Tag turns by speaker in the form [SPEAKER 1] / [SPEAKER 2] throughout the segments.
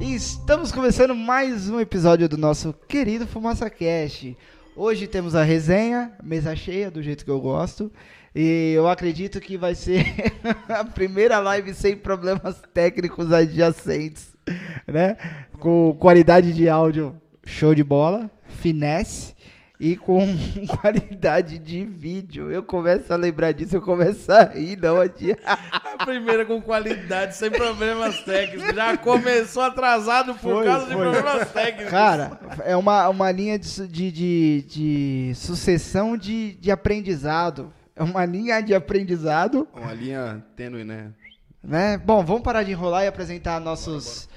[SPEAKER 1] Estamos começando mais um episódio do nosso querido Fumaça Cast. Hoje temos a resenha, mesa cheia, do jeito que eu gosto. E eu acredito que vai ser a primeira live sem problemas técnicos adjacentes, né? Com qualidade de áudio show de bola, finesse e com qualidade de vídeo. Eu começo a lembrar disso, eu começo a rir, não adianta.
[SPEAKER 2] A primeira com qualidade, sem problemas técnicos. Já começou atrasado por
[SPEAKER 1] Foi,
[SPEAKER 2] causa de
[SPEAKER 1] foi.
[SPEAKER 2] problemas técnicos.
[SPEAKER 1] Cara, é uma, uma linha de, su- de, de, de sucessão de, de aprendizado. É uma linha de aprendizado,
[SPEAKER 3] Uma linha tênue, né?
[SPEAKER 1] né? Bom, vamos parar de enrolar e apresentar nossos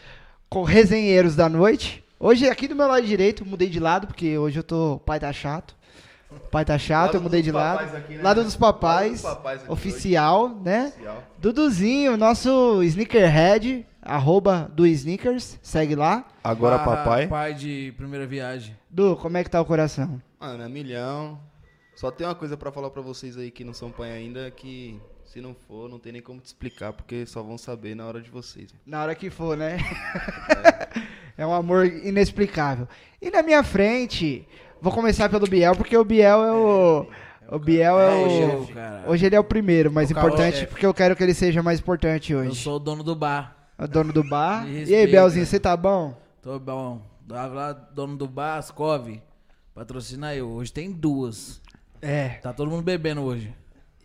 [SPEAKER 1] co- resenheiros da noite. Hoje, aqui do meu lado direito, mudei de lado, porque hoje eu tô. O pai tá chato. O pai tá chato,
[SPEAKER 3] Lado
[SPEAKER 1] eu mudei
[SPEAKER 3] dos
[SPEAKER 1] de lado.
[SPEAKER 3] papais aqui, né?
[SPEAKER 1] Lado dos papais.
[SPEAKER 3] Lado dos papais aqui
[SPEAKER 1] oficial, né?
[SPEAKER 3] Oficial.
[SPEAKER 1] Duduzinho, nosso sneakerhead, arroba do sneakers, segue lá.
[SPEAKER 3] Agora
[SPEAKER 2] Ah,
[SPEAKER 3] papai.
[SPEAKER 2] Pai de primeira viagem.
[SPEAKER 1] Du, como é que tá o coração?
[SPEAKER 3] Mano, é milhão. Só tem uma coisa pra falar pra vocês aí que não são pai ainda, que se não for, não tem nem como te explicar, porque só vão saber na hora de vocês.
[SPEAKER 1] Na hora que for, né? É um amor inexplicável. E na minha frente, vou começar pelo Biel, porque o Biel é o. O Biel é
[SPEAKER 2] É,
[SPEAKER 1] o.
[SPEAKER 2] chefe, cara.
[SPEAKER 1] Hoje ele é o primeiro, mas
[SPEAKER 2] O cara é o
[SPEAKER 1] importante
[SPEAKER 2] chefe.
[SPEAKER 1] porque eu quero que ele seja mais importante
[SPEAKER 2] Eu
[SPEAKER 1] hoje. É
[SPEAKER 2] sou o dono do bar.
[SPEAKER 1] O dono do bar.
[SPEAKER 2] Me
[SPEAKER 1] E aí,
[SPEAKER 2] respeita.
[SPEAKER 1] Bielzinho, você tá bom?
[SPEAKER 2] Tô bom. Tava lá, dono do bar, Ascov. Patrocina eu. Hoje tem duas.
[SPEAKER 1] É.
[SPEAKER 2] Tá todo mundo bebendo hoje.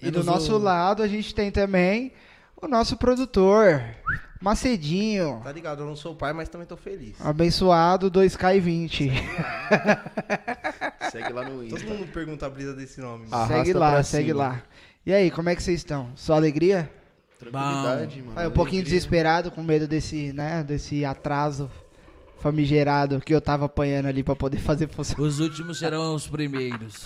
[SPEAKER 1] E do
[SPEAKER 2] Menos
[SPEAKER 1] nosso
[SPEAKER 2] o-
[SPEAKER 1] lado a gente tem também o nosso produtor, Macedinho.
[SPEAKER 4] Tá ligado, eu não sou pai, mas também tô feliz.
[SPEAKER 1] Ah, Abençoado 2K20.
[SPEAKER 3] Segue lá no
[SPEAKER 4] Todo
[SPEAKER 3] Insta.
[SPEAKER 1] é.
[SPEAKER 4] mundo pergunta a brisa desse nome.
[SPEAKER 3] Ah. Arrasta
[SPEAKER 1] Segue lá,
[SPEAKER 3] pra
[SPEAKER 1] segue
[SPEAKER 3] cima.
[SPEAKER 1] lá. E aí, como é que vocês estão? Só alegria?
[SPEAKER 3] Tranquilidade, mano.
[SPEAKER 1] Ah, um pouquinho desesperado com medo desse, né, desse atraso famigerado que eu tava apanhando ali pra poder fazer funcionar.
[SPEAKER 2] Os últimos serão os primeiros.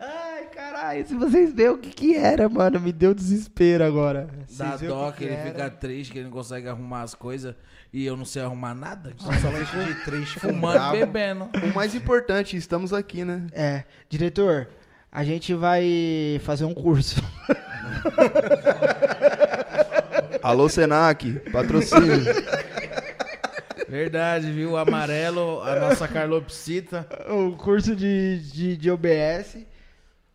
[SPEAKER 1] Ai, caralho, se vocês verem o que que era, mano, me deu desespero agora. Vocês
[SPEAKER 2] Dá
[SPEAKER 1] viram o
[SPEAKER 2] dó
[SPEAKER 1] que
[SPEAKER 2] que,
[SPEAKER 1] que
[SPEAKER 2] ele
[SPEAKER 1] era?
[SPEAKER 2] fica triste, que ele não consegue arrumar as coisas e eu não sei arrumar nada.
[SPEAKER 4] Somente de triste,
[SPEAKER 2] Fumando e
[SPEAKER 4] brabo.
[SPEAKER 2] bebendo.
[SPEAKER 3] O mais importante, estamos aqui, né?
[SPEAKER 1] É, diretor, a gente vai fazer um curso.
[SPEAKER 3] Alô, Senac, patrocínio.
[SPEAKER 2] Verdade, viu? Amarelo, a nossa Carlopsita.
[SPEAKER 1] um curso de, de, de OBS.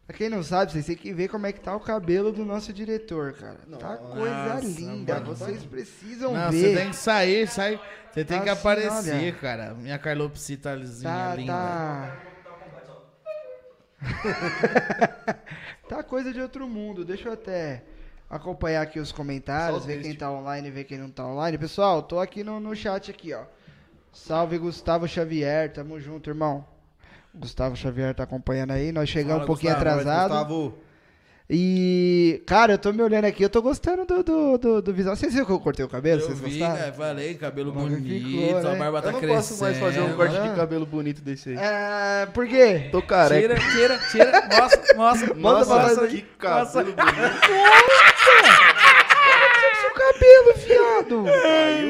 [SPEAKER 1] Pra quem não sabe, vocês têm que ver como é que tá o cabelo do nosso diretor, cara. tá coisa
[SPEAKER 2] Nossa,
[SPEAKER 1] linda,
[SPEAKER 2] mano.
[SPEAKER 1] vocês precisam
[SPEAKER 5] Não,
[SPEAKER 1] ver.
[SPEAKER 5] você tem que sair, sai. Você tem
[SPEAKER 1] É um Tá
[SPEAKER 5] que
[SPEAKER 1] assim,
[SPEAKER 5] aparecer,
[SPEAKER 1] olha.
[SPEAKER 5] cara. Minha carlopsitalizinha
[SPEAKER 1] Tá,
[SPEAKER 5] linda.
[SPEAKER 1] tá. tá coisa de outro mundo. Deixa eu até acompanhar aqui os comentários,
[SPEAKER 3] Só o
[SPEAKER 1] ver
[SPEAKER 3] texto.
[SPEAKER 1] quem tá online, ver quem não tá online. Pessoal, tô aqui no, no chat aqui, ó. Salve Gustavo Xavier, tamo junto, irmão. Gustavo Xavier tá acompanhando aí. Nós chegamos
[SPEAKER 2] Fala,
[SPEAKER 1] um
[SPEAKER 3] Ah,
[SPEAKER 1] pouquinho
[SPEAKER 2] Gustavo.
[SPEAKER 1] atrasado.
[SPEAKER 4] Gustavo,
[SPEAKER 1] E, cara, eu tô me olhando aqui, eu tô gostando do, do, do, do visual. Vocês viram que eu cortei o cabelo?
[SPEAKER 2] Eu
[SPEAKER 1] Vocês
[SPEAKER 2] vi,
[SPEAKER 1] gostaram?
[SPEAKER 2] né? Falei, cabelo
[SPEAKER 1] Mas
[SPEAKER 2] bonito,
[SPEAKER 1] ficou, né?
[SPEAKER 2] a barba tá
[SPEAKER 3] eu não
[SPEAKER 2] crescendo.
[SPEAKER 3] posso mais fazer um corte de
[SPEAKER 1] Ah.
[SPEAKER 3] cabelo bonito desse aí.
[SPEAKER 1] É, por quê?
[SPEAKER 3] Tô careca.
[SPEAKER 2] Tira, tira, tira. Mostra, mostra.
[SPEAKER 3] Nossa,
[SPEAKER 2] mostra, mostra.
[SPEAKER 3] que cabelo bonito.
[SPEAKER 1] seu cabelo, viado.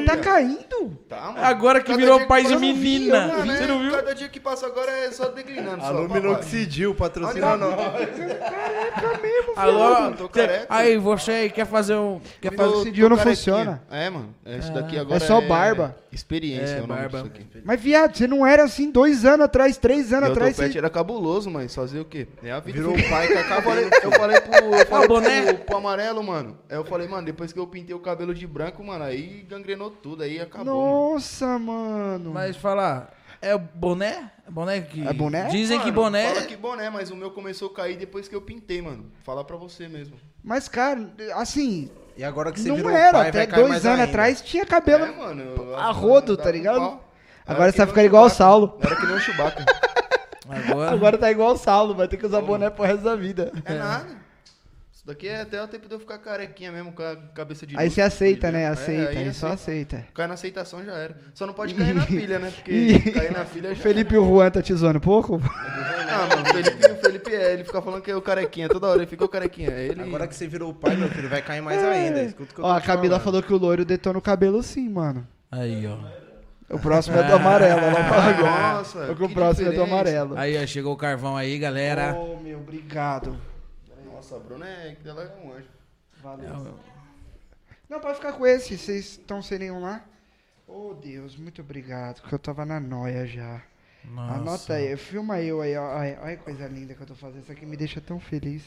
[SPEAKER 1] tá caindo?
[SPEAKER 3] Tá, mano.
[SPEAKER 2] Agora que
[SPEAKER 3] Cada
[SPEAKER 2] virou
[SPEAKER 3] dia
[SPEAKER 2] pai de
[SPEAKER 3] passa-
[SPEAKER 2] menina.
[SPEAKER 3] Não, né?
[SPEAKER 2] Você não viu?
[SPEAKER 3] Cada dia que passa agora é só declinando. só,
[SPEAKER 4] Alô,
[SPEAKER 3] papai.
[SPEAKER 4] Minoxidil, patrocina nós.
[SPEAKER 1] Tá mesmo,
[SPEAKER 2] Alô,
[SPEAKER 3] tô
[SPEAKER 2] cê-
[SPEAKER 3] careca.
[SPEAKER 2] aí, você aí quer fazer um. Quer
[SPEAKER 1] Mas
[SPEAKER 2] fazer...
[SPEAKER 1] esse dia não
[SPEAKER 3] carequinha.
[SPEAKER 1] funciona.
[SPEAKER 3] É, mano. Esse daqui agora
[SPEAKER 1] É só barba.
[SPEAKER 3] Experiência
[SPEAKER 2] É,
[SPEAKER 3] é, o nome
[SPEAKER 2] barba.
[SPEAKER 3] disso aqui.
[SPEAKER 1] Mas, viado, você não era assim dois anos atrás, três anos
[SPEAKER 3] Meu
[SPEAKER 1] atrás.
[SPEAKER 3] topete
[SPEAKER 1] Você...
[SPEAKER 3] era cabuloso, mano. Só fazia o quê? É a vida.
[SPEAKER 4] Virou um
[SPEAKER 3] Eu
[SPEAKER 4] pai né? que
[SPEAKER 3] falei, eu
[SPEAKER 4] acabou.
[SPEAKER 3] falei, pro, eu falei
[SPEAKER 2] É boné.
[SPEAKER 3] pro, pro amarelo, mano. Aí eu falei, mano, depois que eu pintei o cabelo de branco, mano, aí gangrenou tudo, aí acabou.
[SPEAKER 1] Nossa, mano.
[SPEAKER 2] um, Mas falar, é boné? É boné que.
[SPEAKER 1] É boné?
[SPEAKER 2] Dizem
[SPEAKER 3] Mano,
[SPEAKER 2] que boné. é-
[SPEAKER 3] Fala que boné, mas o meu começou a cair depois que eu pintei, mano. Falar pra você mesmo.
[SPEAKER 1] Mas, cara, assim,
[SPEAKER 4] E agora que você
[SPEAKER 1] não
[SPEAKER 4] virou
[SPEAKER 1] era.
[SPEAKER 4] pai,
[SPEAKER 1] Até
[SPEAKER 4] vai cair
[SPEAKER 1] dois
[SPEAKER 4] mais
[SPEAKER 1] anos
[SPEAKER 4] ainda.
[SPEAKER 1] atrás tinha cabelo.
[SPEAKER 3] É, mano. eu-
[SPEAKER 1] a rodo,
[SPEAKER 3] dava
[SPEAKER 1] tá
[SPEAKER 3] um
[SPEAKER 1] ligado?
[SPEAKER 3] pau.
[SPEAKER 1] Agora
[SPEAKER 3] Era
[SPEAKER 1] você vai
[SPEAKER 3] que
[SPEAKER 1] ficar
[SPEAKER 3] nem
[SPEAKER 1] igual o
[SPEAKER 3] Chewbacca.
[SPEAKER 1] Saulo.
[SPEAKER 3] Era que nem o Chewbacca.
[SPEAKER 2] Agora.
[SPEAKER 1] Agora tá igual o Saulo, vai ter que usar boné pro resto da vida.
[SPEAKER 3] É nada. Isso daqui é até o tempo de eu ficar carequinha mesmo, com a cabeça de
[SPEAKER 1] Aí
[SPEAKER 3] luz,
[SPEAKER 1] você aceita,
[SPEAKER 3] brilhando.
[SPEAKER 1] né?
[SPEAKER 3] É,
[SPEAKER 1] Aceita,
[SPEAKER 3] aí
[SPEAKER 1] aí só
[SPEAKER 3] aceita.
[SPEAKER 1] aceita.
[SPEAKER 3] Cai na aceitação já era. Só não pode cair na pilha, né?
[SPEAKER 1] Ih.
[SPEAKER 3] Porque cair na pilha já
[SPEAKER 1] Felipe e o Juan tá te zoando um pouco?
[SPEAKER 3] Ah, mano, o Felipe, o Felipe é, ele fica falando que é o carequinha, toda hora ele fica o carequinha. É Ele...
[SPEAKER 4] Agora que você virou pai, meu filho, vai cair mais ainda. Escuta o que eu
[SPEAKER 1] É. Ó,
[SPEAKER 4] tô
[SPEAKER 1] a
[SPEAKER 4] te
[SPEAKER 1] Camila
[SPEAKER 4] falando.
[SPEAKER 1] falou que o loiro detona o cabelo sim, mano.
[SPEAKER 2] Aí, ó.
[SPEAKER 1] O próximo é do amarelo, ela
[SPEAKER 3] Ah,
[SPEAKER 1] falou.
[SPEAKER 3] nossa.
[SPEAKER 1] Porque o
[SPEAKER 3] que
[SPEAKER 1] próximo é do
[SPEAKER 3] diferença.
[SPEAKER 1] amarelo.
[SPEAKER 2] Aí, ó, chegou o carvão aí, galera.
[SPEAKER 1] Oh, meu, obrigado.
[SPEAKER 3] Nossa, a Bruna é, ela é um anjo.
[SPEAKER 1] Valeu. Não, pode ficar com esse, vocês estão sem nenhum lá. Oh, Deus, muito obrigado, que eu tava na noia já.
[SPEAKER 2] Nossa.
[SPEAKER 1] Anota aí, filma eu aí, ó. Olha, olha que coisa linda que eu tô fazendo. Isso aqui me deixa tão feliz.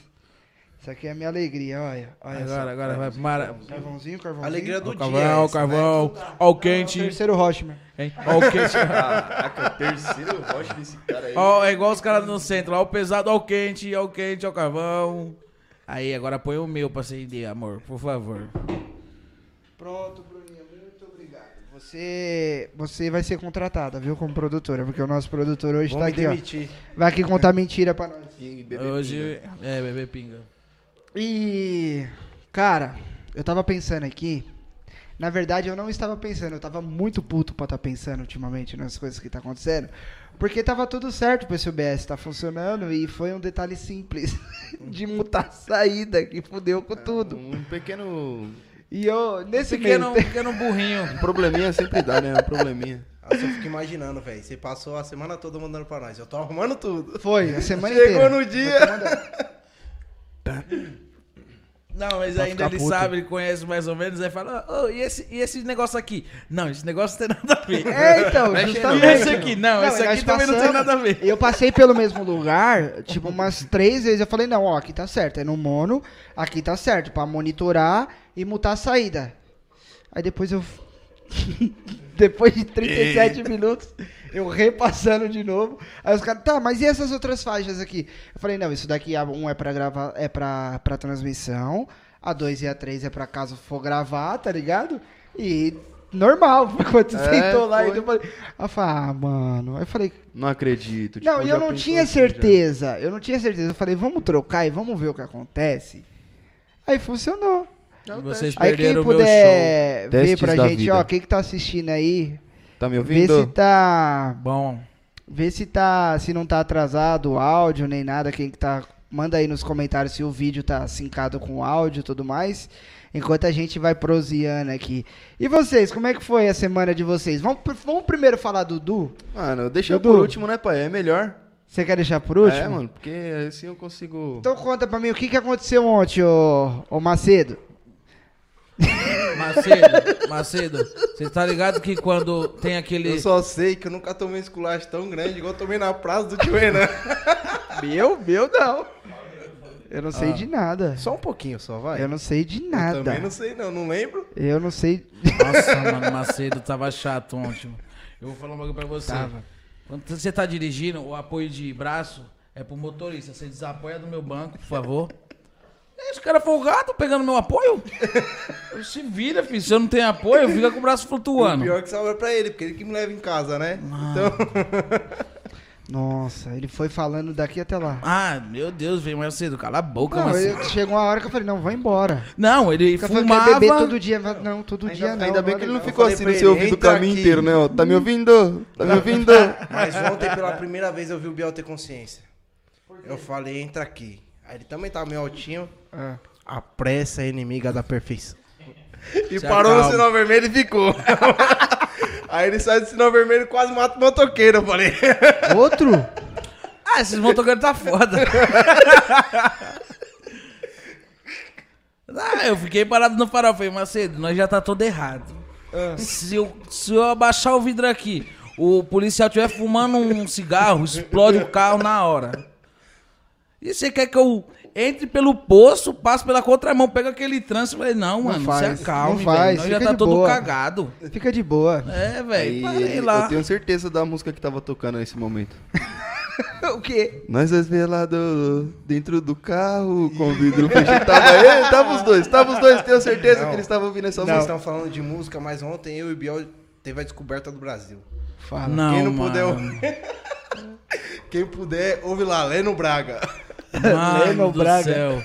[SPEAKER 1] Isso aqui é a minha alegria, olha. olha
[SPEAKER 2] Agora, agora vai pro mar.
[SPEAKER 1] só. Carvãozinho, carvãozinho.
[SPEAKER 4] Alegria
[SPEAKER 2] Ó
[SPEAKER 4] do
[SPEAKER 2] o
[SPEAKER 4] dia.
[SPEAKER 2] carvão, o
[SPEAKER 4] essa, né?
[SPEAKER 2] carvão. Ó o
[SPEAKER 1] É o
[SPEAKER 2] quente.
[SPEAKER 1] terceiro Rochman.
[SPEAKER 2] hein? Ó o quente.
[SPEAKER 1] Ah,
[SPEAKER 3] Caraca, é terceiro roche desse cara aí.
[SPEAKER 2] Ó, é igual os caras no centro, ó o pesado, ó o quente, ó o quente, ó o carvão. Aí, agora põe o meu pra acender, amor, por favor.
[SPEAKER 1] Pronto, Bruninha, muito obrigado. Você, você vai ser contratada, viu, como produtora, porque o nosso produtor hoje
[SPEAKER 4] Vou
[SPEAKER 1] tá
[SPEAKER 4] me
[SPEAKER 1] aqui,
[SPEAKER 4] demitir.
[SPEAKER 1] ó. Vai aqui contar mentira pra nós.
[SPEAKER 3] E bebê
[SPEAKER 2] Hoje, é, bebê pinga.
[SPEAKER 1] E, cara, eu tava pensando aqui. Na verdade, eu não estava pensando, eu tava muito puto pra estar pensando ultimamente nas coisas que tá acontecendo. Porque tava tudo certo pra esse UBS tá funcionando e foi um detalhe simples de mutar a saída que fudeu com tudo.
[SPEAKER 3] Um pequeno.
[SPEAKER 1] E eu, nesse
[SPEAKER 2] Pequeno,
[SPEAKER 1] meio
[SPEAKER 2] pequeno burrinho.
[SPEAKER 3] Um probleminha sempre dá, né? Um probleminha.
[SPEAKER 4] Nossa, eu fico imaginando, velho. Você passou a semana toda mandando pra nós. Eu tô arrumando tudo.
[SPEAKER 1] Foi, a semana
[SPEAKER 4] Chegou
[SPEAKER 1] inteira.
[SPEAKER 4] no dia.
[SPEAKER 2] Não, mas
[SPEAKER 1] Pra
[SPEAKER 2] ainda
[SPEAKER 1] ficar
[SPEAKER 2] ele
[SPEAKER 1] puto.
[SPEAKER 2] sabe, ele conhece mais ou menos, aí fala, "Ô, e, esse, e esse negócio aqui? Não, esse negócio não tem nada a ver.
[SPEAKER 1] É, então,
[SPEAKER 3] Mexe
[SPEAKER 1] justamente.
[SPEAKER 2] E esse aqui? Não, esse
[SPEAKER 1] nós
[SPEAKER 2] aqui também não tem nada a ver.
[SPEAKER 1] Eu passei pelo mesmo lugar, tipo, umas três vezes. Eu falei, não, ó, aqui tá certo. É no mono, aqui tá certo, pra monitorar e mutar a saída. Aí depois eu. depois de 37 minutos, eu repassando de novo. Aí os caras, tá, mas e essas outras faixas aqui? Eu falei, não, isso daqui a um é pra gravar, é pra, pra transmissão, a 2 e a 3 é pra caso for gravar, tá ligado? E normal, quando você
[SPEAKER 3] É,
[SPEAKER 1] sentou lá e
[SPEAKER 3] foi.
[SPEAKER 1] eu falei. Aí eu falei, ah, mano. Aí eu falei,
[SPEAKER 3] Não acredito. tipo,
[SPEAKER 1] não, e
[SPEAKER 3] já
[SPEAKER 1] eu não
[SPEAKER 3] pensou
[SPEAKER 1] tinha
[SPEAKER 3] assim, já.
[SPEAKER 1] certeza. Eu não tinha certeza. Eu falei, vamos trocar e vamos ver o que acontece. Aí funcionou.
[SPEAKER 2] E Vocês
[SPEAKER 1] É, Aí quem
[SPEAKER 2] perderam o meu show.
[SPEAKER 1] puder ver
[SPEAKER 3] Testes
[SPEAKER 1] pra
[SPEAKER 3] da
[SPEAKER 1] gente,
[SPEAKER 3] vida.
[SPEAKER 1] ó, quem que tá assistindo aí,
[SPEAKER 3] Tá me
[SPEAKER 1] vê se
[SPEAKER 3] ouvindo?
[SPEAKER 1] tá,
[SPEAKER 2] Bom,
[SPEAKER 1] vê se tá, se não tá atrasado o áudio nem nada, quem que tá, manda aí nos comentários se o vídeo tá sincado com o áudio e tudo mais. Enquanto a gente vai proseando aqui. E vocês, como é que foi a semana de vocês? Vamos, pr- vamos primeiro falar do Du?
[SPEAKER 3] Mano, deixa
[SPEAKER 1] Dudu.
[SPEAKER 3] por último, né, pai? É melhor.
[SPEAKER 1] Você quer deixar por último?
[SPEAKER 3] É, mano, porque assim eu consigo.
[SPEAKER 1] Então conta pra mim o que, que aconteceu ontem, ô, ô Macedo.
[SPEAKER 2] Macedo, Macedo, você tá ligado que quando tem
[SPEAKER 3] Então,
[SPEAKER 2] aquele...
[SPEAKER 4] Eu só sei que eu nunca tomei um esculacho tão grande igual eu tomei na praça do tio Renan.
[SPEAKER 1] Meu, meu não. Eu não sei de nada.
[SPEAKER 4] Ah, Só um pouquinho só, vai.
[SPEAKER 1] Eu não sei de
[SPEAKER 3] Ah,
[SPEAKER 4] Eu
[SPEAKER 1] nada.
[SPEAKER 3] tá.
[SPEAKER 4] também não sei, não. Não lembro.
[SPEAKER 1] Eu não sei.
[SPEAKER 2] Nossa, mano, Macedo tava chato ontem. mano. Eu vou falar um bagulho pra você. Quando você tá dirigindo, o apoio de braço é pro motorista. Você desapoia do meu banco, por favor. Esse cara folgado pegando meu apoio? Se vira, filho. Se eu não tenho apoio, fica com o braço flutuando.
[SPEAKER 4] Pior que sobra pra ele, porque ele que me leva em casa, né?
[SPEAKER 1] Nossa, ele foi falando daqui até lá.
[SPEAKER 2] Ah, meu Deus, vem mais cedo. Cala a boca,
[SPEAKER 1] Não,
[SPEAKER 2] Macedo.
[SPEAKER 1] eu- chegou uma hora que eu falei, não, vai embora.
[SPEAKER 2] Não, ele
[SPEAKER 1] Eu falei, eu
[SPEAKER 2] fumava.
[SPEAKER 1] quero é beber todo dia. Eu falei, Não, todo dia não.
[SPEAKER 3] Ainda bem
[SPEAKER 1] agora
[SPEAKER 3] que ele não
[SPEAKER 4] Eu
[SPEAKER 3] ficou
[SPEAKER 4] falei
[SPEAKER 3] assim
[SPEAKER 4] pra
[SPEAKER 3] no
[SPEAKER 4] ele,
[SPEAKER 3] seu ouvido o
[SPEAKER 4] "Entra
[SPEAKER 3] caminho
[SPEAKER 4] aqui."
[SPEAKER 3] inteiro, né? ó. Tá me ouvindo? Tá me ouvindo?
[SPEAKER 4] Mas ontem, pela primeira vez, eu vi o Biel ter consciência. Eu falei, entra aqui. Aí ele também tava meio altinho.
[SPEAKER 1] Ah.
[SPEAKER 4] A pressa é inimiga da perfeição. E
[SPEAKER 2] Se
[SPEAKER 4] parou
[SPEAKER 2] acalma.
[SPEAKER 4] no sinal vermelho e ficou. Aí ele sai do sinal vermelho e quase mata o motoqueiro, eu falei.
[SPEAKER 1] Outro?
[SPEAKER 2] Ah, esses motoqueiros tá foda. ah, eu fiquei parado no farol. Falei, Macedo, nós já tá todo errado. Se, eu, se eu abaixar o vidro aqui, o policial tiver fumando um cigarro, explode o carro na hora. E você quer que eu entre pelo poço, passe pela contramão, pego aquele trânsito? Eu Falei, não, mano,
[SPEAKER 1] faz,
[SPEAKER 2] se acalme,
[SPEAKER 1] não faz,
[SPEAKER 2] velho. Nós já
[SPEAKER 1] fica
[SPEAKER 2] tá
[SPEAKER 1] de
[SPEAKER 2] todo
[SPEAKER 1] boa.
[SPEAKER 2] cagado.
[SPEAKER 1] Fica de boa.
[SPEAKER 2] É,
[SPEAKER 3] Aí,
[SPEAKER 2] velho, parei
[SPEAKER 3] eu
[SPEAKER 2] lá.
[SPEAKER 3] tenho certeza da música que tava tocando nesse momento.
[SPEAKER 1] o quê?
[SPEAKER 3] Nós dois velados dentro do carro, com o vidro fechado. Tava, Ei, tava os dois, tava os dois, tenho certeza
[SPEAKER 4] Não.
[SPEAKER 3] que eles estavam ouvindo essa
[SPEAKER 4] Vocês
[SPEAKER 3] música.
[SPEAKER 4] estão falando de música, mas ontem eu e o Biel teve a descoberta do Brasil.
[SPEAKER 1] Fala.
[SPEAKER 2] Não,
[SPEAKER 4] Quem não
[SPEAKER 2] mano.
[SPEAKER 4] puder ouvir. Quem puder, ouve lá, Leno Braga.
[SPEAKER 2] Mano
[SPEAKER 1] Leno
[SPEAKER 2] do
[SPEAKER 1] Braga.
[SPEAKER 2] céu.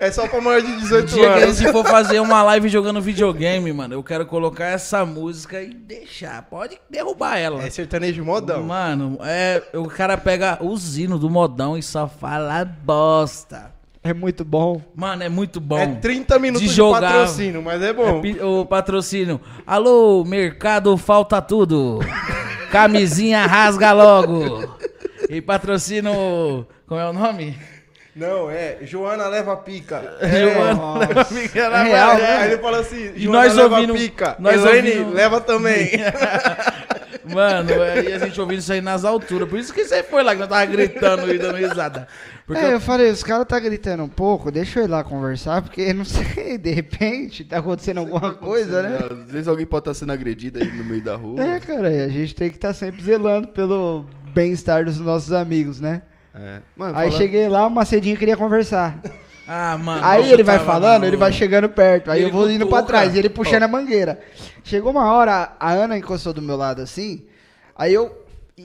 [SPEAKER 4] É só pra maior de
[SPEAKER 2] O
[SPEAKER 4] 18
[SPEAKER 2] dia que a
[SPEAKER 4] anos.
[SPEAKER 2] gente for fazer uma live jogando videogame, mano, eu quero colocar essa música e deixar. Pode derrubar ela.
[SPEAKER 4] É sertanejo modão.
[SPEAKER 2] Mano, é, o cara pega o zino do modão e só fala bosta.
[SPEAKER 1] É muito bom.
[SPEAKER 2] Mano, é muito bom.
[SPEAKER 4] É 30 minutos
[SPEAKER 2] De
[SPEAKER 4] de,
[SPEAKER 2] jogar.
[SPEAKER 4] patrocínio, mas é bom.
[SPEAKER 2] Pi- O patrocínio. Alô, mercado falta tudo. Camisinha rasga logo. E patrocínio. Como é o nome?
[SPEAKER 4] Não, é. Joana leva pica.
[SPEAKER 1] É,
[SPEAKER 2] Giovana,
[SPEAKER 1] nossa.
[SPEAKER 2] leva pica, ela
[SPEAKER 1] É real,
[SPEAKER 2] vai-
[SPEAKER 1] né?
[SPEAKER 4] É, aí ele fala assim,
[SPEAKER 2] E
[SPEAKER 4] Joana
[SPEAKER 2] nós
[SPEAKER 4] leva
[SPEAKER 2] ouvindo-
[SPEAKER 4] pica.
[SPEAKER 2] nós
[SPEAKER 4] Elaine,
[SPEAKER 2] ouvindo-
[SPEAKER 4] leva também.
[SPEAKER 2] Mano, aí a gente ouvindo isso aí nas alturas. Por isso que você foi lá, que nós tava gritando e dando risada. Porque
[SPEAKER 1] é,
[SPEAKER 2] eu-
[SPEAKER 1] eu falei, os caras tá gritando um pouco, deixa eu ir lá conversar, porque não sei, de repente tá acontecendo alguma coisa, né?
[SPEAKER 3] Às vezes alguém pode estar sendo agredido aí no meio da rua.
[SPEAKER 1] É, cara, e a gente tem que estar sempre zelando pelo bem-estar dos nossos amigos, né?
[SPEAKER 3] É. Mano,
[SPEAKER 1] Aí
[SPEAKER 3] falando-
[SPEAKER 1] cheguei lá, o Macedinho queria conversar.
[SPEAKER 2] Ah, mano.
[SPEAKER 1] Aí
[SPEAKER 2] eu
[SPEAKER 1] ele vai
[SPEAKER 2] tava
[SPEAKER 1] falando,
[SPEAKER 2] no-
[SPEAKER 1] ele vai chegando perto. Aí
[SPEAKER 2] Ele
[SPEAKER 1] eu vou indo pra
[SPEAKER 2] cutuca.
[SPEAKER 1] trás, ele puxando a mangueira. Chegou uma hora, a Ana encostou do meu lado assim. Aí eu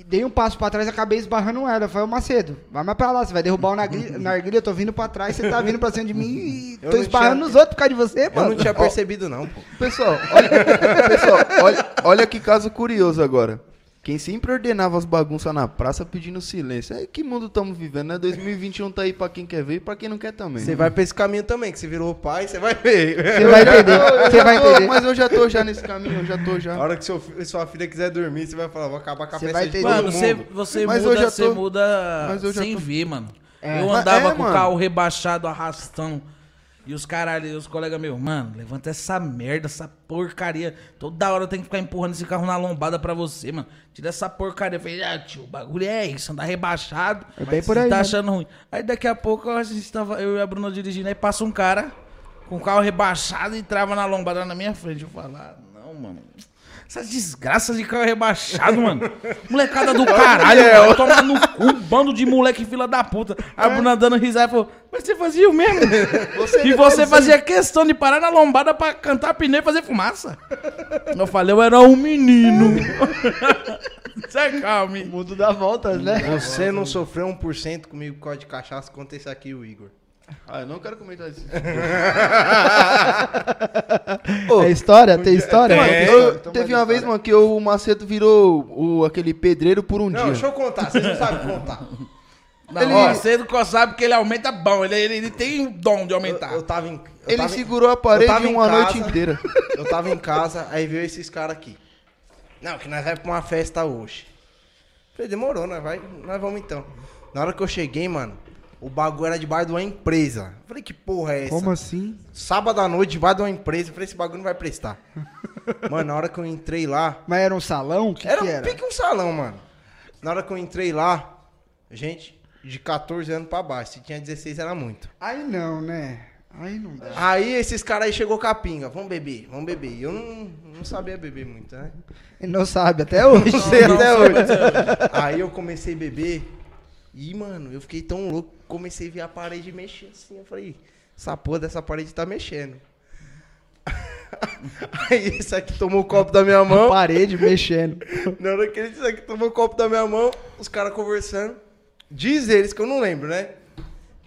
[SPEAKER 1] dei um passo pra trás e acabei esbarrando ela. Eu falei, ô Macedo, vai mais pra lá, você vai derrubar o narguilha, narguilha eu tô vindo pra trás, você tá vindo pra cima de mim e
[SPEAKER 4] Eu
[SPEAKER 1] tô
[SPEAKER 4] não
[SPEAKER 1] esbarrando
[SPEAKER 4] tinha-
[SPEAKER 1] nos outros por causa de você,
[SPEAKER 4] Eu
[SPEAKER 1] mano.
[SPEAKER 4] não tinha percebido, não, pô.
[SPEAKER 3] Pessoal, olha, pessoal olha, olha que caso curioso agora. Quem sempre ordenava as bagunças na praça pedindo silêncio. É que mundo estamos vivendo, né? 2021 tá aí pra quem quer ver e pra quem não quer também.
[SPEAKER 4] Você vai pra esse caminho também, que você virou pai, você vai ver.
[SPEAKER 1] Você vai entender,
[SPEAKER 3] Eu
[SPEAKER 1] você
[SPEAKER 3] já
[SPEAKER 1] vai
[SPEAKER 3] tô,
[SPEAKER 1] entender.
[SPEAKER 3] Mas eu já tô já nesse caminho, eu já tô já.
[SPEAKER 4] A hora que seu fi- sua filha quiser dormir, você vai falar, vou acabar com a
[SPEAKER 1] Você
[SPEAKER 4] festa
[SPEAKER 1] vai
[SPEAKER 4] de
[SPEAKER 1] ter-
[SPEAKER 4] todo
[SPEAKER 2] Mano,
[SPEAKER 4] mundo.
[SPEAKER 2] você, você
[SPEAKER 3] Mas eu
[SPEAKER 2] muda,
[SPEAKER 3] já
[SPEAKER 2] você
[SPEAKER 3] tô-
[SPEAKER 2] muda
[SPEAKER 3] mas eu já
[SPEAKER 2] sem
[SPEAKER 3] tô-
[SPEAKER 2] ver, mano.
[SPEAKER 1] É.
[SPEAKER 2] Eu
[SPEAKER 3] Mas-
[SPEAKER 2] andava
[SPEAKER 3] é,
[SPEAKER 2] com o
[SPEAKER 3] mano.
[SPEAKER 2] carro rebaixado, arrastando. E os caras, os colegas meus, mano, levanta essa merda, essa porcaria. Toda hora eu tenho que ficar empurrando esse carro na lombada pra você, mano. Tira essa porcaria. Eu falei, ah, tio, o bagulho é isso, andar rebaixado.
[SPEAKER 1] É bem
[SPEAKER 2] Mas
[SPEAKER 1] por
[SPEAKER 2] você
[SPEAKER 1] aí,
[SPEAKER 2] Tá
[SPEAKER 1] né?
[SPEAKER 2] achando ruim. Aí daqui a pouco a gente tava, eu e a Bruna dirigindo, aí passa um cara com o carro rebaixado e trava na lombada na minha frente. Eu falo, ah, não, mano. Essas desgraças de carro rebaixado, mano. Molecada do caralho, mano. Toma no cu, bando de moleque fila da puta. A Bruna dando risada e falou, mas você fazia o mesmo. e você fazia questão de parar na lombada pra cantar pneu e fazer fumaça. Eu falei, eu era um menino. é Se acalme.
[SPEAKER 1] O mundo dá voltas, né?
[SPEAKER 4] Você não sofreu 1% comigo por causa de cachaça, conta isso aqui, o Igor.
[SPEAKER 3] Ah, eu não quero comentar isso.
[SPEAKER 1] É história? Tem história?
[SPEAKER 3] Mano,
[SPEAKER 4] É,
[SPEAKER 3] eu-
[SPEAKER 4] então
[SPEAKER 3] teve
[SPEAKER 4] vai
[SPEAKER 3] uma vez, mano, que o Macedo virou o, aquele pedreiro por um
[SPEAKER 4] Não,
[SPEAKER 3] dia.
[SPEAKER 4] deixa eu contar, vocês não sabem contar.
[SPEAKER 2] Não, ó, cedo que eu sabe que ele aumenta bom. Ele, ele, ele tem o dom de
[SPEAKER 4] Eu,
[SPEAKER 2] aumentar.
[SPEAKER 4] eu tava em. eu
[SPEAKER 3] Ele
[SPEAKER 4] tava em-
[SPEAKER 3] segurou a
[SPEAKER 4] eu
[SPEAKER 3] parede
[SPEAKER 4] tava em
[SPEAKER 3] uma noite
[SPEAKER 4] casa.
[SPEAKER 3] inteira.
[SPEAKER 4] Eu tava em casa, aí veio esses caras aqui. Não, que nós vai pra uma festa hoje. Falei, demorou, nós, vai, nós vamos então. Na hora que eu cheguei, mano, o bagulho era debaixo de uma empresa. Falei, que porra é essa?
[SPEAKER 1] Como assim?
[SPEAKER 4] Sábado à noite, debaixo de uma empresa. Falei, esse bagulho não vai prestar. mano, na hora que eu entrei lá,
[SPEAKER 1] Mas era um salão? O que,
[SPEAKER 4] era
[SPEAKER 1] que
[SPEAKER 4] um
[SPEAKER 1] era?
[SPEAKER 4] pique um salão, mano. Na hora que eu entrei lá, gente, de 14 anos pra baixo. Se tinha 16 era muito.
[SPEAKER 1] Aí não, né? Aí não dá.
[SPEAKER 4] Aí esses caras aí chegou com a pinga. Vamos beber, vamos beber. E Eu não, não sabia beber muito, né?
[SPEAKER 1] Ele não sabe até hoje.
[SPEAKER 2] Não, não,
[SPEAKER 1] até
[SPEAKER 2] só
[SPEAKER 1] hoje.
[SPEAKER 2] pra dizer,
[SPEAKER 4] Aí eu comecei a beber. E, mano, eu fiquei tão louco. Comecei a ver a parede mexer assim. Eu falei, essa porra dessa parede tá mexendo. Aí esse aqui tomou o copo da minha mão.
[SPEAKER 1] parede mexendo.
[SPEAKER 4] Na hora que ele disse que tomou o copo da minha mão, os caras conversando. Diz eles, que eu não lembro, né?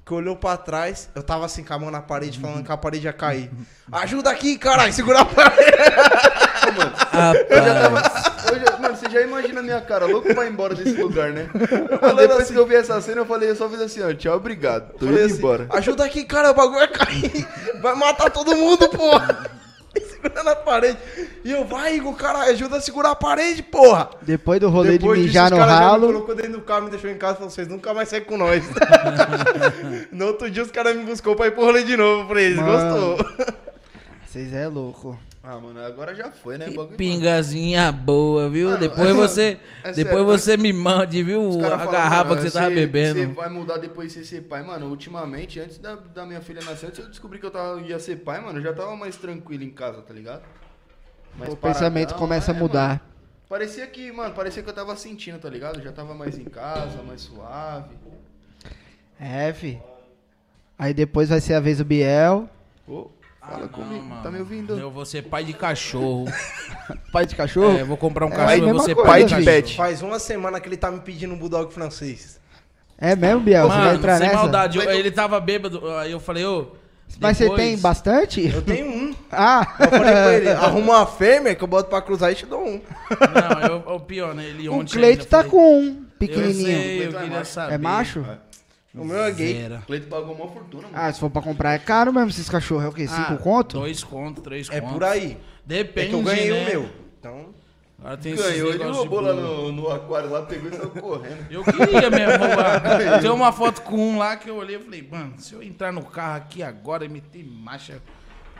[SPEAKER 4] Que olhou pra trás, eu tava assim com a mão na parede, falando que a parede ia cair. Ajuda aqui, caralho, segura a parede.
[SPEAKER 3] Eu já tava. eu já- mano, você já imagina a minha cara, louco pra ir embora desse lugar, né? Depois
[SPEAKER 2] assim.
[SPEAKER 3] que eu vi essa cena, eu falei, eu só fiz assim, ó, tchau, obrigado. Tô indo
[SPEAKER 4] Falei assim,
[SPEAKER 3] embora.
[SPEAKER 2] "Ah,
[SPEAKER 4] Ajuda aqui, cara, o bagulho vai cair. Vai matar todo mundo, porra. E Segurando a parede. E eu, vai, Igor, caralho, ajuda a segurar a parede, porra.
[SPEAKER 1] Depois do rolê
[SPEAKER 4] Depois
[SPEAKER 1] de
[SPEAKER 4] disso,
[SPEAKER 1] mijar
[SPEAKER 4] os
[SPEAKER 1] no
[SPEAKER 4] caras já me
[SPEAKER 1] ralo.
[SPEAKER 4] colocou dentro do carro, me deixou em casa e falou, vocês nunca mais saem com nós. no outro dia, os caras me buscou pra ir pro rolê de novo. Eu Falei, eles
[SPEAKER 1] Mano.
[SPEAKER 4] gostou.
[SPEAKER 1] Vocês é louco.
[SPEAKER 3] Ah, mano, agora já foi, né?
[SPEAKER 2] Que
[SPEAKER 3] Bagulho-
[SPEAKER 2] pingazinha boa, viu?
[SPEAKER 3] Mano,
[SPEAKER 2] depois
[SPEAKER 3] é-
[SPEAKER 2] você,
[SPEAKER 3] é
[SPEAKER 2] depois
[SPEAKER 3] sério,
[SPEAKER 2] você me mande,
[SPEAKER 3] Os
[SPEAKER 2] viu?
[SPEAKER 3] cara
[SPEAKER 2] A
[SPEAKER 3] fala,
[SPEAKER 2] garrafa
[SPEAKER 3] mano,
[SPEAKER 2] que você tava bebendo.
[SPEAKER 3] Você vai mudar depois de você ser pai. Mano, ultimamente, antes da, da minha filha nascer, antes eu descobri que eu tava, ia ser pai, mano, eu já tava mais tranquilo em casa, tá ligado? Mais
[SPEAKER 1] o pensamento
[SPEAKER 3] paradão,
[SPEAKER 1] começa a
[SPEAKER 3] é,
[SPEAKER 1] mudar.
[SPEAKER 3] mano. Parecia que, mano, parecia que eu tava sentindo, tá ligado? Eu já tava mais em casa, mais suave.
[SPEAKER 1] É, fi. Aí depois vai ser a vez do Biel.
[SPEAKER 3] Ô,
[SPEAKER 2] Ah,
[SPEAKER 3] fala
[SPEAKER 2] não,
[SPEAKER 3] comigo,
[SPEAKER 2] mano.
[SPEAKER 3] tá me ouvindo?
[SPEAKER 2] Eu vou ser é pai de cachorro.
[SPEAKER 1] Pai de cachorro?
[SPEAKER 2] é, eu vou comprar um
[SPEAKER 1] É,
[SPEAKER 2] cachorro,
[SPEAKER 1] aí
[SPEAKER 2] eu vou
[SPEAKER 1] mesma
[SPEAKER 2] ser
[SPEAKER 1] coisa,
[SPEAKER 2] pai de
[SPEAKER 1] filho.
[SPEAKER 2] cachorro.
[SPEAKER 4] Faz uma semana que ele tá me pedindo um bulldog francês.
[SPEAKER 1] É, mesmo, Biel? você vai
[SPEAKER 2] Mano,
[SPEAKER 1] entrar
[SPEAKER 2] sem
[SPEAKER 1] nessa?
[SPEAKER 2] maldade, eu- ele tava bêbado, aí eu falei, ô...
[SPEAKER 1] Mas você
[SPEAKER 2] depois-
[SPEAKER 1] tem bastante?
[SPEAKER 4] Eu tenho um. Eu
[SPEAKER 1] Ah!
[SPEAKER 4] falei pra ele, arruma uma fêmea que eu boto pra cruzar e te dou um.
[SPEAKER 2] Não, eu, o pior, né? Ele
[SPEAKER 1] o
[SPEAKER 2] ontem
[SPEAKER 1] Cleito
[SPEAKER 2] ainda,
[SPEAKER 1] tá
[SPEAKER 2] falei,
[SPEAKER 1] com um,
[SPEAKER 2] Eu
[SPEAKER 1] pequenininho.
[SPEAKER 2] sei, eu
[SPEAKER 3] Cleito é
[SPEAKER 2] queria
[SPEAKER 3] macho.
[SPEAKER 2] saber.
[SPEAKER 1] É macho?
[SPEAKER 4] O meu é gay.
[SPEAKER 2] Zero.
[SPEAKER 3] Cleito pagou uma fortuna, mano.
[SPEAKER 1] Ah, se for pra comprar é caro mesmo esses cachorros. É o quê? Cinco
[SPEAKER 2] Ah,
[SPEAKER 1] conto?
[SPEAKER 2] Dois conto, três
[SPEAKER 4] É
[SPEAKER 2] conto.
[SPEAKER 4] por aí. É
[SPEAKER 2] Depende,
[SPEAKER 4] que eu ganhei
[SPEAKER 2] né?
[SPEAKER 4] o meu. Então,
[SPEAKER 2] Agora tem esses
[SPEAKER 3] Ganhou, ele
[SPEAKER 2] negócios de
[SPEAKER 3] roubou lá
[SPEAKER 2] bolo.
[SPEAKER 3] no, no aquário, lá pegou e saiu correndo.
[SPEAKER 2] Eu queria mesmo roubar. Tem uma foto com um lá que eu olhei e falei, mano, se eu entrar no carro aqui agora e meter marcha,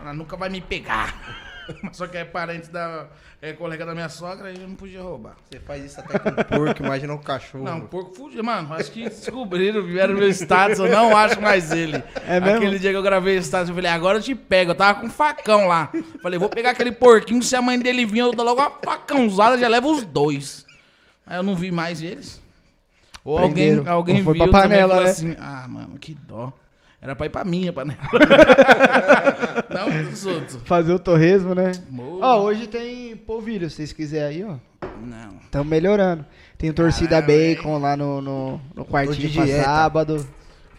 [SPEAKER 2] ela nunca vai me pegar. Mas Só que é parente da. É colega da minha sogra e eu não podia roubar.
[SPEAKER 4] Você faz isso até com porco, imagina um cachorro.
[SPEAKER 2] Não, o porco fugiu. Mano, acho que descobriram, vieram meu status, eu não acho mais ele.
[SPEAKER 1] É mesmo?
[SPEAKER 2] Aquele dia que eu gravei o status, eu falei, agora eu te pego. Eu tava com um facão lá. Falei, vou pegar aquele porquinho, se a mãe dele vir, eu dou logo uma facãozada, já levo os dois. Aí eu não vi mais eles. Ou alguém,
[SPEAKER 1] Prenderam.
[SPEAKER 2] alguém
[SPEAKER 1] Ou foi
[SPEAKER 2] viu
[SPEAKER 1] pra
[SPEAKER 2] também e
[SPEAKER 1] panela,
[SPEAKER 2] falou
[SPEAKER 1] né?
[SPEAKER 2] assim, ah, mano, que dó. Era pra ir pra minha panela. não dos outros.
[SPEAKER 1] Fazer o torresmo, né?
[SPEAKER 2] Mo-
[SPEAKER 1] Ó, hoje tem polvilho, se vocês quiserem aí, ó.
[SPEAKER 2] Não.
[SPEAKER 1] Estamos melhorando. Tem torcida
[SPEAKER 2] Caramba,
[SPEAKER 1] bacon lá no, no, no quartinho
[SPEAKER 4] de
[SPEAKER 1] pra
[SPEAKER 4] dieta.
[SPEAKER 1] sábado.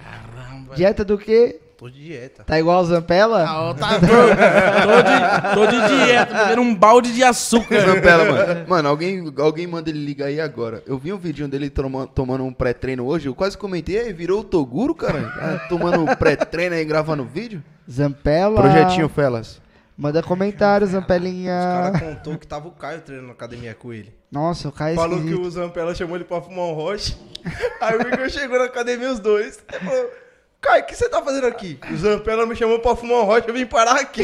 [SPEAKER 2] Caramba.
[SPEAKER 1] Dieta do quê?
[SPEAKER 4] Tô de dieta.
[SPEAKER 1] Tá igual o Zampella?
[SPEAKER 2] Ah, ó, tá, tô, tô de, tô de dieta, bebendo um balde de açúcar.
[SPEAKER 3] Zampella, é mano. Mano, alguém, alguém manda ele ligar aí agora. Eu vi um vídeo dele toma- tomando um pré-treino hoje, eu quase comentei, aí virou o Toguro, cara. Ah, Tomando um pré-treino aí, gravando vídeo.
[SPEAKER 1] Zampella.
[SPEAKER 3] Projetinho Felas.
[SPEAKER 1] Manda comentário,
[SPEAKER 4] Os tá-
[SPEAKER 1] Zampelinha.
[SPEAKER 4] caras contou que tava o Caio treinando na academia com ele.
[SPEAKER 1] Nossa, o Caio é
[SPEAKER 4] Falou que
[SPEAKER 1] esquisito.
[SPEAKER 4] o Zampella chamou ele pra fumar um roche. Aí o Igor chegou na academia os dois. Aí falou, Caio, o que você tá fazendo aqui? O Zampella me chamou pra fumar um roche, eu vim parar aqui.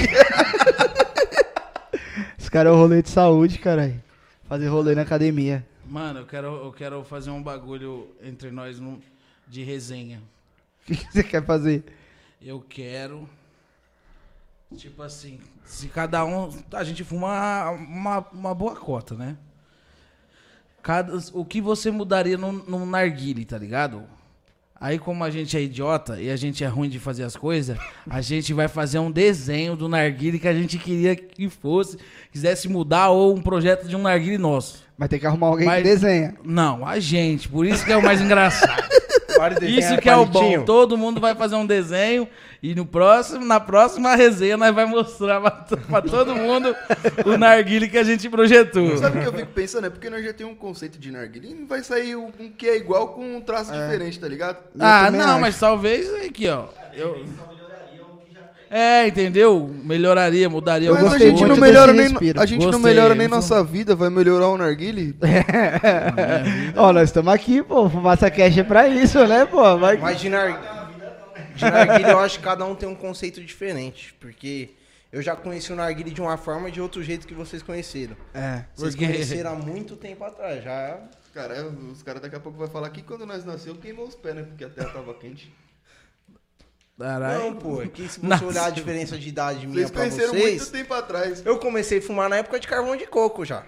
[SPEAKER 1] Os caras é o rolê de saúde, caralho. Fazer rolê na academia.
[SPEAKER 2] Mano, eu quero, eu quero fazer um bagulho entre nós no- de resenha.
[SPEAKER 1] O que que você quer fazer?
[SPEAKER 2] Eu quero. Tipo assim, se cada um. A gente fuma uma, uma boa cota, né? Cada, o que você mudaria no, no narguile, tá ligado? Aí, como a gente é idiota e a gente é ruim de fazer as coisas, a gente vai fazer um desenho do narguile que a gente queria que fosse, quisesse mudar, ou um projeto de um narguile nosso.
[SPEAKER 1] Mas tem que arrumar alguém
[SPEAKER 2] Mas-
[SPEAKER 1] que desenha.
[SPEAKER 2] Não, a gente, por isso que é o mais engraçado.
[SPEAKER 4] Para de desenhar
[SPEAKER 2] Isso que é o bom.
[SPEAKER 4] palitinho.
[SPEAKER 2] Todo mundo vai fazer um desenho e no próximo, na próxima resenha nós vai mostrar pra, to- pra todo mundo o narguile que a gente projetou.
[SPEAKER 3] Sabe o que eu fico pensando? É porque nós já temos um conceito de narguilé e não vai sair um um que é igual com um traço diferente, tá ligado?
[SPEAKER 2] Ah,
[SPEAKER 1] também
[SPEAKER 2] não,
[SPEAKER 1] acho.
[SPEAKER 2] mas talvez aqui, ó. Eu... É, entendeu? Melhoraria, mudaria
[SPEAKER 1] Eu
[SPEAKER 3] Mas
[SPEAKER 2] alguma
[SPEAKER 3] a
[SPEAKER 1] gostei
[SPEAKER 3] gente,
[SPEAKER 2] coisa.
[SPEAKER 3] não
[SPEAKER 1] muito
[SPEAKER 3] melhora,
[SPEAKER 1] desse
[SPEAKER 3] nem,
[SPEAKER 1] respiro.
[SPEAKER 3] a gente não
[SPEAKER 2] Gostei,
[SPEAKER 3] melhora
[SPEAKER 2] eu
[SPEAKER 3] nem
[SPEAKER 2] sou-
[SPEAKER 3] nossa vida, vai melhorar o narguile?
[SPEAKER 1] Ó, nós estamos aqui, pô. Fumaça cash é pra isso, né, pô? Vai...
[SPEAKER 4] Mas de, nar... de narguilha eu acho que cada um tem um conceito diferente. Porque eu já conheci o narguilha de uma forma e de outro jeito que vocês conheceram.
[SPEAKER 1] É.
[SPEAKER 4] Vocês
[SPEAKER 2] Porque-
[SPEAKER 4] conheceram há muito tempo atrás, já...
[SPEAKER 3] Cara, os caras daqui a pouco vão falar que quando nós nasceu queimou os pés, né? Porque a terra tava quente.
[SPEAKER 2] Caralho.
[SPEAKER 4] Não, pô, é que se você
[SPEAKER 2] Nasceu.
[SPEAKER 4] olhar a diferença de idade minha
[SPEAKER 3] Vocês
[SPEAKER 4] pra
[SPEAKER 3] conheceram
[SPEAKER 4] vocês...
[SPEAKER 3] muito tempo atrás.
[SPEAKER 4] Eu comecei a fumar na época de carvão de coco já.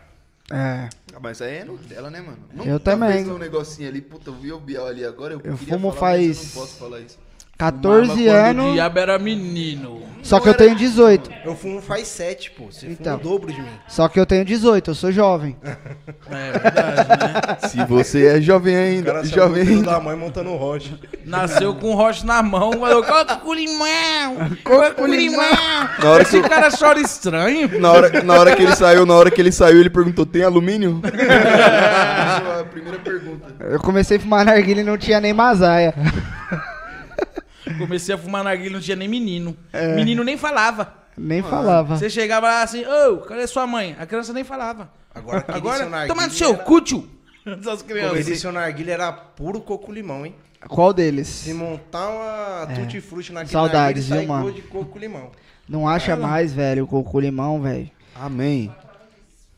[SPEAKER 1] É.
[SPEAKER 3] Ah, mas aí é Nutella, né, mano?
[SPEAKER 1] Eu também.
[SPEAKER 3] fez um negocinho ali, puta, eu vi o Bial ali agora, eu,
[SPEAKER 1] Eu
[SPEAKER 3] queria
[SPEAKER 1] fumo
[SPEAKER 3] falar, mas
[SPEAKER 1] faz-
[SPEAKER 3] eu não posso falar isso.
[SPEAKER 2] Fumava
[SPEAKER 1] 14
[SPEAKER 2] quando O
[SPEAKER 1] anos,
[SPEAKER 2] diabo era menino.
[SPEAKER 1] só que
[SPEAKER 3] Não
[SPEAKER 1] eu
[SPEAKER 3] era-
[SPEAKER 1] tenho 18.
[SPEAKER 4] Eu fumo faz sete, pô. Você
[SPEAKER 1] Então.
[SPEAKER 4] fuma o dobro de mim.
[SPEAKER 1] Só que eu tenho 18, eu sou jovem.
[SPEAKER 2] É verdade, né?
[SPEAKER 3] Se você é jovem
[SPEAKER 4] O
[SPEAKER 3] ainda,
[SPEAKER 4] cara saiu do filho
[SPEAKER 3] jovem
[SPEAKER 4] da mãe montando o rocha.
[SPEAKER 2] Nasceu com o rocha na mão, falou, é coca com limão,
[SPEAKER 1] é
[SPEAKER 2] coca com limão.
[SPEAKER 3] Na
[SPEAKER 2] é
[SPEAKER 3] hora
[SPEAKER 2] Esse
[SPEAKER 3] que eu-
[SPEAKER 2] cara chora estranho.
[SPEAKER 3] Na hora, na hora que ele saiu, na hora que ele saiu, ele perguntou: tem alumínio? é a primeira pergunta.
[SPEAKER 1] Eu comecei a fumar narguilha e não tinha nem masaia.
[SPEAKER 2] Comecei a fumar narguilha, não tinha nem menino.
[SPEAKER 1] É.
[SPEAKER 2] Menino nem falava.
[SPEAKER 1] Nem falava.
[SPEAKER 2] Você chegava lá assim, ô, cadê sua mãe? A criança nem falava.
[SPEAKER 4] Agora, aquele seu
[SPEAKER 2] Agora,
[SPEAKER 4] narguilha
[SPEAKER 2] toma no seu cu, tio. Essas
[SPEAKER 4] Era... Pô, Esse
[SPEAKER 2] crianças.
[SPEAKER 4] seu narguilha era puro coco-limão, hein?
[SPEAKER 1] Qual deles?
[SPEAKER 4] Se montar uma tutti-frutti naquele
[SPEAKER 1] É. Saudades,
[SPEAKER 4] narguilha,
[SPEAKER 1] viu, mano?
[SPEAKER 4] sai cor de coco-limão.
[SPEAKER 1] Não acha mais, velho, o coco limão, velho.
[SPEAKER 3] Amém.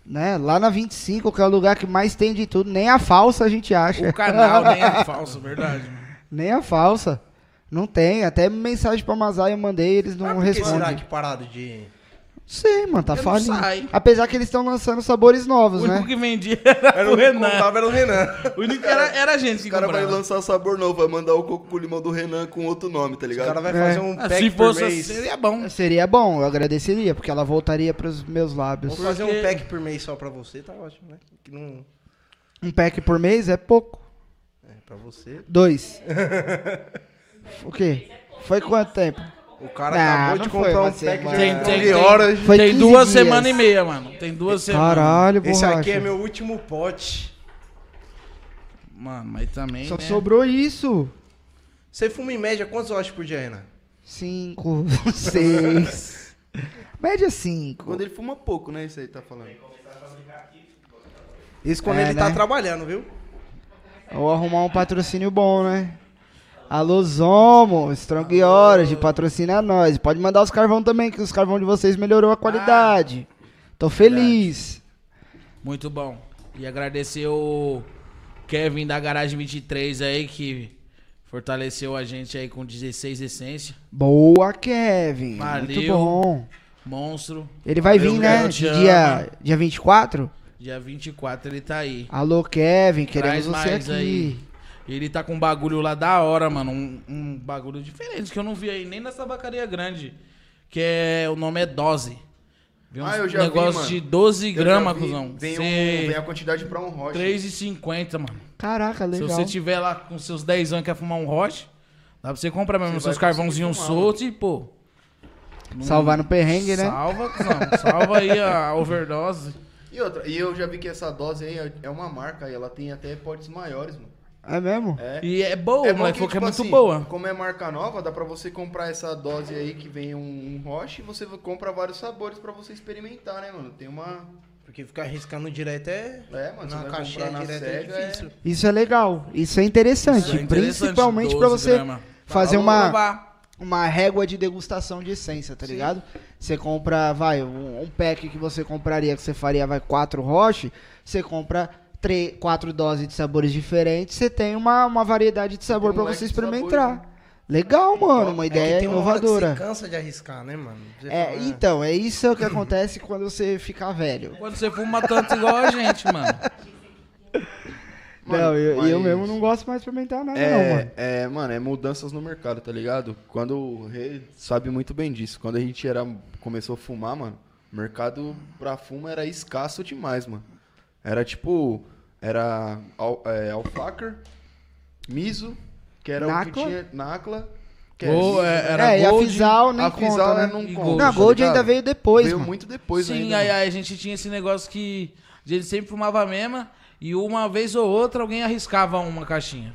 [SPEAKER 1] Né? Lá na 25, que é o lugar que mais tem de tudo, nem a falsa a gente acha.
[SPEAKER 2] O canal nem é falso, verdade. mano.
[SPEAKER 1] Nem a falsa. Não tem. Até mensagem pra Masaia eu mandei eles não
[SPEAKER 4] Ah, por que será
[SPEAKER 1] respondem.
[SPEAKER 4] que pararam de...
[SPEAKER 1] Não sei, mano. Tá
[SPEAKER 2] não
[SPEAKER 1] falindo.
[SPEAKER 2] sai.
[SPEAKER 1] Apesar que eles estão lançando sabores
[SPEAKER 2] O
[SPEAKER 1] novos,
[SPEAKER 2] único
[SPEAKER 1] né?
[SPEAKER 2] que vendia era
[SPEAKER 4] Era
[SPEAKER 2] o
[SPEAKER 4] o que
[SPEAKER 2] Renan.
[SPEAKER 4] contava era o Renan.
[SPEAKER 2] O único era, era a gente que
[SPEAKER 3] O cara vai
[SPEAKER 2] comprava.
[SPEAKER 3] lançar sabor novo, vai mandar o coco com limão do Renan com outro nome, tá
[SPEAKER 4] O
[SPEAKER 3] ligado?
[SPEAKER 4] cara vai
[SPEAKER 1] É.
[SPEAKER 4] fazer um
[SPEAKER 2] Ah,
[SPEAKER 4] pack
[SPEAKER 2] se
[SPEAKER 4] por
[SPEAKER 2] fosse
[SPEAKER 4] mês.
[SPEAKER 2] assim, seria bom.
[SPEAKER 1] Seria bom, eu agradeceria, porque ela voltaria pros meus lábios.
[SPEAKER 4] Ou fazer
[SPEAKER 2] Porque-
[SPEAKER 4] um pack por mês só pra você, tá ótimo, né? Que não...
[SPEAKER 1] Um pack por mês é pouco.
[SPEAKER 4] É, pra você.
[SPEAKER 1] Dois. o quê? Foi quanto tempo?
[SPEAKER 4] O cara
[SPEAKER 1] Ah,
[SPEAKER 4] acabou
[SPEAKER 1] não
[SPEAKER 4] de
[SPEAKER 1] foi
[SPEAKER 4] comprar um
[SPEAKER 1] você,
[SPEAKER 4] pack
[SPEAKER 1] mano.
[SPEAKER 4] de
[SPEAKER 2] Tem, tem, tem,
[SPEAKER 3] horas.
[SPEAKER 1] Foi
[SPEAKER 2] tem
[SPEAKER 1] 15
[SPEAKER 2] duas
[SPEAKER 1] dias.
[SPEAKER 2] semanas e meia, mano. Tem duas semanas.
[SPEAKER 1] Caralho,
[SPEAKER 4] Esse
[SPEAKER 1] borracha.
[SPEAKER 4] aqui é meu último pote.
[SPEAKER 2] Mano, mas também.
[SPEAKER 1] Só que
[SPEAKER 2] né?
[SPEAKER 1] sobrou isso.
[SPEAKER 4] Você fuma em média quantos horas por dia, Renan?
[SPEAKER 1] Cinco, seis. Média cinco.
[SPEAKER 3] Um né, tá. Quando ele fuma pouco, né? Isso aí tá falando.
[SPEAKER 4] Isso quando
[SPEAKER 1] É,
[SPEAKER 4] ele tá
[SPEAKER 1] né?
[SPEAKER 4] trabalhando, viu?
[SPEAKER 1] Ou arrumar um patrocínio bom, né? Alô, Zomo, Strong Orange, patrocina nós. Pode mandar os carvão também, que os carvão de vocês melhorou a qualidade.
[SPEAKER 4] Ah,
[SPEAKER 1] Tô feliz.
[SPEAKER 2] Muito bom. E agradecer o Kevin da Garagem 23 aí, que fortaleceu a gente aí com 16 essência.
[SPEAKER 1] Boa, Kevin. Muito
[SPEAKER 2] Valeu.
[SPEAKER 1] bom.
[SPEAKER 2] Monstro.
[SPEAKER 1] Ele vai
[SPEAKER 2] Valeu,
[SPEAKER 1] vir, né?
[SPEAKER 2] eu te
[SPEAKER 1] Dia, dia 24?
[SPEAKER 2] Dia 24 ele tá aí.
[SPEAKER 1] Alô, Kevin,
[SPEAKER 2] Traz
[SPEAKER 1] queremos você
[SPEAKER 2] mais
[SPEAKER 1] aqui.
[SPEAKER 2] aí. Ele tá com um bagulho lá da hora, mano. Um, um bagulho diferente que eu não vi aí nem nessa bacaria grande. Que é. O nome é Dose. Vem
[SPEAKER 3] Ah,
[SPEAKER 2] uns
[SPEAKER 3] eu já vi,
[SPEAKER 2] negócio
[SPEAKER 3] mano.
[SPEAKER 2] de 12
[SPEAKER 3] Eu já
[SPEAKER 2] gramas,
[SPEAKER 3] vi,
[SPEAKER 2] cuzão.
[SPEAKER 3] Vem, um-
[SPEAKER 2] Cê-
[SPEAKER 3] vem a quantidade pra um rocha.
[SPEAKER 2] 3,50, mano.
[SPEAKER 1] Caraca, legal.
[SPEAKER 2] Se você tiver lá com seus 10 anos e quer fumar um roche, dá pra você comprar mesmo
[SPEAKER 3] Você
[SPEAKER 2] seus
[SPEAKER 3] vai
[SPEAKER 2] carvãozinhos
[SPEAKER 3] conseguir fumar,
[SPEAKER 2] soltos e, pô. não-
[SPEAKER 1] Salvar no perrengue, né?
[SPEAKER 2] Salva, cuzão. Salva aí a overdose.
[SPEAKER 3] E outra, e eu já vi que essa dose aí é- é uma marca, e ela tem até potes maiores, mano.
[SPEAKER 1] É mesmo?
[SPEAKER 3] É.
[SPEAKER 2] E é boa,
[SPEAKER 3] É bom
[SPEAKER 2] moleque.
[SPEAKER 3] que,
[SPEAKER 2] Falou que é
[SPEAKER 3] tipo
[SPEAKER 2] muito
[SPEAKER 3] assim,
[SPEAKER 2] boa.
[SPEAKER 3] Como é marca nova, dá pra você comprar essa dose aí que vem um, um roche e você compra vários sabores pra você experimentar, né, mano? Tem uma.
[SPEAKER 4] Porque ficar arriscando direto é.
[SPEAKER 3] É, mano, você
[SPEAKER 4] Na
[SPEAKER 3] vai
[SPEAKER 4] caixinha
[SPEAKER 3] comprar na
[SPEAKER 4] direto é
[SPEAKER 3] Sega, é-
[SPEAKER 4] difícil.
[SPEAKER 1] Isso é legal. Isso é interessante.
[SPEAKER 2] Isso é interessante,
[SPEAKER 1] principalmente pra
[SPEAKER 2] 12
[SPEAKER 1] você
[SPEAKER 2] grama.
[SPEAKER 1] fazer
[SPEAKER 2] Tá Vamos
[SPEAKER 1] uma.
[SPEAKER 2] provar.
[SPEAKER 1] uma régua de degustação de essência, tá ligado? Você compra, vai, um, um pack que você compraria, que você faria, vai, quatro roche, você compra tre- quatro doses de sabores diferentes, você tem uma, uma variedade de sabor
[SPEAKER 3] um
[SPEAKER 1] pra
[SPEAKER 3] leque
[SPEAKER 1] você
[SPEAKER 3] de sabores,
[SPEAKER 1] experimentar.
[SPEAKER 3] né?
[SPEAKER 1] Legal, mano, uma
[SPEAKER 4] É que
[SPEAKER 1] ideia
[SPEAKER 4] tem uma hora que Você
[SPEAKER 1] inovadora.
[SPEAKER 4] cansa de arriscar, né, mano? Você
[SPEAKER 1] É,
[SPEAKER 4] fala,
[SPEAKER 1] então, é isso que acontece quando você fica velho.
[SPEAKER 2] Quando você fuma tanto igual a gente, mano.
[SPEAKER 3] Mano,
[SPEAKER 1] não, eu, eu
[SPEAKER 3] mas-
[SPEAKER 1] mesmo não gosto mais de experimentar nada, não,
[SPEAKER 3] É,
[SPEAKER 1] mano.
[SPEAKER 3] é, mano, é mudanças no mercado, tá ligado? Quando o Rê sabe muito bem disso. Quando a gente era, começou a fumar, mano, o mercado pra fumo era escasso demais, mano. Era tipo, era al, é, Alfacar, Miso, que era o que
[SPEAKER 1] Nacla?
[SPEAKER 3] tinha, Nacla, que
[SPEAKER 2] Ou
[SPEAKER 3] era
[SPEAKER 2] é- era
[SPEAKER 1] é, e a
[SPEAKER 2] Gold,
[SPEAKER 1] Fisal nem
[SPEAKER 3] a Fisal
[SPEAKER 1] conta,
[SPEAKER 3] né,
[SPEAKER 1] né?
[SPEAKER 3] não
[SPEAKER 2] E
[SPEAKER 3] conta,
[SPEAKER 2] Gold.
[SPEAKER 1] Não, a
[SPEAKER 3] tá
[SPEAKER 1] Gold ainda
[SPEAKER 3] ligado?
[SPEAKER 1] veio depois,
[SPEAKER 3] Veio
[SPEAKER 1] mano.
[SPEAKER 3] muito depois
[SPEAKER 2] Sim,
[SPEAKER 3] ainda.
[SPEAKER 2] aí
[SPEAKER 3] mano.
[SPEAKER 2] a gente tinha esse negócio que a gente sempre fumava a mesma e uma vez ou outra alguém arriscava uma caixinha.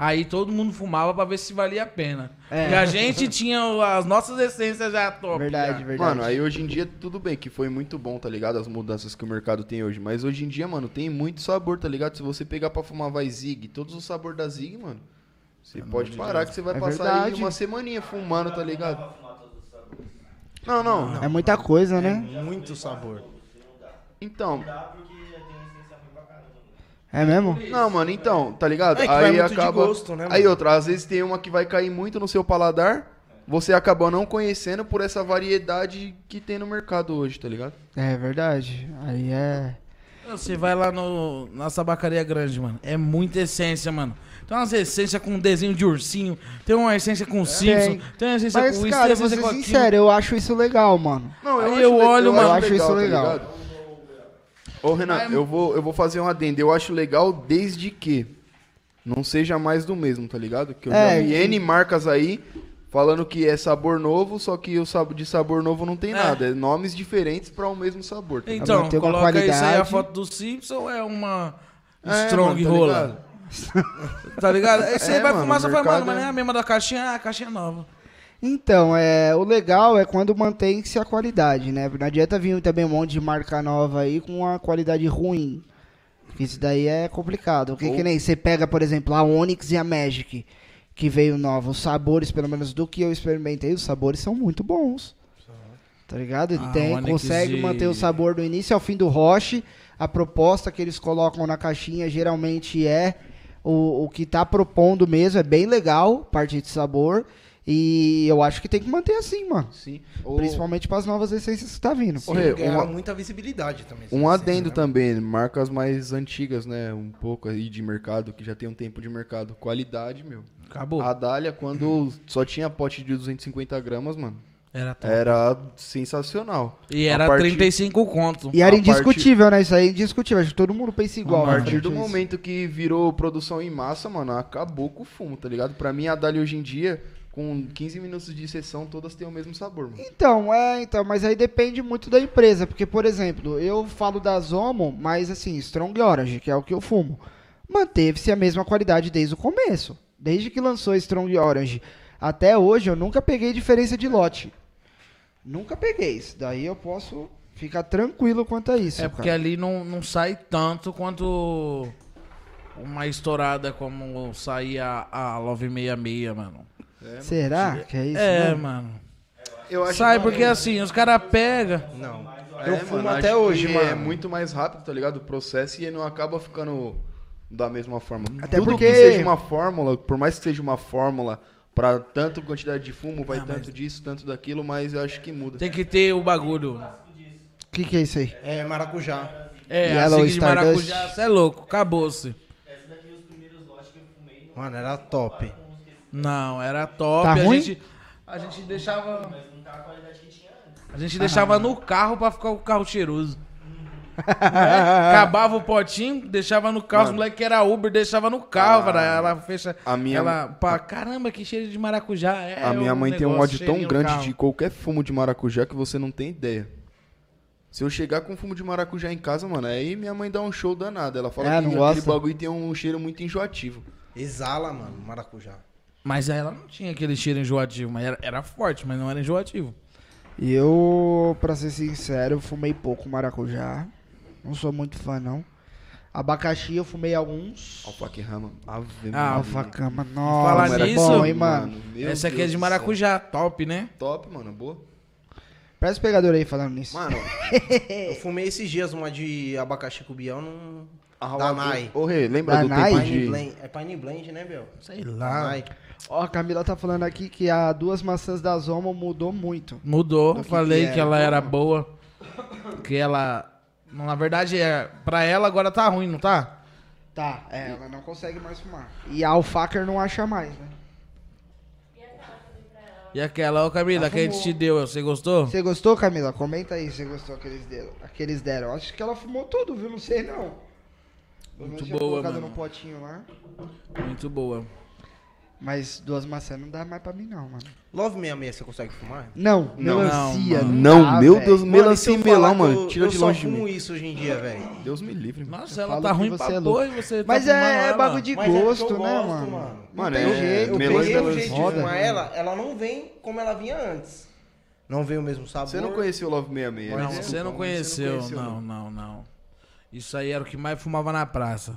[SPEAKER 2] Aí todo mundo fumava pra ver se valia a pena.
[SPEAKER 1] É.
[SPEAKER 2] E a gente tinha o- as nossas essências já top.
[SPEAKER 1] Verdade,
[SPEAKER 2] já.
[SPEAKER 1] verdade.
[SPEAKER 3] Mano, aí hoje em dia tudo bem, que foi muito bom, tá ligado? As mudanças que o mercado tem hoje. Mas hoje em dia, mano, tem muito sabor, tá ligado? Se você pegar pra fumar vai Zig, todos os sabores da Zig, mano, você pode parar que você vai
[SPEAKER 1] É
[SPEAKER 3] passar aí
[SPEAKER 1] verdade.
[SPEAKER 3] uma semaninha fumando, tá ligado? Não, não.
[SPEAKER 1] é muita coisa, né?
[SPEAKER 4] é Muito sabor.
[SPEAKER 3] Então,
[SPEAKER 1] É mesmo?
[SPEAKER 3] não, mano, então, tá ligado?
[SPEAKER 4] É que vai
[SPEAKER 3] aí
[SPEAKER 4] muito de
[SPEAKER 3] acaba.
[SPEAKER 4] gosto, né,
[SPEAKER 3] aí
[SPEAKER 4] mano?
[SPEAKER 3] outra, às vezes tem uma que vai cair muito no seu paladar, você acaba não conhecendo por essa variedade que tem no mercado hoje, tá ligado?
[SPEAKER 1] É verdade. Aí é.
[SPEAKER 2] Então, Você vai lá no, na sabacaria grande, mano. É muita essência, mano. Tem umas essências com um desenho de ursinho, tem uma essência com Simpson, tem uma essência
[SPEAKER 1] Mas,
[SPEAKER 2] com isso, tem
[SPEAKER 1] cara, eu vou
[SPEAKER 2] essência
[SPEAKER 1] ser
[SPEAKER 2] com aquilo.
[SPEAKER 1] sincero, eu acho isso legal, mano.
[SPEAKER 3] Não,
[SPEAKER 2] Aí eu olho,
[SPEAKER 3] le-
[SPEAKER 2] mano,
[SPEAKER 1] eu acho isso legal.
[SPEAKER 3] ligado? Ô, Renan, eu vou, eu vou fazer um adendo. Eu acho legal desde que não seja mais do mesmo, tá ligado? Que eu
[SPEAKER 1] É,
[SPEAKER 3] já vi
[SPEAKER 1] e-
[SPEAKER 3] N marcas aí falando que é sabor novo, só que o sab de sabor novo não tem
[SPEAKER 2] É.
[SPEAKER 3] nada. É nomes diferentes pra o mesmo sabor. tá ligado?
[SPEAKER 2] Então,
[SPEAKER 1] manter uma
[SPEAKER 2] coloca isso aí a
[SPEAKER 1] qualidade.
[SPEAKER 2] foto do Simpson ou é uma
[SPEAKER 3] É,
[SPEAKER 2] Strong
[SPEAKER 3] mano, tá
[SPEAKER 2] rola?
[SPEAKER 3] ligado?
[SPEAKER 2] Tá ligado? Aí você
[SPEAKER 3] É,
[SPEAKER 2] vai
[SPEAKER 3] mano,
[SPEAKER 2] fumar,
[SPEAKER 3] o
[SPEAKER 2] só fala, mano,
[SPEAKER 3] mercado
[SPEAKER 2] mas
[SPEAKER 3] é-
[SPEAKER 2] não é a mesma da caixinha, ah, a caixinha é nova.
[SPEAKER 1] Então, é, o legal é quando mantém-se a qualidade, né? Não adianta vir também um monte de marca nova aí com uma qualidade ruim. Porque isso daí é complicado. O que, que nem você pega, por exemplo, a Onyx e a Magic, que veio nova. Os sabores, pelo menos do que eu experimentei, os sabores são muito bons. Tá ligado? Ele
[SPEAKER 2] A
[SPEAKER 1] tem,
[SPEAKER 2] Onyx
[SPEAKER 1] consegue
[SPEAKER 2] e-
[SPEAKER 1] manter o sabor do início ao fim do roche. A proposta que eles colocam na caixinha geralmente é o, o que tá propondo mesmo. É bem legal, parte de sabor. E eu acho que tem que manter assim, mano.
[SPEAKER 3] Sim.
[SPEAKER 1] Principalmente para as novas essências que tá vindo.
[SPEAKER 3] Ô, Rê,
[SPEAKER 4] Ganhar
[SPEAKER 3] uma-
[SPEAKER 4] muita visibilidade também. essa
[SPEAKER 3] Um
[SPEAKER 4] essência,
[SPEAKER 3] adendo
[SPEAKER 4] né?
[SPEAKER 3] também, marcas mais antigas, né? Um pouco aí de mercado, que já tem um tempo de mercado. Qualidade, meu.
[SPEAKER 2] Acabou.
[SPEAKER 3] A Dália, quando só tinha pote de 250 gramas, mano,
[SPEAKER 2] Era top.
[SPEAKER 3] era sensacional.
[SPEAKER 2] E
[SPEAKER 3] é, A
[SPEAKER 2] era
[SPEAKER 3] partir-
[SPEAKER 2] 35 conto.
[SPEAKER 1] E era
[SPEAKER 3] A parte-
[SPEAKER 1] indiscutível, né? Isso aí é indiscutível. Acho que todo mundo pensa igual.
[SPEAKER 3] A
[SPEAKER 1] né,
[SPEAKER 3] partir do
[SPEAKER 1] isso.
[SPEAKER 3] momento que virou produção em massa, mano, acabou com o fumo, tá ligado? Pra mim, a Dália hoje em dia, com 15 minutos de sessão, todas têm o mesmo sabor, mano.
[SPEAKER 1] Então, é, então, mas aí depende muito da empresa, porque, por exemplo, eu falo da Zomo, mas assim, Strong Orange, que é o que eu fumo, manteve-se a mesma qualidade desde o começo. Desde que lançou Strong Orange até hoje, eu nunca peguei diferença de lote. Nunca peguei isso. Daí eu posso ficar tranquilo quanto a isso.
[SPEAKER 2] É porque
[SPEAKER 1] cara.
[SPEAKER 2] ali não, não sai tanto quanto uma estourada como saía a 966, mano.
[SPEAKER 1] Será que é isso?
[SPEAKER 2] é,
[SPEAKER 1] mesmo?
[SPEAKER 2] mano.
[SPEAKER 3] Eu acho
[SPEAKER 2] Sai
[SPEAKER 3] que-
[SPEAKER 2] porque assim, os caras pegam.
[SPEAKER 4] Não.
[SPEAKER 3] É,
[SPEAKER 4] eu fumo
[SPEAKER 3] mano,
[SPEAKER 4] até
[SPEAKER 3] acho
[SPEAKER 4] hoje,
[SPEAKER 3] que
[SPEAKER 4] mano.
[SPEAKER 3] É muito mais rápido, tá ligado? O processo e não acaba ficando da mesma forma.
[SPEAKER 1] Até
[SPEAKER 3] Tudo
[SPEAKER 1] porque-
[SPEAKER 3] que seja uma fórmula, por mais que seja uma fórmula pra tanto quantidade de fumo,
[SPEAKER 4] Ah,
[SPEAKER 3] vai tanto disso, tanto daquilo, mas eu acho que muda.
[SPEAKER 2] Tem que ter o bagulho.
[SPEAKER 1] O que, que é isso aí?
[SPEAKER 4] É maracujá.
[SPEAKER 2] É,
[SPEAKER 1] Yellow
[SPEAKER 2] assim de
[SPEAKER 1] Stardust.
[SPEAKER 2] maracujá, você é louco, acabou-se.
[SPEAKER 4] Mano, era top.
[SPEAKER 2] Não, era top.
[SPEAKER 1] Tá
[SPEAKER 2] a
[SPEAKER 1] ruim?
[SPEAKER 2] gente a gente deixava a gente deixava no carro pra ficar o carro cheiroso. Né? Acabava o potinho, deixava no carro, os moleque que era Uber, deixava no carro, cara. Ela fecha.
[SPEAKER 3] Ah. a minha-
[SPEAKER 2] Ela, pá, caramba, que cheiro de maracujá. É,
[SPEAKER 3] a minha
[SPEAKER 2] um
[SPEAKER 3] mãe tem um
[SPEAKER 2] negócio,
[SPEAKER 3] ódio tão
[SPEAKER 2] cheirinho no
[SPEAKER 3] grande
[SPEAKER 2] carro.
[SPEAKER 3] de qualquer fumo de maracujá que você não tem ideia. Se eu chegar com fumo de maracujá em casa, mano, aí minha mãe dá um show danado. Ela fala
[SPEAKER 1] É,
[SPEAKER 3] que
[SPEAKER 1] não
[SPEAKER 3] aquele
[SPEAKER 1] gosta.
[SPEAKER 3] bagulho tem um cheiro muito enjoativo.
[SPEAKER 4] Exala, mano, maracujá.
[SPEAKER 2] Mas ela não tinha aquele cheiro enjoativo, mas era, era forte, mas não era enjoativo.
[SPEAKER 1] E Eu, pra ser sincero, fumei pouco maracujá. Não sou muito fã, não. Abacaxi eu fumei alguns.
[SPEAKER 3] Alfaquerrama.
[SPEAKER 2] Ah,
[SPEAKER 1] Alfacama, nossa.
[SPEAKER 2] Falar
[SPEAKER 1] era
[SPEAKER 2] nisso,
[SPEAKER 1] bom, hein, mano.
[SPEAKER 3] Meu
[SPEAKER 2] Essa aqui
[SPEAKER 3] Deus
[SPEAKER 2] é de
[SPEAKER 3] do
[SPEAKER 2] maracujá, top, né?
[SPEAKER 3] céu. Top, mano, boa.
[SPEAKER 1] Parece pegador aí falando nisso.
[SPEAKER 3] Mano, É.
[SPEAKER 4] Eu fumei esses dias uma de abacaxi com bião não. Danai.
[SPEAKER 3] Ah, Ô, Rê, lembra
[SPEAKER 1] Danai?
[SPEAKER 3] do tempo
[SPEAKER 4] Pine
[SPEAKER 3] de...
[SPEAKER 4] Blend. É Pine Blend, né, Bel?
[SPEAKER 2] Sei
[SPEAKER 3] Ah.
[SPEAKER 2] lá.
[SPEAKER 4] Danai.
[SPEAKER 1] Ó, a Camila tá falando aqui que a duas maçãs da Zoma mudou muito.
[SPEAKER 2] Mudou,
[SPEAKER 1] Do Então, que
[SPEAKER 2] falei
[SPEAKER 1] que é?
[SPEAKER 2] que,
[SPEAKER 1] era,
[SPEAKER 2] ela era boa. Que ela. Na verdade, é, pra ela agora tá ruim, não tá?
[SPEAKER 1] Tá, é, ela não consegue mais fumar. E a Alfacker não acha mais, né?
[SPEAKER 2] E aquela, ô Camila,
[SPEAKER 1] Ela
[SPEAKER 2] que a gente
[SPEAKER 1] fumou.
[SPEAKER 2] te deu, você gostou?
[SPEAKER 1] Você gostou, Camila? Comenta aí se você gostou aqueles deram. Aqueles deram. Acho que ela fumou tudo, viu? Não sei não. Pelo menos
[SPEAKER 2] Muito
[SPEAKER 1] tinha
[SPEAKER 2] boa,
[SPEAKER 1] colocado
[SPEAKER 2] mano.
[SPEAKER 1] no potinho lá.
[SPEAKER 2] Muito boa.
[SPEAKER 1] Mas duas maçãs não dá mais pra mim, não, mano.
[SPEAKER 4] Love 66, você consegue fumar?
[SPEAKER 1] Não,
[SPEAKER 3] Não.
[SPEAKER 1] melancia.
[SPEAKER 2] Não,
[SPEAKER 1] Não,
[SPEAKER 3] Não,
[SPEAKER 1] dá,
[SPEAKER 3] meu
[SPEAKER 1] Ah, velho.
[SPEAKER 3] Deus,
[SPEAKER 4] e se eu
[SPEAKER 3] melancia e
[SPEAKER 4] falar
[SPEAKER 3] melão,
[SPEAKER 4] que
[SPEAKER 3] mano.
[SPEAKER 4] eu-
[SPEAKER 3] Tira de longe de
[SPEAKER 4] Eu só fumo
[SPEAKER 3] mim.
[SPEAKER 4] isso hoje em dia, velho.
[SPEAKER 3] Deus me livre, mano.
[SPEAKER 2] Nossa, ela
[SPEAKER 1] falo
[SPEAKER 2] tá
[SPEAKER 1] que
[SPEAKER 2] ruim
[SPEAKER 1] você
[SPEAKER 2] pra
[SPEAKER 1] é louco.
[SPEAKER 2] porra e você
[SPEAKER 1] Mas
[SPEAKER 2] tá
[SPEAKER 1] é,
[SPEAKER 2] fumando
[SPEAKER 1] é
[SPEAKER 2] ela.
[SPEAKER 1] bagulho de
[SPEAKER 4] Mas é porque eu
[SPEAKER 1] gosto, né,
[SPEAKER 4] gosto,
[SPEAKER 1] mano?
[SPEAKER 4] mano.
[SPEAKER 1] Não
[SPEAKER 3] Mano,
[SPEAKER 1] tem
[SPEAKER 3] é-
[SPEAKER 1] jeito.
[SPEAKER 4] Eu
[SPEAKER 3] Melão e
[SPEAKER 4] peguei
[SPEAKER 3] melão
[SPEAKER 4] um jeito de
[SPEAKER 1] roda.
[SPEAKER 4] fumar ela, ela não vem como ela vinha antes. Não vem o mesmo sabor.
[SPEAKER 3] Você não conheceu o Love 66,
[SPEAKER 2] Não,
[SPEAKER 3] né?
[SPEAKER 2] você não
[SPEAKER 3] Desculpa,
[SPEAKER 2] conheceu.
[SPEAKER 3] você
[SPEAKER 2] Não,
[SPEAKER 1] né?
[SPEAKER 2] não, não. Isso aí era o que mais fumava na praça.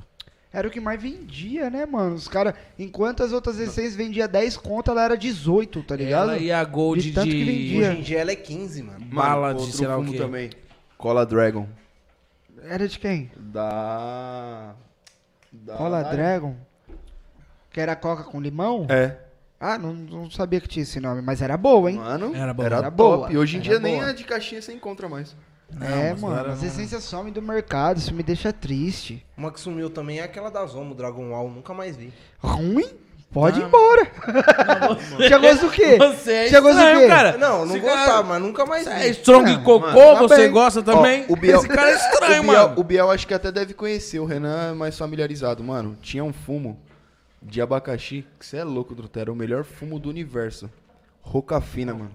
[SPEAKER 1] Era o que mais vendia, né, mano? Os caras, enquanto as outras receitas vendia 10 conto, ela era 18, tá ligado?
[SPEAKER 2] Ela e a Gold
[SPEAKER 1] De
[SPEAKER 2] de,
[SPEAKER 1] tanto que vendia.
[SPEAKER 4] Hoje em dia ela é 15, mano.
[SPEAKER 3] Mano,
[SPEAKER 2] bala de
[SPEAKER 3] outro
[SPEAKER 2] sei lá o
[SPEAKER 3] fumo
[SPEAKER 2] quê.
[SPEAKER 3] também. Cola Dragon.
[SPEAKER 1] Era de quem?
[SPEAKER 3] Da... da...
[SPEAKER 1] Cola
[SPEAKER 3] da-
[SPEAKER 1] Dragon? Que era coca com limão?
[SPEAKER 3] É.
[SPEAKER 1] Ah, não, não sabia que tinha esse nome, mas era boa, hein?
[SPEAKER 3] Mano,
[SPEAKER 2] Era
[SPEAKER 3] era,
[SPEAKER 2] boa.
[SPEAKER 1] Era
[SPEAKER 3] top.
[SPEAKER 1] boa,
[SPEAKER 3] E hoje em
[SPEAKER 1] era
[SPEAKER 3] dia nem
[SPEAKER 1] boa.
[SPEAKER 3] a de caixinha você encontra mais.
[SPEAKER 1] é,
[SPEAKER 2] mas
[SPEAKER 1] mano,
[SPEAKER 2] era
[SPEAKER 1] as
[SPEAKER 2] uma-
[SPEAKER 1] essências somem do mercado, isso me deixa triste.
[SPEAKER 4] Uma que sumiu também é aquela da Zoma, o Dragon Wall, nunca mais vi.
[SPEAKER 1] Ruim? Pode ir
[SPEAKER 2] Ah,
[SPEAKER 1] embora. Tinha gosto do quê?
[SPEAKER 2] Você é
[SPEAKER 1] Tinha gosto do
[SPEAKER 2] estranho,
[SPEAKER 1] quê?
[SPEAKER 2] cara.
[SPEAKER 4] Não, não
[SPEAKER 2] Esse cara-
[SPEAKER 4] gostava, mas nunca mais
[SPEAKER 2] Você é
[SPEAKER 4] vi.
[SPEAKER 2] strong
[SPEAKER 1] Ah,
[SPEAKER 2] cocô,
[SPEAKER 3] mano,
[SPEAKER 1] tá
[SPEAKER 2] você
[SPEAKER 1] bem.
[SPEAKER 2] gosta também?
[SPEAKER 3] Ó, o Biel-
[SPEAKER 2] Esse cara é estranho,
[SPEAKER 3] o Biel,
[SPEAKER 2] mano.
[SPEAKER 3] O Biel acho que até deve conhecer, o Renan é mais familiarizado. Mano, tinha um fumo de abacaxi, que você é louco, Drutero, era o melhor fumo do universo. Rocafina, mano.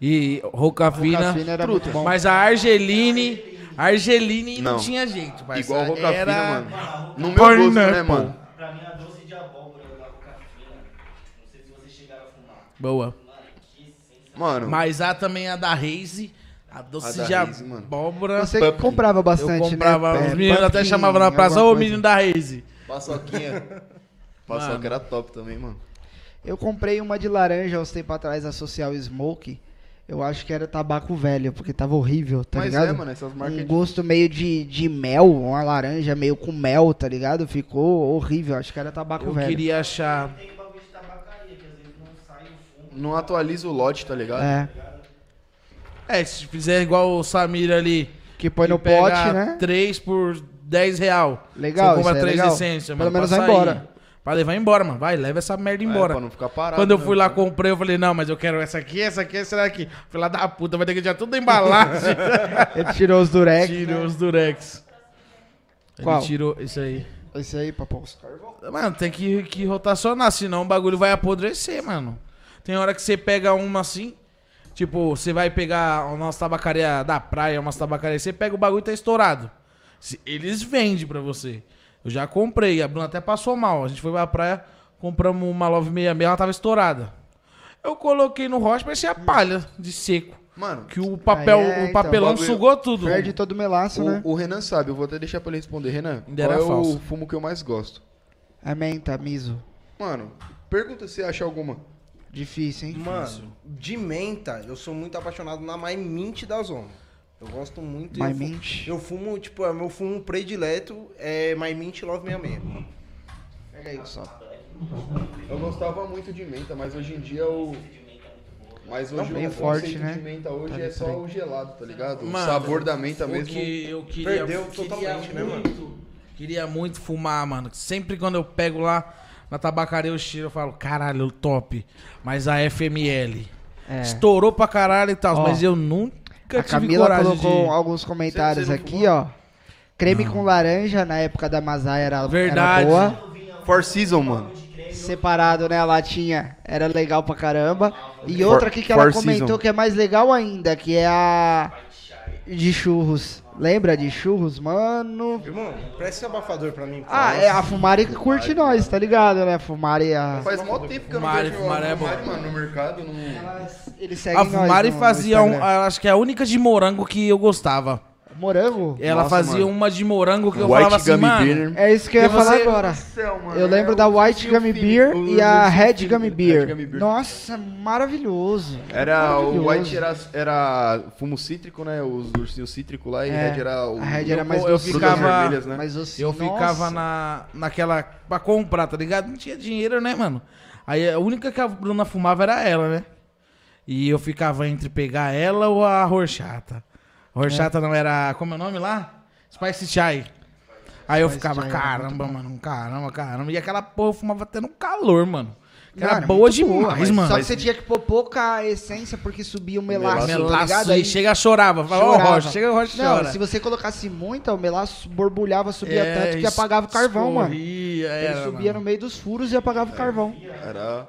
[SPEAKER 2] E Rocafina.
[SPEAKER 1] Rocafina era muito bom.
[SPEAKER 2] Mas a Argeline. A Argeline não,
[SPEAKER 3] Não.
[SPEAKER 2] tinha jeito, parça.
[SPEAKER 3] Igual Rocafina,
[SPEAKER 2] Era-
[SPEAKER 3] mano. No meu gosto, né,
[SPEAKER 2] Pineapple.
[SPEAKER 3] mano?
[SPEAKER 6] Pra mim, a doce de abóbora da Coca-Cola, não sei se vocês chegaram a fumar.
[SPEAKER 2] Boa.
[SPEAKER 3] Mano,
[SPEAKER 2] Mas há também a da Reise. A doce
[SPEAKER 3] A da
[SPEAKER 2] de
[SPEAKER 3] Reise, mano.
[SPEAKER 2] abóbora.
[SPEAKER 1] Você
[SPEAKER 3] Pumpkin.
[SPEAKER 1] comprava
[SPEAKER 2] Eu
[SPEAKER 1] bastante,
[SPEAKER 2] comprava,
[SPEAKER 1] né?
[SPEAKER 2] os
[SPEAKER 1] É,
[SPEAKER 2] meninos até
[SPEAKER 1] pumpkin,
[SPEAKER 2] chamavam na praça, ô
[SPEAKER 1] alguma
[SPEAKER 2] menino da Reise.
[SPEAKER 3] paçoquinha. Paçoca era top também, mano.
[SPEAKER 1] Eu comprei uma de laranja uns tempos atrás, a Social Smoke. Eu acho que era tabaco velho, porque tava horrível, tá
[SPEAKER 3] Mas
[SPEAKER 1] ligado?
[SPEAKER 3] é, mano, essas marcas
[SPEAKER 1] Um
[SPEAKER 3] de-
[SPEAKER 1] gosto meio de, de mel, uma laranja meio com mel, tá ligado? Ficou horrível, acho que era tabaco
[SPEAKER 2] Eu
[SPEAKER 1] velho.
[SPEAKER 2] queria achar.
[SPEAKER 6] Tem bagulho de tabacaria, que às vezes não sai o fumo.
[SPEAKER 3] Não atualiza o lote, tá ligado?
[SPEAKER 1] É,
[SPEAKER 2] É, se fizer igual o Samir ali.
[SPEAKER 1] que põe
[SPEAKER 2] que
[SPEAKER 1] no
[SPEAKER 2] pega
[SPEAKER 1] pote, né?
[SPEAKER 2] 3 por 10 real.
[SPEAKER 1] Legal,
[SPEAKER 2] Você compra
[SPEAKER 1] isso é
[SPEAKER 2] três
[SPEAKER 1] legal.
[SPEAKER 2] essências,
[SPEAKER 1] Pelo
[SPEAKER 2] mano.
[SPEAKER 1] menos
[SPEAKER 2] pra
[SPEAKER 1] vai
[SPEAKER 2] sair.
[SPEAKER 1] embora.
[SPEAKER 2] Pra levar embora, mano. Vai, leva essa merda embora.
[SPEAKER 3] É, pra não ficar parado.
[SPEAKER 2] Quando eu
[SPEAKER 3] né?
[SPEAKER 2] fui lá, comprei, eu falei, não, mas eu quero essa aqui, essa aqui, essa aqui. Filha da puta, vai ter que tirar tudo da embalagem.
[SPEAKER 1] Ele tirou os durex.
[SPEAKER 2] tirou
[SPEAKER 1] né?
[SPEAKER 2] os durex.
[SPEAKER 1] Qual?
[SPEAKER 2] Ele tirou isso aí.
[SPEAKER 1] Esse aí, papo. os caras vão-
[SPEAKER 2] Mano, tem que, que rotacionar, senão o bagulho vai apodrecer, mano. Tem hora que você pega uma assim, tipo, você vai pegar uma nossa tabacaria da praia, umas tabacarias, você pega o bagulho e tá estourado. Se- Eles vendem pra você. Eu já comprei, a Bruna até passou mal. A gente foi pra praia, compramos uma 966, ela tava estourada. Eu Eu coloquei no rocha, parecia palha de seco.
[SPEAKER 3] Mano,
[SPEAKER 2] Que o papel,
[SPEAKER 1] Aí é,
[SPEAKER 2] o
[SPEAKER 1] então,
[SPEAKER 2] papelão
[SPEAKER 3] bagulho-
[SPEAKER 2] sugou tudo.
[SPEAKER 1] Perde todo o melaço, né?
[SPEAKER 3] o, o Renan sabe, eu vou até deixar pra ele responder. Renan,
[SPEAKER 2] Ainda
[SPEAKER 3] qual
[SPEAKER 2] era
[SPEAKER 3] é
[SPEAKER 2] falso.
[SPEAKER 3] o fumo que eu mais gosto?
[SPEAKER 1] A É menta, miso.
[SPEAKER 3] Mano, pergunta se acha alguma.
[SPEAKER 1] Difícil, hein?
[SPEAKER 4] Mano, de menta, eu sou muito apaixonado na My Mint da Zona. Eu gosto muito.
[SPEAKER 1] My
[SPEAKER 4] eu fu-
[SPEAKER 1] Mint?
[SPEAKER 4] Eu fumo, tipo, é meu fumo predileto é My Mint Love 66.
[SPEAKER 1] Pega aí só.
[SPEAKER 3] Eu gostava muito de menta, mas hoje em dia o. Mas hoje
[SPEAKER 1] Bem
[SPEAKER 3] o
[SPEAKER 1] forte,
[SPEAKER 3] conceito
[SPEAKER 1] né?
[SPEAKER 3] de menta hoje
[SPEAKER 1] Tá
[SPEAKER 3] é
[SPEAKER 1] bem,
[SPEAKER 3] só
[SPEAKER 1] tá bem.
[SPEAKER 3] o gelado, tá ligado? o
[SPEAKER 2] Mano,
[SPEAKER 3] sabor da menta
[SPEAKER 2] o
[SPEAKER 3] mesmo.
[SPEAKER 2] que eu queria,
[SPEAKER 4] Perdeu
[SPEAKER 2] queria
[SPEAKER 4] totalmente, né, mano?
[SPEAKER 2] muito- Queria muito fumar, mano. Sempre quando eu pego lá na tabacaria, eu cheiro, eu falo, caralho, top. Mas a FML
[SPEAKER 1] É.
[SPEAKER 2] estourou pra caralho e tal,
[SPEAKER 1] Ó,
[SPEAKER 2] mas eu nunca
[SPEAKER 1] A
[SPEAKER 2] tive
[SPEAKER 1] Camila
[SPEAKER 2] coragem
[SPEAKER 1] colocou um
[SPEAKER 2] de...
[SPEAKER 1] alguns comentários
[SPEAKER 3] Você- você não
[SPEAKER 1] aqui, ó. Creme com laranja, na época da Mazai era, era
[SPEAKER 2] Verdade.
[SPEAKER 1] boa.
[SPEAKER 3] Four Season, mano.
[SPEAKER 1] Separado, né, a latinha, era legal pra caramba. E
[SPEAKER 3] For-
[SPEAKER 1] outra aqui que ela
[SPEAKER 3] Four
[SPEAKER 1] comentou
[SPEAKER 3] Season.
[SPEAKER 1] que é mais legal ainda, que é a de churros. Lembra de churros, mano?
[SPEAKER 4] Irmão, presta esse abafador pra mim. por
[SPEAKER 1] Ah,
[SPEAKER 4] favor.
[SPEAKER 1] é a Fumari que curte nós, tá ligado, né? Fumari a...
[SPEAKER 3] Faz mó tempo que eu não
[SPEAKER 2] Fumari,
[SPEAKER 3] vejo
[SPEAKER 2] Fumari é bom.
[SPEAKER 3] Fumari, mano, no mercado. No...
[SPEAKER 1] Elas- Eles seguem
[SPEAKER 2] A
[SPEAKER 1] nós
[SPEAKER 2] Mari
[SPEAKER 1] no- no
[SPEAKER 2] fazia, um,
[SPEAKER 1] Instagram.
[SPEAKER 2] eu acho que é a única de morango que eu gostava.
[SPEAKER 1] Morango?
[SPEAKER 2] Ela
[SPEAKER 3] Nossa,
[SPEAKER 2] fazia
[SPEAKER 3] mano.
[SPEAKER 2] uma de morango que eu falava
[SPEAKER 3] White
[SPEAKER 2] assim,
[SPEAKER 3] Gummy
[SPEAKER 2] mano...
[SPEAKER 3] Beer.
[SPEAKER 1] É isso que eu ia
[SPEAKER 2] Porque
[SPEAKER 1] falar
[SPEAKER 2] você-
[SPEAKER 1] agora.
[SPEAKER 3] Céu, mano,
[SPEAKER 1] Eu lembro
[SPEAKER 3] é
[SPEAKER 1] da
[SPEAKER 3] o
[SPEAKER 1] White
[SPEAKER 3] Gil
[SPEAKER 1] Gummy
[SPEAKER 3] Philip-
[SPEAKER 1] Beer
[SPEAKER 3] o
[SPEAKER 1] e a
[SPEAKER 3] Gil
[SPEAKER 1] Red
[SPEAKER 3] Philip-
[SPEAKER 1] Gummy Beer.
[SPEAKER 3] Red Gummy Beer.
[SPEAKER 1] Nossa, maravilhoso.
[SPEAKER 3] Era o
[SPEAKER 1] Maravilhoso.
[SPEAKER 3] White era, era fumo cítrico, né? Os ursinhos cítrico lá e
[SPEAKER 1] É,
[SPEAKER 3] Red era o.
[SPEAKER 1] a Red era
[SPEAKER 2] eu-
[SPEAKER 1] mais
[SPEAKER 2] eu
[SPEAKER 1] docinha,
[SPEAKER 2] ficava-
[SPEAKER 3] vermelhas, né?
[SPEAKER 1] mais docinha.
[SPEAKER 2] Eu
[SPEAKER 1] Nossa.
[SPEAKER 2] ficava na, naquela. pra comprar, tá ligado? Não tinha dinheiro, né, mano? Aí a única que a Bruna fumava era ela, né? E eu ficava entre pegar ela ou a Horchata. Horchata não era. Como é o nome lá? Spice Chai. Aí eu
[SPEAKER 1] Spice
[SPEAKER 2] ficava,
[SPEAKER 1] Chai era
[SPEAKER 2] caramba, mano, caramba, caramba. E aquela porra eu fumava até no calor, mano. Que
[SPEAKER 1] Mano,
[SPEAKER 2] era
[SPEAKER 1] é
[SPEAKER 2] boa
[SPEAKER 1] muito
[SPEAKER 2] demais,
[SPEAKER 1] mas
[SPEAKER 2] mano.
[SPEAKER 1] Só que você tinha que pôr pouca essência porque subia o melaço, tá
[SPEAKER 2] Melaço,
[SPEAKER 1] ligado?
[SPEAKER 2] e
[SPEAKER 1] Aí
[SPEAKER 2] assim, chega chorava. Fala, ó,
[SPEAKER 1] chorava.
[SPEAKER 2] Rocha, chega o Rocha
[SPEAKER 1] Não,
[SPEAKER 2] chora.
[SPEAKER 1] se você colocasse muita, o melaço borbulhava, subia
[SPEAKER 2] É,
[SPEAKER 1] tanto que apagava o carvão, mano. Ele
[SPEAKER 2] escorria, era, É.
[SPEAKER 1] subia no meio dos furos e apagava o carvão.
[SPEAKER 3] Era,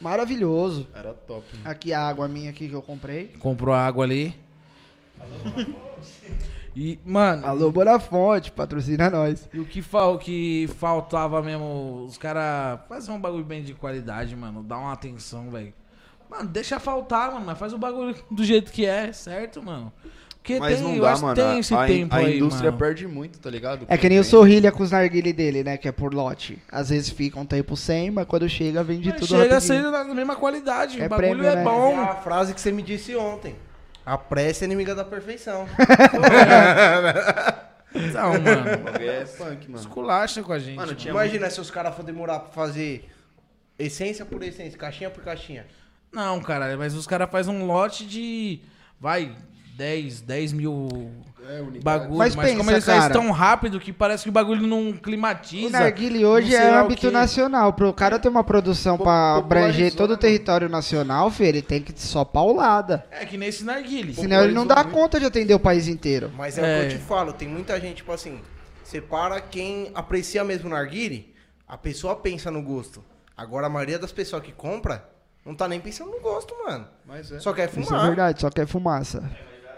[SPEAKER 1] Maravilhoso.
[SPEAKER 3] era top.
[SPEAKER 1] Aqui a água minha aqui que eu comprei.
[SPEAKER 2] comprou a água ali. E, mano,
[SPEAKER 1] Alô, Bonafonte, patrocina nós.
[SPEAKER 2] e o que, fal, o que faltava mesmo, os caras fazem um bagulho bem de qualidade, mano. Dá uma atenção, velho. Mano, deixa faltar, mano, mas faz o bagulho do jeito que é, certo, mano? Porque
[SPEAKER 3] Mas
[SPEAKER 2] tem,
[SPEAKER 3] não
[SPEAKER 2] eu
[SPEAKER 3] dá,
[SPEAKER 2] acho que
[SPEAKER 3] mano.
[SPEAKER 2] tem esse
[SPEAKER 3] a, a in-
[SPEAKER 2] tempo
[SPEAKER 3] a
[SPEAKER 2] aí,
[SPEAKER 3] indústria
[SPEAKER 2] mano.
[SPEAKER 3] perde muito, tá ligado?
[SPEAKER 1] É que nem
[SPEAKER 3] Tem-
[SPEAKER 1] o Sorrilha com os narguilé dele, né? Que é por lote. Às vezes fica um tempo sem, mas quando chega, vende
[SPEAKER 2] Mas
[SPEAKER 1] tudo
[SPEAKER 2] Chega a
[SPEAKER 1] rapidinho.
[SPEAKER 2] ser da mesma qualidade,
[SPEAKER 1] É
[SPEAKER 2] o bagulho
[SPEAKER 1] prêmio,
[SPEAKER 2] é
[SPEAKER 1] né?
[SPEAKER 2] bom.
[SPEAKER 4] É a frase que você me disse ontem. A pressa é inimiga da perfeição.
[SPEAKER 2] Então, mano,
[SPEAKER 3] É funk, mano.
[SPEAKER 2] esculacha com a gente.
[SPEAKER 3] Mano,
[SPEAKER 2] mano.
[SPEAKER 3] tinha
[SPEAKER 4] Imagina se os caras for demorar pra fazer essência por essência, caixinha por caixinha.
[SPEAKER 2] Não, caralho, mas os caras fazem um lote de. Vai, 10, 10 mil
[SPEAKER 3] É, unidade.
[SPEAKER 2] bagulho.
[SPEAKER 1] Mas
[SPEAKER 2] Mas,
[SPEAKER 1] pensa,
[SPEAKER 2] como eles fazem
[SPEAKER 1] cara.
[SPEAKER 2] tão rápido que parece que o bagulho não climatiza.
[SPEAKER 1] O narguile hoje
[SPEAKER 2] não sei
[SPEAKER 1] é
[SPEAKER 2] lá o
[SPEAKER 1] âmbito
[SPEAKER 2] quê.
[SPEAKER 1] nacional. Pro cara ter uma produção pra
[SPEAKER 3] Popularizou,
[SPEAKER 1] abranger
[SPEAKER 3] né,
[SPEAKER 1] todo o
[SPEAKER 3] mano?
[SPEAKER 1] território nacional, filho, ele tem que só paulada.
[SPEAKER 2] É que nem esse narguile.
[SPEAKER 1] Senão ele não
[SPEAKER 3] popularizou
[SPEAKER 1] dá
[SPEAKER 3] muito.
[SPEAKER 1] conta de atender o país inteiro.
[SPEAKER 4] Mas é, o
[SPEAKER 2] É.
[SPEAKER 4] que eu te falo, tem muita gente, tipo assim, separa quem aprecia mesmo o narguile, a pessoa pensa no gosto. Agora a maioria das pessoas que compra não tá nem pensando no gosto, mano.
[SPEAKER 3] Mas é.
[SPEAKER 4] Só quer
[SPEAKER 1] Isso é
[SPEAKER 4] fumar.
[SPEAKER 1] verdade, só que é fumaça.
[SPEAKER 6] Mas a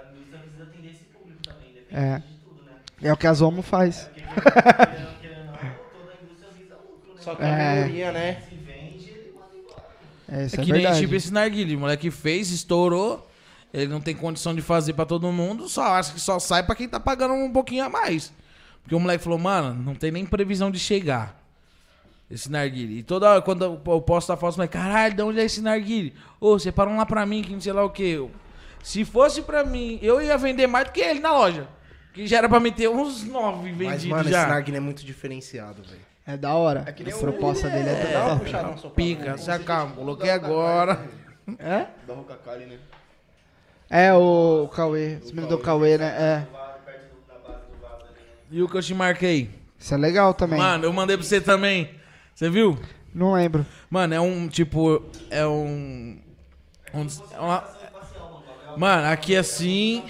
[SPEAKER 6] indústria precisa atender esse público também, depende
[SPEAKER 1] É.
[SPEAKER 6] de tudo, né?
[SPEAKER 1] É o que a Zomo faz.
[SPEAKER 6] Não querendo ou não, toda a indústria visa lucro, né?
[SPEAKER 4] Só que
[SPEAKER 1] É.
[SPEAKER 4] a minoria, né?
[SPEAKER 6] Se vende, ele manda embora.
[SPEAKER 1] É, isso
[SPEAKER 2] É
[SPEAKER 1] é,
[SPEAKER 2] que nem
[SPEAKER 1] verdade.
[SPEAKER 2] tipo esse narguile. O moleque fez, estourou. Ele não tem condição de fazer pra todo mundo. Só acha que só sai pra quem tá pagando um pouquinho a mais. Porque o moleque falou, mano, não tem nem previsão de chegar. Esse narguile. E toda hora, quando eu eu posto a foto, mas caralho, de onde é esse narguile? Ô, separa um lá pra mim, que não sei lá o que. se fosse pra mim, eu ia vender mais do que ele na loja. Que já era pra meter uns nove
[SPEAKER 4] Mas,
[SPEAKER 2] vendidos
[SPEAKER 4] mano,
[SPEAKER 2] já.
[SPEAKER 4] esse narguile é muito diferenciado, velho.
[SPEAKER 1] É da hora.
[SPEAKER 3] que nem
[SPEAKER 1] a
[SPEAKER 3] o-
[SPEAKER 1] proposta dele é,
[SPEAKER 4] Dá
[SPEAKER 1] da
[SPEAKER 4] uma
[SPEAKER 1] hora.
[SPEAKER 4] puxada, um sopro.
[SPEAKER 2] Pica, saca, coloquei agora.
[SPEAKER 1] É?
[SPEAKER 3] Da Roca Cali, né?
[SPEAKER 1] É o Cauê. Os meninos do Cauê, né? É.
[SPEAKER 2] E o que eu te marquei?
[SPEAKER 1] Isso é legal também.
[SPEAKER 2] Mano, eu mandei pra você também. Você viu?
[SPEAKER 1] Não lembro.
[SPEAKER 2] Mano, é um tipo. É um. um é uma- mano, aqui assim.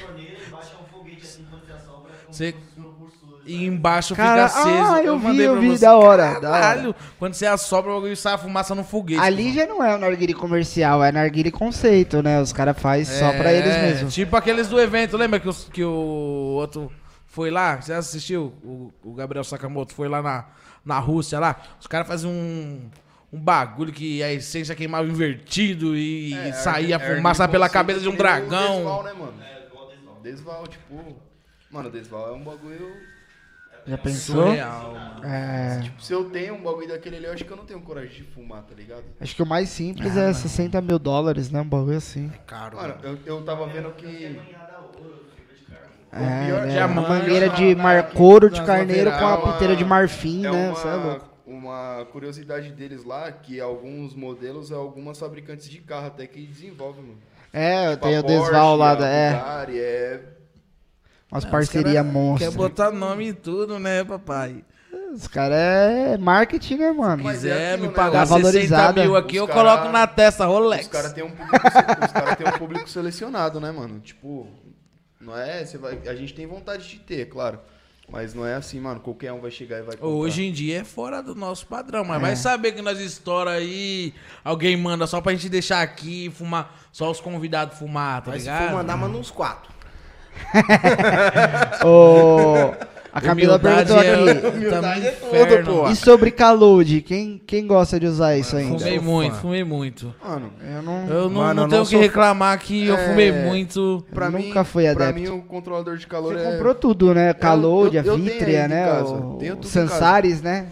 [SPEAKER 2] Você. E embaixo
[SPEAKER 1] Cara,
[SPEAKER 2] fica aceso.
[SPEAKER 1] ah, eu vi,
[SPEAKER 2] mandei
[SPEAKER 1] eu
[SPEAKER 2] pra
[SPEAKER 1] vi,
[SPEAKER 2] você.
[SPEAKER 1] da hora, da hora.
[SPEAKER 2] Caralho, quando você assopra, o bagulho sai a fumaça no foguete. tá
[SPEAKER 1] Ali já não é o narguile comercial, é narguile conceito, né? Os caras fazem só pra eles mesmos.
[SPEAKER 2] Tipo aqueles do evento, lembra que, os- que o outro foi lá? Você assistiu? O, o Gabriel Sakamoto foi lá na, na Rússia lá. Os caras fazem um, um bagulho que a essência queimava invertido e
[SPEAKER 3] É,
[SPEAKER 2] saía fumaça pela cabeça de um dragão.
[SPEAKER 3] Desval, né, mano? É, igual Desval. Desval, tipo... Mano, Desval é um bagulho...
[SPEAKER 1] Já pensou?
[SPEAKER 2] Surreal, mano.
[SPEAKER 1] É,
[SPEAKER 3] Tipo, se eu tenho um bagulho daquele ali, eu acho que eu não tenho coragem de fumar, tá ligado?
[SPEAKER 1] acho que o mais simples é 60 mil dólares, né? Um bagulho assim.
[SPEAKER 4] Caro.
[SPEAKER 3] Mano, eu, eu tava vendo que...
[SPEAKER 1] É,
[SPEAKER 3] pior-
[SPEAKER 1] né?
[SPEAKER 2] já
[SPEAKER 1] Uma
[SPEAKER 2] manja,
[SPEAKER 1] mangueira
[SPEAKER 2] já
[SPEAKER 1] de
[SPEAKER 2] manja,
[SPEAKER 1] marcouro de
[SPEAKER 5] das
[SPEAKER 1] carneiro com
[SPEAKER 3] lateral,
[SPEAKER 1] a piteira de
[SPEAKER 3] uma-
[SPEAKER 1] marfim,
[SPEAKER 3] É
[SPEAKER 1] né? Cê é
[SPEAKER 3] uma,
[SPEAKER 1] louco.
[SPEAKER 3] uma curiosidade deles lá, que alguns modelos, algumas fabricantes de carro até que desenvolvem, mano.
[SPEAKER 1] É,
[SPEAKER 3] Tipo, a
[SPEAKER 1] tem o
[SPEAKER 3] Porsche,
[SPEAKER 1] desval lá,
[SPEAKER 3] a
[SPEAKER 1] da- é.
[SPEAKER 3] Ferrari, é...
[SPEAKER 1] Umas
[SPEAKER 2] Os
[SPEAKER 1] parcerias
[SPEAKER 2] cara Quer
[SPEAKER 1] monstras.
[SPEAKER 2] botar nome e tudo, né, papai?
[SPEAKER 1] Os caras é marketing, né, mano?
[SPEAKER 3] Mas é
[SPEAKER 2] Quiser
[SPEAKER 3] aquilo,
[SPEAKER 2] me
[SPEAKER 3] né?
[SPEAKER 2] pagar
[SPEAKER 1] Tá valorizada.
[SPEAKER 2] 60 mil aqui,
[SPEAKER 3] Os
[SPEAKER 2] eu
[SPEAKER 3] cara-
[SPEAKER 2] coloco na testa Rolex.
[SPEAKER 3] Os caras têm um público, se- os cara tem um público selecionado, né, mano? Tipo, não é. Você vai, a gente tem vontade de ter, claro. Mas não é assim, mano. Qualquer um vai chegar e vai comprar.
[SPEAKER 2] Hoje em dia é fora do nosso padrão,
[SPEAKER 4] É.
[SPEAKER 2] mas vai saber que nós estoura aí, alguém manda só pra gente deixar aqui, fumar, só os convidados fumar, tá
[SPEAKER 4] Mas se
[SPEAKER 2] ligado?
[SPEAKER 4] for mandar, manda uns quatro.
[SPEAKER 1] Ô, a Camila
[SPEAKER 2] Humildade
[SPEAKER 1] perguntou
[SPEAKER 2] é-
[SPEAKER 1] aqui.
[SPEAKER 2] Tá é
[SPEAKER 4] tudo,
[SPEAKER 2] inferno.
[SPEAKER 4] pô.
[SPEAKER 1] E sobre Calude, quem, quem gosta de usar isso ainda?
[SPEAKER 2] Fumei
[SPEAKER 4] Sou
[SPEAKER 2] muito,
[SPEAKER 4] fã.
[SPEAKER 2] fumei muito.
[SPEAKER 3] Mano,
[SPEAKER 1] Eu não.
[SPEAKER 2] Eu não,
[SPEAKER 4] é Mano,
[SPEAKER 2] não tenho
[SPEAKER 4] eu não
[SPEAKER 2] o que
[SPEAKER 4] sou fã.
[SPEAKER 2] reclamar que eu
[SPEAKER 3] É.
[SPEAKER 2] fumei muito.
[SPEAKER 3] pra mim.
[SPEAKER 1] nunca fui
[SPEAKER 3] Pra
[SPEAKER 1] adepto.
[SPEAKER 3] mim, o controlador de calor
[SPEAKER 1] Você
[SPEAKER 3] é.
[SPEAKER 1] comprou tudo, né? Calude, a
[SPEAKER 3] eu- eu tenho
[SPEAKER 1] Vitria,
[SPEAKER 3] ainda em
[SPEAKER 1] né?
[SPEAKER 3] casa.
[SPEAKER 1] O,
[SPEAKER 3] Tenho
[SPEAKER 1] o
[SPEAKER 3] tudo em
[SPEAKER 1] Sansares, né?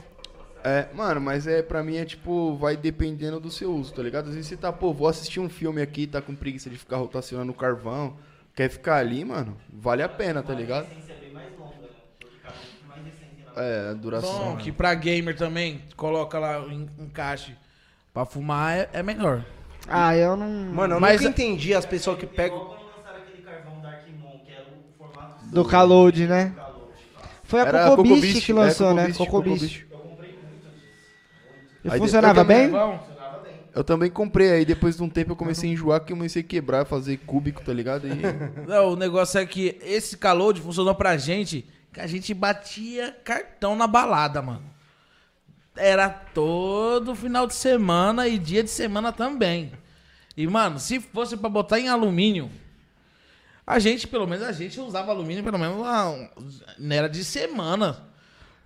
[SPEAKER 3] É, mano, mas é pra mim é tipo, vai dependendo do seu uso, tá ligado? Às vezes você tá, pô, vou assistir um filme aqui, tá com preguiça de ficar rotacionando o carvão, quer ficar ali, mano, vale a pena, tá ligado? né? tipo, É, a duração.
[SPEAKER 2] Bom, que pra gamer também, coloca lá um encaixe pra fumar é, é melhor.
[SPEAKER 1] Ah, eu não.
[SPEAKER 4] Mano, eu
[SPEAKER 2] Mas-
[SPEAKER 4] nunca entendi as pessoas que pegam.
[SPEAKER 6] Quando lançaram aquele carvão Dark Moon, que era o formato
[SPEAKER 1] do Calude, né? Foi a
[SPEAKER 3] Era
[SPEAKER 1] Cocobist
[SPEAKER 3] Cocobist,
[SPEAKER 1] que lançou,
[SPEAKER 3] é,
[SPEAKER 1] né?
[SPEAKER 3] Cocobist,
[SPEAKER 1] Cocobist. E
[SPEAKER 3] Aí de-
[SPEAKER 1] funcionava
[SPEAKER 3] eu também-
[SPEAKER 1] bem?
[SPEAKER 3] Eu também comprei, aí depois de um tempo eu comecei a enjoar que eu comecei a quebrar, fazer cúbico, tá ligado? E
[SPEAKER 2] Não, o negócio é que esse calor de funcionou pra gente que a gente batia cartão na balada, mano. Era todo final de semana e dia de semana também. E, mano, se fosse pra botar em alumínio, a gente, pelo menos a gente usava alumínio, pelo menos lá, não era de semana.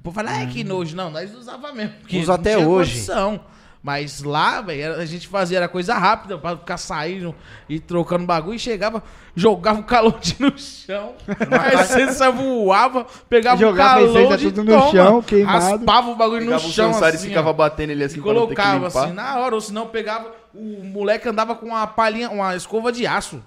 [SPEAKER 2] Por falar, é que
[SPEAKER 1] Hum.
[SPEAKER 2] nojo, não, nós usava mesmo. porque
[SPEAKER 4] Usa
[SPEAKER 2] não
[SPEAKER 4] até
[SPEAKER 2] tinha
[SPEAKER 4] hoje.
[SPEAKER 2] condição. Mas lá, velho, era- a gente fazia era coisa rápida pra ficar saindo e trocando bagulho e chegava, jogava o calote no chão, a essência voava, pegava
[SPEAKER 1] Jogava a
[SPEAKER 2] o
[SPEAKER 1] essência
[SPEAKER 2] calote e
[SPEAKER 1] tudo no chão, queimado.
[SPEAKER 2] raspava o bagulho
[SPEAKER 3] pegava um
[SPEAKER 2] no
[SPEAKER 3] o
[SPEAKER 2] chão
[SPEAKER 3] Sansari
[SPEAKER 2] assim,
[SPEAKER 3] e ficava
[SPEAKER 2] ó.
[SPEAKER 3] batendo ele assim
[SPEAKER 2] E
[SPEAKER 3] pra não ter que
[SPEAKER 2] colocava
[SPEAKER 3] limpar.
[SPEAKER 2] assim na hora, ou senão pegava. O moleque andava com uma palhinha, uma escova de aço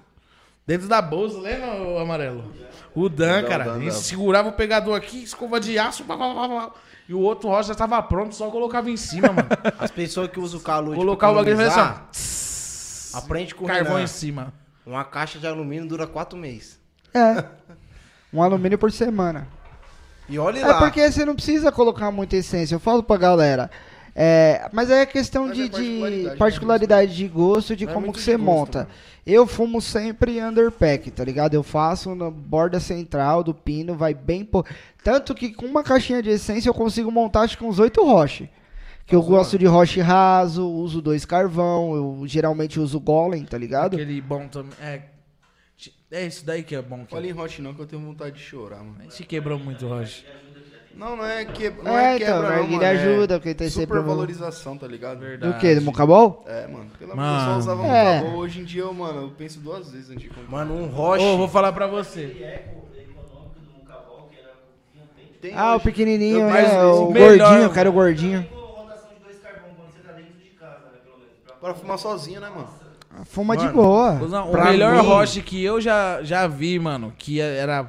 [SPEAKER 2] dentro da bolsa, lembra, o amarelo? O Dan,
[SPEAKER 3] O Dan,
[SPEAKER 2] cara.
[SPEAKER 3] o Dan
[SPEAKER 2] ele
[SPEAKER 3] andava.
[SPEAKER 2] segurava o pegador aqui, escova de aço, blá, blá, blá, blá. e o outro rocha já tava pronto, só colocava em cima, mano.
[SPEAKER 4] As pessoas que usam o
[SPEAKER 3] tipo,
[SPEAKER 4] calor
[SPEAKER 2] Colocava o bagulho e fazia assim, ó.
[SPEAKER 4] ó. Aprende com o
[SPEAKER 2] Carvão
[SPEAKER 4] Renan.
[SPEAKER 2] em cima.
[SPEAKER 4] Uma caixa de alumínio dura quatro meses.
[SPEAKER 1] É. Um alumínio por semana.
[SPEAKER 4] E olha
[SPEAKER 1] É
[SPEAKER 4] lá.
[SPEAKER 1] porque você não precisa colocar muita essência, eu falo pra galera. É, mas aí é questão
[SPEAKER 3] Mas
[SPEAKER 1] de,
[SPEAKER 3] é particularidade,
[SPEAKER 1] de
[SPEAKER 3] né?
[SPEAKER 1] particularidade de gosto, de
[SPEAKER 2] Mas é
[SPEAKER 1] como
[SPEAKER 2] muito
[SPEAKER 1] que
[SPEAKER 2] de
[SPEAKER 1] você
[SPEAKER 2] gosto,
[SPEAKER 1] monta.
[SPEAKER 2] mano.
[SPEAKER 1] Eu fumo sempre underpack, tá ligado? Eu faço na borda central do pino, vai bem por... Tanto que com uma caixinha de essência eu consigo montar acho que uns oito roche. Que eu gosto de roche raso, uso dois carvão, eu geralmente uso golem, tá ligado?
[SPEAKER 2] Aquele bom também. É, é isso daí que é bom. Que
[SPEAKER 3] Fala em hot não, que eu tenho vontade de chorar, mano.
[SPEAKER 2] A gente quebrou muito, Rocha.
[SPEAKER 3] Não, não é, que, não
[SPEAKER 1] É,
[SPEAKER 3] é,
[SPEAKER 1] então,
[SPEAKER 3] quebra, não,
[SPEAKER 1] narguilha
[SPEAKER 3] mano, é
[SPEAKER 1] ajuda, porque tem sempre um-
[SPEAKER 3] supervalorização, tá ligado?
[SPEAKER 2] Verdade.
[SPEAKER 1] Do que? Do Mocabol?
[SPEAKER 3] É, mano. Pelo
[SPEAKER 2] Mano.
[SPEAKER 3] amor de Deus, eu só usava
[SPEAKER 1] É.
[SPEAKER 3] muito bom. Hoje em dia, eu, mano, eu penso duas vezes antes de comprar.
[SPEAKER 4] Mano, um
[SPEAKER 2] Ô,
[SPEAKER 4] roche.
[SPEAKER 2] vou falar pra você.
[SPEAKER 3] Tem
[SPEAKER 1] Ah, o
[SPEAKER 3] hoje-
[SPEAKER 1] pequenininho,
[SPEAKER 3] Eu-
[SPEAKER 1] né?
[SPEAKER 3] mas
[SPEAKER 1] O
[SPEAKER 2] melhor-
[SPEAKER 1] gordinho, eu quero o gordinho.
[SPEAKER 3] Pra fumar sozinho, né, mano?
[SPEAKER 1] Fuma de boa.
[SPEAKER 2] Não, o um
[SPEAKER 4] Pra
[SPEAKER 2] melhor
[SPEAKER 4] mim-
[SPEAKER 2] Roche que eu já, já vi, mano, que era.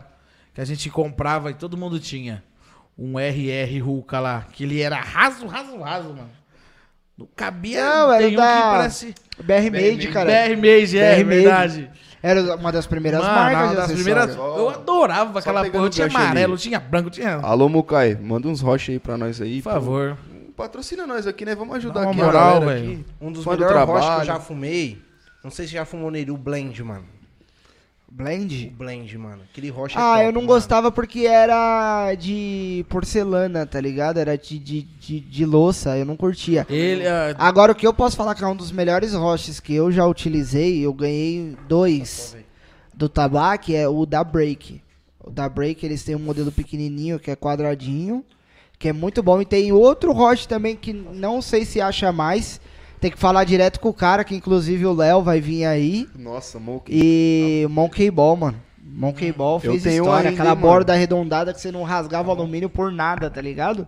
[SPEAKER 2] Que a gente comprava e todo mundo tinha. Um RR Hulk lá. Que ele era raso, raso, raso, mano. Não cabia.
[SPEAKER 1] Não, era
[SPEAKER 2] tem um
[SPEAKER 1] da-
[SPEAKER 2] que parece.
[SPEAKER 1] BR Made,
[SPEAKER 3] Made,
[SPEAKER 1] cara.
[SPEAKER 2] BR Mage, é,
[SPEAKER 1] BR Made.
[SPEAKER 2] verdade.
[SPEAKER 1] Era uma das primeiras
[SPEAKER 2] Mano,
[SPEAKER 1] marcas
[SPEAKER 2] uma
[SPEAKER 1] de
[SPEAKER 2] das
[SPEAKER 1] acessório.
[SPEAKER 2] primeiras. Eu adorava aquela
[SPEAKER 3] pegando
[SPEAKER 2] porra. Tinha
[SPEAKER 3] o gancho ali.
[SPEAKER 2] amarelo, tinha branco, tinha. Por
[SPEAKER 3] Alô, Mukai, manda uns roches aí pra nós aí. pô.
[SPEAKER 2] favor.
[SPEAKER 3] Patrocina nós aqui, né? Vamos
[SPEAKER 2] Dá
[SPEAKER 3] ajudar
[SPEAKER 2] uma
[SPEAKER 3] aqui
[SPEAKER 2] moral,
[SPEAKER 3] a galera
[SPEAKER 2] velho.
[SPEAKER 3] aqui.
[SPEAKER 4] Um dos
[SPEAKER 3] Fã do
[SPEAKER 4] melhores roches que eu
[SPEAKER 3] trabalho.
[SPEAKER 4] já fumei. Não sei se já fumou nele, o blend, mano. O
[SPEAKER 1] Blend?
[SPEAKER 4] blend, mano. Aquele roche é
[SPEAKER 1] Ah,
[SPEAKER 4] top,
[SPEAKER 1] eu não
[SPEAKER 4] mano.
[SPEAKER 1] gostava porque era de porcelana, tá ligado? Era de, de, de, de louça, eu não curtia.
[SPEAKER 2] Ele. ah,
[SPEAKER 1] Agora, o que eu posso falar que é um dos melhores roches que eu já utilizei, eu ganhei dois do tabaco, é o da Break. O da Break, eles têm um modelo pequenininho que é quadradinho, que é muito bom. E tem outro rote também que não sei se acha mais. Tem que falar direto com o cara, que inclusive o Léo vai vir aí.
[SPEAKER 3] Nossa, Moke.
[SPEAKER 1] E Monkey Ball, mano. Monkey Ball
[SPEAKER 3] Eu
[SPEAKER 1] fez
[SPEAKER 3] tenho
[SPEAKER 1] história,
[SPEAKER 3] ainda,
[SPEAKER 1] aquela
[SPEAKER 3] hein, mano.
[SPEAKER 1] borda arredondada que você não rasgava o alumínio por nada, tá ligado?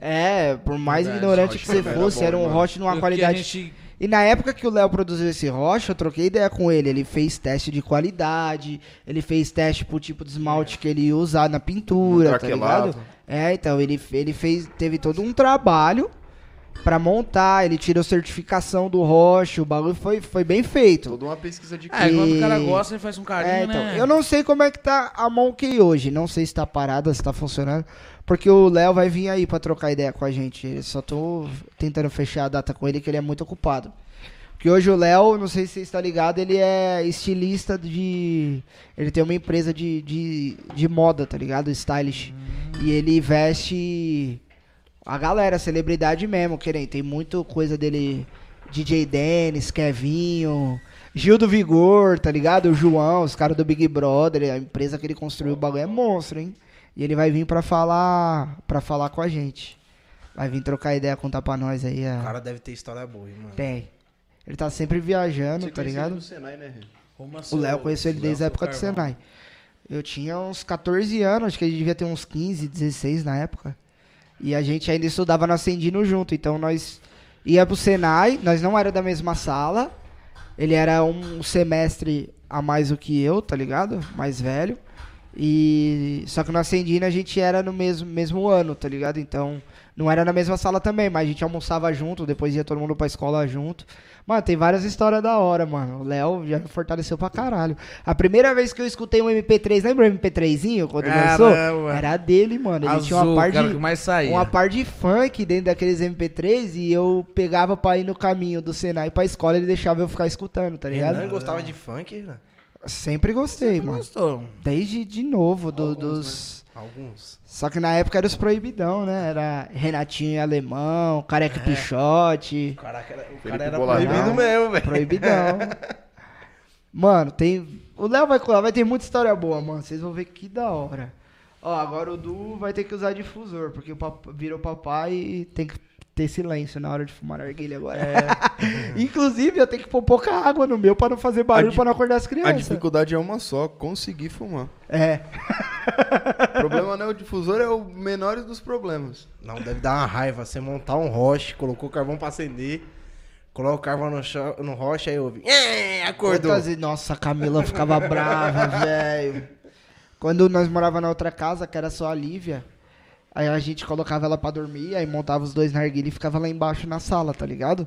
[SPEAKER 1] É, por mais
[SPEAKER 2] Verdade,
[SPEAKER 1] ignorante
[SPEAKER 3] roche
[SPEAKER 1] que você
[SPEAKER 3] era
[SPEAKER 1] fosse,
[SPEAKER 3] bom,
[SPEAKER 1] era um
[SPEAKER 3] mano.
[SPEAKER 1] roche
[SPEAKER 2] E o
[SPEAKER 1] numa
[SPEAKER 2] que
[SPEAKER 1] qualidade
[SPEAKER 2] A gente
[SPEAKER 1] e na época que o Léo produziu esse rocha, eu troquei ideia com ele. Ele fez teste de qualidade, ele fez teste pro tipo de esmalte que ele ia usar na pintura, tá
[SPEAKER 3] Traquelado.
[SPEAKER 1] ligado? É, então, ele, ele fez, teve todo um trabalho pra montar, ele tirou certificação do rocha, o bagulho foi, foi bem feito.
[SPEAKER 3] Toda uma pesquisa de
[SPEAKER 2] É, quando o cara
[SPEAKER 1] E-
[SPEAKER 2] gosta, ele faz um carinho,
[SPEAKER 1] É, então,
[SPEAKER 2] né?
[SPEAKER 1] eu não sei como é que tá a Monkey hoje, não sei se tá parada, se tá funcionando, porque o Léo vai vir aí pra trocar ideia com a gente, eu só tô tentando fechar a data com ele, que ele é muito ocupado. Porque hoje o Léo, não sei se você está ligado, ele é estilista de. Ele tem uma empresa de, de, de moda, tá ligado? Stylish. E ele veste a galera, a celebridade mesmo, querendo. Tem muita coisa dele. DJ Dennis, Kevinho, Gil do Vigor, tá ligado? O João, os caras do Big Brother, a empresa que ele construiu, o bagulho é monstro, hein? E ele vai vir pra falar, pra falar com a gente. Vai vir trocar ideia, contar pra nós aí. A...
[SPEAKER 4] O cara deve ter história boa, hein, mano.
[SPEAKER 1] Tem. Ele tá sempre viajando, tá ligado?
[SPEAKER 3] né,
[SPEAKER 2] Como assim,
[SPEAKER 1] O Léo conheceu ele
[SPEAKER 2] o
[SPEAKER 1] desde a
[SPEAKER 2] Léo
[SPEAKER 1] época do
[SPEAKER 2] Carvão?
[SPEAKER 1] Senai. Eu tinha uns 14 anos, acho que ele devia ter uns 15, 16 na época. E a gente ainda estudava na Ascendino junto, então nós ia pro Senai, nós não era da mesma sala. Ele era um semestre a mais do que eu, tá ligado? Mais velho. E só que no Ascendino a gente era no mesmo, mesmo ano, tá ligado? Então não era na mesma sala também, mas a gente almoçava junto, depois ia todo mundo pra escola junto. Mano, tem várias histórias da hora, mano. O Léo já me fortaleceu pra caralho. A primeira vez que eu escutei um MP3, lembra o MP3zinho quando lançou?
[SPEAKER 2] Caramba.
[SPEAKER 1] Era dele, mano. Ele tinha uma
[SPEAKER 2] Azul, o
[SPEAKER 1] parte
[SPEAKER 2] cara que mais saía.
[SPEAKER 1] uma par de funk dentro daqueles MP3 e eu pegava pra ir no caminho do Senai pra escola, ele deixava eu ficar escutando, tá ligado?
[SPEAKER 4] Renan gostava de funk, né?
[SPEAKER 1] Sempre gostei, mano.
[SPEAKER 2] Gostou.
[SPEAKER 1] Desde de novo, do- dos.
[SPEAKER 4] Alguns.
[SPEAKER 1] Só que na época era os proibidão, né? Era Renatinho em alemão,
[SPEAKER 4] É.
[SPEAKER 1] Careca e Pichote.
[SPEAKER 4] Caraca, era- o
[SPEAKER 3] Felipe
[SPEAKER 4] cara era
[SPEAKER 3] Boladão.
[SPEAKER 4] proibido mesmo, velho.
[SPEAKER 1] Proibidão. Mano, tem. O Léo vai colar, vai ter muita história boa, mano. Vocês vão ver que da hora. Ó, agora o Du vai ter que usar difusor, porque o pap- virou papai e tem que ter silêncio na hora de fumar argilha agora. Inclusive, eu tenho que pôr pouca água no meu pra não fazer barulho,
[SPEAKER 3] di-
[SPEAKER 1] pra não acordar as
[SPEAKER 3] A
[SPEAKER 1] crianças.
[SPEAKER 3] dificuldade é uma só, conseguir fumar.
[SPEAKER 1] É.
[SPEAKER 3] O problema não é o difusor, é o menor dos problemas.
[SPEAKER 4] Não, deve dar uma raiva. Você montar um roche, colocou o carvão pra acender, coloca o carvão no, chão, no roche, aí ouve. É, acordou.
[SPEAKER 1] Quantas vezes- Nossa, a Camila ficava brava, velho. Quando nós morava na outra casa, que era só a Lívia, aí a gente colocava ela pra dormir, aí montava os dois narguilha e ficava lá embaixo na sala, tá ligado?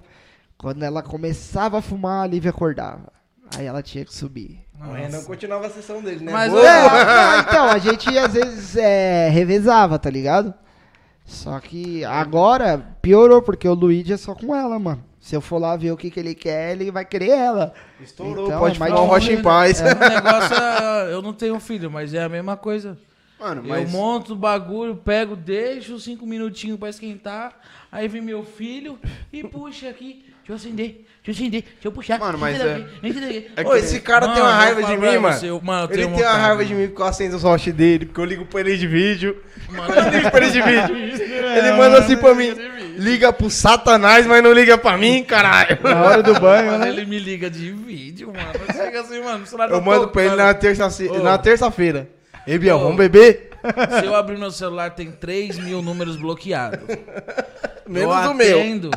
[SPEAKER 1] Quando ela começava a fumar, a Lívia acordava. Aí ela tinha que subir.
[SPEAKER 4] O Renan continuava a sessão dele, né?
[SPEAKER 2] Mas
[SPEAKER 4] Boa.
[SPEAKER 2] o-
[SPEAKER 1] É, não, então, a gente às vezes é, revezava, tá ligado? Só que agora piorou, porque o Luigi é só com ela, mano. Se eu for lá ver o que, que ele quer, ele vai querer ela.
[SPEAKER 4] Estourou,
[SPEAKER 1] Então,
[SPEAKER 4] pode
[SPEAKER 1] é mais né?
[SPEAKER 4] fumar um roche em paz.
[SPEAKER 2] É, o negócio é, eu não tenho filho, mas é a mesma coisa.
[SPEAKER 3] Mano,
[SPEAKER 2] Eu
[SPEAKER 3] mas.
[SPEAKER 2] monto o bagulho, pego, deixo cinco minutinhos pra esquentar, aí vem meu filho e puxa aqui, deixa eu acender, deixa eu acender, deixa eu puxar.
[SPEAKER 3] Mano, mas é-
[SPEAKER 2] é...
[SPEAKER 3] é
[SPEAKER 4] Ô, esse cara tem uma
[SPEAKER 2] Mano,
[SPEAKER 4] raiva
[SPEAKER 2] eu
[SPEAKER 4] de
[SPEAKER 2] falo pra
[SPEAKER 4] mim, mano.
[SPEAKER 2] você, eu- mano, eu
[SPEAKER 4] ele
[SPEAKER 2] tenho
[SPEAKER 4] tem uma
[SPEAKER 2] vontade,
[SPEAKER 4] raiva de
[SPEAKER 2] mano.
[SPEAKER 4] mim porque eu acendo os roches dele, porque eu ligo pra ele de vídeo. eu ligo pra ele de vídeo.
[SPEAKER 2] É,
[SPEAKER 4] ele manda assim pra mim: liga pro Satanás, mas não liga pra mim, caralho.
[SPEAKER 1] Na
[SPEAKER 2] é
[SPEAKER 1] hora do banho,
[SPEAKER 2] Mano,
[SPEAKER 1] né?
[SPEAKER 2] ele me liga de vídeo, mano. Chega assim, mano, o celular
[SPEAKER 4] Eu
[SPEAKER 2] tá
[SPEAKER 4] mando pra ele
[SPEAKER 2] tocando.
[SPEAKER 4] na terça-feira.
[SPEAKER 2] Ô.
[SPEAKER 4] Na terça-feira. Ei, Biel,
[SPEAKER 2] Ô.
[SPEAKER 4] vamos beber?
[SPEAKER 2] Se eu abrir meu celular, tem 3 mil números bloqueados.
[SPEAKER 4] Menos
[SPEAKER 2] eu
[SPEAKER 4] o meu.
[SPEAKER 2] atendo,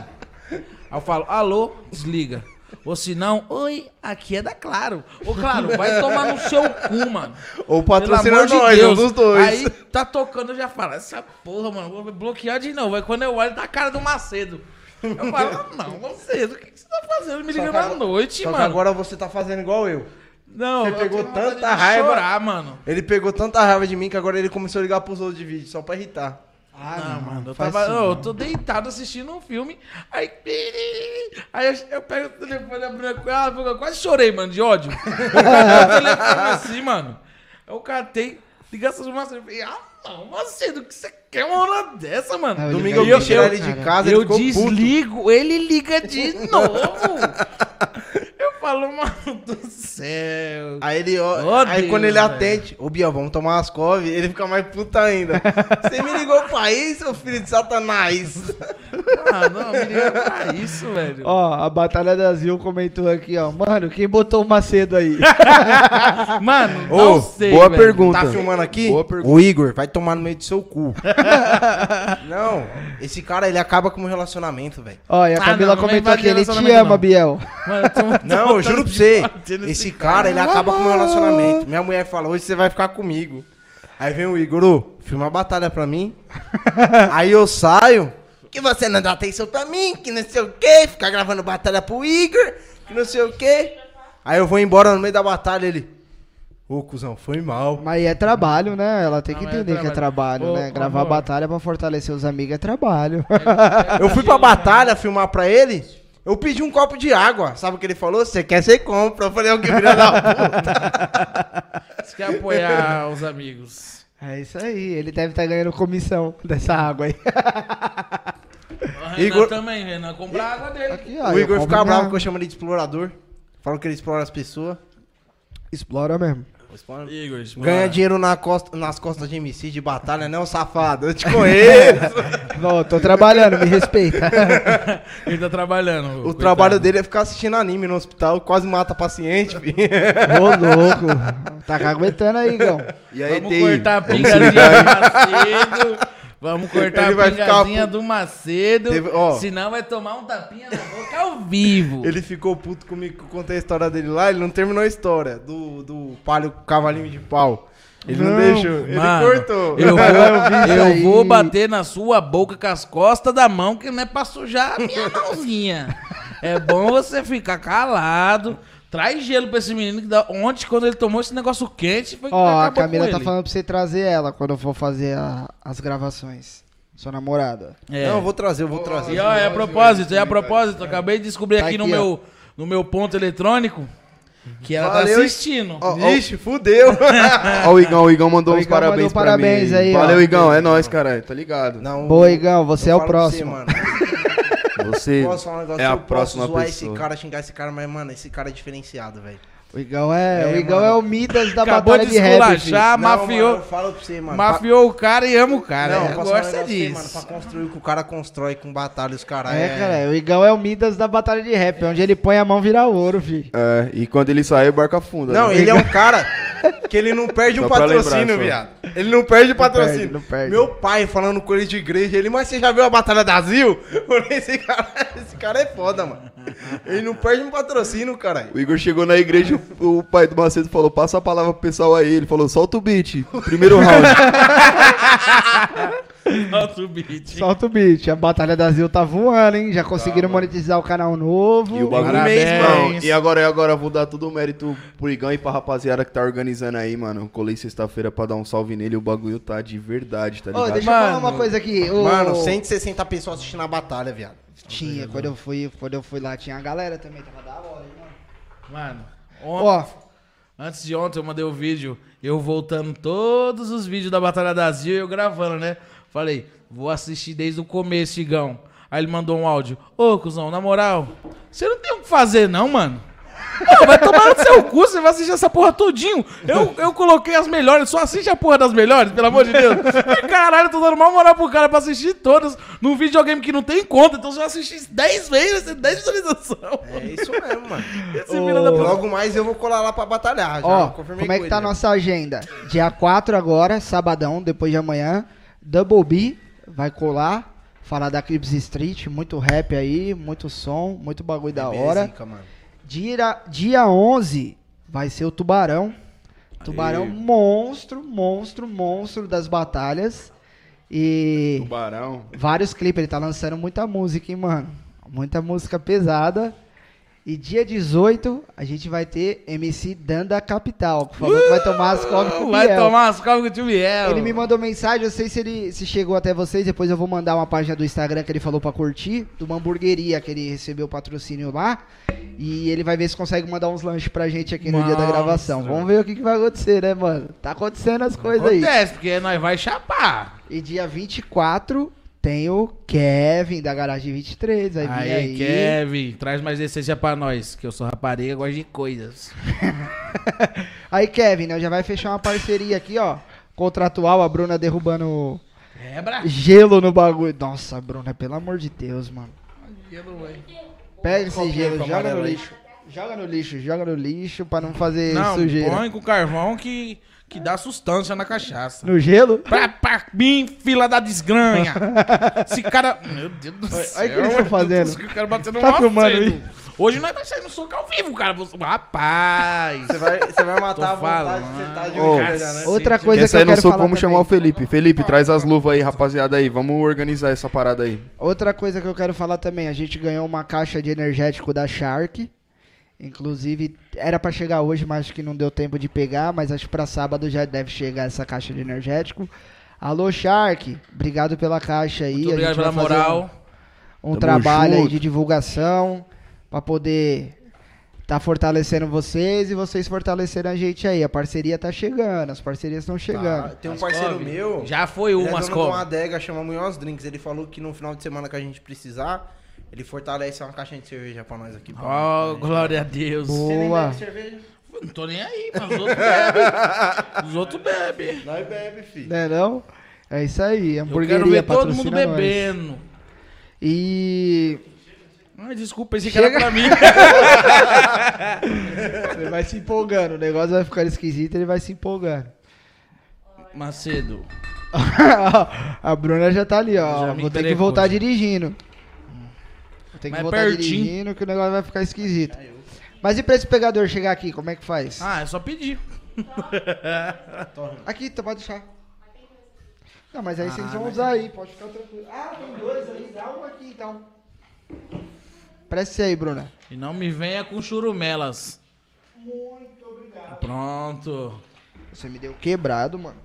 [SPEAKER 2] Aí eu falo, alô, desliga. Ou se não, oi, aqui é da Claro. Ô, Claro, vai tomar no seu cu, mano.
[SPEAKER 4] Ou
[SPEAKER 2] Pelo
[SPEAKER 4] patrocina
[SPEAKER 2] amor de
[SPEAKER 4] nós, um
[SPEAKER 2] Deus.
[SPEAKER 4] dos dois.
[SPEAKER 2] Aí tá tocando, eu já falo, essa porra, mano, vou bloquear de novo. Aí quando eu olho, tá a cara do Macedo. Eu falo, ah, não, Macedo, o que, que você tá fazendo? Me ligando à noite,
[SPEAKER 4] Só que
[SPEAKER 2] mano.
[SPEAKER 4] agora você tá fazendo igual eu.
[SPEAKER 2] não,
[SPEAKER 4] você
[SPEAKER 2] eu
[SPEAKER 4] pegou
[SPEAKER 2] tenho vontade
[SPEAKER 4] tanta
[SPEAKER 2] de
[SPEAKER 4] raiva.
[SPEAKER 2] chorar, mano.
[SPEAKER 4] Ele pegou tanta raiva de mim que agora ele começou a ligar pros outros de vídeo, só pra irritar.
[SPEAKER 1] Ah,
[SPEAKER 2] não, mano, eu
[SPEAKER 1] faz
[SPEAKER 2] tava.
[SPEAKER 1] isso,
[SPEAKER 2] ô, eu
[SPEAKER 1] não.
[SPEAKER 2] tô deitado assistindo um filme. Aí. Aí eu, eu pego o telefone abrindo a boca. Eu quase chorei, mano, de ódio. Eu pego o telefone assim, mano. Eu catei, ligação de uma eu falei, ah, não, Macedo, o que você quer uma hora dessa, mano?
[SPEAKER 1] Ah, eu
[SPEAKER 4] Domingo eu
[SPEAKER 1] liguei.
[SPEAKER 4] quis tirar
[SPEAKER 1] eu-
[SPEAKER 4] ele de
[SPEAKER 1] cara,
[SPEAKER 4] casa, ele
[SPEAKER 2] Eu
[SPEAKER 4] ficou puto.
[SPEAKER 2] desligo, ele liga de novo. eu falou, mano do céu.
[SPEAKER 4] Aí ele, ó,
[SPEAKER 2] Ô,
[SPEAKER 4] aí
[SPEAKER 2] Deus,
[SPEAKER 4] quando ele
[SPEAKER 2] velho.
[SPEAKER 4] atende, ô Biel, vamos tomar umas cove, ele fica mais puta ainda. Você me ligou pra isso, seu filho de satanás?
[SPEAKER 2] Ah, não, menino, pra isso, velho.
[SPEAKER 1] Ó, a Batalha da Zil comentou aqui, ó. Mano, quem botou o Macedo aí?
[SPEAKER 2] Mano,
[SPEAKER 3] Ô,
[SPEAKER 2] não sei,
[SPEAKER 3] boa
[SPEAKER 2] velho.
[SPEAKER 3] pergunta.
[SPEAKER 4] Tá filmando aqui?
[SPEAKER 3] Boa pergunta.
[SPEAKER 4] O Igor vai tomar no meio do seu cu. não, esse cara, ele acaba com o meu relacionamento, velho.
[SPEAKER 1] Ó, e a
[SPEAKER 2] Ah,
[SPEAKER 1] Camila
[SPEAKER 2] não, não vem
[SPEAKER 1] comentou aqui,
[SPEAKER 2] invadir
[SPEAKER 1] ele te
[SPEAKER 2] relacionamento,
[SPEAKER 1] ama,
[SPEAKER 2] não.
[SPEAKER 1] Biel.
[SPEAKER 2] Mano, eu tô-
[SPEAKER 4] Não, eu juro pra você. Esse cara, ele acaba com o meu relacionamento. Minha mulher fala, hoje você vai ficar comigo. Aí vem o Igor, ô, filma a batalha pra mim. Aí eu saio. Que você não dá atenção pra mim, que não sei o quê. Ficar gravando batalha pro Igor, que não sei o quê. Aí eu vou embora no meio da batalha, ele... Ô, cuzão, foi mal.
[SPEAKER 1] Mas é trabalho, né? Ela tem
[SPEAKER 2] Não,
[SPEAKER 1] que
[SPEAKER 2] mas é
[SPEAKER 1] entender que é
[SPEAKER 2] trabalho.
[SPEAKER 1] trabalho, né?
[SPEAKER 2] Ô,
[SPEAKER 1] Gravar
[SPEAKER 2] amor.
[SPEAKER 1] batalha pra fortalecer os amigos é trabalho.
[SPEAKER 4] Eu fui pra batalha filmar pra ele. Eu pedi um copo de água. Sabe o que ele falou? Você quer, você compra. Eu falei, o que filha da puta.
[SPEAKER 2] Você quer apoiar os amigos.
[SPEAKER 1] É isso aí, ele deve estar ganhando comissão dessa água aí.
[SPEAKER 2] O Renan
[SPEAKER 4] Igor-
[SPEAKER 2] também, Renan. Comprar água dele.
[SPEAKER 1] Aqui, ó,
[SPEAKER 4] o
[SPEAKER 1] eu
[SPEAKER 4] Igor
[SPEAKER 1] compro minha-
[SPEAKER 4] fica bravo que eu chamo ele de explorador. Falam que ele explora as pessoas.
[SPEAKER 1] Explora mesmo.
[SPEAKER 2] Igor, explora.
[SPEAKER 4] Ganha dinheiro na costa- nas costas de MC de batalha, né, ô safado? Eu te conheço.
[SPEAKER 1] Não, eu tô trabalhando, me respeita.
[SPEAKER 2] Ele tá trabalhando.
[SPEAKER 4] o trabalho dele é ficar assistindo anime no hospital. Quase mata paciente, filho.
[SPEAKER 1] Ô, louco. Tá aguentando aí, Igão.
[SPEAKER 3] E
[SPEAKER 4] é
[SPEAKER 3] aí,
[SPEAKER 2] Vamos
[SPEAKER 3] TI?
[SPEAKER 2] cortar a pingazinha do Macedo. Vamos cortar
[SPEAKER 4] Ele
[SPEAKER 2] a
[SPEAKER 4] vai ficar
[SPEAKER 2] pingazinha
[SPEAKER 4] puto.
[SPEAKER 2] do Macedo.
[SPEAKER 4] Teve- ó.
[SPEAKER 2] Senão vai tomar um tapinha na boca ao vivo.
[SPEAKER 4] Ele ficou puto comigo que eu contei a história dele lá, ele não terminou a história do, do palho com cavalinho de pau. Ele não, deixou, ele
[SPEAKER 2] Mano,
[SPEAKER 4] cortou.
[SPEAKER 2] Eu vou,
[SPEAKER 1] vi isso
[SPEAKER 2] eu
[SPEAKER 1] aí.
[SPEAKER 2] vou bater na sua boca com as costas da mão, que não é pra sujar a minha mãozinha. É bom você ficar calado. Traz gelo pra esse menino que da- ontem, quando ele tomou esse negócio quente, foi que
[SPEAKER 1] Ó, a
[SPEAKER 2] acabou
[SPEAKER 1] Camila
[SPEAKER 2] com
[SPEAKER 1] tá
[SPEAKER 2] ele.
[SPEAKER 1] falando pra você trazer ela quando eu for fazer a- as gravações. Sua namorada.
[SPEAKER 2] É.
[SPEAKER 4] Não, eu vou trazer, eu vou trazer.
[SPEAKER 2] E ó, é a propósito, é a propósito. Acabei de descobrir
[SPEAKER 1] Tá
[SPEAKER 2] aqui, no,
[SPEAKER 1] aqui, ó.
[SPEAKER 2] meu, no meu ponto eletrônico que ela
[SPEAKER 4] Valeu,
[SPEAKER 2] tá
[SPEAKER 4] hein?
[SPEAKER 2] assistindo.
[SPEAKER 4] Ó, ó, Ixi, fudeu.
[SPEAKER 3] Ó, o Igão, o Igão mandou
[SPEAKER 1] O
[SPEAKER 3] uns
[SPEAKER 1] Igão mandou
[SPEAKER 3] parabéns pra
[SPEAKER 1] parabéns
[SPEAKER 3] mim.
[SPEAKER 1] aí, ó.
[SPEAKER 3] Valeu, Igão, é nóis, caralho, tá ligado.
[SPEAKER 4] Não,
[SPEAKER 1] Boa, Igão, você
[SPEAKER 4] eu
[SPEAKER 1] é o
[SPEAKER 4] falo pra
[SPEAKER 1] próximo.
[SPEAKER 4] mano.
[SPEAKER 3] Você
[SPEAKER 4] Eu Posso falar um negócio?
[SPEAKER 3] é a
[SPEAKER 4] eu
[SPEAKER 3] próxima
[SPEAKER 4] posso zoar
[SPEAKER 3] pessoa.
[SPEAKER 4] esse cara, xingar esse cara, mas, mano, esse cara é diferenciado, velho.
[SPEAKER 1] O Igão é,
[SPEAKER 4] É,
[SPEAKER 1] o Igão
[SPEAKER 4] mano.
[SPEAKER 1] é o Midas da
[SPEAKER 2] Acabou
[SPEAKER 1] batalha
[SPEAKER 2] de
[SPEAKER 1] de rap. filho.
[SPEAKER 2] esculachar,
[SPEAKER 4] Não,
[SPEAKER 2] Ah, mafiou,
[SPEAKER 4] Mano, eu falo pra você, mano.
[SPEAKER 2] mafiou o cara e ama o
[SPEAKER 4] pra...
[SPEAKER 2] cara.
[SPEAKER 4] Não,
[SPEAKER 2] eu
[SPEAKER 4] posso falar um
[SPEAKER 2] gosto é
[SPEAKER 4] negócio pra você, mano,
[SPEAKER 2] disso.
[SPEAKER 4] pra construir o que o cara constrói com batalha, os caras.
[SPEAKER 1] É, cara, o Igão é o Midas da batalha de rap. Onde ele põe a mão vira ouro, filho.
[SPEAKER 3] É, e quando ele sair, o barco afunda.
[SPEAKER 4] Não,
[SPEAKER 3] né?
[SPEAKER 4] ele é um cara que ele não perde
[SPEAKER 3] Só
[SPEAKER 4] um
[SPEAKER 3] pra lembrar,
[SPEAKER 4] patrocínio,
[SPEAKER 3] só.
[SPEAKER 4] viado. Ele não perde o patrocínio.
[SPEAKER 1] perde, não perde.
[SPEAKER 4] Meu pai falando com ele de igreja, ele, mas você já viu a Batalha da Zil? Eu falei, Esse cara, esse cara é foda, mano. Ele não perde um patrocínio, caralho.
[SPEAKER 3] O Igor chegou na igreja, o o pai do Macedo falou, passa a palavra pro pessoal aí. Ele falou, solta o beat, primeiro round.
[SPEAKER 2] Solta o beat.
[SPEAKER 1] Solta o beat. A batalha da Zil tá voando, hein? Já conseguiram monetizar o canal novo.
[SPEAKER 3] Tá, e o bagulho
[SPEAKER 2] Parabéns.
[SPEAKER 3] irmão. E agora, e agora eu vou dar todo o mérito pro Igão e pra rapaziada que tá organizando aí, mano. Eu colei sexta-feira pra dar um salve nele, o bagulho tá de verdade, tá
[SPEAKER 1] Ô,
[SPEAKER 3] ligado?
[SPEAKER 1] deixa eu falar uma
[SPEAKER 2] Mano.
[SPEAKER 1] coisa aqui. O...
[SPEAKER 4] Mano, 160 pessoas assistindo a batalha, viado.
[SPEAKER 1] Tinha, quando eu fui, quando eu fui lá, tinha a galera também, tava da hora, hein, mano.
[SPEAKER 2] Mano,
[SPEAKER 1] Ó,
[SPEAKER 2] ontem, antes de ontem eu mandei o vídeo, eu voltando todos os vídeos da Batalha da Zil e eu gravando, né? Falei, vou assistir desde o começo, Igão. Aí ele mandou um áudio. Ô, cuzão, na moral, você não tem o que fazer não, mano. Ô, vai tomar no seu cu, você vai assistir essa porra todinho. Eu, eu coloquei as melhores, só assiste a porra das melhores, pelo amor de Deus. E, caralho, eu tô dando mal moral pro cara pra assistir todas num videogame que não tem conta. Então se eu assistir 10 vezes, 10 visualizações.
[SPEAKER 4] É isso mesmo, mano.
[SPEAKER 2] Esse filho da puta.
[SPEAKER 4] Logo mais eu vou colar lá pra batalhar. Já
[SPEAKER 1] ó,
[SPEAKER 4] confirmei
[SPEAKER 1] como é
[SPEAKER 4] com
[SPEAKER 1] que tá a
[SPEAKER 4] ele. né?
[SPEAKER 1] nossa agenda? Dia 4 agora, sabadão, depois de amanhã, Double B vai colar, falar da Clips Street, muito rap aí, muito som, muito bagulho da hora.
[SPEAKER 4] Zica, mano.
[SPEAKER 1] Dia, dia 11 vai ser o Tubarão. Tubarão monstro, monstro, monstro das batalhas. E
[SPEAKER 3] Tubarão.
[SPEAKER 1] vários clipes, ele tá lançando muita música, hein, mano. Muita música pesada. E dia 18 a gente vai ter MC Dan da Capital, por favor, que vai tomar as cobras com o
[SPEAKER 2] Vai
[SPEAKER 1] Biel.
[SPEAKER 2] tomar as calmas que o time é.
[SPEAKER 1] Ele me mandou mensagem, eu sei se ele se chegou até vocês, depois eu vou mandar uma página do Instagram que ele falou pra curtir, de uma hamburgueria que ele recebeu patrocínio lá, e ele vai ver se consegue mandar uns lanches pra gente aqui no dia da
[SPEAKER 2] Monstro.
[SPEAKER 1] gravação. Vamos ver o que, que vai acontecer, né, mano? Tá acontecendo as coisas aí.
[SPEAKER 2] Acontece, porque nós vai chapar.
[SPEAKER 1] E dia 24 Tem o Kevin da Garagem 23. Aí, vem
[SPEAKER 2] Aí,
[SPEAKER 1] aí.
[SPEAKER 2] Kevin, traz mais essência pra nós, que eu sou rapariga, gosto de coisas.
[SPEAKER 1] Aí, Kevin, né? Já vai fechar uma parceria aqui, ó. Contratual, a Bruna derrubando
[SPEAKER 2] É, bra...
[SPEAKER 1] gelo no bagulho. Nossa, Bruna, pelo amor de Deus, mano.
[SPEAKER 4] é.
[SPEAKER 1] Pega esse gelo,
[SPEAKER 4] com
[SPEAKER 1] joga no
[SPEAKER 4] amarelo aí.
[SPEAKER 1] lixo. Joga no lixo, joga no lixo pra não fazer
[SPEAKER 2] Não,
[SPEAKER 1] sujeira.
[SPEAKER 2] põe com carvão que, que dá sustância na cachaça.
[SPEAKER 1] No gelo?
[SPEAKER 2] Pra, pra mim, fila da desgranha. Esse cara. Meu Deus do céu.
[SPEAKER 1] Olha o que eles estão fazendo.
[SPEAKER 2] Esse cara batendo
[SPEAKER 1] Tá
[SPEAKER 2] um
[SPEAKER 1] filmando
[SPEAKER 2] cedo.
[SPEAKER 1] aí?
[SPEAKER 2] Hoje nós vai sair no soco ao vivo, cara. Você- Rapaz.
[SPEAKER 4] Você vai, você vai matar a
[SPEAKER 2] Tô
[SPEAKER 4] vontade de
[SPEAKER 2] falando.
[SPEAKER 4] você tá de
[SPEAKER 3] Ô,
[SPEAKER 4] brincadeira, né?
[SPEAKER 1] Outra
[SPEAKER 3] Quem
[SPEAKER 1] coisa que
[SPEAKER 3] sair
[SPEAKER 1] eu
[SPEAKER 3] não
[SPEAKER 1] quero
[SPEAKER 3] sou,
[SPEAKER 1] falar
[SPEAKER 3] vamos chamar o
[SPEAKER 1] também.
[SPEAKER 3] Felipe. Felipe, traz as luvas aí, rapaziada aí. Vamos organizar essa parada aí.
[SPEAKER 1] Outra coisa que eu quero falar também, a gente ganhou uma caixa de energético da Shark. Inclusive, era pra chegar hoje, mas acho que não deu tempo de pegar, mas acho que pra sábado já deve chegar essa caixa de energético. Alô Shark, obrigado pela caixa aí.
[SPEAKER 2] Muito
[SPEAKER 1] a
[SPEAKER 2] obrigado
[SPEAKER 1] gente vai
[SPEAKER 2] pela
[SPEAKER 1] fazer
[SPEAKER 2] moral.
[SPEAKER 1] um
[SPEAKER 3] Tamo
[SPEAKER 1] trabalho aí
[SPEAKER 3] junto.
[SPEAKER 1] de divulgação pra poder tá fortalecendo vocês e vocês fortalecendo a gente aí. A parceria tá chegando, as parcerias estão chegando.
[SPEAKER 2] Tá.
[SPEAKER 4] Tem um parceiro meu.
[SPEAKER 2] Já foi
[SPEAKER 4] Ele é
[SPEAKER 2] uma,
[SPEAKER 4] dono de uma
[SPEAKER 2] Ascov.
[SPEAKER 4] adega, chama Munhoz Drinks. Ele falou que no final de semana que a gente precisar, ele fortalece uma caixinha de cerveja pra nós aqui. pra-
[SPEAKER 2] Oh, glória a Deus.
[SPEAKER 1] Boa.
[SPEAKER 2] Não tô nem aí, mas os outros bebem. Os outros bebem.
[SPEAKER 4] Nós bebe, filho.
[SPEAKER 1] Né não? É isso aí,
[SPEAKER 2] Eu
[SPEAKER 1] hamburgueria
[SPEAKER 2] quero ver todo mundo
[SPEAKER 1] patrocina nós.
[SPEAKER 2] bebendo.
[SPEAKER 1] E
[SPEAKER 2] Ai, desculpa, esse
[SPEAKER 1] Chega.
[SPEAKER 2] cara é pra mim.
[SPEAKER 1] Ele vai se empolgando, o negócio vai ficando esquisito, ele vai se empolgando.
[SPEAKER 2] Macedo.
[SPEAKER 1] a Bruna já tá ali, ó.
[SPEAKER 2] Já me
[SPEAKER 1] Vou ter que
[SPEAKER 2] entregou.
[SPEAKER 1] voltar dirigindo. Vou ter que
[SPEAKER 2] Mas é
[SPEAKER 1] voltar
[SPEAKER 2] pertinho.
[SPEAKER 1] dirigindo que o negócio vai ficar esquisito. Mas e pra esse pegador chegar aqui, como é que faz?
[SPEAKER 2] Ah, é só pedir.
[SPEAKER 1] Aqui, tá, pode deixar. Não, mas aí vocês
[SPEAKER 2] Ah,
[SPEAKER 1] vão usar aí, pode ficar tranquilo. Ah, tem dois aí, dá uma aqui então. Presta aí, Bruna.
[SPEAKER 2] E não me venha com churumelas. Muito obrigado. Pronto.
[SPEAKER 1] Você me deu quebrado, mano.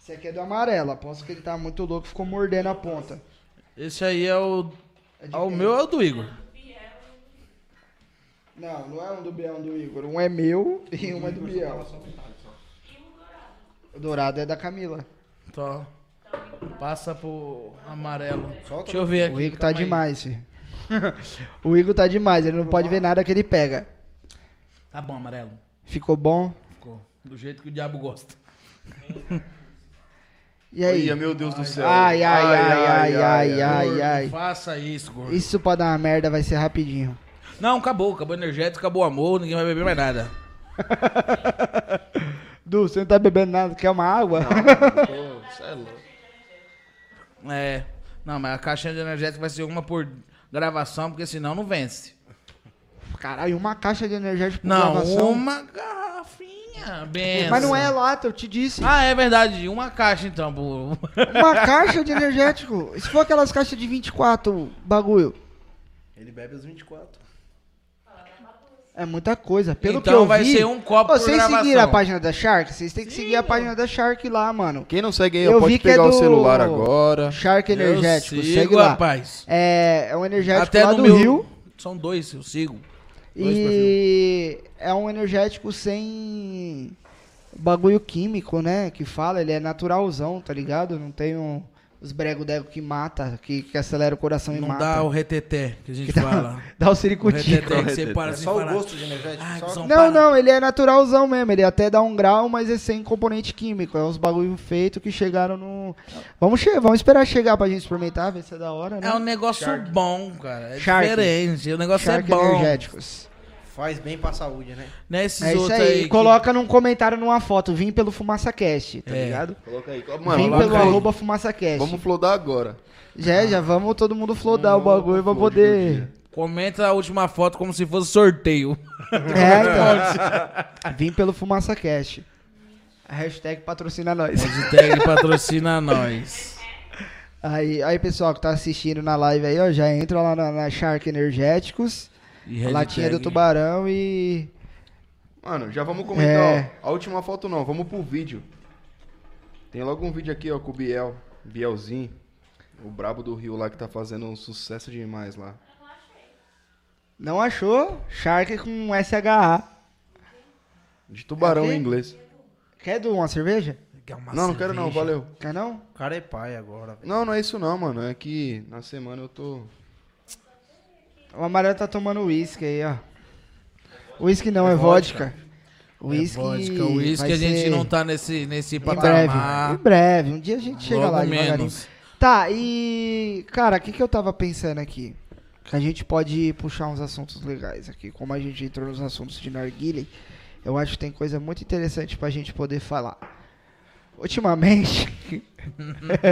[SPEAKER 1] Esse aqui é do amarelo, aposto que ele tá muito louco, ficou mordendo a ponta.
[SPEAKER 2] Esse aí é o.
[SPEAKER 1] É de
[SPEAKER 2] Ah, o
[SPEAKER 1] quem?
[SPEAKER 2] meu é o do Igor.
[SPEAKER 1] Não, não é um do Biel, um do Igor. Um é meu e um é do Biel. O dourado é da Camila.
[SPEAKER 2] Tá. Passa pro amarelo. Deixa eu ver aqui.
[SPEAKER 1] O Igor tá
[SPEAKER 2] calma aí.
[SPEAKER 1] demais, filho. o Igor tá demais, ele não pode ver nada que ele pega.
[SPEAKER 2] Tá bom, amarelo.
[SPEAKER 1] Ficou bom?
[SPEAKER 2] Ficou. Do jeito que o diabo gosta.
[SPEAKER 1] E aí?
[SPEAKER 3] Ia, meu Deus do céu.
[SPEAKER 1] Ai, ai, ai, ai, ai, ai,
[SPEAKER 2] Gordo,
[SPEAKER 1] ai.
[SPEAKER 2] não Faça isso, gordo.
[SPEAKER 1] Isso pra dar uma merda vai ser rapidinho.
[SPEAKER 2] Não, acabou. Acabou o energético, acabou o amor, ninguém vai beber mais nada.
[SPEAKER 1] Du, você não tá bebendo nada, quer uma água?
[SPEAKER 2] É. Não, mas a caixinha de energético vai ser uma por gravação, porque senão não vence.
[SPEAKER 1] Caralho, uma caixa de energético por
[SPEAKER 2] Não,
[SPEAKER 1] gravação.
[SPEAKER 2] uma garrafinha. Benção.
[SPEAKER 1] Mas não é lata, eu te disse.
[SPEAKER 2] Ah, é verdade. Uma caixa, então. pô.
[SPEAKER 1] Uma caixa de energético. Se for aquelas caixas de 24 bagulho,
[SPEAKER 4] Ele bebe os 24.
[SPEAKER 1] é muita coisa. Pelo que
[SPEAKER 2] Então
[SPEAKER 1] eu
[SPEAKER 2] vai
[SPEAKER 1] vi,
[SPEAKER 2] ser um copo por
[SPEAKER 1] Vocês
[SPEAKER 2] gravação.
[SPEAKER 1] seguiram a página da Shark? Vocês têm que seguir a página da Shark lá, mano.
[SPEAKER 3] Quem não segue aí,
[SPEAKER 1] Eu
[SPEAKER 3] ó,
[SPEAKER 1] vi
[SPEAKER 3] pode
[SPEAKER 1] que é
[SPEAKER 3] pegar o
[SPEAKER 1] do-
[SPEAKER 3] celular agora.
[SPEAKER 1] Shark Energético,
[SPEAKER 2] eu
[SPEAKER 1] segue
[SPEAKER 2] sigo,
[SPEAKER 1] lá.
[SPEAKER 2] rapaz.
[SPEAKER 1] É, é um energético
[SPEAKER 2] Até
[SPEAKER 1] lá
[SPEAKER 2] no
[SPEAKER 1] do
[SPEAKER 2] meu...
[SPEAKER 1] Rio
[SPEAKER 2] São dois, eu sigo. Dois
[SPEAKER 1] e é um energético sem bagulho químico, né? Que fala, ele é naturalzão, tá ligado? Não tem um, os brego-dego que mata, que, que acelera o coração e
[SPEAKER 2] Não
[SPEAKER 1] mata.
[SPEAKER 2] dá o reteté que a gente
[SPEAKER 1] Que dá-
[SPEAKER 2] fala.
[SPEAKER 1] Dá o
[SPEAKER 2] O
[SPEAKER 1] siricutico.
[SPEAKER 2] reteté que você para
[SPEAKER 4] É
[SPEAKER 2] assim
[SPEAKER 4] só
[SPEAKER 2] e fala,
[SPEAKER 4] o gosto de energético.
[SPEAKER 2] "Ai,
[SPEAKER 4] só...
[SPEAKER 2] que são
[SPEAKER 1] Não,
[SPEAKER 2] para-"
[SPEAKER 1] não, ele é naturalzão mesmo. Ele até dá um grau, mas é sem componente químico. É uns bagulho feito que chegaram no. Vamos, che vamos esperar chegar pra gente experimentar, ver se é da hora, né?
[SPEAKER 2] É um negócio bom, cara. É
[SPEAKER 1] Shark.
[SPEAKER 2] diferente. O negócio
[SPEAKER 1] Shark
[SPEAKER 2] é bom.
[SPEAKER 1] energéticos.
[SPEAKER 4] Faz bem pra saúde, né?
[SPEAKER 2] Né, esses
[SPEAKER 1] É isso
[SPEAKER 2] outros
[SPEAKER 1] aí.
[SPEAKER 2] aí. que-
[SPEAKER 1] Coloca num comentário numa foto. Vim pelo Fumaça Cast, tá
[SPEAKER 2] É.
[SPEAKER 1] ligado?
[SPEAKER 3] Coloca aí.
[SPEAKER 1] Vim
[SPEAKER 3] Mano,
[SPEAKER 1] pelo
[SPEAKER 3] coloca aí.
[SPEAKER 1] arroba Fumaça Cast.
[SPEAKER 3] Vamos flodar agora.
[SPEAKER 1] Já, já vamos todo mundo flodar o
[SPEAKER 3] Vamos
[SPEAKER 1] bagulho pra
[SPEAKER 3] pro flow do
[SPEAKER 1] poder.
[SPEAKER 3] dia.
[SPEAKER 2] Comenta a última foto como se fosse sorteio.
[SPEAKER 1] É, então. Vim pelo Fumaça Cast. A hashtag patrocina nós.
[SPEAKER 2] Hashtag patrocina nós.
[SPEAKER 1] Aí, aí, pessoal que tá assistindo na live aí, ó, já entra lá na, na Shark Energéticos,
[SPEAKER 2] E é
[SPEAKER 1] a
[SPEAKER 2] hashtag-
[SPEAKER 1] latinha do tubarão e.
[SPEAKER 3] Mano, já vamos comentar,
[SPEAKER 1] É.
[SPEAKER 3] ó. A última foto não, vamos pro vídeo. Tem logo um vídeo aqui, ó, com o Biel. Bielzinho. O brabo do Rio lá que tá fazendo um sucesso demais lá.
[SPEAKER 1] Não achou? Shark com SHA.
[SPEAKER 3] De tubarão
[SPEAKER 1] Aqui? É
[SPEAKER 3] em inglês.
[SPEAKER 1] Quer de uma cerveja?
[SPEAKER 2] quer uma
[SPEAKER 3] Não, não quero não,
[SPEAKER 2] cerveja?
[SPEAKER 3] valeu.
[SPEAKER 1] Quer não?
[SPEAKER 4] O cara é pai agora, velho.
[SPEAKER 3] Não, não é isso não, mano. É que na semana eu tô.
[SPEAKER 1] O amarelo tá tomando uísque aí, ó. Uísque não, é, vodka. Uísque.
[SPEAKER 2] É Vodka, Whisky
[SPEAKER 1] vai
[SPEAKER 2] a gente
[SPEAKER 1] ser
[SPEAKER 2] não tá nesse, nesse
[SPEAKER 1] Em breve, em
[SPEAKER 2] patamar.
[SPEAKER 1] breve. Um dia a gente chega
[SPEAKER 2] Logo
[SPEAKER 1] lá devagarinho.
[SPEAKER 2] menos.
[SPEAKER 1] Tá, e. Cara, o que, que eu tava pensando aqui? Que a gente pode puxar uns assuntos legais aqui. Como a gente entrou nos assuntos de narguile, eu acho que tem coisa muito interessante pra gente poder falar. Ultimamente,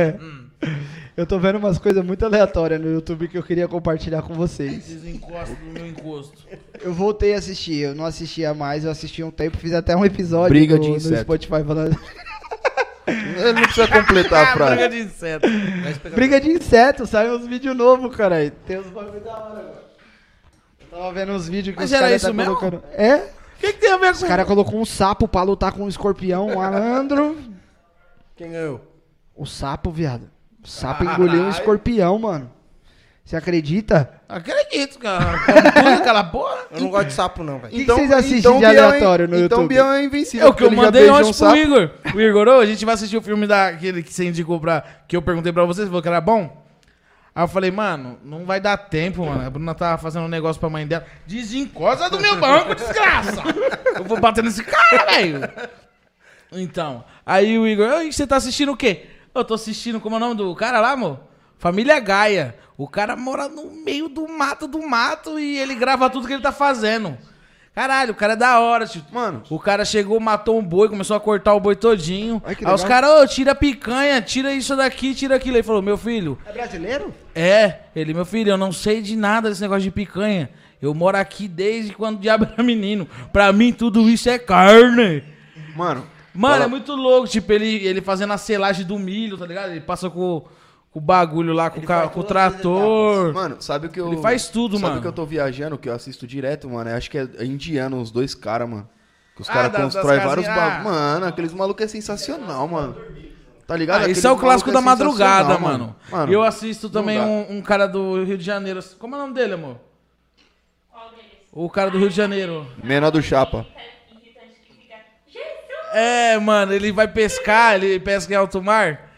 [SPEAKER 1] eu tô vendo umas coisas muito aleatórias no YouTube que eu queria compartilhar com vocês.
[SPEAKER 2] Esses encostos no meu encosto.
[SPEAKER 1] Eu voltei a assistir, eu não assistia mais, eu assisti um tempo, fiz até um episódio
[SPEAKER 3] Briga
[SPEAKER 1] no,
[SPEAKER 3] de
[SPEAKER 1] no
[SPEAKER 3] inseto.
[SPEAKER 1] Spotify falando.
[SPEAKER 3] Ele não precisa
[SPEAKER 1] Ah,
[SPEAKER 3] completar a frase.
[SPEAKER 2] de inseto.
[SPEAKER 1] Briga de inseto, saiu uns vídeos novos, cara. Tem uns bagulho da hora agora. Eu tava vendo uns vídeos que
[SPEAKER 2] Mas
[SPEAKER 1] os
[SPEAKER 2] era
[SPEAKER 1] caras tá
[SPEAKER 2] isso mesmo?
[SPEAKER 1] colocando. É?
[SPEAKER 2] O que, que tem a ver com
[SPEAKER 1] Os caras colocou um sapo pra lutar com um escorpião, um malandro.
[SPEAKER 4] Quem ganhou?
[SPEAKER 1] O sapo, viado. O sapo engoliu um escorpião, mano. Você acredita?
[SPEAKER 2] Acredito, cara. Como tudo, aquela porra.
[SPEAKER 4] Eu não gosto de sapo, não, velho.
[SPEAKER 1] que vocês assistem de
[SPEAKER 3] Biel é-
[SPEAKER 1] aleatório no
[SPEAKER 3] Então
[SPEAKER 1] YouTube?
[SPEAKER 3] Biel é
[SPEAKER 2] É
[SPEAKER 3] invencível.
[SPEAKER 2] o que eu
[SPEAKER 3] porque ele já
[SPEAKER 2] mandei
[SPEAKER 3] beijou um
[SPEAKER 2] ontem pro
[SPEAKER 3] sapo.
[SPEAKER 2] Igor. O Igor, ô, a gente vai assistir o filme daquele que você indicou pra. Que eu perguntei pra vocês, falou que era bom. Aí eu falei, mano, não vai dar tempo, mano. A Bruna tava fazendo um negócio pra mãe dela. Desencosta do meu banco, desgraça! Eu vou bater nesse cara, velho! Então, aí o Igor, "Ô, e você tá assistindo o quê? Eu tô assistindo, como é o nome do cara lá, amor? Família Gaia. O cara mora no meio do mato do mato e ele grava tudo que ele tá fazendo. Caralho, o cara é da hora, tio.
[SPEAKER 3] Mano.
[SPEAKER 2] O cara chegou, matou um boi, começou a cortar o boi todinho.
[SPEAKER 1] Ai, que
[SPEAKER 2] Aí os
[SPEAKER 1] legal.
[SPEAKER 2] caras, ô, tira a picanha, tira isso daqui, tira aquilo. Ele falou, meu filho,
[SPEAKER 1] É brasileiro?
[SPEAKER 2] é, ele, meu filho, eu não sei de nada desse negócio de picanha. Eu moro aqui desde quando o diabo era menino. Pra mim, tudo isso é carne.
[SPEAKER 3] Mano.
[SPEAKER 2] Mano,
[SPEAKER 3] fala-
[SPEAKER 2] é muito louco, tipo, ele, ele fazendo a selagem do milho, tá ligado? Ele passa com, com o bagulho lá, com, o ca-
[SPEAKER 4] faz
[SPEAKER 2] com o
[SPEAKER 4] todas as
[SPEAKER 2] trator.
[SPEAKER 3] Mano, sabe o que eu.
[SPEAKER 2] Ele faz tudo,
[SPEAKER 3] sabe
[SPEAKER 2] mano.
[SPEAKER 3] Sabe o que eu tô viajando, que eu assisto direto, mano? Eu Acho que é indiano, os dois caras, mano. Que os
[SPEAKER 2] Ah,
[SPEAKER 3] caras
[SPEAKER 2] das- das
[SPEAKER 3] constroem vários
[SPEAKER 2] casinhas. ah.
[SPEAKER 3] bagulho. Mano, aqueles malucos é sensacional, mano. Tá ligado?
[SPEAKER 2] Ah,
[SPEAKER 3] Aqueles
[SPEAKER 2] esse é o clássico da
[SPEAKER 3] malucos é
[SPEAKER 2] madrugada,
[SPEAKER 3] sensacional,
[SPEAKER 2] mano.
[SPEAKER 3] Mano,
[SPEAKER 2] eu assisto também
[SPEAKER 3] dá.
[SPEAKER 2] um, um cara do Rio de Janeiro. Como é o nome dele, amor? O cara do Rio de Janeiro.
[SPEAKER 3] Menor do Chapa.
[SPEAKER 6] Irritante que fica. Jesus!
[SPEAKER 2] É, mano, ele vai pescar, ele pesca em alto mar.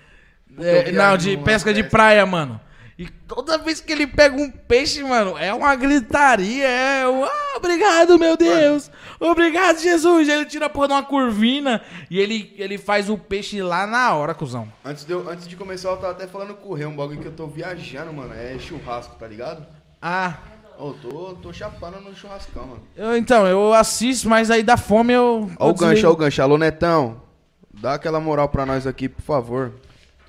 [SPEAKER 2] É,
[SPEAKER 3] viagem
[SPEAKER 2] não, de
[SPEAKER 3] numa
[SPEAKER 2] pesca de praia, mano. E toda vez que ele pega um peixe, mano, é uma gritaria, é um, "Ah, obrigado, meu Deus. Obrigado, Jesus. Ele tira a porra de uma curvina e ele, ele faz o peixe lá na hora, cuzão.
[SPEAKER 3] Antes de, eu- antes de começar, eu tava até falando correr um bagulho que eu tô viajando, mano. É churrasco, tá ligado?
[SPEAKER 2] Ah,
[SPEAKER 3] Ô, eu tô, tô chapando no churrascão, mano.
[SPEAKER 2] eu, então, eu assisto, mas aí dá fome eu.
[SPEAKER 3] Ó
[SPEAKER 2] eu
[SPEAKER 3] o gancho,
[SPEAKER 2] desligo.
[SPEAKER 3] ó o gancho. Alô, Netão. Dá aquela moral pra nós aqui, por favor.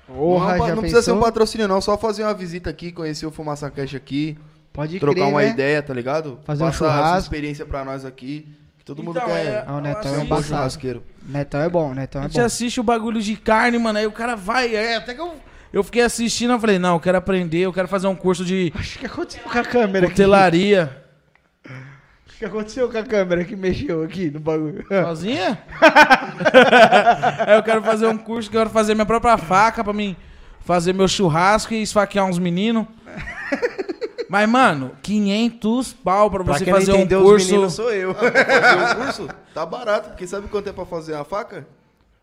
[SPEAKER 1] Porra,
[SPEAKER 3] não é um pa-
[SPEAKER 1] já
[SPEAKER 3] não precisa
[SPEAKER 1] pensou?
[SPEAKER 3] ser um patrocínio, não. Só fazer uma visita aqui, conhecer o Fumaça Cash aqui.
[SPEAKER 1] Pode
[SPEAKER 3] trocar
[SPEAKER 1] crer,
[SPEAKER 3] uma
[SPEAKER 1] né?
[SPEAKER 3] ideia, tá ligado?
[SPEAKER 1] Fazer um
[SPEAKER 3] Passar essa
[SPEAKER 1] churrasco.
[SPEAKER 3] experiência pra nós aqui. que Todo mundo
[SPEAKER 2] Então, é-
[SPEAKER 3] quer
[SPEAKER 1] Ah, o Netão
[SPEAKER 2] eu
[SPEAKER 1] é um
[SPEAKER 3] um
[SPEAKER 2] assisto.
[SPEAKER 3] bom
[SPEAKER 1] embaçado.
[SPEAKER 3] churrasqueiro.
[SPEAKER 1] Netão é bom, Netão
[SPEAKER 4] Ah,
[SPEAKER 2] A
[SPEAKER 1] é
[SPEAKER 2] gente
[SPEAKER 1] bom.
[SPEAKER 2] assiste o bagulho de carne, mano. Aí o cara vai. é, até que eu, eu fiquei assistindo, eu falei, não, eu quero aprender, eu quero fazer um curso de
[SPEAKER 1] Acho que aconteceu com a câmera aqui.
[SPEAKER 2] cutelaria.
[SPEAKER 1] O que aconteceu com a câmera que mexeu aqui no bagulho?
[SPEAKER 2] Sozinha? Aí eu quero fazer um curso, quero fazer minha própria faca pra mim fazer meu churrasco e esfaquear uns meninos. Mas, mano, 500 pau pra você
[SPEAKER 4] não
[SPEAKER 2] fazer um
[SPEAKER 4] entendeu,
[SPEAKER 2] curso.
[SPEAKER 4] meninos sou eu.
[SPEAKER 3] Fazer um curso? Tá barato, porque sabe quanto é pra fazer uma faca?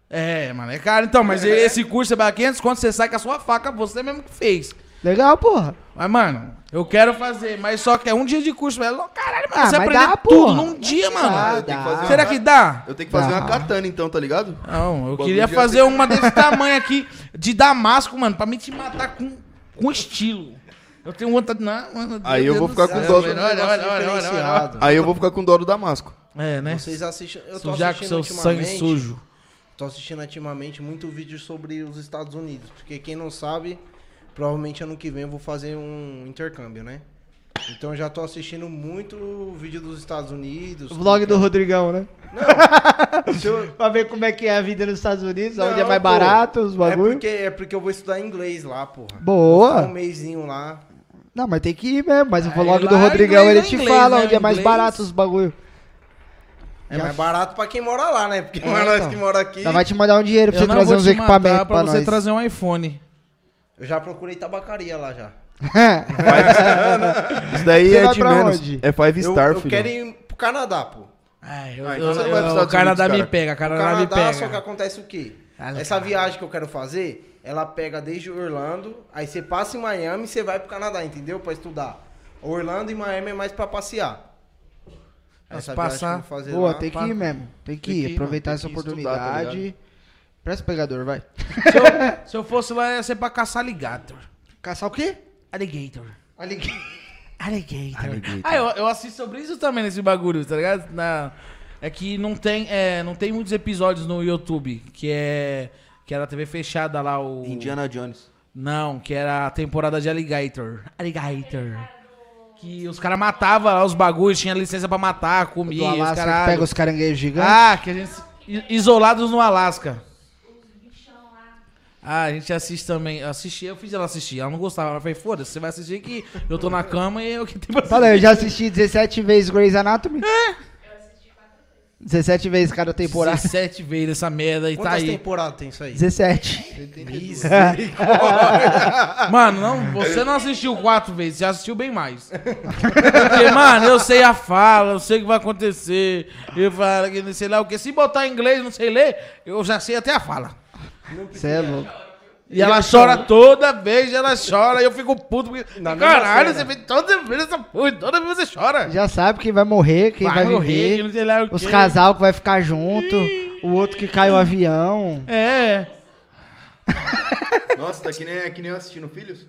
[SPEAKER 2] É, mano, é caro. Então, mas esse curso é pra 500 quando você sai com a sua faca, você mesmo que fez.
[SPEAKER 1] Legal, porra.
[SPEAKER 2] Mas, mano, eu quero fazer, mas só que é um dia de curso. Velho. Caralho, mano,
[SPEAKER 1] Ah,
[SPEAKER 2] você
[SPEAKER 1] mas
[SPEAKER 2] aprender
[SPEAKER 1] dá,
[SPEAKER 2] tudo
[SPEAKER 1] porra.
[SPEAKER 2] num dia,
[SPEAKER 1] Ah,
[SPEAKER 2] mano.
[SPEAKER 1] dá.
[SPEAKER 3] eu tenho que fazer um uma
[SPEAKER 2] Será
[SPEAKER 3] ca-
[SPEAKER 2] que dá?
[SPEAKER 3] Eu tenho que fazer
[SPEAKER 1] Dá.
[SPEAKER 3] uma katana então, tá ligado?
[SPEAKER 2] Não, eu
[SPEAKER 3] Bagulho
[SPEAKER 2] queria
[SPEAKER 3] de
[SPEAKER 2] fazer uma desse tamanho aqui, de Damasco, mano, pra mim te matar com, com estilo. Eu tenho vontade. Não, mano,
[SPEAKER 3] Aí eu
[SPEAKER 2] Deus
[SPEAKER 3] vou
[SPEAKER 2] do
[SPEAKER 3] ficar
[SPEAKER 2] céu,
[SPEAKER 3] com dó.
[SPEAKER 2] velho, É, Olha, olha, olha,
[SPEAKER 1] é
[SPEAKER 2] olha, olha.
[SPEAKER 3] Aí eu vou ficar com dó do Damasco.
[SPEAKER 2] É, né?
[SPEAKER 4] Vocês assistem. Eu tô
[SPEAKER 2] Sujar com
[SPEAKER 4] assistindo
[SPEAKER 2] seu sangue
[SPEAKER 4] ultimamente-
[SPEAKER 2] sujo.
[SPEAKER 4] Tô assistindo ultimamente muito vídeo sobre os Estados Unidos. Porque quem não sabe, provavelmente ano que vem eu vou fazer um intercâmbio, né? Então eu já tô assistindo muito vídeo dos Estados Unidos.
[SPEAKER 1] O vlog
[SPEAKER 2] É.
[SPEAKER 1] do Rodrigão, né?
[SPEAKER 4] Se eu-
[SPEAKER 1] Pra ver como é que é a vida nos Estados Unidos, onde é
[SPEAKER 4] Não,
[SPEAKER 1] mais
[SPEAKER 4] pô.
[SPEAKER 1] barato, os
[SPEAKER 4] É
[SPEAKER 1] bagulho. Ah.
[SPEAKER 4] porque, é porque eu vou estudar inglês lá, porra. Vou ficar Um
[SPEAKER 1] Boa!
[SPEAKER 4] mêsinho lá.
[SPEAKER 1] Não, mas tem que ir mesmo. Mas o vlog
[SPEAKER 2] lá
[SPEAKER 1] do
[SPEAKER 2] é
[SPEAKER 1] Rodrigão,
[SPEAKER 2] inglês,
[SPEAKER 1] ele
[SPEAKER 2] é
[SPEAKER 1] te
[SPEAKER 2] inglês,
[SPEAKER 1] fala
[SPEAKER 2] né?
[SPEAKER 1] onde é mais
[SPEAKER 2] Inglês.
[SPEAKER 1] barato os bagulho.
[SPEAKER 4] É
[SPEAKER 1] Já-
[SPEAKER 4] mais barato pra quem mora lá, né? Porque
[SPEAKER 1] É,
[SPEAKER 4] não é nós
[SPEAKER 1] então.
[SPEAKER 4] que mora aqui.
[SPEAKER 1] Já vai te mandar um dinheiro pra
[SPEAKER 2] Eu
[SPEAKER 1] você
[SPEAKER 2] não
[SPEAKER 1] trazer
[SPEAKER 2] vou
[SPEAKER 1] uns
[SPEAKER 2] te matar
[SPEAKER 1] equipamentos
[SPEAKER 2] pra
[SPEAKER 1] pra
[SPEAKER 2] você
[SPEAKER 1] nós.
[SPEAKER 2] trazer um iPhone.
[SPEAKER 4] Eu já procurei tabacaria lá já.
[SPEAKER 3] Isso daí
[SPEAKER 1] Você
[SPEAKER 3] é
[SPEAKER 1] vai
[SPEAKER 3] de
[SPEAKER 1] pra
[SPEAKER 3] menos.
[SPEAKER 1] onde?
[SPEAKER 3] É five
[SPEAKER 4] eu,
[SPEAKER 3] star,
[SPEAKER 4] eu
[SPEAKER 3] filho.
[SPEAKER 4] quero ir pro Canadá, pô.
[SPEAKER 2] Ai, eu,
[SPEAKER 3] Ah, então
[SPEAKER 2] É, eu,
[SPEAKER 3] você não vai pros
[SPEAKER 2] eu, o
[SPEAKER 3] Estados
[SPEAKER 2] Canadá
[SPEAKER 3] Unidos,
[SPEAKER 2] me
[SPEAKER 3] cara.
[SPEAKER 2] pega, o
[SPEAKER 4] O
[SPEAKER 2] Canadá me
[SPEAKER 4] Canadá,
[SPEAKER 2] pega.
[SPEAKER 4] só que acontece o quê? Essa viagem que eu quero fazer, ela pega desde Orlando, aí você passa em Miami e você vai pro Canadá, entendeu? Pra estudar. Orlando e Miami é mais pra passear.
[SPEAKER 2] Mas
[SPEAKER 4] Essa
[SPEAKER 2] passar-
[SPEAKER 4] viagem que eu vou fazer
[SPEAKER 1] Boa,
[SPEAKER 4] lá-
[SPEAKER 1] tem que ir mesmo. Tem que
[SPEAKER 3] Tem que ir,
[SPEAKER 1] ir,
[SPEAKER 3] mano,
[SPEAKER 1] aproveitar
[SPEAKER 3] tem
[SPEAKER 1] essa
[SPEAKER 3] que estudar, tá
[SPEAKER 1] oportunidade. Presta o pegador, vai.
[SPEAKER 2] Se eu, se eu fosse lá, ia ser pra caçar alligator.
[SPEAKER 1] Caçar o quê?
[SPEAKER 2] Alligator.
[SPEAKER 1] Alligator.
[SPEAKER 2] Alligator.
[SPEAKER 3] Alligator.
[SPEAKER 2] Ah, eu, eu assisto sobre isso também nesse bagulho, tá ligado? Na- é que não tem, é, não tem muitos episódios no YouTube, que é. Que era a TV fechada lá, o.
[SPEAKER 3] Indiana Jones.
[SPEAKER 2] Não, que era a temporada de Alligator. Alligator. Que os caras matavam lá os bagulhos, tinha licença pra matar,
[SPEAKER 1] Do
[SPEAKER 2] comia, os
[SPEAKER 1] Alasca que
[SPEAKER 2] caralho.
[SPEAKER 1] pega os caranguejos gigantes.
[SPEAKER 2] Ah, que a gente. i- Isolados no Alasca. Ah, a gente assiste também. Eu assisti, eu fiz ela assistir. Ela não gostava. Ela falei, foda-se, você vai assistir que eu tô na cama e eu que tenho pra assistir.
[SPEAKER 1] Fala, eu já assisti 17 vezes Grey's Anatomy. É. 17 vezes cada temporada.
[SPEAKER 2] 17 vezes essa merda e tá
[SPEAKER 4] Quantas
[SPEAKER 2] aí.
[SPEAKER 4] temporadas tem isso aí?
[SPEAKER 1] 17.
[SPEAKER 2] Mano, não, você não assistiu quatro vezes, você assistiu bem mais. Porque, mano, eu sei a fala, eu sei o que vai acontecer. Eu falo que não sei lá o que. Se botar em inglês, não sei ler, eu já sei até a fala.
[SPEAKER 1] Você é louco.
[SPEAKER 2] E ela chora
[SPEAKER 1] um-
[SPEAKER 2] toda vez, ela chora, e eu fico puto. Porque,
[SPEAKER 4] Na mesma
[SPEAKER 2] caralho, você
[SPEAKER 4] cena.
[SPEAKER 2] vem toda vez essa porra, toda vez você chora.
[SPEAKER 1] Já sabe quem vai morrer, quem vai,
[SPEAKER 2] morrer, que
[SPEAKER 1] viver.
[SPEAKER 2] não sei lá o
[SPEAKER 1] Os
[SPEAKER 2] quê.
[SPEAKER 1] casal que vai ficar junto. O outro que cai o avião.
[SPEAKER 2] É.
[SPEAKER 3] Nossa, tá que nem, é que nem eu assistindo Filhos.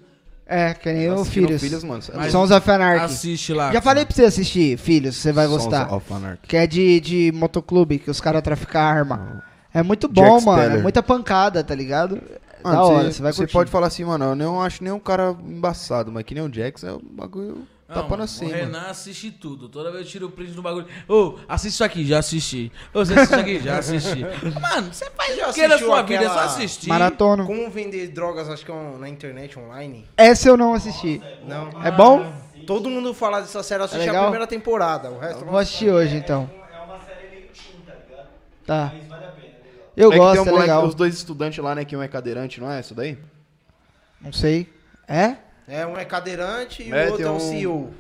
[SPEAKER 1] É, que nem o
[SPEAKER 3] Assistindo
[SPEAKER 1] Filhos.
[SPEAKER 3] Filhos, mano. assim,
[SPEAKER 1] Mas- Sons of Anarchy.
[SPEAKER 2] Assiste lá.
[SPEAKER 1] Já falei pra você assistir Filhos, você vai gostar.
[SPEAKER 3] Sons of Anarchy.
[SPEAKER 1] Que é de, de motoclube, que os caras traficam arma. É muito bom,
[SPEAKER 3] Jack
[SPEAKER 1] mano. É
[SPEAKER 3] Steller.
[SPEAKER 1] muita pancada, tá ligado? É
[SPEAKER 3] Mano,
[SPEAKER 1] da
[SPEAKER 3] cê-
[SPEAKER 1] hora, você vai
[SPEAKER 3] cê
[SPEAKER 1] curtir.
[SPEAKER 3] pode falar assim, mano, eu não acho nem um cara embaçado, mas que nem o Jax é um bagulho
[SPEAKER 2] Não,
[SPEAKER 3] tapando
[SPEAKER 2] o
[SPEAKER 3] assim, mano.
[SPEAKER 2] Renan assiste tudo. Toda vez eu tiro o print do bagulho. Ô, assiste isso aqui, já assisti. Ô, você assiste isso aqui, já assisti. Mano, você faz
[SPEAKER 4] Já
[SPEAKER 2] o que na
[SPEAKER 4] assistiu
[SPEAKER 2] sua vida, é só
[SPEAKER 4] aquela
[SPEAKER 2] assistir.
[SPEAKER 1] Maratona.
[SPEAKER 4] Como vender drogas, acho que é um- na internet, online?
[SPEAKER 1] Essa eu não assisti.
[SPEAKER 4] Não.
[SPEAKER 1] É bom? É
[SPEAKER 4] Todo mundo fala dessa série, eu assisti
[SPEAKER 1] legal?
[SPEAKER 4] a primeira temporada, o resto...
[SPEAKER 1] Eu vou assistir hoje, então.
[SPEAKER 6] É uma série meio teen, tá ligado?
[SPEAKER 1] Tá.
[SPEAKER 6] Mas vale a pena, é legal.
[SPEAKER 1] Eu
[SPEAKER 3] é que tem um
[SPEAKER 1] gosto, é
[SPEAKER 3] moleque,
[SPEAKER 1] legal.
[SPEAKER 3] os dois estudantes lá, né, que um é cadeirante, não é isso daí?
[SPEAKER 1] Não sei. É?
[SPEAKER 4] É, um é cadeirante e
[SPEAKER 3] É,
[SPEAKER 4] o outro
[SPEAKER 3] tem
[SPEAKER 4] é um
[SPEAKER 3] um-
[SPEAKER 4] CEO.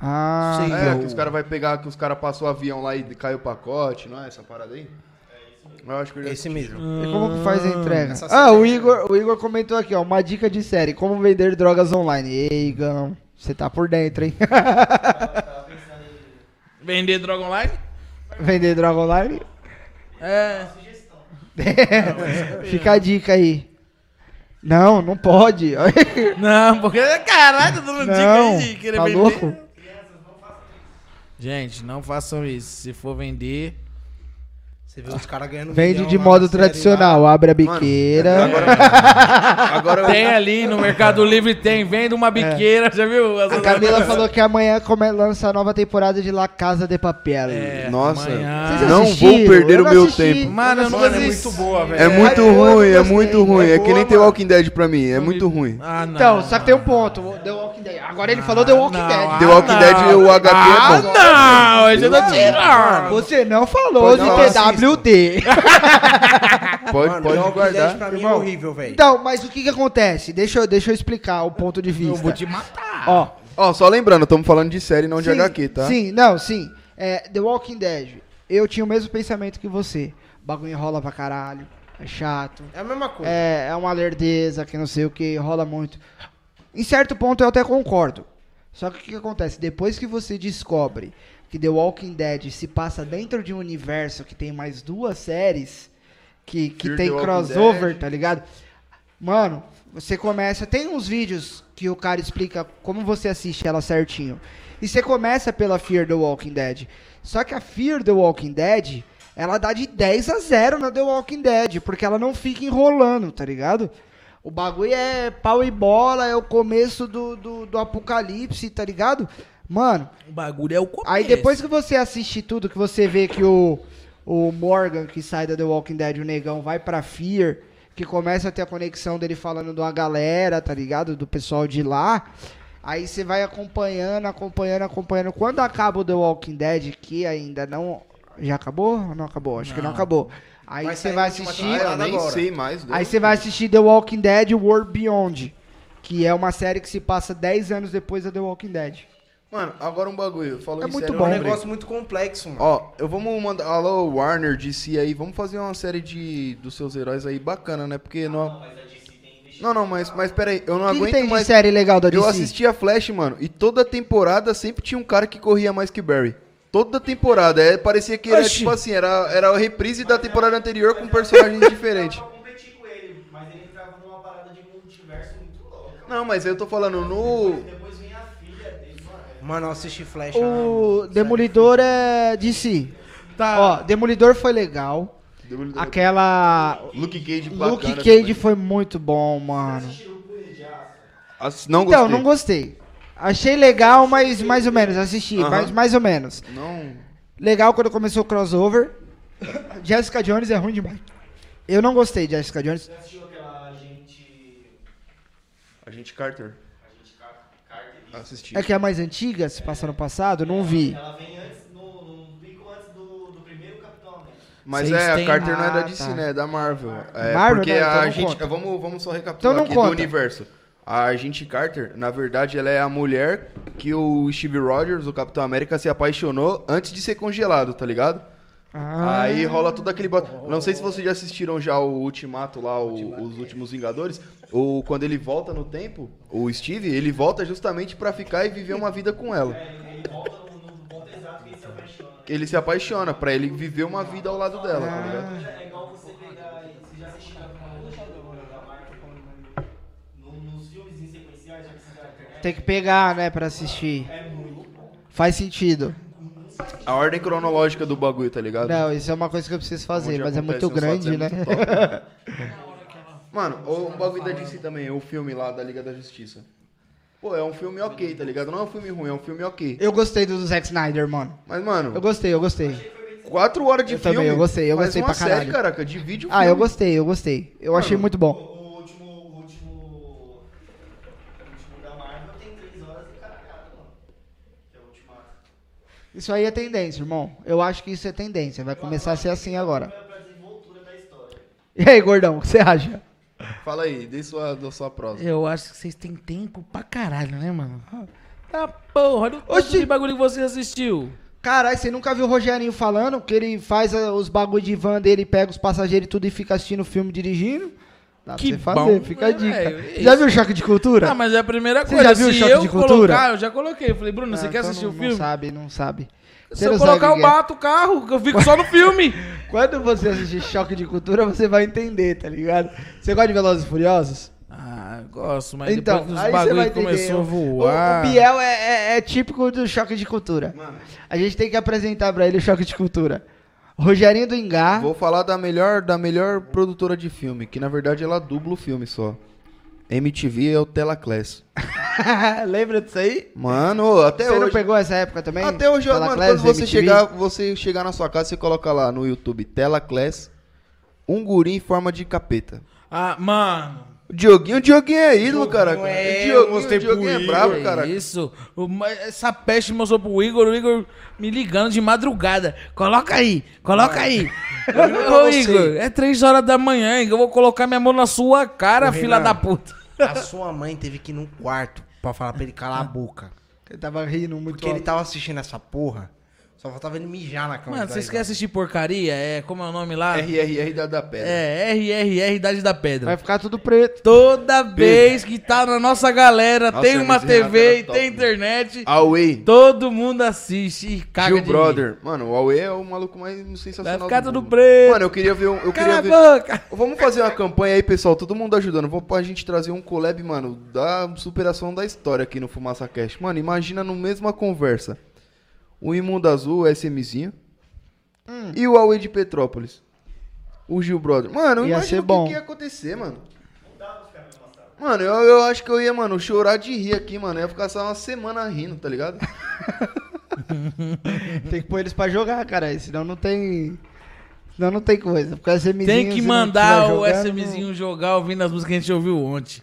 [SPEAKER 1] Ah,
[SPEAKER 2] Sei.
[SPEAKER 3] é,
[SPEAKER 2] eu-
[SPEAKER 3] que os caras vai pegar, que os caras passou o avião lá e caiu o pacote, não é essa parada aí? É, Eu acho que eu já...
[SPEAKER 4] Esse mesmo.
[SPEAKER 1] e como que faz a entrega?
[SPEAKER 4] Essa
[SPEAKER 1] Ah,
[SPEAKER 4] série
[SPEAKER 1] o
[SPEAKER 4] é-
[SPEAKER 1] Igor, o Igor comentou aqui, ó. Uma dica de série. Como vender drogas online. Ei, Gão. Você tá por dentro, hein?
[SPEAKER 2] Vender droga online?
[SPEAKER 1] vender droga online?
[SPEAKER 2] É.
[SPEAKER 1] Fica a dica aí. Não, não pode.
[SPEAKER 2] Não, porque. Caralho, tô dando dica
[SPEAKER 1] não,
[SPEAKER 2] aí de querer
[SPEAKER 1] tá
[SPEAKER 2] vender.
[SPEAKER 1] louco?
[SPEAKER 2] Gente, não façam isso. Se for vender.
[SPEAKER 4] Você vê os caras ganhando
[SPEAKER 1] Vende
[SPEAKER 4] milhão
[SPEAKER 1] de
[SPEAKER 4] lá
[SPEAKER 1] modo
[SPEAKER 4] na série lá.
[SPEAKER 1] tradicional. Abre a biqueira.
[SPEAKER 3] Agora eu...
[SPEAKER 2] Tem ali no Mercado Livre, tem. Vende uma biqueira, já viu?
[SPEAKER 1] A Camila falou que amanhã come, lança a nova temporada de La Casa de Papel.
[SPEAKER 2] É,
[SPEAKER 3] Nossa,
[SPEAKER 2] amanhã-
[SPEAKER 1] Vocês
[SPEAKER 3] não
[SPEAKER 1] assistiram?
[SPEAKER 3] vou perder
[SPEAKER 1] Eu
[SPEAKER 3] o
[SPEAKER 1] não
[SPEAKER 3] meu
[SPEAKER 1] assisti.
[SPEAKER 3] tempo.
[SPEAKER 2] Mano, eu nunca
[SPEAKER 4] Mano, é
[SPEAKER 2] assisti.
[SPEAKER 4] muito boa, velho.
[SPEAKER 3] É muito
[SPEAKER 1] eu não
[SPEAKER 3] ruim, é
[SPEAKER 1] gostei,
[SPEAKER 3] muito ruim.
[SPEAKER 4] é
[SPEAKER 3] É, que nem
[SPEAKER 4] boa,
[SPEAKER 3] The
[SPEAKER 4] mano.
[SPEAKER 3] Walking Dead pra mim, é muito ruim.
[SPEAKER 2] Ah, não.
[SPEAKER 1] Então, só que tem um ponto. The Walking Dead. Agora ele falou The Walking
[SPEAKER 2] não,
[SPEAKER 1] Dead.
[SPEAKER 2] ah,
[SPEAKER 3] The Walking
[SPEAKER 2] não.
[SPEAKER 3] Dead, o HP é bom.
[SPEAKER 2] Ah, não! Esse eu tô tirando.
[SPEAKER 1] Você não falou
[SPEAKER 3] Pode
[SPEAKER 1] de
[SPEAKER 3] não,
[SPEAKER 1] TWD.
[SPEAKER 3] Pode,
[SPEAKER 4] Mano,
[SPEAKER 3] pode
[SPEAKER 4] Walking Dead
[SPEAKER 3] guardar.
[SPEAKER 4] pra mim é
[SPEAKER 1] Irmão.
[SPEAKER 4] horrível, velho.
[SPEAKER 1] Então, mas o que que acontece? Deixa eu, deixa eu explicar o ponto de vista.
[SPEAKER 2] Eu vou te matar.
[SPEAKER 1] Ó,
[SPEAKER 3] Ó, só lembrando, estamos falando de série, não de HQ, tá?
[SPEAKER 1] Sim, não, sim. É, The Walking Dead. Eu tinha o mesmo pensamento que você. O bagulho enrola pra caralho. É chato.
[SPEAKER 4] É a mesma coisa.
[SPEAKER 1] É, é uma lerdeza, que não sei o que, rola muito. Em certo ponto eu até concordo. Só que o que acontece? Depois que você descobre que The Walking Dead se passa dentro de um universo que tem mais duas séries, que, que
[SPEAKER 3] Fear
[SPEAKER 1] tem
[SPEAKER 3] the Walking
[SPEAKER 1] crossover,
[SPEAKER 3] Dead.
[SPEAKER 1] tá ligado? Mano, você começa. Tem uns vídeos que o cara explica como você assiste ela certinho. E você começa pela Fear the Walking Dead. Só que a Fear the Walking Dead, ela dá de 10 a 0 na The Walking Dead, porque ela não fica enrolando, tá ligado? O bagulho é pau e bola, é o começo do, do, do apocalipse, tá ligado? Mano,
[SPEAKER 2] O bagulho é o começo.
[SPEAKER 1] Aí depois que você assiste tudo, que você vê que o, o Morgan, que sai da The Walking Dead, o negão, vai pra Fear, que começa a ter a conexão dele falando de uma galera, tá ligado? Do pessoal de lá. Aí você vai acompanhando, acompanhando, acompanhando. Quando acaba o The Walking Dead, que ainda não. Já acabou? Não acabou, acho que não acabou. Aí
[SPEAKER 4] Vai
[SPEAKER 1] você
[SPEAKER 4] sair
[SPEAKER 1] vai
[SPEAKER 4] a última
[SPEAKER 1] assistir.
[SPEAKER 3] Ah, eu nem
[SPEAKER 4] Agora.
[SPEAKER 3] sei mais. do-
[SPEAKER 1] Aí você vai assistir The Walking Dead World Beyond, que é uma série que se passa 10 anos depois da The Walking Dead.
[SPEAKER 3] Mano, agora um bagulho. Falou
[SPEAKER 1] É
[SPEAKER 3] em
[SPEAKER 1] muito
[SPEAKER 3] série,
[SPEAKER 1] bom.
[SPEAKER 3] eu
[SPEAKER 4] É um
[SPEAKER 3] lembrei.
[SPEAKER 4] negócio muito complexo, mano.
[SPEAKER 3] Ó, eu vamos mandar. Alô, Warner, DC aí, vamos fazer uma série de dos seus heróis aí bacana, né? Porque
[SPEAKER 6] Ah,
[SPEAKER 3] não. Não, não, mas, mas peraí, eu não
[SPEAKER 1] O que, que
[SPEAKER 3] aguento
[SPEAKER 1] tem de
[SPEAKER 3] mais.
[SPEAKER 1] série legal da DC?
[SPEAKER 3] Eu assistia Flash, mano, e toda temporada sempre tinha um cara que corria mais que Barry. Toda temporada. É, parecia que era
[SPEAKER 2] Oxi.
[SPEAKER 3] tipo assim, era, era a reprise da temporada anterior com um personagens diferentes.
[SPEAKER 6] pra competir com ele, mas ele entrava numa parada de multiverso muito louca.
[SPEAKER 3] Não, mas eu tô falando no.
[SPEAKER 6] Depois vinha a filha dele, mano.
[SPEAKER 4] Mano, eu assisti Flash.
[SPEAKER 1] O Demolidor é DC.
[SPEAKER 3] Tá.
[SPEAKER 1] Ó, Demolidor foi legal. Aquela.
[SPEAKER 3] Luke Cage bacana.
[SPEAKER 1] Luke
[SPEAKER 3] também.
[SPEAKER 1] Cage foi muito bom, mano.
[SPEAKER 3] Ass- Não gostei.
[SPEAKER 1] Então, não gostei. Achei legal, mas mais ou menos. Assisti,
[SPEAKER 3] Aham.
[SPEAKER 1] mas mais ou menos.
[SPEAKER 3] Não.
[SPEAKER 1] Legal quando começou o crossover. Jessica Jones é ruim demais. Eu não gostei de Jessica Jones.
[SPEAKER 6] Você assistiu aquela gente.
[SPEAKER 3] A gente Carter.
[SPEAKER 6] A gente Car- Carter.
[SPEAKER 3] Assisti.
[SPEAKER 1] É que é a mais antiga, se passa no passado, não vi.
[SPEAKER 6] Ela vem antes, no, num bico antes do, do primeiro Capitão América.
[SPEAKER 3] Mas
[SPEAKER 2] Vocês
[SPEAKER 3] é, a
[SPEAKER 2] têm-
[SPEAKER 3] Carter não é da
[SPEAKER 1] Ah,
[SPEAKER 3] DC,
[SPEAKER 1] tá.
[SPEAKER 3] né? É da Marvel. É,
[SPEAKER 1] Marvel,
[SPEAKER 3] porque
[SPEAKER 1] não, então
[SPEAKER 3] a
[SPEAKER 1] não
[SPEAKER 3] gente.
[SPEAKER 1] conta.
[SPEAKER 3] Vamos, vamos só recapitular
[SPEAKER 1] Então não
[SPEAKER 3] aqui do
[SPEAKER 1] conta.
[SPEAKER 3] universo. A gente Carter, na verdade, ela é a mulher que o Steve Rogers, o Capitão América, se apaixonou antes de ser congelado, tá ligado?
[SPEAKER 1] Ah,
[SPEAKER 3] Aí rola todo aquele. bot- Não sei se vocês já assistiram já o Ultimato lá, o-
[SPEAKER 1] é.
[SPEAKER 3] os últimos Vingadores. Ou quando ele volta no tempo, o Steve, ele volta justamente pra ficar e viver uma vida com ela. Ele se apaixona pra ele viver uma vida ao lado dela, tá ligado?
[SPEAKER 1] Ah.
[SPEAKER 6] É igual você pegar. Você já assistiu a da Marvel no, nos filmes sequenciais, já que você tá internet. É
[SPEAKER 1] tem que pegar, né, pra assistir. Faz sentido. Ah.
[SPEAKER 3] A ordem cronológica do bagulho, tá ligado?
[SPEAKER 1] Não, isso é uma coisa que eu preciso fazer,
[SPEAKER 3] Onde
[SPEAKER 1] mas é
[SPEAKER 3] acontece
[SPEAKER 1] muito
[SPEAKER 3] uns fatos
[SPEAKER 1] grande, né?
[SPEAKER 3] é muito top. Mano, ou um bagulho da DC também, o filme lá da Liga da Justiça. Pô, é um filme ok, tá ligado? Não é um filme ruim, é um filme ok.
[SPEAKER 1] Eu gostei do Zack Snyder, mano.
[SPEAKER 3] Mas, mano,
[SPEAKER 1] Eu gostei, eu gostei.
[SPEAKER 3] Quatro horas de
[SPEAKER 1] Eu
[SPEAKER 3] filme.
[SPEAKER 1] também, eu gostei, eu
[SPEAKER 3] Faz
[SPEAKER 1] gostei
[SPEAKER 3] uma
[SPEAKER 1] pra
[SPEAKER 3] série,
[SPEAKER 1] caralho.
[SPEAKER 3] caraca, divide o filme.
[SPEAKER 1] Ah, eu gostei, eu gostei. Eu achei muito
[SPEAKER 6] O,
[SPEAKER 1] bom.
[SPEAKER 6] o último. O último. O último da Marvel tem 3 horas e caralhada, mano. Que é o ultimato.
[SPEAKER 1] Isso aí é tendência, irmão. Eu acho que isso é tendência. Vai começar a ser assim agora.
[SPEAKER 6] É pra desenvoltura da história.
[SPEAKER 1] E aí, gordão, o que você acha?
[SPEAKER 3] Fala aí, dê sua, dê sua próxima.
[SPEAKER 2] Eu acho que vocês têm tempo pra caralho, né, mano? Tá porra, olha o tanto
[SPEAKER 1] Oxi.
[SPEAKER 2] de bagulho que você assistiu.
[SPEAKER 1] Caralho, você nunca viu o Rogerinho falando que ele faz ah, os bagulho de van dele, pega os passageiros e tudo e fica assistindo o filme dirigindo? Dá pra
[SPEAKER 2] Que
[SPEAKER 1] você fazer,
[SPEAKER 2] bom,
[SPEAKER 1] fica a
[SPEAKER 2] né,
[SPEAKER 1] dica.
[SPEAKER 2] velho? É
[SPEAKER 1] já
[SPEAKER 2] isso.
[SPEAKER 1] viu o Choque de Cultura?
[SPEAKER 2] Ah, mas é a primeira
[SPEAKER 1] Você
[SPEAKER 2] coisa.
[SPEAKER 1] já viu o
[SPEAKER 2] Se
[SPEAKER 1] Choque
[SPEAKER 2] eu
[SPEAKER 1] de Cultura?
[SPEAKER 2] colocar, eu já coloquei. Eu falei, Bruno, você
[SPEAKER 1] Ah,
[SPEAKER 2] quer
[SPEAKER 1] então
[SPEAKER 2] assistir
[SPEAKER 1] não,
[SPEAKER 2] o filme?
[SPEAKER 1] Não sabe, não sabe.
[SPEAKER 2] Se
[SPEAKER 1] Você não
[SPEAKER 2] eu
[SPEAKER 1] sabe
[SPEAKER 2] colocar,
[SPEAKER 1] o
[SPEAKER 2] eu
[SPEAKER 1] que é.
[SPEAKER 2] bato o carro, que eu fico só no filme.
[SPEAKER 1] Quando você assistir Choque de Cultura, você vai entender, tá ligado? Você gosta de Velozes e Furiosos?
[SPEAKER 2] Ah, gosto, mas
[SPEAKER 1] então,
[SPEAKER 2] depois que
[SPEAKER 1] aí você
[SPEAKER 2] os
[SPEAKER 1] vai
[SPEAKER 2] bagulho
[SPEAKER 1] entender.
[SPEAKER 2] começou a
[SPEAKER 1] O-
[SPEAKER 2] voar.
[SPEAKER 1] O, Biel é, é- é típico do Choque de Cultura. A gente tem que apresentar pra ele o Choque de Cultura. Rogerinho do Engar.
[SPEAKER 3] Vou falar da melhor, da melhor produtora de filme, que na verdade ela dubla o filme só. MTV é o Telaclass.
[SPEAKER 1] Lembra disso aí?
[SPEAKER 3] Mano, até
[SPEAKER 1] você não
[SPEAKER 3] hoje.
[SPEAKER 1] pegou essa época também?
[SPEAKER 3] Até hoje,
[SPEAKER 1] Pela
[SPEAKER 3] mano,
[SPEAKER 1] Class,
[SPEAKER 3] quando você
[SPEAKER 1] MTV?
[SPEAKER 3] chegar, você chegar na sua casa, você coloca lá no YouTube Telaclass, um guri em forma de capeta.
[SPEAKER 2] Ah, mano.
[SPEAKER 3] Dioguinho, Dioguinho é ídolo,
[SPEAKER 4] Dioguinho
[SPEAKER 3] cara.
[SPEAKER 4] é, eu
[SPEAKER 3] Dioguinho,
[SPEAKER 4] mostrei pro
[SPEAKER 3] Dioguinho é
[SPEAKER 4] Igor,
[SPEAKER 3] brabo,
[SPEAKER 2] Que
[SPEAKER 3] cara.
[SPEAKER 2] Isso. O ma- essa peste mostrou pro Igor, o Igor me ligando de madrugada. Coloca aí, coloca aí. Ô,
[SPEAKER 4] você.
[SPEAKER 2] Igor, é três horas da manhã, Igor. Eu vou colocar minha mão na sua cara,
[SPEAKER 4] Ô,
[SPEAKER 2] filha
[SPEAKER 4] Renan.
[SPEAKER 2] da puta.
[SPEAKER 4] A sua mãe teve que ir num quarto pra falar pra ele calar a boca.
[SPEAKER 1] Ele tava rindo muito
[SPEAKER 4] Porque ele
[SPEAKER 2] tá-
[SPEAKER 4] tava assistindo essa porra. Só faltava ele mijar na cama. Tá
[SPEAKER 2] Mano,
[SPEAKER 4] do
[SPEAKER 2] vocês
[SPEAKER 4] Daí,
[SPEAKER 2] querem assistir porcaria? É, como é o nome lá?
[SPEAKER 3] RRR da, da pedra.
[SPEAKER 2] É, RRR Idade da Pedra.
[SPEAKER 1] Vai ficar tudo preto.
[SPEAKER 2] Toda vez que tá na nossa galera,
[SPEAKER 3] Nossa,
[SPEAKER 2] tem uma
[SPEAKER 3] Hermes e Renato
[SPEAKER 2] TV
[SPEAKER 3] era
[SPEAKER 2] e
[SPEAKER 3] top,
[SPEAKER 2] tem
[SPEAKER 3] né?
[SPEAKER 2] internet,
[SPEAKER 3] Away.
[SPEAKER 2] todo mundo assiste e caga
[SPEAKER 3] Gil
[SPEAKER 2] de rir.
[SPEAKER 3] Brother. Mano, o Huawei é o maluco mais sensacional.
[SPEAKER 2] Vai ficar
[SPEAKER 3] do
[SPEAKER 2] tudo
[SPEAKER 3] mundo.
[SPEAKER 2] preto.
[SPEAKER 3] Mano, eu queria ver um. Eu
[SPEAKER 2] Cala
[SPEAKER 3] queria
[SPEAKER 2] a
[SPEAKER 3] ver...
[SPEAKER 2] boca.
[SPEAKER 3] Vamos fazer uma campanha aí, pessoal. Todo mundo ajudando. Vamos pra gente trazer um collab, mano, da superação da história aqui no Fumaça Cast. Mano, imagina no mesma conversa. O Imundo Azul, o SMzinho.
[SPEAKER 1] Hum.
[SPEAKER 3] E o Huawei de Petrópolis. O Gil Brother. Mano,
[SPEAKER 1] Ia ser
[SPEAKER 3] imagina o que
[SPEAKER 1] bom.
[SPEAKER 3] que, ia acontecer, mano. Mano, eu, eu acho que eu ia, mano, chorar de rir aqui, mano. Eu ia ficar só uma semana rindo, tá ligado?
[SPEAKER 1] Tem que pôr eles pra jogar, cara. Senão não tem. Senão não tem coisa. Porque o SMzinho.
[SPEAKER 2] Tem que
[SPEAKER 1] se não
[SPEAKER 2] mandar
[SPEAKER 1] tiver
[SPEAKER 2] o
[SPEAKER 1] jogando, né?
[SPEAKER 2] SMzinho jogar ouvindo as músicas que a gente ouviu ontem.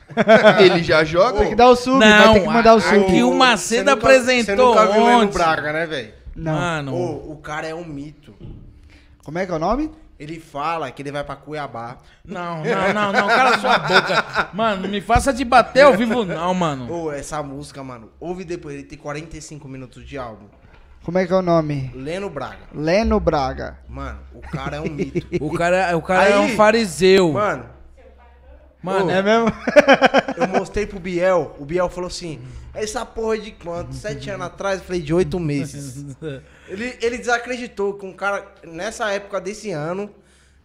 [SPEAKER 3] Ele já joga.
[SPEAKER 1] Tem que dar o sub, vai ter que mandar o
[SPEAKER 2] a-
[SPEAKER 1] sub.
[SPEAKER 2] aqui o
[SPEAKER 4] Você
[SPEAKER 2] Macedo
[SPEAKER 4] nunca- Você
[SPEAKER 2] apresentou
[SPEAKER 4] nunca viu o Leno
[SPEAKER 2] ontem. Ah.
[SPEAKER 4] Braga, né, velho?
[SPEAKER 1] Não.
[SPEAKER 2] Mano,
[SPEAKER 4] Ô, o cara é um mito.
[SPEAKER 1] Como é que é o nome?
[SPEAKER 4] Ele fala que ele vai pra Cuiabá.
[SPEAKER 2] Não, não, não, não, cala sua boca. Mano, não me faça de bater ao vivo, não, mano.
[SPEAKER 4] Ô, essa música, mano, ouve depois. Ele tem 45 minutos de álbum.
[SPEAKER 1] Como é que é o nome?
[SPEAKER 4] Leno Braga.
[SPEAKER 1] Leno Braga.
[SPEAKER 4] Mano, o cara é um mito.
[SPEAKER 2] O cara, o cara é um
[SPEAKER 4] Aí,
[SPEAKER 2] fariseu. Mano,
[SPEAKER 4] Mano,
[SPEAKER 2] é
[SPEAKER 1] mesmo?
[SPEAKER 4] eu mostrei pro Biel. O Biel falou assim: essa porra de quanto? Sete anos atrás? Eu falei, de oito meses. Ele, ele desacreditou que um cara, nessa época desse ano,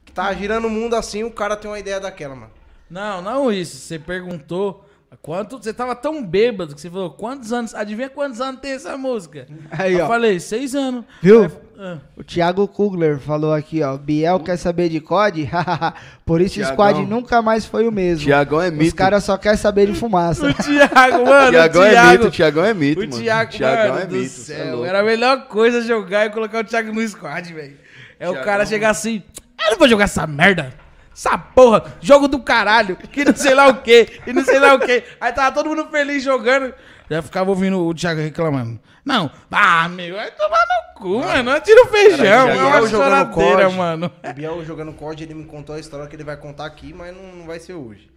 [SPEAKER 4] que tá girando o mundo assim, o cara tem uma ideia daquela, mano.
[SPEAKER 2] Não, não isso. Você perguntou quanto. Você tava tão bêbado que você falou quantos anos. Adivinha quantos anos tem essa música?
[SPEAKER 1] Aí,
[SPEAKER 2] eu
[SPEAKER 1] ó.
[SPEAKER 2] falei, seis anos.
[SPEAKER 1] Viu?
[SPEAKER 2] Aí, ah,
[SPEAKER 1] O Thiago Kugler falou aqui, ó. Biel quer saber de COD? Por isso o
[SPEAKER 3] Thiagão.
[SPEAKER 1] squad nunca mais foi o mesmo.
[SPEAKER 3] Tiagão é
[SPEAKER 1] Os
[SPEAKER 3] mito.
[SPEAKER 1] caras só querem saber de fumaça.
[SPEAKER 2] o Thiago, mano.
[SPEAKER 3] Tiagão
[SPEAKER 2] o
[SPEAKER 3] é
[SPEAKER 2] Thiago,
[SPEAKER 3] mito, Tiagão é mito,
[SPEAKER 2] O
[SPEAKER 3] mano.
[SPEAKER 2] Thiago,
[SPEAKER 3] Tiagão
[SPEAKER 2] mano
[SPEAKER 3] é
[SPEAKER 2] do
[SPEAKER 3] mito. cê é
[SPEAKER 2] céu.
[SPEAKER 3] louco.
[SPEAKER 2] era a melhor coisa jogar e colocar o Thiago no squad, velho. É o
[SPEAKER 3] Thiagão.
[SPEAKER 2] cara chegar assim, eu não vou jogar essa merda. Essa porra, jogo do caralho, que não sei lá o que, e não sei lá o que. Aí tava todo mundo feliz jogando. Já ficava ouvindo o Thiago reclamando. Não, ah, meu, vai tomar no cu, mano. Atira o feijão,
[SPEAKER 3] Cara,
[SPEAKER 2] é
[SPEAKER 3] Thiago
[SPEAKER 2] uma
[SPEAKER 4] jogando
[SPEAKER 2] choradeira,
[SPEAKER 4] COD.
[SPEAKER 2] mano.
[SPEAKER 4] O Biel jogando COD, ele me contou a história que ele vai contar aqui, mas não, não vai ser hoje.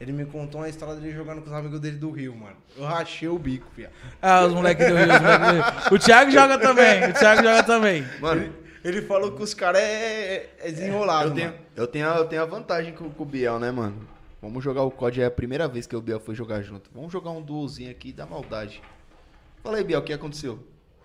[SPEAKER 4] Ele me contou a história dele jogando com os amigos dele do Rio, mano. Eu rachei o bico, fia.
[SPEAKER 2] Ah, os moleques do Rio, os moleques do Rio. O Thiago joga também, o Thiago joga também.
[SPEAKER 3] Mano,
[SPEAKER 4] Ele falou que os caras é, é- é desenrolado,
[SPEAKER 3] eu tenho,
[SPEAKER 4] mano.
[SPEAKER 3] eu, tenho a, eu tenho a vantagem com, com o Biel, né, mano? Vamos jogar o COD, é a primeira vez que o Biel foi jogar junto. Vamos jogar um duozinho aqui da maldade. Fala aí, Biel, o que aconteceu?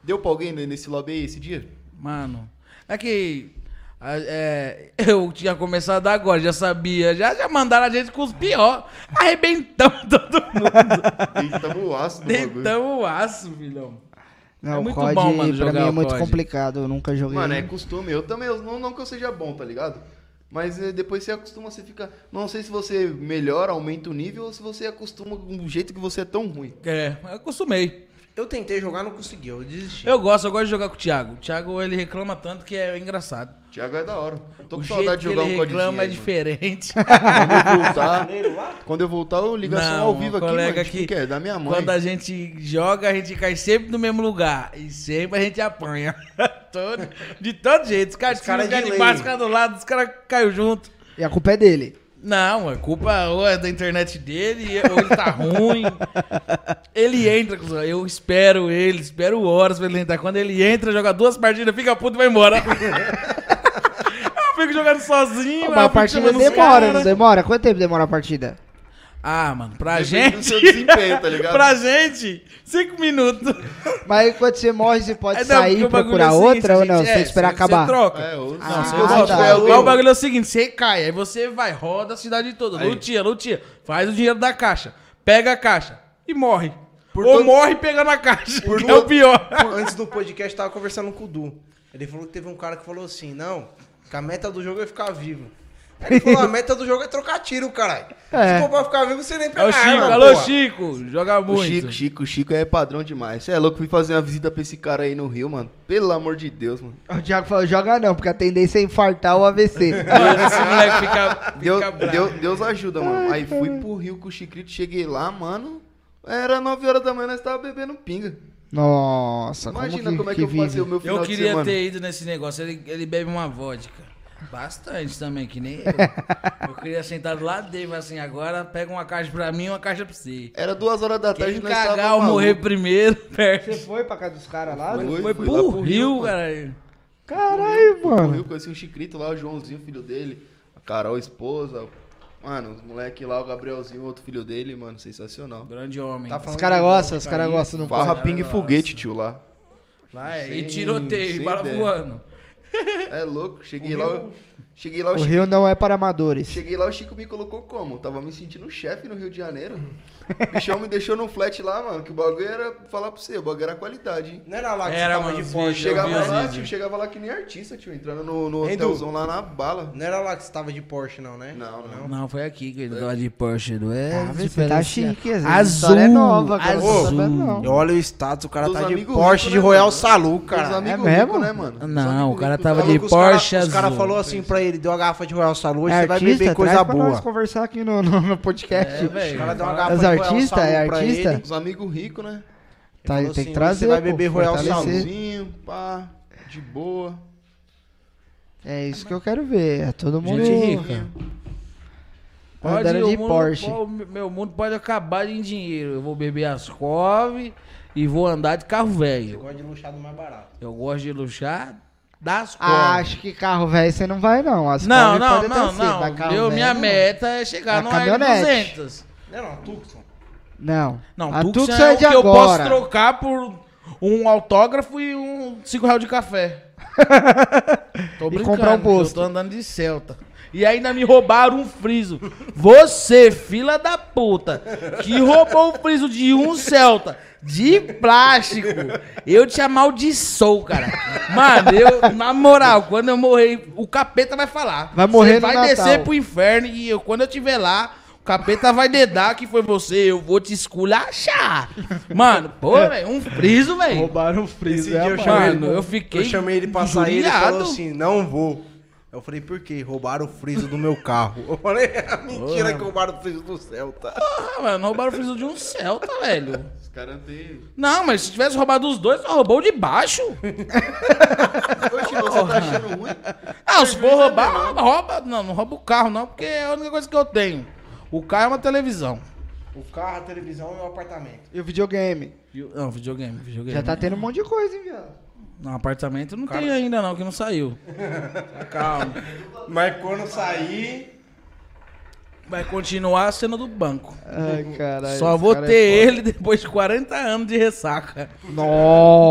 [SPEAKER 3] Deu pra alguém nesse lobby aí esse dia?
[SPEAKER 2] Mano, é que a- é, eu tinha começado agora, já sabia. Já, já mandaram a gente com os pior. Arrebentamos todo mundo.
[SPEAKER 3] Deitamos o aço do bagulho.
[SPEAKER 2] Deitamos o aço, filhão.
[SPEAKER 1] Não,
[SPEAKER 2] É
[SPEAKER 1] o
[SPEAKER 2] muito
[SPEAKER 1] COD
[SPEAKER 2] bom, mano,
[SPEAKER 1] pra
[SPEAKER 2] jogar
[SPEAKER 1] mim é
[SPEAKER 2] o
[SPEAKER 1] muito
[SPEAKER 2] COD.
[SPEAKER 1] complicado. Eu nunca joguei.
[SPEAKER 3] Mano, é costume. Eu também, eu, não, não que eu seja bom, tá ligado? Mas eh, depois você acostuma, você fica. Não sei se você melhora, aumenta o nível ou se você acostuma com um jeito que você é tão ruim.
[SPEAKER 2] É, eu acostumei.
[SPEAKER 4] Eu tentei jogar, não consegui, eu desisti.
[SPEAKER 2] Eu gosto, eu gosto de jogar com o Thiago. O Thiago, ele reclama tanto que é engraçado.
[SPEAKER 3] Thiago é da hora. Eu Tô com
[SPEAKER 2] o jeito
[SPEAKER 3] saudade de
[SPEAKER 2] que
[SPEAKER 3] jogar
[SPEAKER 2] ele
[SPEAKER 3] um codizinho.
[SPEAKER 2] reclama é
[SPEAKER 3] aí, mano.
[SPEAKER 2] diferente.
[SPEAKER 3] Quando eu voltar, quando eu voltar, eu ligação
[SPEAKER 2] Não, um
[SPEAKER 3] ao vivo aqui,
[SPEAKER 2] colega
[SPEAKER 3] mano. de
[SPEAKER 2] aqui,
[SPEAKER 3] quem que é? Da minha mãe.
[SPEAKER 2] Quando a gente joga, a gente cai sempre no mesmo lugar. E sempre a gente apanha. Todo- de todo jeito. Os caras
[SPEAKER 4] Os
[SPEAKER 2] cara
[SPEAKER 4] caras
[SPEAKER 2] de,
[SPEAKER 3] é
[SPEAKER 4] de
[SPEAKER 2] de
[SPEAKER 4] lei.
[SPEAKER 2] baixo, os caras do lado, os caras caiu junto.
[SPEAKER 1] E a culpa é dele.
[SPEAKER 2] Não, a culpa ou é da internet dele, ou ele tá ruim. Ele entra, cuzão, eu espero ele, espero horas pra ele entrar. Quando ele entra, joga duas partidas, fica puto e vai embora. eu fico jogando sozinho.
[SPEAKER 1] Mas
[SPEAKER 2] aí eu
[SPEAKER 1] a
[SPEAKER 2] fico
[SPEAKER 1] partida
[SPEAKER 2] chamando os
[SPEAKER 1] demora, né?
[SPEAKER 2] caras. né?
[SPEAKER 1] não demora? Quanto tempo demora a partida?
[SPEAKER 2] Ah, mano, pra
[SPEAKER 3] Depende do
[SPEAKER 2] gente.
[SPEAKER 3] seu desempenho, tá ligado?
[SPEAKER 2] pra gente, cinco minutos.
[SPEAKER 1] Mas quando você morre, você pode
[SPEAKER 2] É, não,
[SPEAKER 1] sair
[SPEAKER 2] porque
[SPEAKER 1] e
[SPEAKER 2] o bagulho
[SPEAKER 1] procurar
[SPEAKER 2] é o seguinte,
[SPEAKER 1] outra ou
[SPEAKER 2] gente,
[SPEAKER 1] não? Você
[SPEAKER 2] é,
[SPEAKER 1] esperar
[SPEAKER 2] cê- cê
[SPEAKER 1] acabar.
[SPEAKER 2] troca.
[SPEAKER 3] É, ou...
[SPEAKER 1] Ah,
[SPEAKER 3] se
[SPEAKER 1] eu
[SPEAKER 3] você
[SPEAKER 1] tá.
[SPEAKER 3] tiver alguém-
[SPEAKER 2] Mas o bagulho é o seguinte, você cai, aí você vai, roda a cidade toda,
[SPEAKER 3] Aí.
[SPEAKER 2] lutia, lutia, faz o dinheiro da caixa, pega a caixa e morre.
[SPEAKER 3] Por
[SPEAKER 2] Ou
[SPEAKER 3] todo-
[SPEAKER 2] morre pegando a caixa,
[SPEAKER 3] Por
[SPEAKER 2] que é
[SPEAKER 3] todo-
[SPEAKER 2] o pior.
[SPEAKER 4] Antes do podcast, tava conversando com o Du. Ele falou que teve um cara que falou assim, não, que a meta do jogo é ficar vivo. Aí Ele falou, a meta do jogo é trocar tiro, caralho.
[SPEAKER 1] É.
[SPEAKER 4] Se for pra ficar vivo, você nem
[SPEAKER 2] É
[SPEAKER 4] pega
[SPEAKER 2] o Chico,
[SPEAKER 4] arma,
[SPEAKER 2] alô
[SPEAKER 4] porra.
[SPEAKER 2] Chico, joga
[SPEAKER 3] O
[SPEAKER 2] é muito.
[SPEAKER 3] Chico, Chico, Chico é padrão demais. Você é louco, fui fazer uma visita pra esse cara aí no Rio, mano. Pelo amor de Deus, mano.
[SPEAKER 1] O Thiago falou, joga não, porque a tendência é infartar ou AVC.
[SPEAKER 2] Mano, esse moleque fica, fica
[SPEAKER 3] Deu-
[SPEAKER 2] bravo.
[SPEAKER 3] Deu- Deus ajuda, mano. Aí fui pro Rio com o Chicrito, cheguei lá, mano. Era 9 horas da manhã, nós tava bebendo pinga.
[SPEAKER 1] Nossa,
[SPEAKER 3] Imagina
[SPEAKER 1] como que,
[SPEAKER 3] como, é que, eu
[SPEAKER 1] vive?
[SPEAKER 3] passei o meu final
[SPEAKER 2] Eu
[SPEAKER 3] de
[SPEAKER 2] queria
[SPEAKER 3] semana.
[SPEAKER 2] ter ido nesse negócio, ele, ele bebe uma vodka. Bastante também, que nem eu. Eu queria sentar do lado dele, mas assim, agora pega uma caixa pra mim e uma caixa pra você.
[SPEAKER 3] Era duas horas da tarde,
[SPEAKER 2] Quem
[SPEAKER 3] nós tava
[SPEAKER 2] cagar ou
[SPEAKER 3] maluco.
[SPEAKER 2] morrer primeiro, perde.
[SPEAKER 1] foi pra casa dos caras lá?
[SPEAKER 3] Fui,
[SPEAKER 2] Foi
[SPEAKER 3] fui lá
[SPEAKER 2] pro Rio, cara.
[SPEAKER 1] Caralho,
[SPEAKER 3] No
[SPEAKER 1] mano.
[SPEAKER 3] Rio, conheci o Chicrito lá, o Joãozinho, filho dele, a Carol, esposa. Mano, os moleque lá, o Gabrielzinho, outro filho dele, mano, sensacional.
[SPEAKER 2] Grande homem.
[SPEAKER 4] Tá
[SPEAKER 1] Os
[SPEAKER 4] falando
[SPEAKER 1] caras
[SPEAKER 4] de
[SPEAKER 1] gostam,
[SPEAKER 4] volta
[SPEAKER 1] os caras
[SPEAKER 4] aí.
[SPEAKER 1] gostam, não
[SPEAKER 3] Barra
[SPEAKER 1] pode.
[SPEAKER 3] pingue e foguete, tio, lá.
[SPEAKER 2] Lá é,
[SPEAKER 3] Sem-
[SPEAKER 2] e tiroteio,
[SPEAKER 3] sem
[SPEAKER 2] e bala
[SPEAKER 3] ideia.
[SPEAKER 2] voando.
[SPEAKER 3] É louco, cheguei lá, eu- cheguei lá, o
[SPEAKER 1] O
[SPEAKER 3] Chico,
[SPEAKER 1] Rio não é para amadores.
[SPEAKER 3] cheguei lá, o Chico me colocou como? Tava me sentindo chefe no Rio de Janeiro. O bichão me deixou num flat lá, mano, que o bagulho era, falar pra você, o bagulho era qualidade, hein?
[SPEAKER 4] Não era lá que
[SPEAKER 2] Era,
[SPEAKER 4] você tava
[SPEAKER 2] mano,
[SPEAKER 4] de Porsche.
[SPEAKER 2] eu vi
[SPEAKER 3] Chegava
[SPEAKER 2] os
[SPEAKER 3] lá,
[SPEAKER 2] vídeos.
[SPEAKER 3] tio, chegava lá que nem artista, tio, entrando no, no
[SPEAKER 4] Hein, Du?
[SPEAKER 3] hotelzão lá na bala.
[SPEAKER 4] Não era lá que você tava de Porsche, não, né?
[SPEAKER 3] Não, não.
[SPEAKER 2] Não, foi aqui que ele tava de Porsche, não é?
[SPEAKER 1] Ah, você
[SPEAKER 2] diferenciado.
[SPEAKER 1] tá chique, essa
[SPEAKER 2] Azul,
[SPEAKER 1] história é nova, cara, eu não tô
[SPEAKER 2] azul.
[SPEAKER 1] sabendo, não.
[SPEAKER 4] Eu olho o status, o cara
[SPEAKER 3] Dos
[SPEAKER 4] tá de
[SPEAKER 3] amigos
[SPEAKER 4] Porsche
[SPEAKER 3] ricos,
[SPEAKER 4] de
[SPEAKER 3] né,
[SPEAKER 4] Royal
[SPEAKER 3] mano?
[SPEAKER 4] Salu,
[SPEAKER 3] Os
[SPEAKER 4] cara.
[SPEAKER 1] É
[SPEAKER 3] amigos
[SPEAKER 1] mesmo?
[SPEAKER 3] ricos, né, mano? Os
[SPEAKER 2] Não,
[SPEAKER 3] amigos
[SPEAKER 2] o cara
[SPEAKER 3] ricos,
[SPEAKER 2] tava
[SPEAKER 3] tá
[SPEAKER 2] de
[SPEAKER 4] Falou que os cara-
[SPEAKER 2] Porsche
[SPEAKER 4] Os caras
[SPEAKER 2] azul.
[SPEAKER 4] falaram assim pra ele, deu uma garrafa de Royal Salu, hoje
[SPEAKER 1] É
[SPEAKER 4] você vai beber coisa
[SPEAKER 1] traz pra nós
[SPEAKER 4] boa.
[SPEAKER 1] conversar aqui no, no, no podcast.
[SPEAKER 2] É, velho.
[SPEAKER 4] Os caras dão
[SPEAKER 2] Fala-
[SPEAKER 4] uma garrafa
[SPEAKER 1] Os
[SPEAKER 4] de Royal
[SPEAKER 1] artista?
[SPEAKER 4] Salu
[SPEAKER 1] É
[SPEAKER 4] pra
[SPEAKER 1] artista?
[SPEAKER 4] ele.
[SPEAKER 3] Os amigos ricos, né?
[SPEAKER 1] Tá, tem
[SPEAKER 4] Ele falou
[SPEAKER 1] que
[SPEAKER 4] assim,
[SPEAKER 1] trazer,
[SPEAKER 4] Você vai
[SPEAKER 1] pô,
[SPEAKER 4] beber Royal
[SPEAKER 1] fortalecer.
[SPEAKER 4] Salu.
[SPEAKER 3] Salzinho, pá, de boa.
[SPEAKER 1] É isso que eu quero ver. É todo mundo.
[SPEAKER 2] Gente rica. Pode,
[SPEAKER 1] Andando
[SPEAKER 2] o
[SPEAKER 1] de
[SPEAKER 2] mundo,
[SPEAKER 1] Porsche.
[SPEAKER 2] po- meu mundo pode acabar em dinheiro. Eu vou beber as cove e vou andar de carro
[SPEAKER 4] Eu
[SPEAKER 2] velho.
[SPEAKER 4] gosto de luxar do mais barato.
[SPEAKER 2] Eu gosto de luxar das cove.
[SPEAKER 1] Ah, acho que carro velho você não vai, não. As
[SPEAKER 2] não,
[SPEAKER 1] Kombi
[SPEAKER 2] não,
[SPEAKER 1] pode ter
[SPEAKER 2] não,
[SPEAKER 1] sido,
[SPEAKER 2] não.
[SPEAKER 1] mas carro
[SPEAKER 2] Eu,
[SPEAKER 1] velho,
[SPEAKER 2] minha
[SPEAKER 1] não.
[SPEAKER 2] meta é chegar
[SPEAKER 1] A
[SPEAKER 2] no
[SPEAKER 1] caminhonete.
[SPEAKER 2] R200.
[SPEAKER 4] Não, não, Tucson.
[SPEAKER 1] Não.
[SPEAKER 2] Não,
[SPEAKER 1] a
[SPEAKER 2] Tucson
[SPEAKER 1] Tucson é de
[SPEAKER 2] o que eu posso
[SPEAKER 1] agora.
[SPEAKER 2] trocar por um autógrafo e um 5 reais de café. Tô
[SPEAKER 1] E
[SPEAKER 2] brincando,
[SPEAKER 1] comprar um
[SPEAKER 2] que eu
[SPEAKER 1] posto.
[SPEAKER 2] tô andando de Celta. E ainda me roubaram um friso. Você, fila da puta, que roubou o friso de um Celta de plástico. Eu te amaldiçoo, cara. Mano, eu, na moral, quando eu morrer, o capeta vai falar.
[SPEAKER 1] Vai morrer
[SPEAKER 2] Você
[SPEAKER 1] no
[SPEAKER 2] vai
[SPEAKER 1] Natal.
[SPEAKER 2] descer pro inferno e eu, quando eu estiver lá, o capeta vai dedar que foi você, eu vou te esculachar. Mano, pô,
[SPEAKER 1] É.
[SPEAKER 2] velho, um friso, velho.
[SPEAKER 1] Roubaram é o freezer.
[SPEAKER 4] dia eu
[SPEAKER 1] rapaz.
[SPEAKER 4] chamei
[SPEAKER 2] é Mano, eu fiquei
[SPEAKER 4] Eu chamei ele pra sair ele falou
[SPEAKER 2] injuriado.
[SPEAKER 4] assim: não vou. Eu falei, por quê? Roubaram o friso do meu carro. Eu falei, "Ah, mentira que roubaram o friso do Celta.
[SPEAKER 3] tá?
[SPEAKER 2] Ah, mano, roubaram o friso de um Celta, velho.
[SPEAKER 3] Os caras têm.
[SPEAKER 2] Não, mas se tivesse roubado os dois, só roubou o de baixo.
[SPEAKER 3] Oxe, você tá achando ruim?
[SPEAKER 2] Ah, se for roubar, rouba, rouba. Não, não rouba o carro, não, porque é a única coisa que eu tenho. O carro é uma televisão.
[SPEAKER 4] O carro, a televisão e o apartamento.
[SPEAKER 1] E o videogame?
[SPEAKER 2] E o- Não, videogame, videogame.
[SPEAKER 1] Já tá tendo um monte de coisa, hein, viado?
[SPEAKER 2] No apartamento não tem ainda, não, que não saiu.
[SPEAKER 4] Calma. Mas quando sair.
[SPEAKER 2] Vai continuar a cena do banco.
[SPEAKER 1] Ai, caralho.
[SPEAKER 2] Só
[SPEAKER 1] esse
[SPEAKER 2] vou
[SPEAKER 1] cara
[SPEAKER 2] ter
[SPEAKER 1] é
[SPEAKER 2] ele depois de 40 anos de ressaca.
[SPEAKER 1] foda.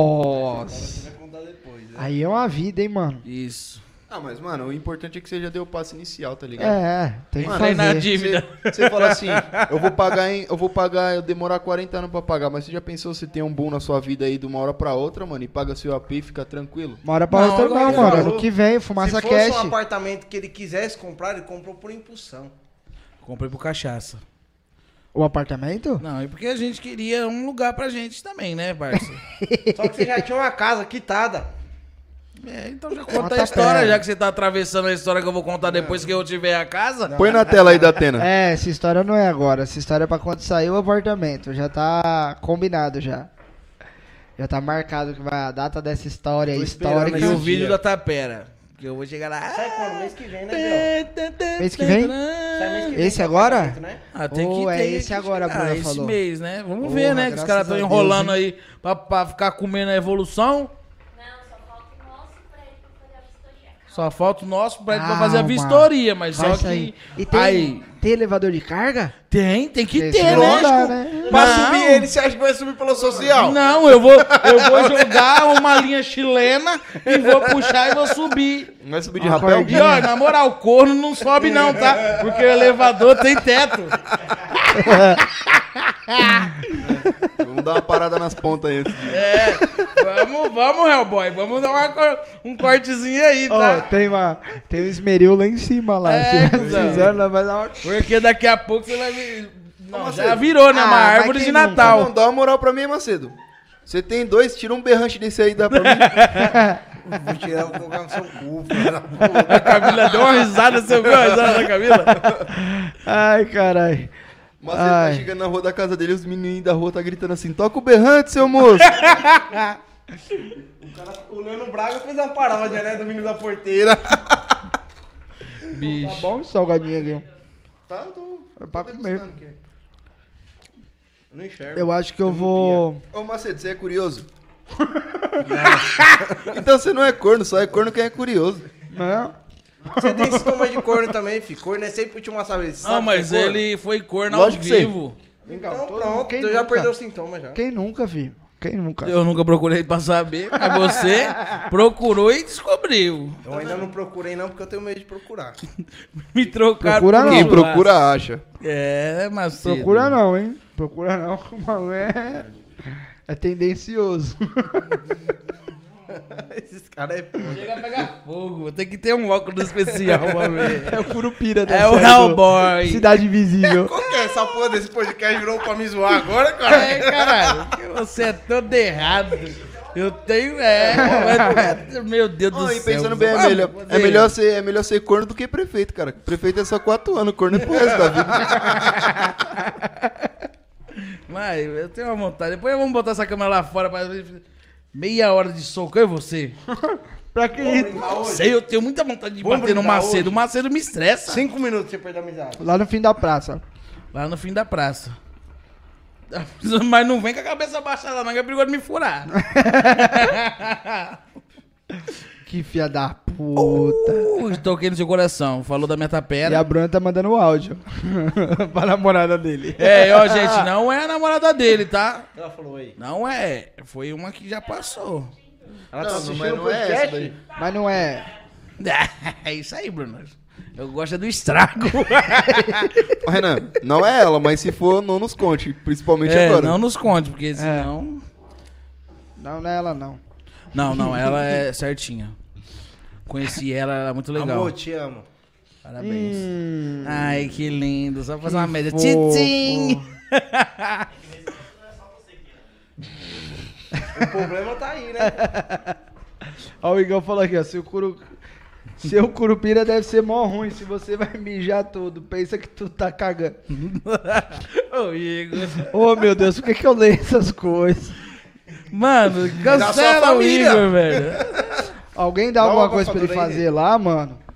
[SPEAKER 1] Nossa.
[SPEAKER 4] Vai contar depois, né?
[SPEAKER 1] Aí é uma vida, hein, mano.
[SPEAKER 2] Isso.
[SPEAKER 3] Ah, mas, mano, o importante é que você já deu o passo inicial, tá ligado?
[SPEAKER 1] É, tem que
[SPEAKER 2] Mano, aí na
[SPEAKER 1] fazer.
[SPEAKER 2] di- Dívida.
[SPEAKER 3] Você você fala assim, eu vou pagar, em, eu vou pagar, eu demorar 40 anos pra pagar, mas você já pensou se tem um boom na sua vida aí de uma hora pra outra, mano, e paga seu AP e fica tranquilo?
[SPEAKER 1] Mora pra
[SPEAKER 2] Não,
[SPEAKER 1] outra
[SPEAKER 2] agora
[SPEAKER 1] não,
[SPEAKER 2] ele
[SPEAKER 1] mano.
[SPEAKER 4] falou.
[SPEAKER 1] Ano que vem, fumaça
[SPEAKER 4] Se fosse
[SPEAKER 1] cash.
[SPEAKER 4] um apartamento que ele quisesse comprar, ele comprou por impulsão.
[SPEAKER 2] Comprei pro cachaça.
[SPEAKER 1] O apartamento?
[SPEAKER 2] Não, e porque a gente queria um lugar pra gente também, né, parça?
[SPEAKER 4] Só que você já tinha uma casa quitada.
[SPEAKER 2] É, então já conta
[SPEAKER 1] Conta
[SPEAKER 2] a história,
[SPEAKER 1] pra ela.
[SPEAKER 2] já que você tá atravessando a história que eu vou contar depois que eu tiver a casa.
[SPEAKER 3] Põe na tela aí da Atena.
[SPEAKER 1] É, essa história não é agora. Essa história é pra quando sair o apartamento. Já tá combinado já. Já tá marcado que vai a data dessa história é histórica.
[SPEAKER 2] E o vídeo da Tapera. Que eu vou chegar lá.
[SPEAKER 4] Sai quando? Mês que vem, né, Biel?
[SPEAKER 1] Mês que vem?
[SPEAKER 4] Sai mês que vem.
[SPEAKER 1] Esse
[SPEAKER 4] tá
[SPEAKER 1] agora?
[SPEAKER 4] feito, né?
[SPEAKER 2] Ah, tem
[SPEAKER 1] Ou
[SPEAKER 2] que
[SPEAKER 1] é
[SPEAKER 2] tem
[SPEAKER 1] esse
[SPEAKER 2] que
[SPEAKER 1] agora, a
[SPEAKER 2] chegar
[SPEAKER 1] Bruna
[SPEAKER 2] esse
[SPEAKER 1] falou.
[SPEAKER 2] mês, né? Vamos
[SPEAKER 1] Porra,
[SPEAKER 2] ver, né? Que os
[SPEAKER 1] graças
[SPEAKER 2] caras
[SPEAKER 1] a
[SPEAKER 2] estão
[SPEAKER 1] Deus,
[SPEAKER 2] enrolando
[SPEAKER 1] hein?
[SPEAKER 2] aí pra, pra ficar comendo a evolução.
[SPEAKER 7] Não, só falta o nosso pra ele pra fazer a vistoria.
[SPEAKER 2] Só falta o nosso pra, pra
[SPEAKER 1] Calma.
[SPEAKER 2] fazer a vistoria, mas
[SPEAKER 1] Vai
[SPEAKER 2] só
[SPEAKER 1] sair.
[SPEAKER 2] que.
[SPEAKER 1] E tem, um-
[SPEAKER 2] Aí,
[SPEAKER 1] tem elevador de carga?
[SPEAKER 2] tem, tem que
[SPEAKER 1] Esse
[SPEAKER 2] ter,
[SPEAKER 1] não
[SPEAKER 2] né?
[SPEAKER 1] dá,
[SPEAKER 2] Chico?
[SPEAKER 1] né?
[SPEAKER 4] Pra
[SPEAKER 2] Não.
[SPEAKER 4] subir ele, você acha que vai subir pelo social?
[SPEAKER 2] Não, eu vou, eu vou jogar uma linha chilena e vou puxar e vou subir.
[SPEAKER 3] Não vai subir de
[SPEAKER 1] Ah,
[SPEAKER 3] rapel?
[SPEAKER 1] acorde.
[SPEAKER 2] E ó, na moral, corno não sobe não, tá? Porque o elevador tem teto.
[SPEAKER 3] Vamos dar uma parada nas pontas aí.
[SPEAKER 2] É, vamos, vamos, Hellboy. Vamos dar uma cor- um cortezinho aí,
[SPEAKER 1] Ó,
[SPEAKER 2] tá?
[SPEAKER 1] tem uma. Tem um esmeril lá em cima lá.
[SPEAKER 2] É,
[SPEAKER 1] Se
[SPEAKER 2] cuzão.
[SPEAKER 1] fizer, nós vai dar é uma.
[SPEAKER 2] Porque daqui a pouco você vai ver... Não, já virou, né?
[SPEAKER 1] Ah, Tá
[SPEAKER 2] Uma
[SPEAKER 1] mas
[SPEAKER 2] árvore
[SPEAKER 1] quem
[SPEAKER 2] de
[SPEAKER 1] nunca?
[SPEAKER 2] Natal.
[SPEAKER 3] Não, dá uma moral pra mim, Macedo. Você tem dois, tira um berrante desse aí, dá pra mim.
[SPEAKER 4] Vou tirar, vou colocar no seu cu, cara.
[SPEAKER 2] A Camila deu uma risada, você ouviu a risada da Camila?
[SPEAKER 1] Ai, caralho.
[SPEAKER 3] Macedo tá
[SPEAKER 1] Ai.
[SPEAKER 3] chegando na rua da casa dele, os menininhos da rua tá gritando assim, toca o berrante, seu moço.
[SPEAKER 4] O Leandro Braga fez uma paródia, né? Do menino da porteira.
[SPEAKER 1] Tá bom esse salgadinho aqui.
[SPEAKER 3] tá, tô...
[SPEAKER 1] É pra comer.
[SPEAKER 4] Eu não enxergo.
[SPEAKER 1] Eu acho que eu vou.
[SPEAKER 3] Ô, Macedo, você é curioso? então você não é corno, só é corno quem é curioso.
[SPEAKER 1] Não.
[SPEAKER 4] Você tem sintoma de corno também, filho. Corno é sempre última vez.
[SPEAKER 2] Não, Ah, mas ele foi corno ao
[SPEAKER 3] Lógico que sim.
[SPEAKER 2] vivo.
[SPEAKER 4] Então
[SPEAKER 1] todo mundo-
[SPEAKER 4] pronto,
[SPEAKER 1] quem
[SPEAKER 4] eu já
[SPEAKER 1] nunca?
[SPEAKER 4] perdeu o sintoma já.
[SPEAKER 1] Quem nunca, filho? Quem nunca?
[SPEAKER 2] Eu nunca procurei pra saber, mas você procurou e descobriu.
[SPEAKER 4] Eu ainda não procurei não, porque eu tenho medo de procurar.
[SPEAKER 2] Me trocaram
[SPEAKER 1] Procura
[SPEAKER 2] por
[SPEAKER 1] não.
[SPEAKER 3] Quem
[SPEAKER 2] churrasco.
[SPEAKER 3] procura, acha.
[SPEAKER 2] É, mas
[SPEAKER 1] Procura não, hein? Procura não, que o maluco é. É tendencioso.
[SPEAKER 4] Esses caras é foda.
[SPEAKER 2] Chega a pegar fogo. Tem que ter um óculos especial pra ver.
[SPEAKER 1] É o Curupira da
[SPEAKER 2] É o
[SPEAKER 1] série do
[SPEAKER 2] Hellboy.
[SPEAKER 1] Cidade Invisível.
[SPEAKER 4] Qual que é essa porra desse podcast virou pra me zoar agora, cara?
[SPEAKER 2] É, caralho. porque Você é todo errado. Eu tenho. É. mas- Meu Deus do
[SPEAKER 3] Não, e
[SPEAKER 2] céu.
[SPEAKER 3] pensando bem, é
[SPEAKER 2] Ah,
[SPEAKER 3] melhor, é,
[SPEAKER 2] ver.
[SPEAKER 3] melhor ser, é melhor ser corno do que prefeito, cara. Prefeito é só quatro anos, corno é pro resto da vida.
[SPEAKER 2] Mas eu tenho uma vontade. Depois vamos botar essa câmera lá fora. Pra... Meia hora de soco, eu e você.
[SPEAKER 1] Pra que isso?
[SPEAKER 2] Sei, eu tenho muita vontade de
[SPEAKER 4] Vamos
[SPEAKER 2] bater no
[SPEAKER 4] brindar
[SPEAKER 2] Macedo.
[SPEAKER 4] hoje?
[SPEAKER 2] O Macedo me estressa.
[SPEAKER 4] Cinco minutos você perdeu a amizade.
[SPEAKER 1] Lá no fim da praça.
[SPEAKER 2] Lá no fim da praça. Mas não vem com a cabeça baixada, não, que é perigoso me furar.
[SPEAKER 1] Que filha da puta.
[SPEAKER 2] Uh, toquei no seu coração. Falou da
[SPEAKER 1] E
[SPEAKER 2] minha
[SPEAKER 1] a
[SPEAKER 2] tapera.
[SPEAKER 1] Bruna tá mandando o áudio pra namorada dele.
[SPEAKER 2] É, ó, gente, não é a namorada dele, tá?
[SPEAKER 4] Ela falou aí.
[SPEAKER 2] Não é. Foi uma que já passou.
[SPEAKER 4] Ela
[SPEAKER 3] Não, não,
[SPEAKER 4] tá
[SPEAKER 3] mas
[SPEAKER 4] assistindo
[SPEAKER 3] não
[SPEAKER 4] o
[SPEAKER 3] é
[SPEAKER 4] podcast?
[SPEAKER 3] essa daí.
[SPEAKER 1] Mas não é.
[SPEAKER 2] É isso aí, Bruno. Eu gosto é do estrago.
[SPEAKER 3] Ô, Renan, não é ela, mas se for, não nos conte. Principalmente
[SPEAKER 2] É,
[SPEAKER 3] agora.
[SPEAKER 2] não nos conte, porque senão.
[SPEAKER 1] Não, não é ela, não.
[SPEAKER 2] Não, não, ela é certinha. Conheci ela, ela é muito legal.
[SPEAKER 4] Amor, te amo.
[SPEAKER 2] Parabéns.
[SPEAKER 1] Hum.
[SPEAKER 2] Ai, que lindo. Só fazer uma média.
[SPEAKER 1] fofo.
[SPEAKER 2] Tchim!
[SPEAKER 4] O problema tá aí, né?
[SPEAKER 1] Ó, o Igão falou aqui, ó. Seu, curu... seu curupira deve ser mó ruim se você vai mijar tudo. Pensa que tu tá cagando.
[SPEAKER 2] Ô, Igor.
[SPEAKER 1] Ô, meu Deus, por que, que eu leio essas coisas?
[SPEAKER 2] Mano,
[SPEAKER 4] Da sua
[SPEAKER 2] cancela o
[SPEAKER 4] família.
[SPEAKER 2] Igor, velho.
[SPEAKER 1] Alguém dá,
[SPEAKER 4] Dá
[SPEAKER 1] alguma
[SPEAKER 4] uma
[SPEAKER 1] coisa pra ele
[SPEAKER 4] abafadora aí.
[SPEAKER 1] fazer lá, mano?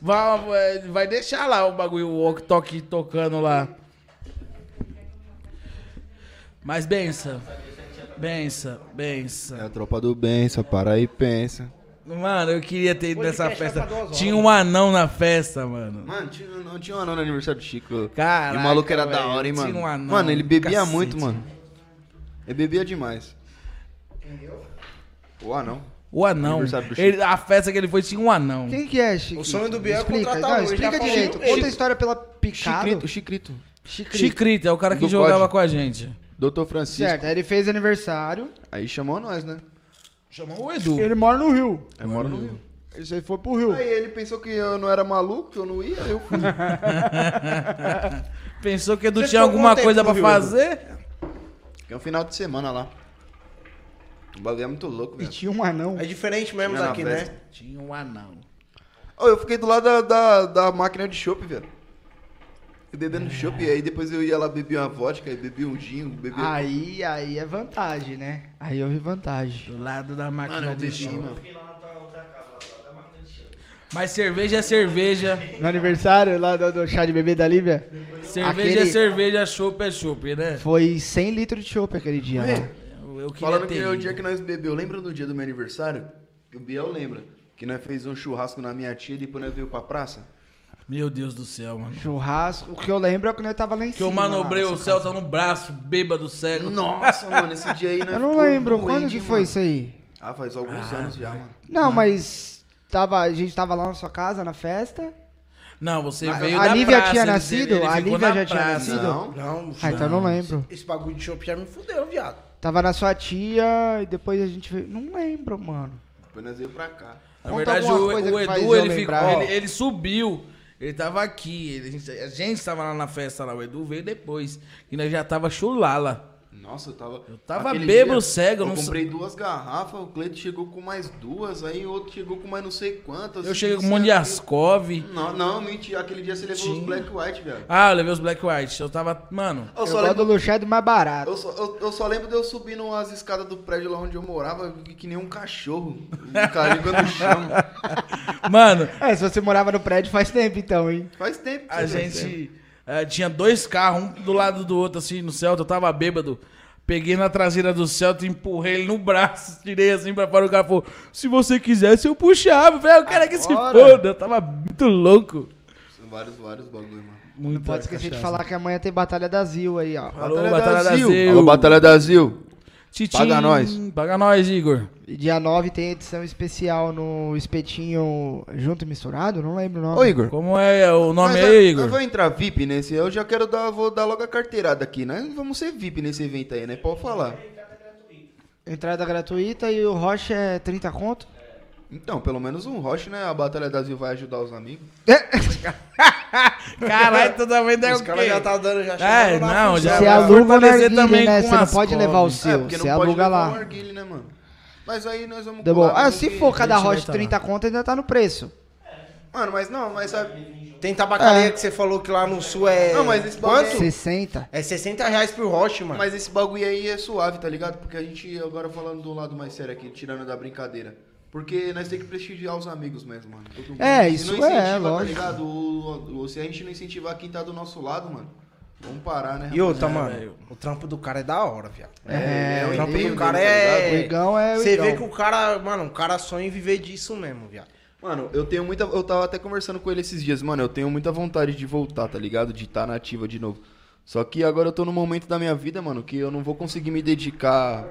[SPEAKER 2] Vai, é, vai deixar lá o bagulho, o walk-talk tocando lá. Mas bença. Bença,
[SPEAKER 3] É
[SPEAKER 2] bença.
[SPEAKER 3] a tropa do bem, só para aí e pensa.
[SPEAKER 2] Mano, eu queria ter ido nessa
[SPEAKER 4] Podcast
[SPEAKER 2] festa.
[SPEAKER 4] vai pra duas horas.
[SPEAKER 2] Tinha um anão na festa, mano.
[SPEAKER 3] Mano, tinha, não tinha um anão no aniversário do Chico.
[SPEAKER 2] Caraca,
[SPEAKER 3] e o maluco era da
[SPEAKER 2] velho,
[SPEAKER 3] hora, hein,
[SPEAKER 2] tinha
[SPEAKER 3] mano.
[SPEAKER 2] um anão,
[SPEAKER 3] mano, ele bebia
[SPEAKER 2] cacete.
[SPEAKER 3] muito, mano. Ele bebia demais. O anão.
[SPEAKER 2] O anão.
[SPEAKER 3] Aniversário do Chico.
[SPEAKER 2] Ele- a festa que ele foi tinha um anão.
[SPEAKER 1] Quem que é, Chico?
[SPEAKER 4] O sonho do Biel é
[SPEAKER 1] explica, não,
[SPEAKER 4] contratar um, ele
[SPEAKER 1] explica
[SPEAKER 4] já falou
[SPEAKER 1] direito.
[SPEAKER 4] isso mesmo.
[SPEAKER 1] Conta a história pela
[SPEAKER 3] Chicrito,
[SPEAKER 1] picada.
[SPEAKER 3] Chicrito.
[SPEAKER 2] Chicrito, é o cara que
[SPEAKER 3] Do
[SPEAKER 2] jogava
[SPEAKER 3] código.
[SPEAKER 2] com a gente.
[SPEAKER 3] Doutor Francisco.
[SPEAKER 1] Certo, aí ele fez aniversário.
[SPEAKER 3] Aí chamou nós, né?
[SPEAKER 2] Chamou o Edu.
[SPEAKER 1] Ele mora no Rio.
[SPEAKER 3] Eu moro no Rio.
[SPEAKER 1] Você foi pro Rio.
[SPEAKER 3] Aí ele pensou que eu não era maluco, que eu não ia, eu fui.
[SPEAKER 2] Pensou que Edu
[SPEAKER 4] Você
[SPEAKER 2] tinha
[SPEAKER 4] ficou
[SPEAKER 2] alguma
[SPEAKER 4] quanto tempo
[SPEAKER 2] coisa
[SPEAKER 4] no
[SPEAKER 2] pra
[SPEAKER 4] Rio,
[SPEAKER 2] fazer?
[SPEAKER 3] É um final de semana lá. O bagulho é muito louco,
[SPEAKER 1] E
[SPEAKER 3] velho.
[SPEAKER 1] tinha um anão.
[SPEAKER 4] É diferente mesmo
[SPEAKER 3] Não, na
[SPEAKER 4] daqui,
[SPEAKER 3] festa.
[SPEAKER 4] né?
[SPEAKER 2] Tinha um anão.
[SPEAKER 3] Ô, eu fiquei do lado da, da, da máquina de chopp, velho. Eu bebendo chopp, aí depois eu ia lá beber uma vodka, aí bebi um gin, bebi...
[SPEAKER 1] Aí, aí é vantagem, né? Aí eu vi vantagem.
[SPEAKER 2] Do lado da máquina
[SPEAKER 3] Mano, eu
[SPEAKER 2] de
[SPEAKER 3] bebi,
[SPEAKER 2] chope.
[SPEAKER 3] mano.
[SPEAKER 2] Mas cerveja é cerveja.
[SPEAKER 1] No aniversário lá do, do chá de bebê da Lívia,
[SPEAKER 2] Cerveja é
[SPEAKER 1] Aquele-
[SPEAKER 2] cerveja, chopp é chopp, né?
[SPEAKER 1] foi 100 litros de chopp aquele dia. né? lá.
[SPEAKER 2] Eu, eu queria
[SPEAKER 3] Falando
[SPEAKER 2] ter
[SPEAKER 3] que é o
[SPEAKER 2] ido.
[SPEAKER 3] dia que nós bebeu, lembra do dia do meu aniversário? O Biel lembra. Que nós fez um churrasco na minha tia e depois nós veio pra praça.
[SPEAKER 2] Meu Deus do céu, mano.
[SPEAKER 1] Churrasco. O que eu lembro é quando eu tava lá em
[SPEAKER 2] Que
[SPEAKER 1] cima.
[SPEAKER 2] eu manobrei
[SPEAKER 1] lá.
[SPEAKER 2] o Celta no braço, bêbado, cego.
[SPEAKER 3] Nossa, mano, esse dia aí nós
[SPEAKER 1] Eu não
[SPEAKER 3] ficou
[SPEAKER 1] lembro.
[SPEAKER 3] doente,
[SPEAKER 1] Quando que foi
[SPEAKER 3] mano.
[SPEAKER 1] isso aí?
[SPEAKER 3] Ah, faz alguns anos já, mano.
[SPEAKER 1] Não, mas tava, a gente tava lá na sua casa, na festa.
[SPEAKER 2] Não, você
[SPEAKER 1] A-
[SPEAKER 2] veio
[SPEAKER 1] a
[SPEAKER 2] da
[SPEAKER 1] Lívia
[SPEAKER 2] praça,
[SPEAKER 1] tinha
[SPEAKER 2] ele-
[SPEAKER 1] nascido?
[SPEAKER 2] ele
[SPEAKER 1] A
[SPEAKER 2] ficou
[SPEAKER 1] Lívia
[SPEAKER 2] na
[SPEAKER 1] já tinha
[SPEAKER 2] praça.
[SPEAKER 1] nascido?
[SPEAKER 3] Não.
[SPEAKER 4] Não,
[SPEAKER 1] Ah, então eu não lembro.
[SPEAKER 4] Esse bagulho de chopp já me fudeu, viado.
[SPEAKER 1] Tava na sua tia e depois a gente veio. Não lembro, mano.
[SPEAKER 3] Depois nós veio pra cá.
[SPEAKER 2] Na
[SPEAKER 1] Conta
[SPEAKER 2] verdade,
[SPEAKER 1] alguma
[SPEAKER 2] o,
[SPEAKER 1] coisa
[SPEAKER 2] o
[SPEAKER 1] que faz
[SPEAKER 2] Edu,
[SPEAKER 1] eu
[SPEAKER 2] ele, ficou,
[SPEAKER 1] lembrar.
[SPEAKER 2] ele, ele subiu. Ele tava aqui. ele- a, gente, a gente tava lá na festa lá. O Edu veio depois. E nós já tava chulala.
[SPEAKER 3] Nossa, eu tava. Eu
[SPEAKER 2] tava bêbado, cego, eu não
[SPEAKER 3] Eu comprei duas garrafas, o Cleiton chegou com mais duas, aí o outro chegou com mais não sei quantas.
[SPEAKER 2] Eu
[SPEAKER 3] assim,
[SPEAKER 2] cheguei com um
[SPEAKER 3] não
[SPEAKER 2] monte de
[SPEAKER 3] sei o
[SPEAKER 2] Ascov.
[SPEAKER 3] quê. Não, não, mentira. Aquele dia você levou os
[SPEAKER 2] Tinha.
[SPEAKER 3] Black White, velho.
[SPEAKER 2] Ah, eu levei os Black White. Eu tava. Mano.
[SPEAKER 3] Eu,
[SPEAKER 1] Eu
[SPEAKER 3] só
[SPEAKER 1] gosto do
[SPEAKER 3] lembro,
[SPEAKER 1] luxado mais barato.
[SPEAKER 3] eu, só, eu, eu só lembro de eu subindo as escadas do prédio lá onde eu morava, que, que nem um cachorro. Um carinho quando chama.
[SPEAKER 2] Mano,
[SPEAKER 1] É, se você morava no prédio faz tempo então, hein?
[SPEAKER 3] Faz tempo que
[SPEAKER 2] a
[SPEAKER 3] você fez isso.
[SPEAKER 2] gente eh, tinha dois carros, um do lado do outro, assim, no Celta. Eu tava bêbado. Peguei na traseira do Celta, empurrei ele no braço, tirei assim pra fora. O cara falou: Se você quisesse, eu puxava. Eu falei, eu quero que se foda. Eu tava muito louco.
[SPEAKER 3] Vários, vários bagulho, mano.
[SPEAKER 2] Muito
[SPEAKER 1] Não pode esquecer de falar que amanhã tem Batalha da Zil aí, ó.
[SPEAKER 2] Alô, Batalha da Zil.
[SPEAKER 3] Alô, Batalha da Zil.
[SPEAKER 2] Titim,
[SPEAKER 3] Paga nós.
[SPEAKER 2] Paga nós, Igor.
[SPEAKER 1] E Dia 9 tem edição especial no Espetinho Junto e Misturado? Não lembro o nome.
[SPEAKER 3] Ô, Igor.
[SPEAKER 2] Como é o nome
[SPEAKER 3] Mas
[SPEAKER 2] aí,
[SPEAKER 3] eu-
[SPEAKER 2] Igor?
[SPEAKER 3] Eu vou entrar VIP nesse. Eu já quero dar, vou dar logo a carteirada aqui, né? Vamos ser VIP nesse evento aí, né? Pode falar.
[SPEAKER 1] Entrada gratuita e o Rocha é 30 conto?
[SPEAKER 3] Então, pelo menos um roche, né? A Batalha da Zil vai ajudar os amigos.
[SPEAKER 2] Caralho, toda vez deu
[SPEAKER 4] Os
[SPEAKER 2] é o
[SPEAKER 4] caras
[SPEAKER 2] quê?
[SPEAKER 4] já tá dando, já
[SPEAKER 2] É,
[SPEAKER 4] chegando na
[SPEAKER 2] não,
[SPEAKER 4] função.
[SPEAKER 2] já
[SPEAKER 1] Você
[SPEAKER 2] vai
[SPEAKER 1] aluga o
[SPEAKER 2] fortalecer
[SPEAKER 1] narguilé, né?
[SPEAKER 2] com
[SPEAKER 1] Você não
[SPEAKER 2] as
[SPEAKER 1] pode levar o
[SPEAKER 2] cobras. É,
[SPEAKER 1] seu. Você aluga
[SPEAKER 3] um
[SPEAKER 1] lá.
[SPEAKER 3] narguile, né, mano? Mas aí nós vamos...
[SPEAKER 1] Tá bom.
[SPEAKER 3] colar,
[SPEAKER 1] Ah,
[SPEAKER 3] vamos
[SPEAKER 1] se
[SPEAKER 3] ver.
[SPEAKER 1] for cada
[SPEAKER 2] Gente, vai
[SPEAKER 1] Rocha
[SPEAKER 2] tá
[SPEAKER 1] 30 conto, ainda tá no preço.
[SPEAKER 3] Mano, mas não, mas sabe.
[SPEAKER 4] é, Tem tabacaria
[SPEAKER 1] É.
[SPEAKER 4] que você falou que lá no sul é.
[SPEAKER 3] Não, mas esse bagulho
[SPEAKER 4] Quanto?
[SPEAKER 1] 60.
[SPEAKER 4] É 60 reais por roche, mano.
[SPEAKER 3] Mas esse bagulho aí é suave, tá ligado? Porque a gente, agora falando do lado mais sério aqui, tirando da brincadeira. Porque nós temos que prestigiar os amigos mesmo, mano. Todo mundo.
[SPEAKER 1] É,
[SPEAKER 3] Se
[SPEAKER 1] isso
[SPEAKER 3] não incentiva,
[SPEAKER 1] é,
[SPEAKER 3] Tá
[SPEAKER 1] lógico.
[SPEAKER 3] ligado? Ou, ou se a gente não incentivar quem tá do nosso lado, mano, vamos parar, né?
[SPEAKER 4] E outra,
[SPEAKER 3] rapaziada?
[SPEAKER 4] mano, o trampo do cara é da hora, viado.
[SPEAKER 1] É,
[SPEAKER 4] o
[SPEAKER 1] o
[SPEAKER 4] trampo
[SPEAKER 3] e-mail
[SPEAKER 4] do cara
[SPEAKER 3] dele, tá
[SPEAKER 4] é.
[SPEAKER 1] ligado? O Igão é o
[SPEAKER 4] Você
[SPEAKER 1] Igão.
[SPEAKER 4] vê que o cara, mano, o cara sonha em viver disso mesmo, viado.
[SPEAKER 3] Mano, eu tenho muita. Eu tava até conversando com ele esses dias, mano. Eu tenho muita vontade de voltar, tá ligado? De estar na ativa de novo. Só que agora eu tô num momento da minha vida, mano, que eu não vou conseguir me dedicar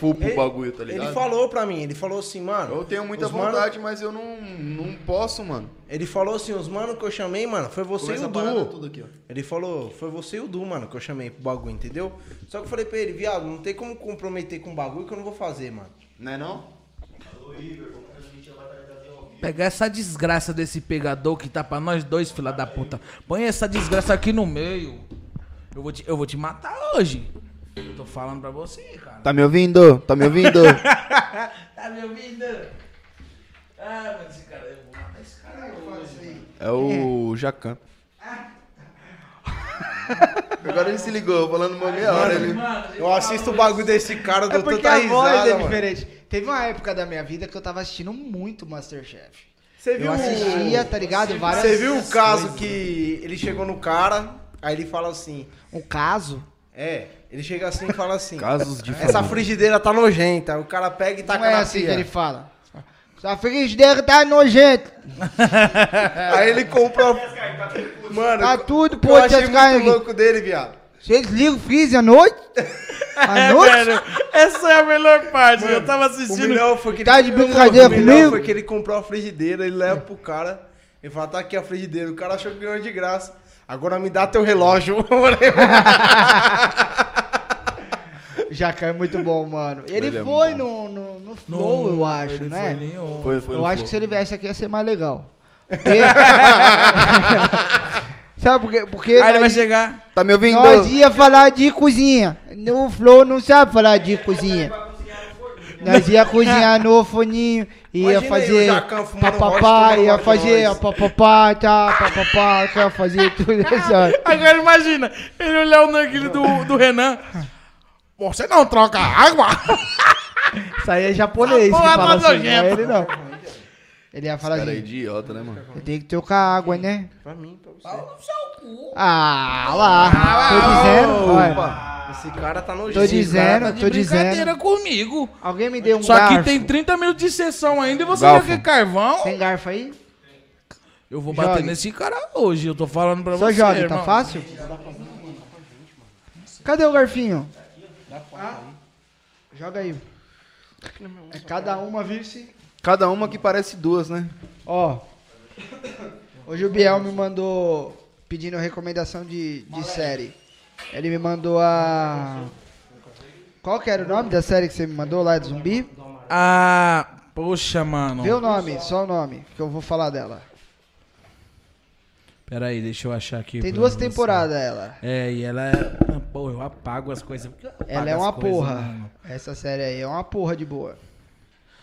[SPEAKER 3] full pro
[SPEAKER 4] Ele-
[SPEAKER 3] bagulho, tá ligado?
[SPEAKER 4] Ele falou pra mim, ele falou assim, mano.
[SPEAKER 3] Eu tenho muita
[SPEAKER 4] os mano-
[SPEAKER 3] vontade, mas eu não, não posso, mano.
[SPEAKER 4] ele falou assim, os mano que eu chamei, mano, foi você
[SPEAKER 3] Começa
[SPEAKER 4] e
[SPEAKER 3] a
[SPEAKER 4] o
[SPEAKER 3] parada
[SPEAKER 4] Du.
[SPEAKER 3] tudo aqui, ó.
[SPEAKER 4] Ele falou, foi você e o Du, mano, que eu chamei pro bagulho, entendeu? Só que eu falei pra ele, viado, não tem como comprometer com um bagulho que eu não vou fazer, mano.
[SPEAKER 3] Não é não?
[SPEAKER 2] Pegar essa desgraça desse pegador que tá pra nós dois, fila da puta. Põe essa desgraça aqui no meio. Eu vou te, eu vou te matar hoje. Eu tô falando pra você, cara.
[SPEAKER 3] Tá me ouvindo? Tá me ouvindo?
[SPEAKER 2] Tá me ouvindo? Ah, mas esse cara, eu vou matar esse cara hoje. mano.
[SPEAKER 3] é o Jacan. Agora ele se ligou, eu falando uma meia hora. Ele...
[SPEAKER 2] Mano,
[SPEAKER 4] Eu assisto o bagulho desse cara, eu dou
[SPEAKER 1] É porque
[SPEAKER 4] tanta
[SPEAKER 1] a
[SPEAKER 4] risada,
[SPEAKER 1] voz é
[SPEAKER 4] mano.
[SPEAKER 1] diferente. Teve uma época da minha vida que eu tava assistindo muito Masterchef.
[SPEAKER 4] Você
[SPEAKER 1] Eu assistia, tá ligado? Várias
[SPEAKER 4] Você viu o caso
[SPEAKER 1] coisas.
[SPEAKER 4] que ele chegou no cara, aí ele fala assim,
[SPEAKER 1] Um caso?
[SPEAKER 4] é, ele chega assim e fala assim,
[SPEAKER 3] Casos de
[SPEAKER 4] essa frigideira tá nojenta, o cara pega e taca
[SPEAKER 1] não é
[SPEAKER 4] na
[SPEAKER 1] assim que
[SPEAKER 4] pia.
[SPEAKER 1] ele fala. Sua frigideira tá nojento.
[SPEAKER 4] Aí ele compra, mano,
[SPEAKER 1] É. Tá tudo
[SPEAKER 4] eu
[SPEAKER 1] podre
[SPEAKER 4] achei
[SPEAKER 1] as carnes Tá
[SPEAKER 4] muito
[SPEAKER 1] aqui.
[SPEAKER 4] louco dele, viado.
[SPEAKER 1] Vocês ligam o freezer à noite?
[SPEAKER 4] É,
[SPEAKER 1] À noite?
[SPEAKER 5] Essa é a melhor parte. eu tava
[SPEAKER 4] O
[SPEAKER 5] assistindo.
[SPEAKER 4] melhor foi que ele,
[SPEAKER 1] Tá de brincadeira
[SPEAKER 4] o melhor
[SPEAKER 1] comigo?
[SPEAKER 4] foi que ele comprou a frigideira, ele leva pro cara, ele fala, tá aqui a frigideira, o cara achou que ganhou de graça. Agora me dá teu relógio.
[SPEAKER 1] Jacan é muito bom, mano. Ele,
[SPEAKER 3] Ele é
[SPEAKER 1] foi
[SPEAKER 3] muito
[SPEAKER 1] no, no, no flow, eu acho,
[SPEAKER 2] ele
[SPEAKER 1] né?
[SPEAKER 2] Foi nenhum.
[SPEAKER 3] Foi, foi
[SPEAKER 1] eu
[SPEAKER 3] no
[SPEAKER 1] acho
[SPEAKER 3] flow.
[SPEAKER 1] que se ele viesse aqui ia ser mais legal. Porque- Sabe por quê? Porque
[SPEAKER 2] Aí ele vai
[SPEAKER 1] nós,
[SPEAKER 2] chegar.
[SPEAKER 3] Tá me ouvindo?
[SPEAKER 1] nós ia falar é de cozinha. No flow não sabe falar de cozinha. Nós ia cozinhar no forninho, ia
[SPEAKER 4] Imagina aí, o
[SPEAKER 1] fazer
[SPEAKER 4] Jacan fumando rocha,
[SPEAKER 1] papapá,
[SPEAKER 4] tomando
[SPEAKER 1] ia
[SPEAKER 4] rocha
[SPEAKER 1] fazer
[SPEAKER 4] nós.
[SPEAKER 1] papapá, tá, papapá, tá, fazer tudo isso.
[SPEAKER 5] Agora imagina, ele olhar o narguilho do, do Renan. Você não troca água?
[SPEAKER 1] Isso aí é japonês que
[SPEAKER 5] Essa porra
[SPEAKER 1] fala
[SPEAKER 5] tá
[SPEAKER 1] assim, não é
[SPEAKER 5] nojenta.
[SPEAKER 1] ele não. Ele ia falar
[SPEAKER 3] Cara, é
[SPEAKER 1] assim,
[SPEAKER 3] idiota, né, mano?
[SPEAKER 1] tem que trocar água, né?
[SPEAKER 4] pra mim, pra você.
[SPEAKER 1] Ah, lá, tô dizendo, olha,
[SPEAKER 4] Esse cara tá nojento.
[SPEAKER 1] tô dizendo,
[SPEAKER 2] de
[SPEAKER 1] tô
[SPEAKER 2] brincadeira
[SPEAKER 1] dizendo.
[SPEAKER 2] comigo.
[SPEAKER 1] Alguém me deu um
[SPEAKER 2] Só
[SPEAKER 1] garfo.
[SPEAKER 2] que tem 30 minutos de sessão ainda e você
[SPEAKER 3] Garfo.
[SPEAKER 2] já quer carvão?
[SPEAKER 1] Tem garfo aí?
[SPEAKER 2] Eu vou bater
[SPEAKER 1] Jogue.
[SPEAKER 2] nesse cara hoje, eu tô falando pra
[SPEAKER 1] Só
[SPEAKER 2] você.
[SPEAKER 1] joga, tá
[SPEAKER 2] irmão.
[SPEAKER 1] fácil? Cadê o garfinho? Ah, joga aí. É cada uma, vice.
[SPEAKER 3] Cada uma que parece duas, né?
[SPEAKER 1] Ó, hoje o Biel me mandou pedindo recomendação de, de série. Ele me mandou a... Qual que era o nome da série que você me mandou lá de zumbi?
[SPEAKER 2] Ah, poxa, mano.
[SPEAKER 1] Vê o nome, só o nome, que eu vou falar dela.
[SPEAKER 2] Pera aí, deixa eu achar aqui.
[SPEAKER 1] Tem
[SPEAKER 2] pra
[SPEAKER 1] duas
[SPEAKER 2] você.
[SPEAKER 1] temporadas ela.
[SPEAKER 2] É, e ela é. Pô, eu apago as coisas. porque eu apago
[SPEAKER 1] Ela é
[SPEAKER 2] as
[SPEAKER 1] uma
[SPEAKER 2] coisas, né,
[SPEAKER 1] porra.
[SPEAKER 2] mano.
[SPEAKER 1] Essa série aí é uma porra de boa.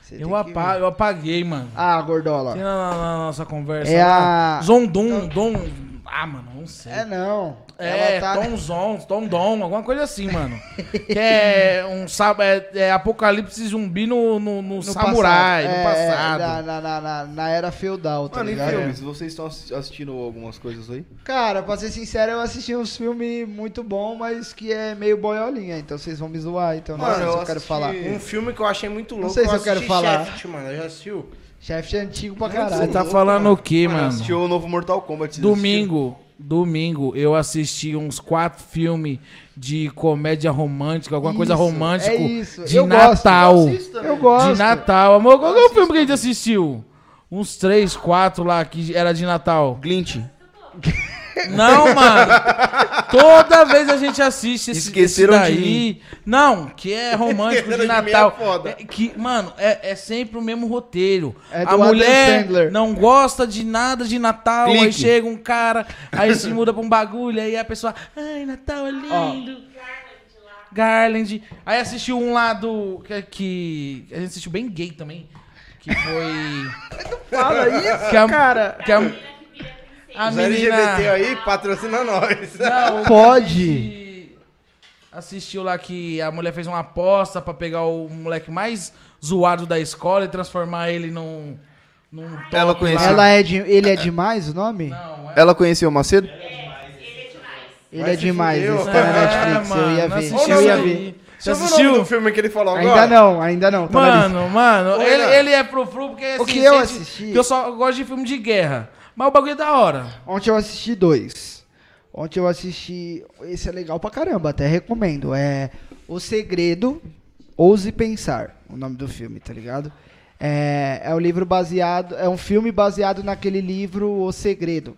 [SPEAKER 1] Você tem
[SPEAKER 2] Eu,
[SPEAKER 1] que
[SPEAKER 2] apa
[SPEAKER 1] ver.
[SPEAKER 2] eu apaguei, mano.
[SPEAKER 1] Ah,
[SPEAKER 2] Tem
[SPEAKER 1] gordola.
[SPEAKER 2] na, na- na nossa conversa.
[SPEAKER 1] É
[SPEAKER 2] lá.
[SPEAKER 1] a-
[SPEAKER 2] Zondum, Dom. Ah, mano, não sei.
[SPEAKER 1] É não.
[SPEAKER 2] É,
[SPEAKER 1] ela tá.
[SPEAKER 2] Tom Zon, Tom Dom, alguma coisa assim, mano. que é um sab- é, é apocalipse zumbi no, no, no samurai,
[SPEAKER 1] passado.
[SPEAKER 2] no
[SPEAKER 1] É,
[SPEAKER 2] passado.
[SPEAKER 1] na, na, na, na- na era feudal, tá
[SPEAKER 3] Mano, e
[SPEAKER 1] ligado?
[SPEAKER 3] filmes? Vocês estão assi- assistindo algumas coisas aí?
[SPEAKER 1] Cara, pra ser sincero, eu assisti uns filmes muito bom, mas que é meio boiolinha. Então vocês vão me zoar, então não
[SPEAKER 3] Mano,
[SPEAKER 1] sei se eu,
[SPEAKER 3] eu
[SPEAKER 1] quero
[SPEAKER 3] assisti-
[SPEAKER 1] falar.
[SPEAKER 4] Um filme que eu achei muito louco.
[SPEAKER 1] sei se eu quero
[SPEAKER 4] assisti
[SPEAKER 1] falar.
[SPEAKER 4] Shaft, mano, já assistiu?
[SPEAKER 1] Chefe é antigo pra
[SPEAKER 2] Você
[SPEAKER 1] caralho.
[SPEAKER 2] tá falando o quê, mano?
[SPEAKER 3] Assistiu o novo Mortal Kombat? vocês
[SPEAKER 2] Domingo, domingo, eu assisti uns quatro filmes de comédia romântica, alguma coisa
[SPEAKER 1] Isso,
[SPEAKER 2] romântica
[SPEAKER 1] é isso.
[SPEAKER 2] de
[SPEAKER 1] Eu gosto,
[SPEAKER 2] Natal.
[SPEAKER 3] eu assisto também.
[SPEAKER 1] Eu gosto.
[SPEAKER 2] De Natal. Amor, qual que é o filme que a gente assistiu? Uns três, quatro lá que era de Natal.
[SPEAKER 3] Glint.
[SPEAKER 2] Não, mano. Toda vez a gente assiste esse,
[SPEAKER 3] Esqueceram
[SPEAKER 2] esse
[SPEAKER 3] de
[SPEAKER 2] daí. Não, que é romântico de
[SPEAKER 4] Esqueceram de mim é
[SPEAKER 2] Natal.
[SPEAKER 4] foda.
[SPEAKER 2] É que, mano, é, é sempre o mesmo roteiro.
[SPEAKER 1] É do
[SPEAKER 2] a
[SPEAKER 1] Adam
[SPEAKER 2] mulher
[SPEAKER 1] Sandler.
[SPEAKER 2] não gosta de nada de Natal, aí
[SPEAKER 3] Clique.
[SPEAKER 2] chega um cara, aí se muda pra um bagulho, aí a pessoa, ai, Natal é lindo. Garland. Aí assistiu um lá do que, que a gente assistiu bem gay também. Que foi.
[SPEAKER 1] Fala isso,
[SPEAKER 2] Que é a-
[SPEAKER 1] cara.
[SPEAKER 2] que a,
[SPEAKER 7] Menina que vira princesa.
[SPEAKER 2] a
[SPEAKER 4] Os LGBT
[SPEAKER 2] menina.
[SPEAKER 4] aí patrocina nós.
[SPEAKER 2] Não, o
[SPEAKER 1] Pode.
[SPEAKER 2] que Assistiu lá que a mulher fez uma aposta pra pegar o moleque mais zoado da escola e transformar ele num. num top
[SPEAKER 3] Ela conheceu-
[SPEAKER 2] lá.
[SPEAKER 1] Ela é de, ele é demais o nome?
[SPEAKER 2] Não, é.
[SPEAKER 3] Ela conheceu o Macedo?
[SPEAKER 1] Ele
[SPEAKER 4] Vai
[SPEAKER 1] é
[SPEAKER 4] se
[SPEAKER 1] demais,
[SPEAKER 4] fuder,
[SPEAKER 1] esse
[SPEAKER 4] ó.
[SPEAKER 1] tá na Netflix, eu ia
[SPEAKER 2] não
[SPEAKER 1] ver.
[SPEAKER 2] É, assisti, um
[SPEAKER 1] Eu ia
[SPEAKER 2] não.
[SPEAKER 1] ver.
[SPEAKER 2] Você
[SPEAKER 4] Deixa eu ver o nome do
[SPEAKER 2] assistiu?
[SPEAKER 4] filme que ele falou agora?
[SPEAKER 1] Ainda não, ainda não. tá na lista.
[SPEAKER 2] Mano, mano,
[SPEAKER 4] Ô,
[SPEAKER 2] ele,
[SPEAKER 4] Renan.
[SPEAKER 2] ele é frufru porque assim,
[SPEAKER 1] O que eu
[SPEAKER 2] gente,
[SPEAKER 1] assisti-
[SPEAKER 2] que eu só gosto de filme de guerra. Mas o bagulho é da hora.
[SPEAKER 1] Ontem eu assisti dois. Ontem eu assisti. Esse é legal pra caramba, até recomendo. É O Segredo, Ouse Pensar, o nome do filme, tá ligado? É, é um livro baseado. É um filme baseado naquele livro O Segredo.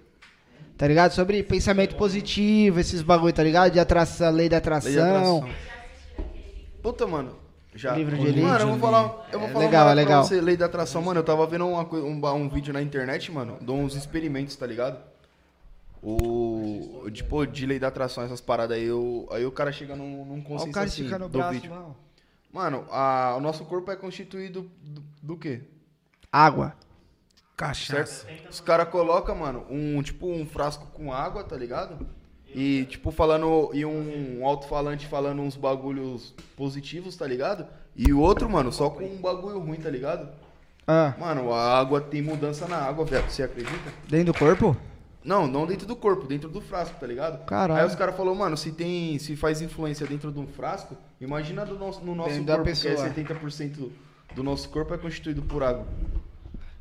[SPEAKER 1] Tá ligado? Sobre pensamento positivo, esses bagulho, tá ligado? De atração, lei da atração.
[SPEAKER 3] Puta, mano. Já.
[SPEAKER 1] Livro de
[SPEAKER 3] mano,
[SPEAKER 1] elite.
[SPEAKER 3] eu vou falar, eu vou
[SPEAKER 1] É
[SPEAKER 3] falar
[SPEAKER 1] legal,
[SPEAKER 3] uma
[SPEAKER 1] é
[SPEAKER 3] parada pra
[SPEAKER 1] legal.
[SPEAKER 3] você, lei da atração. Mano, eu tava vendo uma coi- um, ba- um vídeo na internet, mano, de uns experimentos, tá ligado? O. De, pô, de lei da atração, essas paradas aí, eu, aí o cara chega num, num
[SPEAKER 1] Olha
[SPEAKER 3] consenso
[SPEAKER 1] o cara
[SPEAKER 3] assim,
[SPEAKER 1] esticando o
[SPEAKER 3] do
[SPEAKER 1] braço,
[SPEAKER 3] vídeo.
[SPEAKER 1] não.
[SPEAKER 3] Mano, a- o nosso corpo é constituído do, do quê?
[SPEAKER 1] Água.
[SPEAKER 3] Certo? Os caras colocam, mano, um tipo um frasco com água, tá ligado? E tipo falando e um alto-falante falando uns bagulhos positivos, tá ligado? E o outro, mano, só com um bagulho ruim, tá ligado?
[SPEAKER 1] Ah,
[SPEAKER 3] Mano, a água tem mudança na água, velho. Você acredita?
[SPEAKER 1] dentro do corpo?
[SPEAKER 3] Não, não dentro do corpo, dentro do frasco, tá ligado?
[SPEAKER 1] Caralho.
[SPEAKER 3] Aí os caras falaram, mano, se tem, se faz influência dentro de um frasco, imagina do nosso, no nosso
[SPEAKER 1] Dentro da
[SPEAKER 3] corpo, que é
[SPEAKER 1] pessoa.
[SPEAKER 3] 70% do nosso corpo é constituído por água.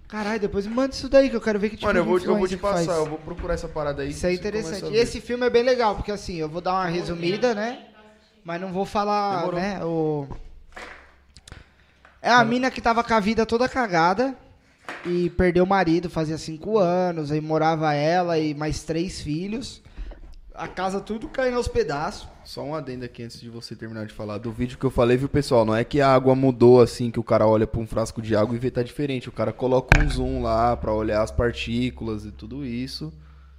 [SPEAKER 1] Caralho, depois me manda isso daí que eu quero ver que tipo
[SPEAKER 3] Mano, eu
[SPEAKER 1] de
[SPEAKER 3] vou, eu vou
[SPEAKER 1] influência
[SPEAKER 3] te
[SPEAKER 1] que faz.
[SPEAKER 3] passar, eu vou procurar essa parada aí.
[SPEAKER 1] Isso é
[SPEAKER 3] pra você começar a
[SPEAKER 1] interessante.
[SPEAKER 3] ver.
[SPEAKER 1] E esse filme é bem legal, porque assim, eu vou dar uma resumida, né? Mas não vou falar,
[SPEAKER 3] Demorou.
[SPEAKER 1] né? O... É a mina que tava com a vida toda cagada e perdeu o marido fazia cinco anos, aí morava ela e mais três filhos. A casa tudo caindo aos pedaços.
[SPEAKER 3] Só um adendo aqui antes de você terminar de falar do vídeo que eu falei, viu, pessoal? Não é que a água mudou assim, que o cara olha pra um frasco de água e vê que tá diferente. O cara coloca um zoom lá pra olhar as partículas e tudo isso.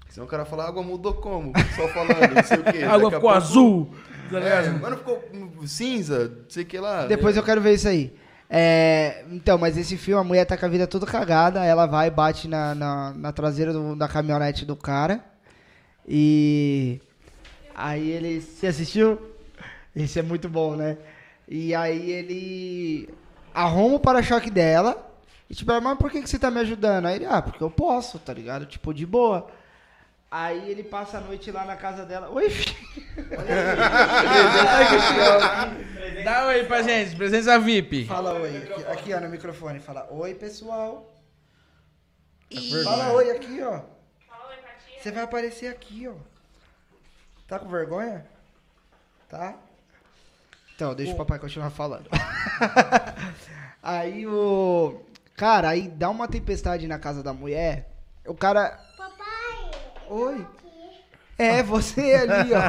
[SPEAKER 3] Senão o cara fala, a água mudou como? Só falando, não sei o quê.
[SPEAKER 2] A água
[SPEAKER 3] Daqui a
[SPEAKER 2] ficou
[SPEAKER 3] pouco-
[SPEAKER 2] azul. tá ligado?
[SPEAKER 3] É, mano, ficou hum, cinza, não sei o que lá.
[SPEAKER 1] Depois eu quero ver isso aí. É, então, mas esse filme, a mulher tá com a vida toda cagada, ela vai e bate na, na, na traseira do- da caminhonete do cara. E. Aí ele. Você assistiu? Esse é muito bom, né? E aí ele. Arruma o para-choque dela. E tipo, ela, mas por que, que você tá me ajudando? Aí ele, ah, porque eu posso, tá ligado? Tipo, de boa. Aí ele passa a noite lá na casa dela. Oi, filho.
[SPEAKER 2] Dá um oi pra gente, presença VIP.
[SPEAKER 1] Fala oi. Aqui, aqui, ó, no microfone. Fala oi, pessoal. Fala oi aqui, ó.
[SPEAKER 2] Ah.
[SPEAKER 7] Fala oi pra tia.
[SPEAKER 1] Você vai aparecer aqui, ó. Tá com vergonha? Tá? Então, deixa o papai continuar falando. aí o. Cara, aí dá uma tempestade na casa da mulher. O cara. Papai! Oi! É, você ali, ó.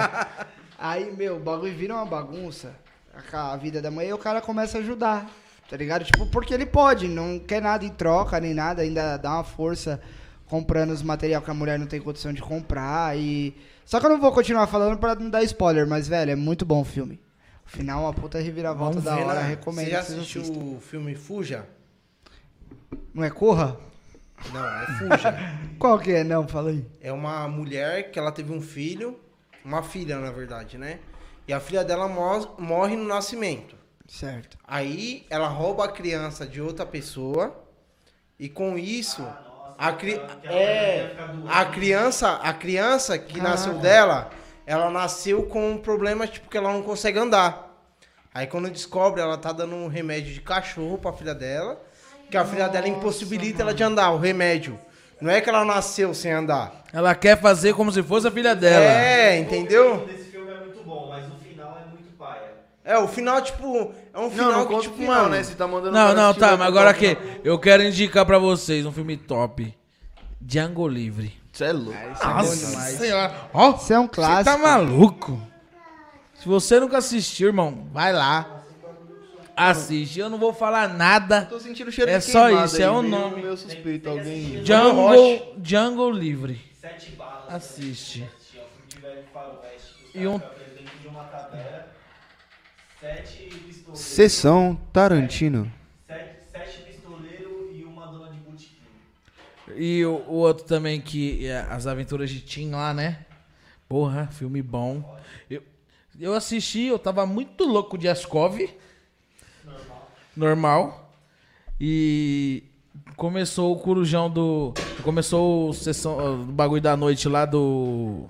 [SPEAKER 1] aí, meu, o bagulho vira uma bagunça. A ca- A vida da mulher e o cara começa a ajudar. Tá ligado? Tipo, porque ele pode, não quer nada em troca nem nada, ainda dá uma força comprando os material que a mulher não tem condição de comprar e. Só que eu não vou continuar falando pra não dar spoiler, mas, velho, é muito bom o filme. O final, uma puta reviravolta da hora,
[SPEAKER 4] Renan,
[SPEAKER 1] recomendo.
[SPEAKER 4] né? Você já
[SPEAKER 1] que vocês
[SPEAKER 4] assistiu
[SPEAKER 1] assistam.
[SPEAKER 4] o filme Fuja?
[SPEAKER 1] Não é Corra?
[SPEAKER 4] Não, é Fuja.
[SPEAKER 1] Qual que é? Não, fala aí.
[SPEAKER 4] é uma mulher que ela teve um filho, uma filha na verdade, né? E a filha dela mo- morre no nascimento.
[SPEAKER 1] Certo.
[SPEAKER 4] Aí ela rouba a criança de outra pessoa e com isso a, cri é, a criança a criança
[SPEAKER 3] Ah.
[SPEAKER 4] que nasceu dela ela nasceu com um problema tipo que ela não consegue andar. Aí quando descobre ela tá dando um remédio de cachorro pra filha dela que a filha dela impossibilita ela de andar o remédio. Não é que ela nasceu sem andar.
[SPEAKER 2] Ela quer fazer como se fosse a filha dela.
[SPEAKER 4] É, entendeu?
[SPEAKER 6] Esse filme é muito bom, mas o final é muito paia.
[SPEAKER 4] É, o final, tipo, é um
[SPEAKER 3] Não,
[SPEAKER 4] final
[SPEAKER 3] não
[SPEAKER 4] que,
[SPEAKER 3] conta
[SPEAKER 4] tipo,
[SPEAKER 3] o final,
[SPEAKER 4] mano.
[SPEAKER 3] né? Você tá mandando
[SPEAKER 2] Não,
[SPEAKER 3] pra
[SPEAKER 2] não,
[SPEAKER 3] assistir,
[SPEAKER 2] tá,
[SPEAKER 3] vai
[SPEAKER 2] mas
[SPEAKER 3] contar
[SPEAKER 2] agora
[SPEAKER 3] o
[SPEAKER 2] que
[SPEAKER 3] final.
[SPEAKER 2] eu quero indicar pra vocês um filme top. Django Livre.
[SPEAKER 3] Cê é louco.
[SPEAKER 2] Nossa senhora. Ó,
[SPEAKER 1] Isso é um
[SPEAKER 2] você
[SPEAKER 1] clássico.
[SPEAKER 2] tá maluco? Se você nunca assistiu, irmão, vai lá. Assiste. Eu não vou falar nada.
[SPEAKER 3] Tô sentindo cheiro
[SPEAKER 2] É
[SPEAKER 3] de
[SPEAKER 2] só
[SPEAKER 3] queimado
[SPEAKER 2] isso,
[SPEAKER 3] aí,
[SPEAKER 2] é o
[SPEAKER 3] meio-
[SPEAKER 2] nome.
[SPEAKER 3] Meio suspeito, alguém...
[SPEAKER 2] Django, Django Livre. Assiste.
[SPEAKER 6] Tinha um filme de velho faroeste que os
[SPEAKER 2] E um-
[SPEAKER 6] caras ficavam dentro de uma tabela. Sete pistoleiros.
[SPEAKER 3] Sessão Tarantino.
[SPEAKER 6] Sete, sete pistoleiros.
[SPEAKER 2] E o, o outro também que é As Aventuras de Tim lá, né? Porra, filme bom. Eu, eu assisti, eu tava muito louco de Ascov. Normal. Normal. E começou o corujão do. Começou o sessão, o bagulho da noite lá do.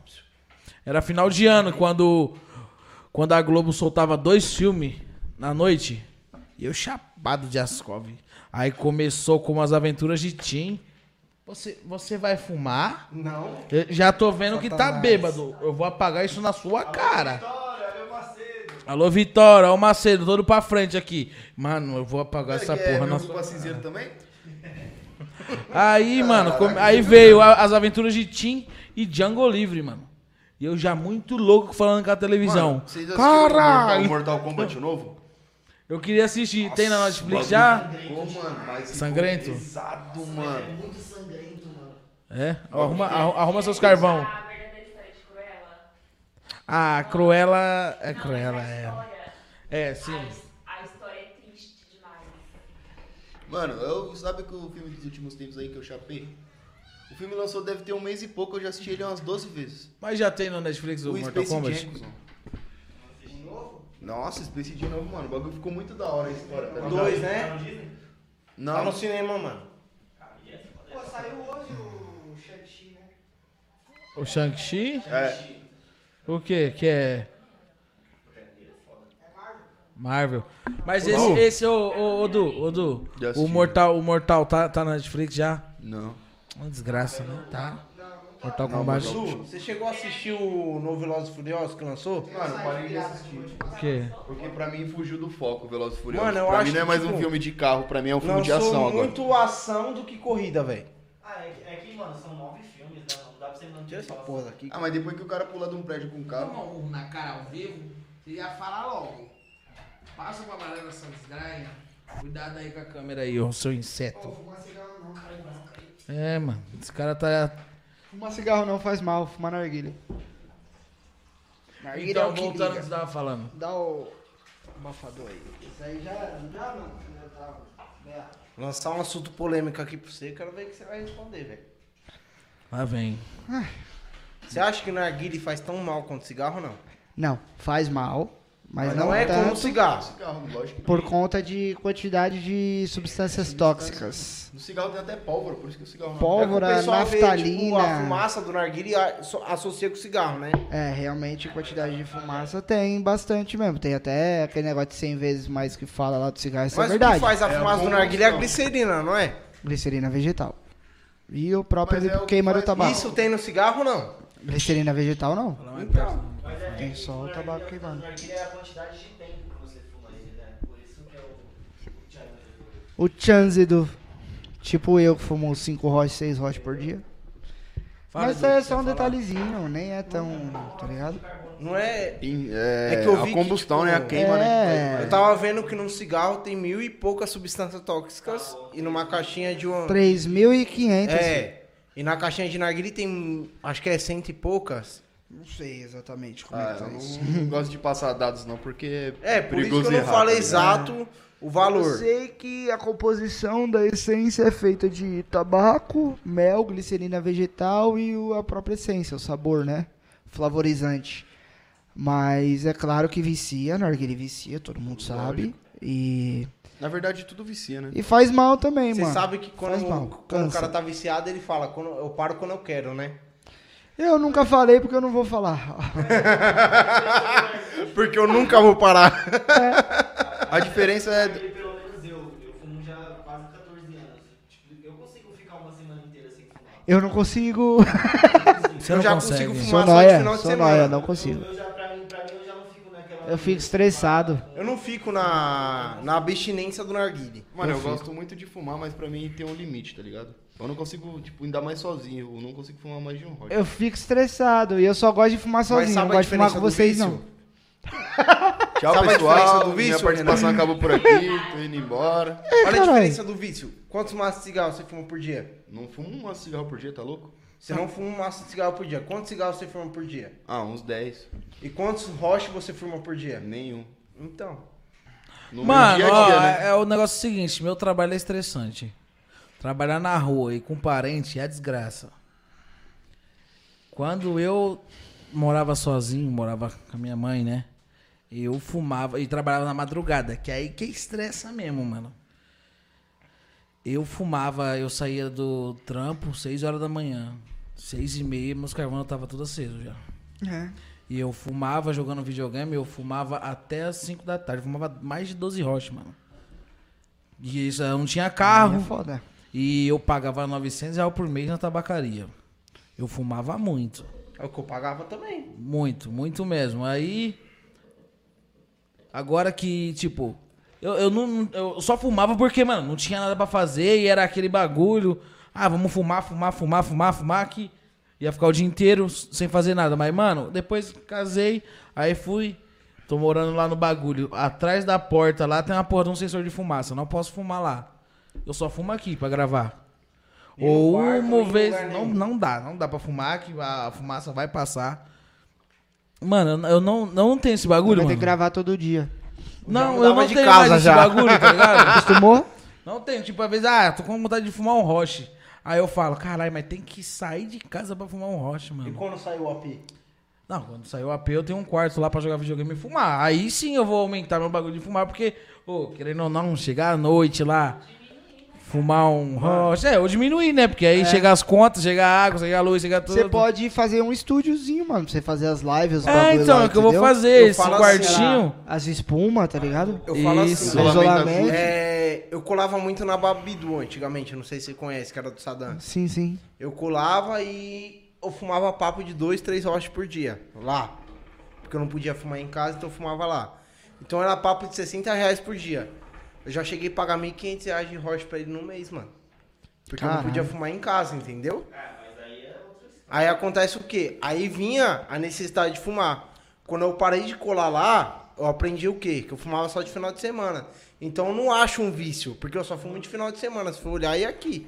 [SPEAKER 2] Era final de ano, quando, quando a Globo soltava dois filmes na noite. E eu chapado de Ascov. Aí começou com as aventuras de Tim. Você, você vai fumar?
[SPEAKER 4] Não.
[SPEAKER 2] Eu já tô vendo que tá
[SPEAKER 4] Satanás.
[SPEAKER 2] bêbado. Eu vou apagar isso na sua cara.
[SPEAKER 3] é
[SPEAKER 2] Alô, Vitória, olha o Macedo, todo pra frente aqui. Mano, eu vou
[SPEAKER 3] é
[SPEAKER 2] apagar essa porra
[SPEAKER 3] um
[SPEAKER 2] na sua.
[SPEAKER 3] cinzeiro assim, também?
[SPEAKER 2] Aí, mano, come- aí veio a- as aventuras de Tim e Django Livre, mano. E eu já muito louco falando com a televisão.
[SPEAKER 3] Vocês
[SPEAKER 2] Caralho!
[SPEAKER 3] assistiram o Mortal, Mortal Kombat novo?
[SPEAKER 2] Eu queria assistir. Tem na Netflix já?
[SPEAKER 3] Pô, mano, mas ficou
[SPEAKER 2] Sangrento?
[SPEAKER 3] pesado, mano.
[SPEAKER 2] É? Arruma, arru- arruma seus carvão.
[SPEAKER 7] A verdadeira história de Cruella.
[SPEAKER 2] Ah, Cruella. É
[SPEAKER 7] Não,
[SPEAKER 2] Cruella,
[SPEAKER 7] mas a
[SPEAKER 2] é.
[SPEAKER 7] história-
[SPEAKER 2] É, sim.
[SPEAKER 7] A, a história é triste demais.
[SPEAKER 3] Mano, eu, sabe que o filme dos últimos tempos aí que eu chapei? O filme lançou deve ter um mês e pouco, eu já assisti ele umas 12 vezes.
[SPEAKER 2] Mas já tem no Netflix o,
[SPEAKER 3] O
[SPEAKER 2] Mortal
[SPEAKER 3] Space
[SPEAKER 2] Kombat?
[SPEAKER 3] Jam, cuzão. Nossa, Space Jam novo, mano. O bagulho ficou muito da hora a história. Tá ligado?
[SPEAKER 4] Dois, né? Tá
[SPEAKER 3] Não,
[SPEAKER 4] no cinema, mano.
[SPEAKER 6] Pô, saiu hoje o Shang-Chi, né?
[SPEAKER 2] O Shang-Chi?
[SPEAKER 3] é,
[SPEAKER 2] O que? Que é. Marvel. Mas esse,
[SPEAKER 3] Du.
[SPEAKER 2] esse ô, ô, ô, Du, ô, Du,
[SPEAKER 3] Já
[SPEAKER 2] o
[SPEAKER 3] assisti.
[SPEAKER 2] Mortal, o Mortal tá, tá na Netflix já?
[SPEAKER 3] não.
[SPEAKER 2] Uma desgraça, né? Tá. Mortal
[SPEAKER 3] Não,
[SPEAKER 2] Kombat.
[SPEAKER 3] Mortal
[SPEAKER 4] Su, você chegou a assistir o novo Velozes e Furiosos que lançou?
[SPEAKER 3] Mano, parei de assistir.
[SPEAKER 2] O quê?
[SPEAKER 3] Porque pra mim fugiu do foco Velozes e Furiosos.
[SPEAKER 4] Mano, eu
[SPEAKER 3] pra
[SPEAKER 4] acho
[SPEAKER 3] mim não é
[SPEAKER 4] que,
[SPEAKER 3] mais
[SPEAKER 4] tipo,
[SPEAKER 3] um filme de carro, pra mim é um filme de ação
[SPEAKER 4] Lançou
[SPEAKER 3] agora.
[SPEAKER 4] muito ação do que corrida, velho.
[SPEAKER 6] Ah, é, que- é que, mano, são nove filmes, né? Não dá pra você manter
[SPEAKER 4] Tira essa porra daqui.
[SPEAKER 3] Ah, mas depois que o cara pula de um prédio com um carro.
[SPEAKER 2] um na cara ao vivo, você ia falar logo. Passa pra galera essa desgraia. Cuidado aí com a câmera aí, ô seu inseto. É, mano, esse cara tá.
[SPEAKER 1] Fumar cigarro não faz mal, fumar narguilha. é
[SPEAKER 2] Então, voltando ao que você tava falando.
[SPEAKER 1] Dá o abafador aí. Isso aí já, já não, já tava.
[SPEAKER 4] Lançar um assunto polêmico aqui pra você, quero ver o que você vai responder, velho.
[SPEAKER 2] Lá vem.
[SPEAKER 4] Você acha que o narguile faz tão mal quanto cigarro, não?
[SPEAKER 1] Não, faz mal, mas,
[SPEAKER 4] Mas
[SPEAKER 1] não,
[SPEAKER 4] não é
[SPEAKER 1] tanto
[SPEAKER 4] como cigarro.
[SPEAKER 3] Cigarro, um lógico.
[SPEAKER 1] por conta de quantidade de substâncias tóxicas.
[SPEAKER 3] No cigarro tem até pólvora, por isso que o cigarro não
[SPEAKER 4] É que o
[SPEAKER 1] Pólvora,
[SPEAKER 4] pessoal vê, tipo, a
[SPEAKER 1] naftalina.
[SPEAKER 4] fumaça do narguile a- so- associa com cigarro, né?
[SPEAKER 1] É, realmente quantidade de fumaça tem bastante mesmo. Tem até aquele negócio de 100 vezes mais que fala lá do cigarro, isso
[SPEAKER 4] Mas
[SPEAKER 1] é verdade.
[SPEAKER 4] o que faz a
[SPEAKER 3] É a
[SPEAKER 4] fumaça do narguile é a
[SPEAKER 3] combustão.
[SPEAKER 4] glicerina, não é?
[SPEAKER 1] Glicerina vegetal. E o próprio
[SPEAKER 3] Mas é o que
[SPEAKER 1] queima do
[SPEAKER 3] faz-
[SPEAKER 1] tabaco.
[SPEAKER 4] Isso tem no cigarro, não?
[SPEAKER 1] Glicerina vegetal não.
[SPEAKER 4] Então,
[SPEAKER 6] Mas é,
[SPEAKER 1] Tem só o tabaco queimando.
[SPEAKER 6] narguilha é a quantidade de tempo que você fuma ele, né? Por isso que é o... o challenge do-
[SPEAKER 1] O chance do. Tipo eu que fumo 5 roches, 6 roches por dia.
[SPEAKER 2] Fala,
[SPEAKER 1] Mas
[SPEAKER 2] Du,
[SPEAKER 1] isso aí é
[SPEAKER 2] você
[SPEAKER 1] só um
[SPEAKER 2] ia falar.
[SPEAKER 1] detalhezinho, nem é tão. tá ligado?
[SPEAKER 4] não é...
[SPEAKER 3] Em- É,
[SPEAKER 4] É que eu vi
[SPEAKER 3] a
[SPEAKER 4] que,
[SPEAKER 3] combustão, né?
[SPEAKER 4] tipo,
[SPEAKER 3] A queima, né?
[SPEAKER 1] É.
[SPEAKER 4] Eu tava vendo que num cigarro tem mil e poucas substâncias tóxicas e numa caixinha de uma...
[SPEAKER 1] 3.500.
[SPEAKER 4] É, e na caixinha de narguile tem, acho que é cento e poucas.
[SPEAKER 1] Não sei exatamente como é
[SPEAKER 3] Ah,
[SPEAKER 1] que tá
[SPEAKER 3] eu
[SPEAKER 1] isso.
[SPEAKER 3] não, não gosto de passar dados não, porque
[SPEAKER 4] É, por
[SPEAKER 3] perigoso
[SPEAKER 4] isso que eu não
[SPEAKER 3] errar,
[SPEAKER 4] falei
[SPEAKER 3] tá ligado?
[SPEAKER 4] exato o
[SPEAKER 1] Eu
[SPEAKER 4] valor.
[SPEAKER 1] sei que a composição da essência é feita de tabaco, mel, glicerina vegetal e o- a própria essência, o sabor, né? Flavorizante. Mas é claro que vicia, narguilé vicia, todo mundo sabe. E,
[SPEAKER 3] Na verdade, tudo vicia, né?
[SPEAKER 1] e faz mal também,
[SPEAKER 4] Você
[SPEAKER 1] mano.
[SPEAKER 4] sabe que quando,
[SPEAKER 1] Faz mal,
[SPEAKER 4] quando o
[SPEAKER 1] cansa.
[SPEAKER 4] cara tá viciado, ele fala, quando, eu paro quando eu quero, né?
[SPEAKER 1] Eu nunca falei porque eu não vou falar.
[SPEAKER 4] Porque eu nunca vou parar.
[SPEAKER 3] A diferença é...
[SPEAKER 6] Porque pelo menos eu, eu fumo já quase 14 anos. Tipo, eu consigo ficar uma semana inteira sem fumar.
[SPEAKER 1] Eu não consigo.
[SPEAKER 2] Você
[SPEAKER 4] eu
[SPEAKER 2] não
[SPEAKER 4] já
[SPEAKER 2] consegue.
[SPEAKER 4] consigo
[SPEAKER 1] Sou
[SPEAKER 4] fumar só no
[SPEAKER 1] nóia,
[SPEAKER 4] final de
[SPEAKER 1] sou
[SPEAKER 4] semana.
[SPEAKER 1] nóia, não consigo.
[SPEAKER 6] Eu já, pra, mim, pra mim, eu já não fico naquela...
[SPEAKER 1] Eu fico estressado.
[SPEAKER 4] Eu não fico na, na abstinência do narguile.
[SPEAKER 3] Mano, eu gosto muito de fumar, mas pra mim tem um limite, tá ligado? Eu não consigo, tipo, ainda mais sozinho, eu não consigo fumar mais de um rock.
[SPEAKER 1] Eu fico estressado e eu só gosto de fumar sozinho, não
[SPEAKER 4] sabe a
[SPEAKER 1] gosto de fumar
[SPEAKER 4] diferença
[SPEAKER 1] com
[SPEAKER 4] do
[SPEAKER 1] vocês
[SPEAKER 4] vício?
[SPEAKER 1] não.
[SPEAKER 3] Tchau,
[SPEAKER 4] Sabe a diferença
[SPEAKER 3] pessoal,
[SPEAKER 4] do
[SPEAKER 3] minha
[SPEAKER 4] vício,
[SPEAKER 3] participação acabou por aqui, tô indo embora.
[SPEAKER 4] Olha a
[SPEAKER 1] É, caralho.
[SPEAKER 4] diferença do vício. Quantos maços de cigarro você fuma por dia?
[SPEAKER 3] Não fumo um maço de cigarro por dia, tá louco?
[SPEAKER 4] Você não fuma um maço de cigarro por dia. Quantos cigarros você fuma por dia?
[SPEAKER 3] Ah, uns 10,
[SPEAKER 4] E quantos roches você fuma por dia?
[SPEAKER 3] nenhum.
[SPEAKER 4] Então.
[SPEAKER 3] No meu
[SPEAKER 2] Mano,
[SPEAKER 3] dia a
[SPEAKER 2] ó,
[SPEAKER 3] dia, né?
[SPEAKER 2] é o negócio seguinte, meu trabalho é estressante. Trabalhar na rua e com parente é desgraça. Quando eu morava sozinho, morava com a minha mãe, né? Eu fumava e trabalhava na madrugada, que aí que estressa mesmo, mano. Eu fumava, eu saía do trampo 6 horas da manhã. 6 e meia, meus carvão tava tudo aceso já.
[SPEAKER 1] É.
[SPEAKER 2] E eu fumava jogando videogame, eu fumava até as 5 da tarde. Eu fumava mais de 12 rochas, mano. E isso, eu não tinha
[SPEAKER 1] É
[SPEAKER 2] carro.
[SPEAKER 1] foda.
[SPEAKER 2] E eu pagava 900 reais por mês na tabacaria. Eu fumava muito.
[SPEAKER 4] É o que eu pagava também.
[SPEAKER 2] Muito, muito mesmo. Aí. Agora que, tipo. Eu, eu, não, eu só fumava porque, mano, não tinha nada pra fazer e era aquele bagulho. Ah, vamos fumar, fumar, fumar, fumar, fumar que ia ficar o dia inteiro s- sem fazer nada. Mas, mano, depois casei, aí fui. Tô morando lá no bagulho. Atrás da porta lá tem uma porra de um sensor de fumaça. Não posso fumar lá. Eu só fumo aqui pra gravar. Ou
[SPEAKER 4] quarto,
[SPEAKER 2] uma
[SPEAKER 4] em
[SPEAKER 2] vez.
[SPEAKER 4] lugar
[SPEAKER 2] Não,
[SPEAKER 4] nenhum.
[SPEAKER 2] não dá, não dá pra fumar, que a fumaça vai passar. Mano, eu- eu não, não tenho esse bagulho,
[SPEAKER 1] Vai ter
[SPEAKER 2] mano. Ah,
[SPEAKER 1] que gravar todo dia.
[SPEAKER 2] Não,
[SPEAKER 4] Já
[SPEAKER 2] eu não
[SPEAKER 4] mudava de
[SPEAKER 2] tenho
[SPEAKER 4] casa
[SPEAKER 2] mais
[SPEAKER 4] já.
[SPEAKER 2] esse bagulho, tá ligado?
[SPEAKER 1] Acostumou?
[SPEAKER 2] não tenho. Tipo, às vezes, ah, tô com vontade de fumar um roche. Aí eu falo, caralho, mas tem que sair de casa pra fumar um roche,
[SPEAKER 4] E
[SPEAKER 2] mano.
[SPEAKER 4] quando saiu o API?
[SPEAKER 2] Não, quando sair o AP, eu tenho um quarto lá pra jogar videogame e fumar. Aí sim eu vou aumentar meu bagulho de fumar, porque, ô, querendo ou não, chegar à noite lá, fumar um roche. É, ou diminuir, né? Porque aí chega as contas, chega a água, chega a luz, chega tudo.
[SPEAKER 1] Você pode fazer um estúdiozinho, mano. Pra você fazer as lives, os
[SPEAKER 2] É,
[SPEAKER 1] bagulho
[SPEAKER 2] então,
[SPEAKER 1] lá,
[SPEAKER 2] é o que eu vou
[SPEAKER 1] entendeu?
[SPEAKER 2] fazer,
[SPEAKER 4] Eu
[SPEAKER 2] esse
[SPEAKER 4] falo assim,
[SPEAKER 2] quartinho.
[SPEAKER 1] As espumas, tá ligado?
[SPEAKER 4] Eu falo
[SPEAKER 2] Isso.
[SPEAKER 4] assim.
[SPEAKER 1] Isolamento
[SPEAKER 3] Isolamento
[SPEAKER 1] acústico.
[SPEAKER 4] É, eu colava muito na Babidu antigamente, não sei se você conhece, que era do Saddam.
[SPEAKER 1] Sim, sim.
[SPEAKER 4] Eu colava e eu fumava papo de dois, três rochas por dia, lá. Porque eu não podia fumar em casa, então eu fumava lá. Então era papo de 60 reais por dia. Eu já cheguei a pagar 1.500 reais de rocha pra ele no mês, mano. Porque eu
[SPEAKER 1] Caralho.
[SPEAKER 4] não podia fumar em casa, entendeu? Aí acontece o quê? Aí vinha a necessidade de fumar. Quando eu parei de colar lá, eu aprendi o quê? Que eu fumava só de final de semana. Então eu não acho um vício, porque eu só fumo de final de semana, se for olhar, e aqui.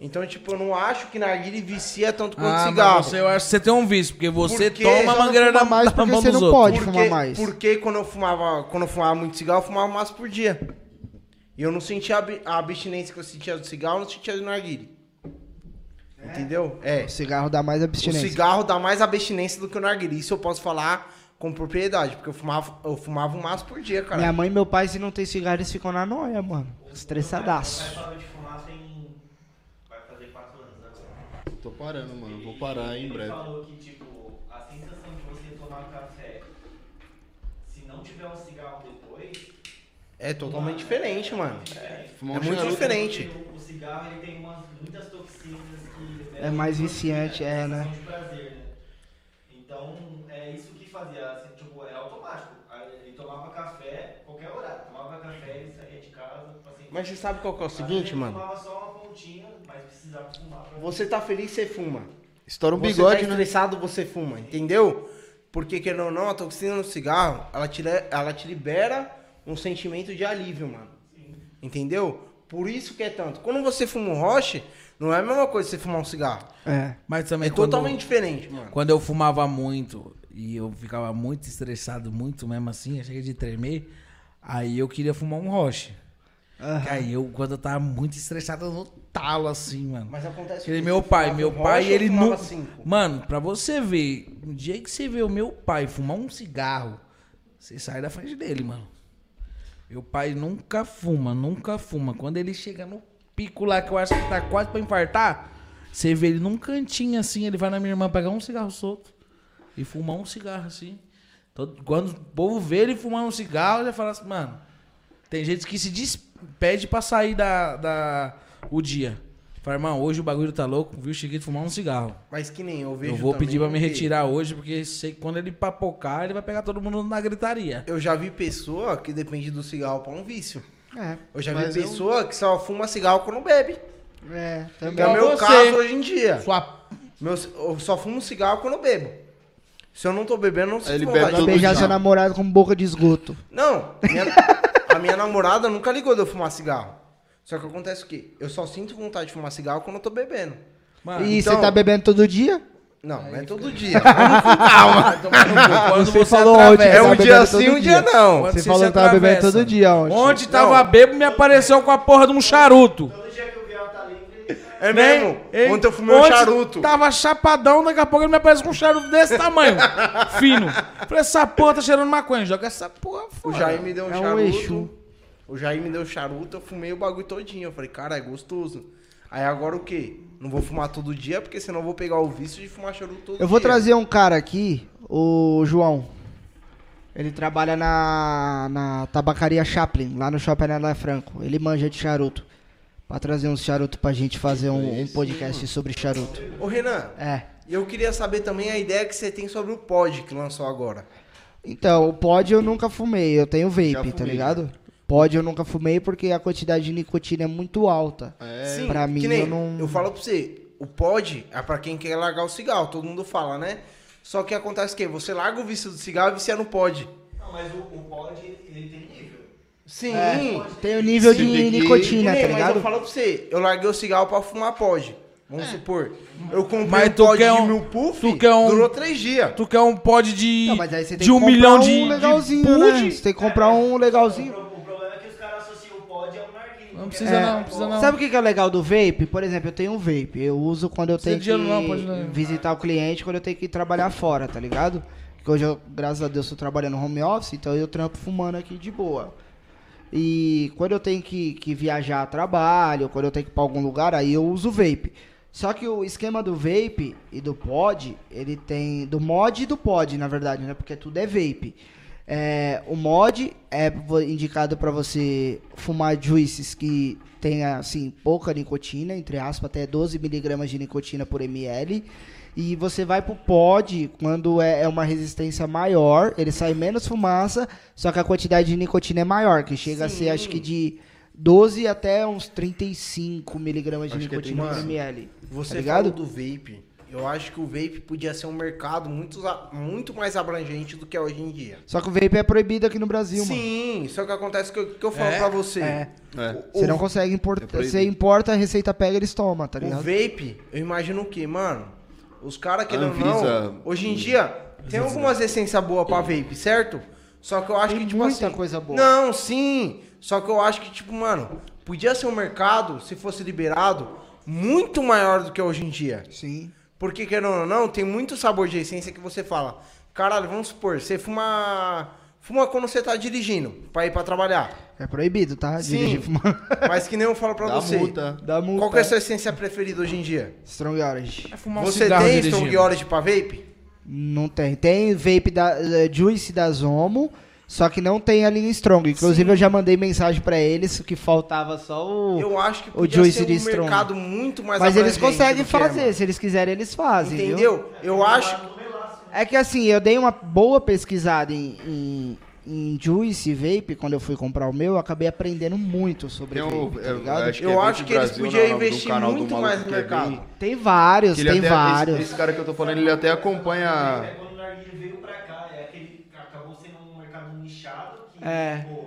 [SPEAKER 4] Então, tipo, eu não acho que narguile vicia tanto quanto
[SPEAKER 2] Ah,
[SPEAKER 4] cigarro.
[SPEAKER 2] mas você, eu acho que você tem um vício, porque você
[SPEAKER 4] Porque
[SPEAKER 2] toma
[SPEAKER 4] já
[SPEAKER 2] a
[SPEAKER 4] não
[SPEAKER 2] mangueira
[SPEAKER 1] fuma
[SPEAKER 2] na,
[SPEAKER 1] mais
[SPEAKER 2] na
[SPEAKER 1] porque
[SPEAKER 2] mão
[SPEAKER 1] você
[SPEAKER 2] dos
[SPEAKER 1] não
[SPEAKER 2] outros.
[SPEAKER 1] pode. fumar mais.
[SPEAKER 4] Porque quando eu fumava, quando eu fumava muito cigarro, eu fumava um maço por dia. E eu não sentia a abi- a abstinência que eu sentia do cigarro, eu não sentia do narguile. Entendeu? É.
[SPEAKER 1] O cigarro dá mais
[SPEAKER 4] O
[SPEAKER 1] abstinência.
[SPEAKER 4] cigarro dá mais abstinência do que o narguilé. Isso eu posso falar com propriedade, porque eu fumava, eu fumava um maço por dia, cara.
[SPEAKER 1] Minha mãe e meu pai, se não tem cigarro, eles ficam na noia, mano. Estressadaço.
[SPEAKER 6] parou de fumar tem. Vai fazer 4 anos agora.
[SPEAKER 4] é-
[SPEAKER 3] Tô parando, mano. Vou parar em
[SPEAKER 6] Ele
[SPEAKER 3] breve.
[SPEAKER 6] falou que, tipo, a sensação de você tomar café, se não tiver um cigarro depois,
[SPEAKER 4] É totalmente diferente, mano.
[SPEAKER 3] Fumar um
[SPEAKER 4] É muito
[SPEAKER 3] charuto.
[SPEAKER 4] diferente.
[SPEAKER 6] o, o cigarro ele tem umas, muitas toxinas que.
[SPEAKER 1] É mais viciante, é, né?
[SPEAKER 6] sensação de prazer, né? Então, é isso que fazia, assim, tipo, é automático. Aí Ele tomava café, qualquer horário, tomava café, ele saía de casa, assim.
[SPEAKER 4] Mas você sabe qual que é o
[SPEAKER 6] às vezes
[SPEAKER 4] seguinte,
[SPEAKER 6] ele
[SPEAKER 4] mano?
[SPEAKER 6] Fumava só uma pontinha, mas precisava fumar pra
[SPEAKER 4] Você tá feliz, você fuma.
[SPEAKER 3] Estoura um
[SPEAKER 4] você
[SPEAKER 3] bigode,
[SPEAKER 4] tá
[SPEAKER 3] né?
[SPEAKER 4] estressado, você fuma, entendeu? Porque, querendo ou não, a toxina no um cigarro, ela te, le- ela te libera um sentimento de alívio, mano. Entendeu? Por isso que é tanto. Quando você fuma um roche, não é a mesma coisa que você fumar um cigarro.
[SPEAKER 1] É.
[SPEAKER 2] Mas também
[SPEAKER 4] É
[SPEAKER 2] quando,
[SPEAKER 4] totalmente diferente, mano.
[SPEAKER 2] quando eu fumava muito e eu ficava muito estressado, muito mesmo assim, eu cheguei de tremer, aí eu queria fumar um roche.
[SPEAKER 1] É.
[SPEAKER 2] Que Aí eu, quando eu tava muito estressado, eu no talo assim, mano.
[SPEAKER 4] Mas acontece
[SPEAKER 2] Aquele
[SPEAKER 4] que
[SPEAKER 2] meu
[SPEAKER 4] você
[SPEAKER 2] pai,
[SPEAKER 4] fumava
[SPEAKER 2] meu
[SPEAKER 4] um
[SPEAKER 2] pai,
[SPEAKER 4] rocha ou
[SPEAKER 2] ele
[SPEAKER 4] fumava
[SPEAKER 2] não.
[SPEAKER 4] cinco?
[SPEAKER 2] Mano, pra você ver, no dia que você vê o meu pai fumar um cigarro, você sai da frente dele, mano. Meu pai nunca fuma, nunca fuma. Quando ele chega no pico lá, que eu acho que tá quase pra infartar, você vê ele num cantinho assim, ele vai na minha irmã pegar um cigarro solto e fumar um cigarro assim. Todo- quando o povo vê ele fumando um cigarro, já fala assim, mano. Tem gente que se despede pra sair da, da, o dia. Fala, irmão, hoje o bagulho tá louco, viu? Cheguei de fumar um cigarro.
[SPEAKER 4] Mas que nem eu vejo.
[SPEAKER 2] Eu vou
[SPEAKER 4] também
[SPEAKER 2] pedir pra me
[SPEAKER 4] que-
[SPEAKER 2] retirar hoje, porque sei que quando ele papocar, ele vai pegar todo mundo na gritaria.
[SPEAKER 4] Eu já vi pessoa que depende do cigarro pra um vício.
[SPEAKER 1] É.
[SPEAKER 4] Eu já
[SPEAKER 3] Mas
[SPEAKER 4] vi
[SPEAKER 3] eu-
[SPEAKER 4] pessoa que só fuma cigarro quando bebe.
[SPEAKER 1] É,
[SPEAKER 4] Que
[SPEAKER 1] também.
[SPEAKER 4] é o
[SPEAKER 2] Igual
[SPEAKER 4] meu
[SPEAKER 2] você.
[SPEAKER 4] caso hoje em dia.
[SPEAKER 2] Sua...
[SPEAKER 4] Meu, eu só fumo cigarro quando eu bebo. Se eu não tô bebendo, eu não sinto
[SPEAKER 3] ele
[SPEAKER 4] vontade.
[SPEAKER 3] bebe
[SPEAKER 1] Vai
[SPEAKER 3] todo
[SPEAKER 1] beijar
[SPEAKER 3] dia.
[SPEAKER 1] seu namorado com boca de esgoto.
[SPEAKER 4] Não, minha- a minha namorada nunca ligou de eu fumar cigarro. Só que acontece o quê? Eu só sinto vontade de fumar cigarro quando eu tô bebendo.
[SPEAKER 2] Mano,
[SPEAKER 1] e
[SPEAKER 4] então-
[SPEAKER 1] você tá bebendo todo dia?
[SPEAKER 4] Não, não é todo dia. Vamos com
[SPEAKER 2] vai
[SPEAKER 4] Calma.
[SPEAKER 2] tomar no cu. quando
[SPEAKER 1] Você
[SPEAKER 2] você,
[SPEAKER 1] falou
[SPEAKER 2] atravessa.
[SPEAKER 1] ontem,
[SPEAKER 4] É
[SPEAKER 1] tá
[SPEAKER 4] um dia
[SPEAKER 1] bebendo todo
[SPEAKER 4] sim, um dia
[SPEAKER 1] dia.
[SPEAKER 4] não.
[SPEAKER 2] Quando
[SPEAKER 1] Você falou que tava bebendo
[SPEAKER 2] atravessa.
[SPEAKER 1] todo dia ontem.
[SPEAKER 2] Ontem tava bêbado, me apareceu com a porra de um charuto.
[SPEAKER 6] Todo dia que eu via
[SPEAKER 4] É
[SPEAKER 5] Né?
[SPEAKER 4] mesmo?
[SPEAKER 5] Ei,
[SPEAKER 4] Ontem eu fumei um
[SPEAKER 5] ontem
[SPEAKER 4] charuto.
[SPEAKER 5] Tava chapadão, daqui a pouco ele me aparece com um charuto desse tamanho. fino. Falei, essa porra tá cheirando maconha. Joga essa porra
[SPEAKER 4] O
[SPEAKER 5] fora.
[SPEAKER 4] Jair me deu um
[SPEAKER 1] É um
[SPEAKER 4] charuto.
[SPEAKER 1] Exu.
[SPEAKER 4] o Jair me deu um charuto, eu fumei o bagulho todinho. Eu falei, cara, é gostoso. Aí agora o quê? Não vou fumar todo dia, porque senão eu vou pegar o vício de fumar charuto todo dia.
[SPEAKER 1] Eu vou trazer um cara aqui, o João. Ele trabalha na, na tabacaria Chaplin, lá no Shopping Ana Franco. Ele manja de charuto. Pra trazer uns charutos pra gente fazer um, um podcast sobre charuto.
[SPEAKER 4] Ô, Renan,
[SPEAKER 1] É.
[SPEAKER 4] e eu queria saber também a ideia que você tem sobre o pod que lançou agora.
[SPEAKER 1] Então, o pod eu nunca fumei, eu tenho
[SPEAKER 3] Já
[SPEAKER 1] vape,
[SPEAKER 3] fumei.
[SPEAKER 1] tá ligado? Pod eu nunca fumei porque a quantidade de nicotina é muito alta.
[SPEAKER 4] Sim,
[SPEAKER 1] pra mim
[SPEAKER 4] que nem,
[SPEAKER 1] eu não.
[SPEAKER 4] falo pra você, o pod é pra quem quer largar o cigarro, todo mundo fala, né? Só que acontece o quê? Você larga o vício do cigarro e vicia no pod.
[SPEAKER 6] Não, mas o, o pod, ele tem nível.
[SPEAKER 4] Sim.
[SPEAKER 1] É. Tem o nível
[SPEAKER 3] Sim, tem
[SPEAKER 1] de
[SPEAKER 3] que-
[SPEAKER 4] Que
[SPEAKER 1] nicotina,
[SPEAKER 4] nem,
[SPEAKER 1] tá
[SPEAKER 4] mas
[SPEAKER 1] ligado?
[SPEAKER 4] eu falo pra você, eu larguei o cigarro pra fumar pod. Vamos supor, eu comprei
[SPEAKER 5] Mas
[SPEAKER 4] um
[SPEAKER 5] tu
[SPEAKER 4] pod
[SPEAKER 5] quer
[SPEAKER 4] de
[SPEAKER 5] um-
[SPEAKER 4] mil puff,
[SPEAKER 5] tu quer um-
[SPEAKER 4] durou três dias.
[SPEAKER 2] Tá
[SPEAKER 5] Tu quer um pod de.
[SPEAKER 1] Não, mas aí você tem
[SPEAKER 5] de um
[SPEAKER 1] que comprar
[SPEAKER 5] milhão
[SPEAKER 1] um
[SPEAKER 5] de. de
[SPEAKER 1] legalzinho,
[SPEAKER 5] pod?
[SPEAKER 1] né? Você tem que comprar um legalzinho.
[SPEAKER 6] O problema é que os caras associam o pod ao narguilé.
[SPEAKER 2] Não precisa não, não precisa não.
[SPEAKER 1] Sabe o que, que é legal do vape? Por exemplo, eu tenho um vape. Eu uso quando eu tenho que
[SPEAKER 2] dinheiro não, pode não.
[SPEAKER 1] visitar o cliente, quando eu tenho que trabalhar fora, tá ligado? Porque hoje, eu, graças a Deus, tô trabalhando home office, então eu trampo fumando aqui de boa. E quando eu tenho que, que viajar a trabalho, quando eu tenho que ir pra algum lugar, aí eu uso o vape. Só que o esquema do vape e do pod, ele tem. Do mod e do pod, na verdade, né? Porque tudo é vape. É, o mod é vo- indicado para você fumar juices que tenha assim pouca nicotina, entre aspas, até 12 miligramas de nicotina por ml. E você vai pro pod quando é, é uma resistência maior, ele sai menos fumaça, só que a quantidade de nicotina é maior, que chega a ser acho que de 12 até uns 35 miligramas de
[SPEAKER 3] Acho que é
[SPEAKER 1] nicotina por
[SPEAKER 3] 35.
[SPEAKER 1] ml.
[SPEAKER 4] Você
[SPEAKER 1] tá ligado?
[SPEAKER 4] falou do vape. Eu acho que o vape podia ser um mercado muito, za- muito mais abrangente do que é hoje em dia.
[SPEAKER 1] Só que o vape é proibido aqui no Brasil, mano.
[SPEAKER 4] Sim, só que acontece que eu, que eu falo pra você.
[SPEAKER 1] É.
[SPEAKER 3] É.
[SPEAKER 1] Você não consegue
[SPEAKER 3] É
[SPEAKER 1] importar.
[SPEAKER 3] proibido.
[SPEAKER 1] você importa, a receita pega, eles tomam, tá
[SPEAKER 4] O
[SPEAKER 1] ligado?
[SPEAKER 4] vape, eu imagino o que, mano? Os caras que não,
[SPEAKER 3] Anvisa-
[SPEAKER 4] não. Hoje em dia, tem algumas essências boas pra vape, certo? Só que eu acho
[SPEAKER 1] Tem
[SPEAKER 4] que, tipo
[SPEAKER 1] muita
[SPEAKER 4] assim.
[SPEAKER 1] coisa boa.
[SPEAKER 4] Não, sim. Só que eu acho que, tipo, mano, podia ser um mercado, se fosse liberado, muito maior do que é hoje em dia.
[SPEAKER 1] Sim.
[SPEAKER 4] Porque, querendo ou não, tem muito sabor de essência que você fala. Caralho, vamos supor, você fuma. Fuma quando você tá dirigindo, pra ir pra trabalhar.
[SPEAKER 1] É proibido, tá? Dirigir fumando.
[SPEAKER 4] Mas que nem eu falo pra
[SPEAKER 3] Dá
[SPEAKER 4] você.
[SPEAKER 3] multa.
[SPEAKER 1] Dá multa.
[SPEAKER 4] Qual que é a sua essência preferida hoje em dia?
[SPEAKER 1] Strong Orange.
[SPEAKER 5] É fumar um
[SPEAKER 4] você
[SPEAKER 5] cigarro
[SPEAKER 4] tem
[SPEAKER 5] dirigindo.
[SPEAKER 4] Strong Orange pra vape?
[SPEAKER 1] Não tem. Tem vape da eh, Juice da Zomo, só que não tem a linha Strong. Inclusive eu já mandei mensagem pra eles que faltava só o
[SPEAKER 4] Eu acho que
[SPEAKER 1] o
[SPEAKER 4] podia
[SPEAKER 1] Juice
[SPEAKER 4] ser um
[SPEAKER 1] de Strong.
[SPEAKER 4] mercado muito mais
[SPEAKER 1] Mas eles
[SPEAKER 4] abrangente
[SPEAKER 1] conseguem
[SPEAKER 4] do que é,
[SPEAKER 1] fazer,
[SPEAKER 4] mano.
[SPEAKER 1] se eles quiserem eles fazem, viu?
[SPEAKER 4] Entendeu? Eu acho.
[SPEAKER 1] É que assim, eu dei uma boa pesquisada em, em, em Juice e Vape quando eu fui comprar o meu, eu acabei aprendendo muito sobre
[SPEAKER 3] Tem um-
[SPEAKER 1] vape, tá
[SPEAKER 3] é,
[SPEAKER 1] ligado?
[SPEAKER 3] acho que
[SPEAKER 4] Eu
[SPEAKER 3] é
[SPEAKER 4] acho
[SPEAKER 3] Vape
[SPEAKER 4] que eles
[SPEAKER 3] Brasil,
[SPEAKER 4] podiam
[SPEAKER 3] não, o nome do
[SPEAKER 4] investir
[SPEAKER 3] canal do
[SPEAKER 4] muito
[SPEAKER 3] maluco
[SPEAKER 4] mais no
[SPEAKER 3] que é
[SPEAKER 4] mercado.
[SPEAKER 3] Vape.
[SPEAKER 1] Tem vários,
[SPEAKER 3] Que ele
[SPEAKER 1] tem
[SPEAKER 3] até-
[SPEAKER 1] vários.
[SPEAKER 3] Esse, esse cara que eu tô falando, ele até acompanha.
[SPEAKER 6] Quando o narguilé veio pra cá, é aquele acabou sendo um mercado nichado que
[SPEAKER 1] É.
[SPEAKER 6] pô,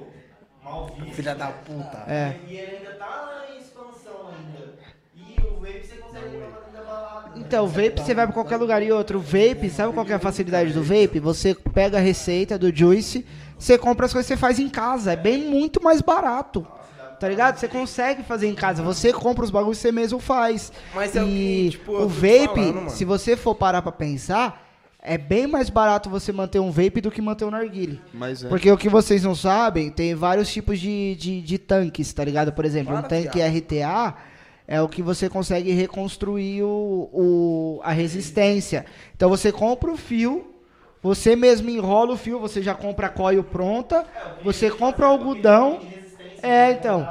[SPEAKER 6] mal visto. né?
[SPEAKER 4] Filha da puta.
[SPEAKER 1] É.
[SPEAKER 6] E ele ainda tá em expansão ainda. E o vape você consegue levar
[SPEAKER 3] é.
[SPEAKER 6] pra dentro da balada. né?
[SPEAKER 1] Então, vape você vai pra qualquer lugar e outro. Vape, sabe qual que é a facilidade do vape? Você pega a receita do juice, você compra as coisas que você faz em casa. É bem muito mais barato. Tá ligado? Você consegue fazer em casa. Você compra os bagulhos que você mesmo faz.
[SPEAKER 4] Mas é
[SPEAKER 1] e
[SPEAKER 4] o que, tipo, eu
[SPEAKER 1] o
[SPEAKER 4] tô te
[SPEAKER 1] vape,
[SPEAKER 4] falando, mano.
[SPEAKER 1] se você for parar pra pensar, é bem mais barato você manter um vape do que manter um narguile.
[SPEAKER 3] Mas é.
[SPEAKER 1] Porque o que vocês não sabem, tem vários tipos de, de, de tanques, tá ligado? Por exemplo, um
[SPEAKER 4] Para,
[SPEAKER 1] tanque RTA é o que você consegue reconstruir o, o, a resistência. Então você compra o fio, você mesmo enrola o fio, você já compra a coil pronta, você compra o algodão. É, então.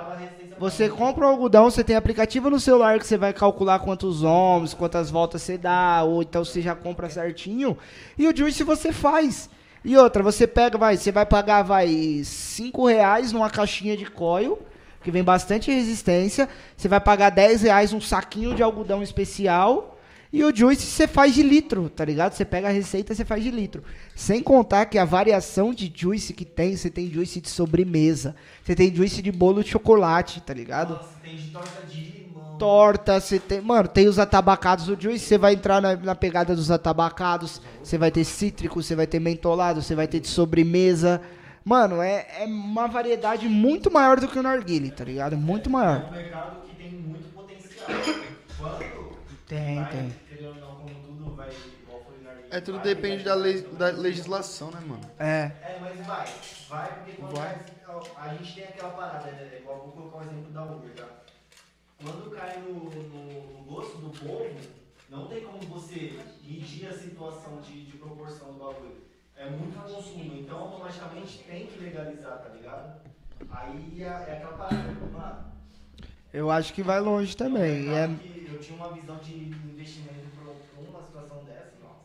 [SPEAKER 1] Você compra o algodão, você tem aplicativo no celular que você vai calcular quantos ohms, quantas voltas você dá, ou então você já compra certinho. E o juice você faz. E outra, você pega, vai, você vai pagar, vai, 5 reais numa caixinha de coil, que vem bastante resistência. Você vai pagar 10 reais um saquinho de algodão especial. E o juice você faz de litro, tá ligado? Você pega a receita, você faz de litro. Sem contar que a variação de juice que tem, você tem juice de sobremesa, você tem juice de bolo de chocolate, tá ligado?
[SPEAKER 6] Nossa, tem de torta de limão.
[SPEAKER 1] torta, você tem. Mano, tem os atabacados do Juice, você vai entrar na, na pegada dos atabacados, você vai ter cítrico, você vai ter mentolado, você vai ter de sobremesa. Mano, é, é uma variedade muito maior do que o narguile, tá ligado? Muito
[SPEAKER 6] É
[SPEAKER 1] maior.
[SPEAKER 6] um mercado que tem muito potencial. levando,
[SPEAKER 1] Tem,
[SPEAKER 6] vai,
[SPEAKER 1] tem.
[SPEAKER 6] querendo ou não, como tudo, vai, igual foi o Leonardo
[SPEAKER 3] É, tudo
[SPEAKER 6] vai,
[SPEAKER 3] depende
[SPEAKER 6] vai-
[SPEAKER 3] da, lei- da legislação, né, mano?
[SPEAKER 1] É.
[SPEAKER 6] É, mas vai. Vai porque quando
[SPEAKER 3] Vai.
[SPEAKER 6] cai- a gente tem aquela parada, né? Igual vou colocar um exemplo da Uber, tá? Quando cai no, no, no gosto do povo, não tem como você medir a situação de, de proporção do bagulho. É muito consumo, então automaticamente tem que legalizar, tá ligado? Aí é, é aquela parada, mano.
[SPEAKER 1] Eu acho que vai longe também.
[SPEAKER 6] eu,
[SPEAKER 1] É,
[SPEAKER 6] que eu tinha uma visão de investimento pra uma situação dessa, nossa.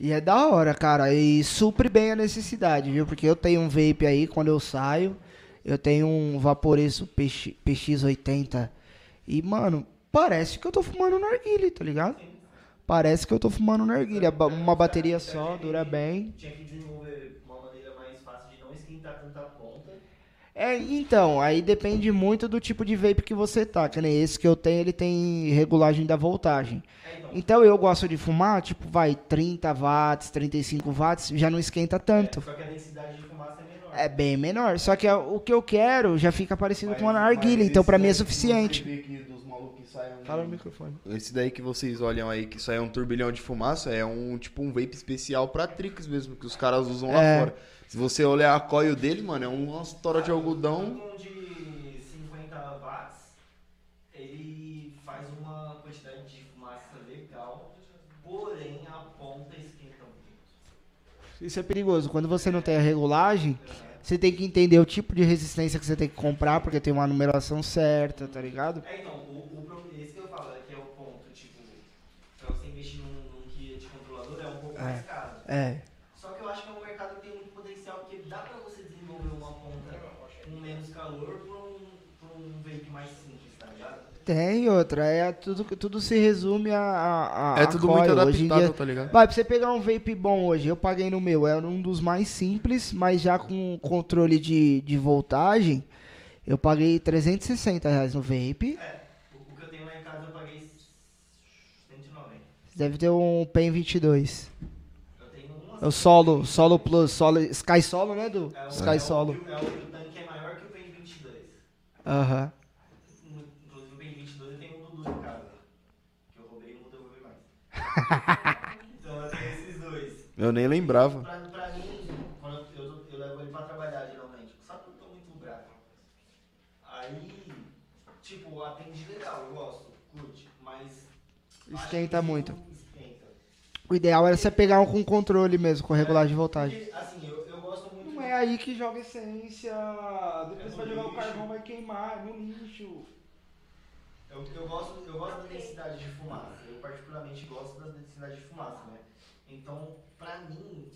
[SPEAKER 1] E é da hora, cara. E supre bem a necessidade, viu? Porque eu tenho um vape aí quando eu saio. Eu tenho um Vaporeço PX, PX80. E, mano, parece que eu tô fumando narguile, tá ligado? Parece que eu tô fumando narguile. A ba- Uma bateria só, dura bem.
[SPEAKER 6] Tinha que desenvolver uma maneira mais fácil de não esquentar tanta ponta.
[SPEAKER 1] É, então, aí depende muito do tipo de vape que você tá. Que nem esse que eu tenho, ele tem regulagem da voltagem.
[SPEAKER 6] É,
[SPEAKER 1] Então eu gosto de fumar, tipo, vai 30 watts, 35 watts, já não esquenta tanto.
[SPEAKER 6] É, Só que a densidade de fumaça é menor.
[SPEAKER 1] É bem menor. Só que a- o que eu quero já fica parecido com a narguilha, então pra mim é suficiente. Fala no microfone.
[SPEAKER 3] Esse daí que vocês olham aí, que isso aí é um turbilhão de fumaça, é um tipo um vape especial pra tricks mesmo, que os caras usam lá
[SPEAKER 1] É.
[SPEAKER 3] fora. Se você olhar a coil dele, mano, é uma tora de algodão.
[SPEAKER 6] Um de 50 watts, ele faz uma quantidade de fumaça legal, porém a ponta esquenta muito.
[SPEAKER 1] Isso é perigoso. Quando você não tem a regulagem, você tem que entender o tipo de resistência que você tem que comprar, porque tem uma numeração certa, tá ligado?
[SPEAKER 6] É, então, o, o, pro- esse que eu falo, é que é o ponto, tipo, pra você investir num, num kit de controlador é um pouco mais caro.
[SPEAKER 1] É.
[SPEAKER 6] Só que eu acho que é um mercado que tem muito potencial, porque dá pra você desenvolver uma ponta com menos calor pra um, pra um veículo mais simples, tá ligado?
[SPEAKER 1] Tem outra. É tudo, tudo se resume a. a, a
[SPEAKER 3] É
[SPEAKER 1] a
[SPEAKER 3] tudo muito
[SPEAKER 1] coil. Hoje em
[SPEAKER 3] adaptável,
[SPEAKER 1] dia-
[SPEAKER 3] tá ligado?
[SPEAKER 1] Vai, pra você pegar um vape bom hoje, eu paguei no meu, era um dos mais simples, mas já com controle de, de voltagem, eu paguei 360 reais no vape.
[SPEAKER 6] O, o que eu tenho lá em casa eu paguei 190.
[SPEAKER 1] Deve ter um PEN 22.
[SPEAKER 6] Eu tenho um
[SPEAKER 1] É
[SPEAKER 6] uma.
[SPEAKER 1] o Solo, Solo Plus, Solo, Sky Solo, né, Du?
[SPEAKER 6] é o- é
[SPEAKER 1] Sky
[SPEAKER 6] o-
[SPEAKER 1] Solo.
[SPEAKER 6] É o, o tanque é maior que o PEN 22.
[SPEAKER 1] Aham.
[SPEAKER 6] No- Um, Inclusive o PEN 22 eu tenho um Dudu em casa. Que eu roubei e não devolvi mais. então eu tenho esses dois.
[SPEAKER 3] Eu nem lembrava.
[SPEAKER 6] Pra, pra mim, quando eu, eu, eu levo ele pra trabalhar geralmente, só que eu tô muito bravo. Aí, tipo, atende legal, eu gosto, curte, mas.
[SPEAKER 1] Esquenta
[SPEAKER 6] acho que
[SPEAKER 1] muito.
[SPEAKER 6] não Esquenta.
[SPEAKER 1] O ideal era você pegar um com controle mesmo, com regulagem de voltagem.
[SPEAKER 6] Porque, assim, eu, eu gosto muito.
[SPEAKER 1] Não é aí que joga essência, depois
[SPEAKER 6] É
[SPEAKER 1] vai
[SPEAKER 6] no
[SPEAKER 1] jogar o
[SPEAKER 6] lixo.
[SPEAKER 1] carvão, vai queimar, é no lixo.
[SPEAKER 6] Eu, É eu, gosto, eu gosto da densidade de fumaça. Eu particularmente gosto da densidade de fumaça, né? Então, pra mim,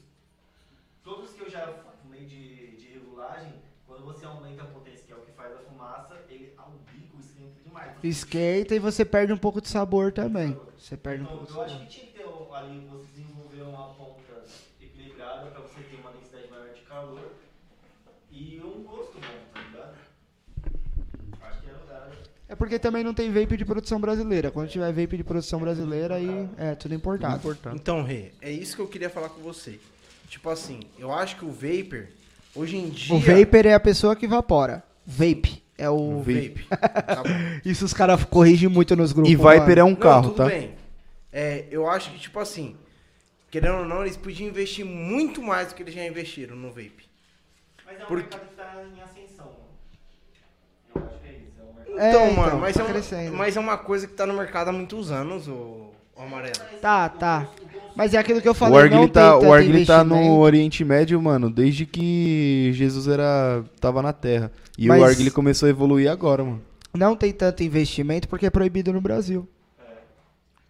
[SPEAKER 6] todos que eu já fumei de, de regulagem, quando você aumenta a potência, que é o que faz a fumaça, ele, o bico esquenta demais.
[SPEAKER 1] Esquenta e você perde um pouco de sabor também. Você perde um
[SPEAKER 6] Então,
[SPEAKER 1] pouco de
[SPEAKER 6] eu acho
[SPEAKER 1] sabor.
[SPEAKER 6] que tinha que ter um- ali você desenvolver uma ponta equilibrada pra você ter uma densidade maior de calor e um gosto bom, tá ligado? Acho que era, era
[SPEAKER 1] É porque também não tem vape de produção brasileira. Quando tiver vape de produção brasileira, aí é tudo importado.
[SPEAKER 3] Tá.
[SPEAKER 4] Então, Rê, é isso que eu queria falar com você. Tipo assim, eu acho que o Vapor, hoje em dia.
[SPEAKER 1] O vapor é a pessoa que evapora. Vape é o.
[SPEAKER 4] Vape. Tá bom.
[SPEAKER 1] Isso os caras corrigem muito nos grupos.
[SPEAKER 3] E Viper é um
[SPEAKER 4] Não,
[SPEAKER 3] carro,
[SPEAKER 4] tudo
[SPEAKER 3] tá?
[SPEAKER 4] bem. É, eu acho que, tipo assim, querendo ou não, eles podiam investir muito mais do que eles já investiram no Vape.
[SPEAKER 6] Mas é um
[SPEAKER 4] Por-
[SPEAKER 6] mercado que tá em ascensão. mano. Eu acho que é isso. É um mercado.
[SPEAKER 4] Então,
[SPEAKER 1] É, então,
[SPEAKER 4] mano, mas,
[SPEAKER 1] tá
[SPEAKER 4] é
[SPEAKER 1] crescendo.
[SPEAKER 4] uma, mas é uma coisa que tá no mercado há muitos anos, o, o amarelo.
[SPEAKER 1] Tá, tá. Mas é aquilo que eu
[SPEAKER 3] O
[SPEAKER 1] falei. não
[SPEAKER 3] Arguile
[SPEAKER 1] tem
[SPEAKER 3] tá,
[SPEAKER 1] tanto
[SPEAKER 3] o Arguile tá no
[SPEAKER 1] investimento.
[SPEAKER 3] Oriente Médio, mano, desde que Jesus era tava na Terra. E
[SPEAKER 1] Mas-
[SPEAKER 3] o Arguile começou a evoluir agora, mano.
[SPEAKER 1] Não tem tanto investimento porque é proibido no Brasil.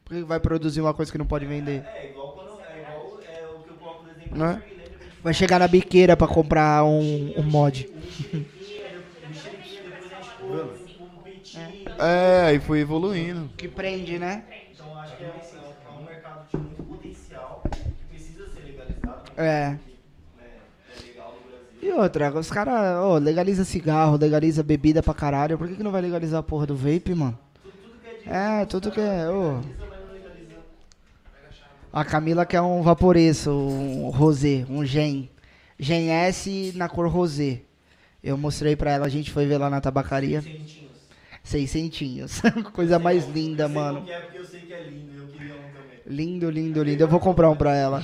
[SPEAKER 1] Porque vai produzir uma coisa que não pode vender.
[SPEAKER 6] É igual quando. É igual é, o que eu coloco no exemplo
[SPEAKER 3] Né?
[SPEAKER 6] do
[SPEAKER 1] é?
[SPEAKER 6] Charguilé, depois
[SPEAKER 1] Vai chegar na biqueira pra comprar um, um mod.
[SPEAKER 6] um xeriquinha, depois- um xeriquinha, depois a gente pôr um, um pitinho.
[SPEAKER 3] É, aí foi evoluindo.
[SPEAKER 1] Que prende, né?
[SPEAKER 6] Então eu acho que é um, é um mercado de muito potencial que precisa ser legalizado.
[SPEAKER 1] É.
[SPEAKER 6] Né? É legal no Brasil.
[SPEAKER 1] E outra, os caras, ó, legaliza cigarro, legaliza bebida pra caralho. Por que, que não vai legalizar a porra do vape, mano? É, tudo que é. ô. A Camila quer um vaporeço, um rosé, um gen. Gen S na cor rosé. Eu mostrei pra ela, a gente foi ver lá na tabacaria. Seiscentinhos. Coisa mais linda, mano.
[SPEAKER 6] É porque eu sei que é lindo, eu queria um também.
[SPEAKER 1] Lindo, lindo, lindo. Eu vou comprar um pra ela.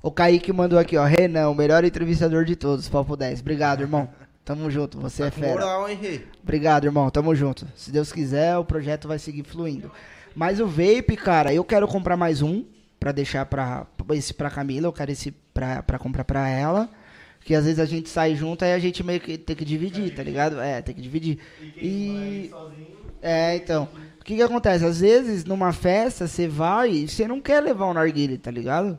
[SPEAKER 1] O Kaique mandou aqui, ó. Renan, o melhor entrevistador de todos, Papo 10. Obrigado, irmão. Tamo junto, você é
[SPEAKER 4] Tá Com
[SPEAKER 1] fera.
[SPEAKER 4] Moral, hein, Rê?
[SPEAKER 1] Obrigado, irmão. Tamo junto. Se Deus quiser, o projeto vai seguir fluindo. Mas o vape, cara, eu quero comprar mais um pra deixar pra esse pra Camila, eu quero esse pra, pra comprar pra ela. Que às vezes a gente sai junto e a gente meio que tem que dividir, tá ligado? É, tem que dividir. E é, então. O que que acontece? Às vezes numa festa você vai e você não quer levar um narguile, tá ligado?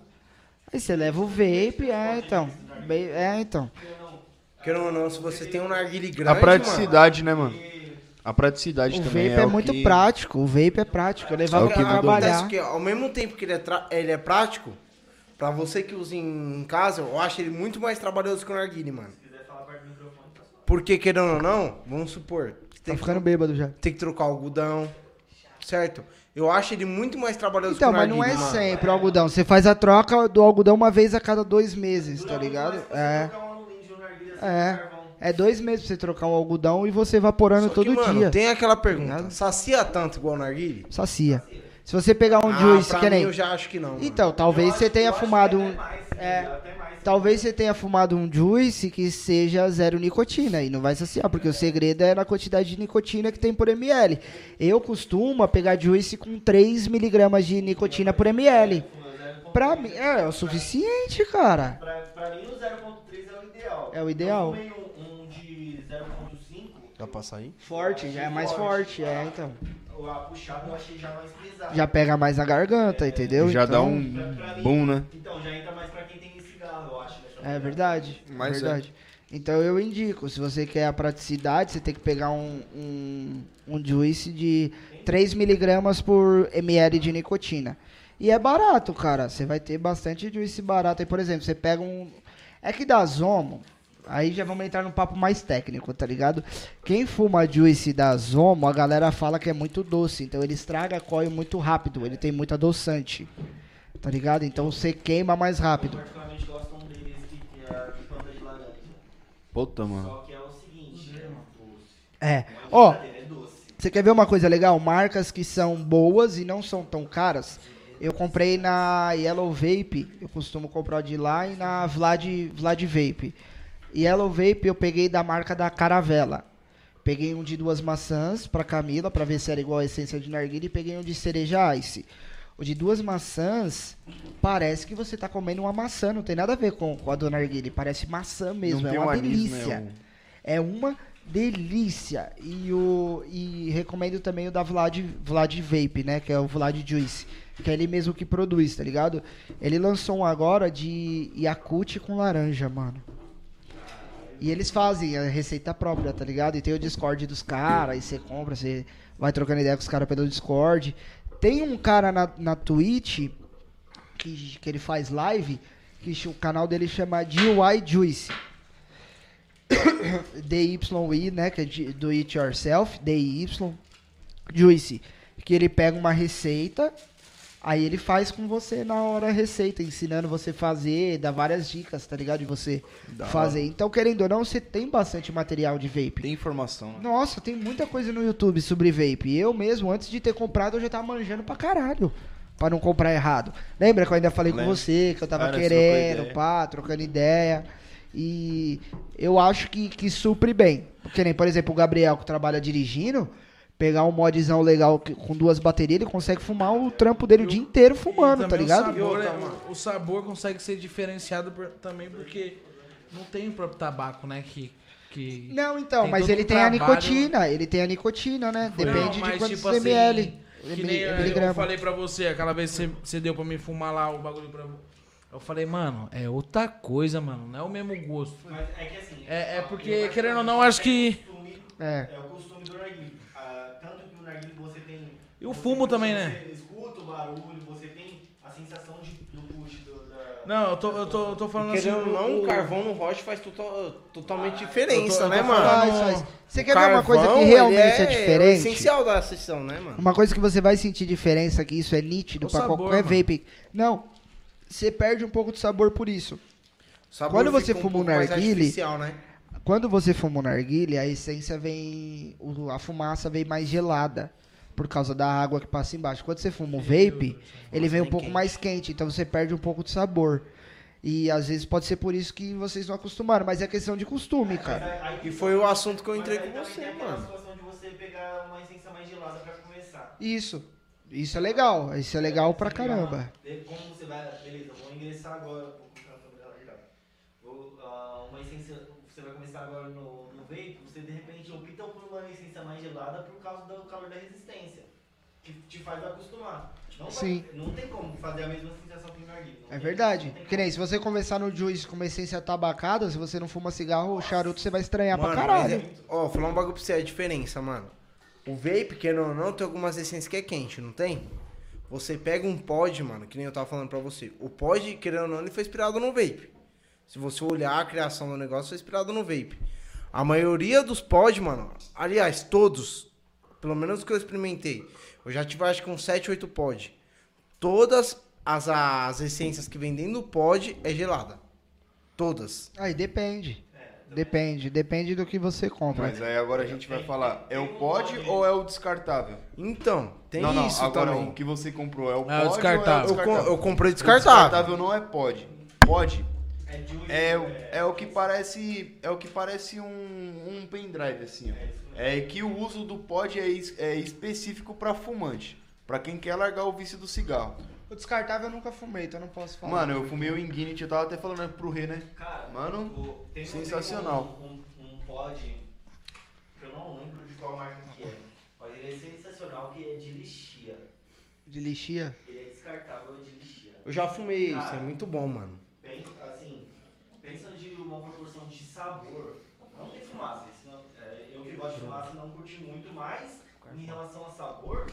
[SPEAKER 1] Aí você leva o vape, é, então. Bem- É, então.
[SPEAKER 4] Querendo ou não, se você tem um narguile grande,
[SPEAKER 3] A praticidade, né, mano? A praticidade
[SPEAKER 1] O
[SPEAKER 3] também
[SPEAKER 1] vape
[SPEAKER 3] é
[SPEAKER 1] é
[SPEAKER 3] o
[SPEAKER 1] muito
[SPEAKER 3] que-
[SPEAKER 1] prático, o vape é prático. Eu levava
[SPEAKER 3] o que
[SPEAKER 1] pra
[SPEAKER 3] mudou.
[SPEAKER 1] trabalhar.
[SPEAKER 4] que ao mesmo tempo que ele é, tra- ele é prático, pra você que usa em casa, eu acho ele muito mais trabalhoso que o narguile, mano. Porque, querendo ou não, vamos supor, você
[SPEAKER 1] Tá
[SPEAKER 4] tem,
[SPEAKER 1] ficando bêbado já.
[SPEAKER 4] que, tem que trocar o algodão, certo? Eu acho ele muito mais trabalhoso
[SPEAKER 1] Então,
[SPEAKER 4] que o
[SPEAKER 1] mas
[SPEAKER 4] narguile,
[SPEAKER 1] não é
[SPEAKER 4] mano.
[SPEAKER 1] sempre o algodão. Você faz a troca do algodão uma vez a cada dois meses, tá ligado? É. É. É dois meses pra você trocar um algodão e você evaporando
[SPEAKER 4] Só que,
[SPEAKER 1] todo
[SPEAKER 4] mano,
[SPEAKER 1] dia. Tá
[SPEAKER 4] tem aquela pergunta, sacia tanto igual o narguile?
[SPEAKER 1] Sacia. Se você pegar um
[SPEAKER 4] ah,
[SPEAKER 1] juice,
[SPEAKER 4] pra
[SPEAKER 1] que
[SPEAKER 4] mim
[SPEAKER 1] nem.
[SPEAKER 4] eu já acho que não, mano.
[SPEAKER 1] Então, talvez você tenha fumado um. É, talvez você tenha fumado um juice que seja zero nicotina e não vai saciar, porque o segredo é na quantidade de nicotina que tem por ml. Eu costumo pegar juice com 3 miligramas de nicotina por ml. Pra mim, é, é o suficiente, cara.
[SPEAKER 6] Pra, pra mim, o 0.3 é o ideal.
[SPEAKER 1] É o ideal.
[SPEAKER 6] Eu tomei um, um de 0.5,
[SPEAKER 4] Dá pra sair?
[SPEAKER 1] Forte, já é mais forte, é, então.
[SPEAKER 6] a puxada eu achei já mais pesada.
[SPEAKER 1] Já pega mais na garganta, entendeu?
[SPEAKER 3] Já dá
[SPEAKER 1] Então,
[SPEAKER 3] um boom, né?
[SPEAKER 6] Então, já entra mais pra quem tem cigarro, eu acho. Né?
[SPEAKER 1] É verdade.
[SPEAKER 3] Mas é.
[SPEAKER 1] é verdade. Então eu indico, se você quer a praticidade, você tem que pegar um, um, um juice de 3mg por ml de nicotina. E é barato, cara. Você vai ter bastante juice barato. Aí, por exemplo, você pega um. É que da Zomo. Aí já vamos entrar num papo mais técnico, tá ligado? Quem fuma juice da Zomo, a galera fala que é muito doce. Então ele estraga coio muito rápido. Ele tem muito adoçante. Tá ligado? Então você queima mais rápido.
[SPEAKER 6] particularmente gosto de um deles que, que é de panta de laranja.
[SPEAKER 3] Puta, mano.
[SPEAKER 6] Só que é o seguinte, né, doce.
[SPEAKER 1] É. Ó,
[SPEAKER 6] É doce.
[SPEAKER 1] você quer ver uma coisa legal? Marcas que são boas e não são tão caras. Eu comprei na Yellow Vape, eu costumo comprar de lá, e na Vlad, Vlad Vape. Yellow Vape eu peguei da marca da Caravela. Peguei um de duas maçãs pra Camila, pra ver se era igual a essência de narguilha, e peguei um de cereja ice. O de duas maçãs, parece que você tá comendo uma maçã, não tem nada a ver com, com a do narguilha, parece maçã mesmo,
[SPEAKER 3] Não
[SPEAKER 1] é
[SPEAKER 3] tem
[SPEAKER 1] uma
[SPEAKER 3] um anis, né,
[SPEAKER 1] delícia.
[SPEAKER 3] um-
[SPEAKER 1] É uma delícia. E, o, e recomendo também o da Vlad, Vlad Vape, né? Que é o Vlad Juice. Que é ele mesmo que produz, tá ligado? Ele lançou um agora de Yakut com laranja, mano. E eles fazem a receita própria, tá ligado? E tem o Discord dos caras, aí você compra, você vai trocando ideia com os caras pelo Discord. Tem um cara na, na Twitch que, que ele faz live, que ch- o canal dele chama DIY Juice. DYI, né? Que é de- do It Yourself, DY Juice. Que ele pega uma receita, aí ele faz com você na hora a receita, ensinando você a fazer, dá várias dicas, tá ligado? De você fazer. Então, querendo ou não, você tem bastante material de vape.
[SPEAKER 3] Tem informação, né?
[SPEAKER 1] Nossa, tem muita coisa no YouTube sobre vape. Eu mesmo, antes de ter comprado, eu já tava manjando pra caralho. Pra não comprar errado. Lembra que eu ainda falei com
[SPEAKER 3] Lembro.
[SPEAKER 1] você, que eu tava
[SPEAKER 3] Cara, trocou
[SPEAKER 1] querendo,
[SPEAKER 3] ideia.
[SPEAKER 1] pá, trocando ideia. E eu acho que, que supre bem. Porque nem, por exemplo, o Gabriel que trabalha dirigindo, pegar um modzão legal que- com duas baterias, ele consegue fumar o trampo dele o dia inteiro fumando,
[SPEAKER 2] E
[SPEAKER 1] tá
[SPEAKER 2] também O
[SPEAKER 1] ligado?
[SPEAKER 2] sabor, é- o sabor consegue ser diferenciado por- também porque não tem o próprio tabaco, né? Que, que
[SPEAKER 1] Não, então,
[SPEAKER 2] Tem
[SPEAKER 1] mas
[SPEAKER 2] todo
[SPEAKER 1] ele
[SPEAKER 2] um
[SPEAKER 1] tem a
[SPEAKER 2] trabalho.
[SPEAKER 1] nicotina, ele tem a nicotina, né? Depende
[SPEAKER 2] Não,
[SPEAKER 1] de
[SPEAKER 2] mas,
[SPEAKER 1] quantos
[SPEAKER 2] tipo assim,
[SPEAKER 1] ml.
[SPEAKER 2] que
[SPEAKER 1] mili-
[SPEAKER 2] nem eu- eu
[SPEAKER 1] miligrama.
[SPEAKER 2] falei pra você, aquela vez que você- você deu pra mim fumar lá o bagulho pra Eu falei, mano, é outra coisa, mano. Não é o mesmo gosto.
[SPEAKER 6] Mas é que assim,
[SPEAKER 2] É, é porque, querendo ou não, acho que.
[SPEAKER 6] costume-
[SPEAKER 1] É.
[SPEAKER 6] é o costume do narguilé. Ah, tanto que o narguilé você tem...
[SPEAKER 2] E o
[SPEAKER 6] você-
[SPEAKER 2] fumo também,
[SPEAKER 6] você
[SPEAKER 2] né?
[SPEAKER 6] escuta o barulho, você tem a sensação de, do push, do, da...
[SPEAKER 2] Não, eu tô, eu tô, eu tô falando assim.
[SPEAKER 4] Querendo ou não,
[SPEAKER 2] o- Ah,
[SPEAKER 4] o carvão no roche faz total- totalmente diferença,
[SPEAKER 2] eu tô
[SPEAKER 4] né,
[SPEAKER 2] falando-
[SPEAKER 4] mano?
[SPEAKER 1] Faz, faz. Você quer ver uma coisa que
[SPEAKER 4] Carvão,
[SPEAKER 1] realmente
[SPEAKER 4] ele
[SPEAKER 1] é, diferente?
[SPEAKER 4] É essencial da sessão, né, mano?
[SPEAKER 1] Uma coisa que você vai sentir diferença, que isso é nítido
[SPEAKER 2] O
[SPEAKER 1] pra
[SPEAKER 2] sabor,
[SPEAKER 1] qualquer
[SPEAKER 2] mano.
[SPEAKER 1] vape. Não, você perde um pouco de sabor por isso.
[SPEAKER 4] O sabor
[SPEAKER 1] Quando você
[SPEAKER 4] fica
[SPEAKER 1] fuma um
[SPEAKER 4] pouco mais
[SPEAKER 1] narguile-
[SPEAKER 4] artificial, né?
[SPEAKER 1] Quando você fuma um narguilha, a essência vem. o- A fumaça vem mais gelada. Por causa da água que passa embaixo. Quando você fuma o vape, ele vem um pouco mais quente, então você perde um pouco de sabor. E às vezes pode ser por isso que vocês não acostumaram, mas é questão de costume, cara.
[SPEAKER 4] E foi o assunto que eu entrei
[SPEAKER 6] Mas aí
[SPEAKER 4] com
[SPEAKER 6] também tem
[SPEAKER 4] você,
[SPEAKER 6] aquela
[SPEAKER 4] mano.
[SPEAKER 6] situação de você pegar uma essência mais gelada pra começar.
[SPEAKER 1] Isso. Isso é legal. Isso é legal pra caramba.
[SPEAKER 6] Daí, Como você vai, beleza, eu vou ingressar agora vou colocar a câmera lá de lado. Vou, ah, uma essência, você vai começar agora no, no vape, você de repente opta por uma essência mais gelada por causa do calor da resistência, que te faz acostumar. Não vai-
[SPEAKER 1] Sim.
[SPEAKER 6] não tem como fazer a mesma sensação que o narguilé. não
[SPEAKER 1] É
[SPEAKER 6] tem-
[SPEAKER 1] verdade.
[SPEAKER 6] não tem
[SPEAKER 1] Que nem se você começar no juice com uma essência tabacada, se você não fuma cigarro ou charuto, você vai estranhar pra
[SPEAKER 4] Mano, mas
[SPEAKER 1] caralho.
[SPEAKER 4] é- Ó, vou falar um bagulho pra você, a diferença, mano. O vape, querendo ou não, tem algumas essências que é quente, não tem? Você pega um pod, mano, que nem eu tava falando pra você. O pod, querendo ou não, ele foi inspirado no vape. Se você olhar a criação do negócio, foi inspirado no vape. A maioria dos pod, mano, aliás, todos, pelo menos os que eu experimentei, eu já tive acho que uns 7, 8 pod. Todas as, as essências que vem dentro do pod é gelada. Todas.
[SPEAKER 1] Aí depende.
[SPEAKER 6] É,
[SPEAKER 1] Depende, depende do que você compra.
[SPEAKER 3] Mas é- aí agora a gente vai falar, é o pod ou é o descartável?
[SPEAKER 4] Então, tem
[SPEAKER 3] não, não,
[SPEAKER 4] isso
[SPEAKER 3] agora um.
[SPEAKER 4] também.
[SPEAKER 3] o que você comprou é o pod
[SPEAKER 2] É o descartável.
[SPEAKER 4] Eu,
[SPEAKER 3] ou é o
[SPEAKER 4] com-
[SPEAKER 3] descartável?
[SPEAKER 4] eu comprei
[SPEAKER 3] O
[SPEAKER 4] descartável.
[SPEAKER 3] descartável não é pod. Pod é, o- é o que parece é o que parece um, um pendrive assim, ó. É que o uso do pod é, es- é específico pra fumante, Pra quem quer largar o vício do cigarro.
[SPEAKER 1] O descartável eu nunca fumei, então eu não posso falar.
[SPEAKER 3] Mano, eu fumei o Inguinity, eu tava até falando pro Rê, né?
[SPEAKER 6] Cara,
[SPEAKER 3] Mano,
[SPEAKER 6] o- tem um-
[SPEAKER 3] sensacional.
[SPEAKER 6] Um, um, um pod que eu não lembro de qual marca que é, mas ele é sensacional que é de lixia.
[SPEAKER 1] De lixia?
[SPEAKER 6] Ele é descartável de né? lixia.
[SPEAKER 4] Eu já fumei isso, é muito bom, mano.
[SPEAKER 6] Bem, assim, pensa de uma proporção de sabor. Não tem fumaça, isso não- é, eu que gosto de fumaça não curti muito, mas em relação a sabor,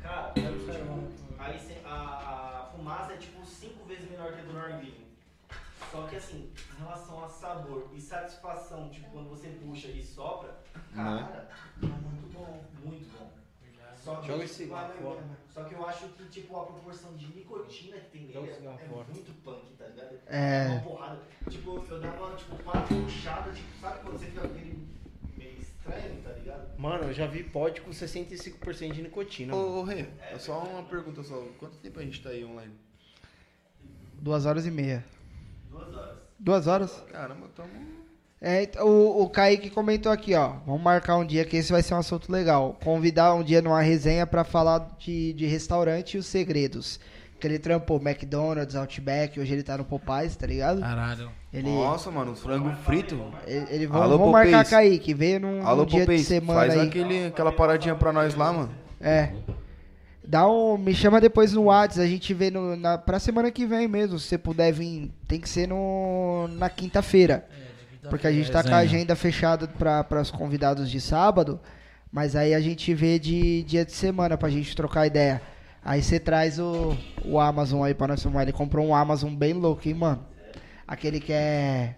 [SPEAKER 6] cara, é, tipo, aí cê- a, a fumaça é tipo cinco vezes menor que a do narguilho. Só que assim, em relação a sabor e satisfação, tipo quando você puxa e sopra,
[SPEAKER 4] Né?
[SPEAKER 6] cara, é muito bom, muito bom. Só que,
[SPEAKER 4] Joga esse cigarro fora.
[SPEAKER 6] só que eu acho que tipo a proporção de nicotina que tem
[SPEAKER 4] Joga
[SPEAKER 6] nele
[SPEAKER 4] o cigarro
[SPEAKER 6] é
[SPEAKER 4] fora.
[SPEAKER 6] muito punk, tá ligado?
[SPEAKER 1] É.
[SPEAKER 6] Uma porrada. Tipo, eu dava tipo quatro puxadas, tipo, sabe quando você fica aquele meio estranho, tá ligado?
[SPEAKER 4] Mano, eu já vi pod com 65% de nicotina.
[SPEAKER 3] Ô,
[SPEAKER 4] mano.
[SPEAKER 3] ô Rê, é só uma pergunta só. Quanto tempo a gente tá aí online?
[SPEAKER 1] Duas horas e meia.
[SPEAKER 6] Duas horas.
[SPEAKER 1] Duas horas?
[SPEAKER 3] Caramba, tamo...
[SPEAKER 1] É, ent- o, o Kaique comentou aqui, ó. Vamos marcar um dia que esse vai ser um assunto legal. Convidar um dia numa resenha pra falar de, de restaurante e os segredos. Que ele trampou McDonald's, Outback, hoje ele tá no Popeyes, tá ligado?
[SPEAKER 2] Caralho.
[SPEAKER 1] Ele,
[SPEAKER 3] Nossa, mano, uns frango frito.
[SPEAKER 1] ele, ele- vamos,
[SPEAKER 3] Alô,
[SPEAKER 1] vamos marcar
[SPEAKER 3] Popeyes.
[SPEAKER 1] Kaique, veio num, num
[SPEAKER 3] Alô,
[SPEAKER 1] dia de
[SPEAKER 3] Popês,
[SPEAKER 1] semana
[SPEAKER 3] faz
[SPEAKER 1] aí.
[SPEAKER 3] aquele, aquela paradinha pra nós lá, mano.
[SPEAKER 1] É. Dá um, me chama depois no Whats, a gente vê no, na, pra semana que vem mesmo, se você puder vir, tem que ser no, na quinta-feira. Porque a
[SPEAKER 2] É,
[SPEAKER 1] gente tá
[SPEAKER 2] né?
[SPEAKER 1] com a agenda fechada para os convidados de sábado, mas aí a gente vê de dia de semana pra gente trocar ideia. Aí você traz o, o Amazon aí pra nós filmar. Ele comprou um Amazon bem louco, hein, mano? Aquele que é.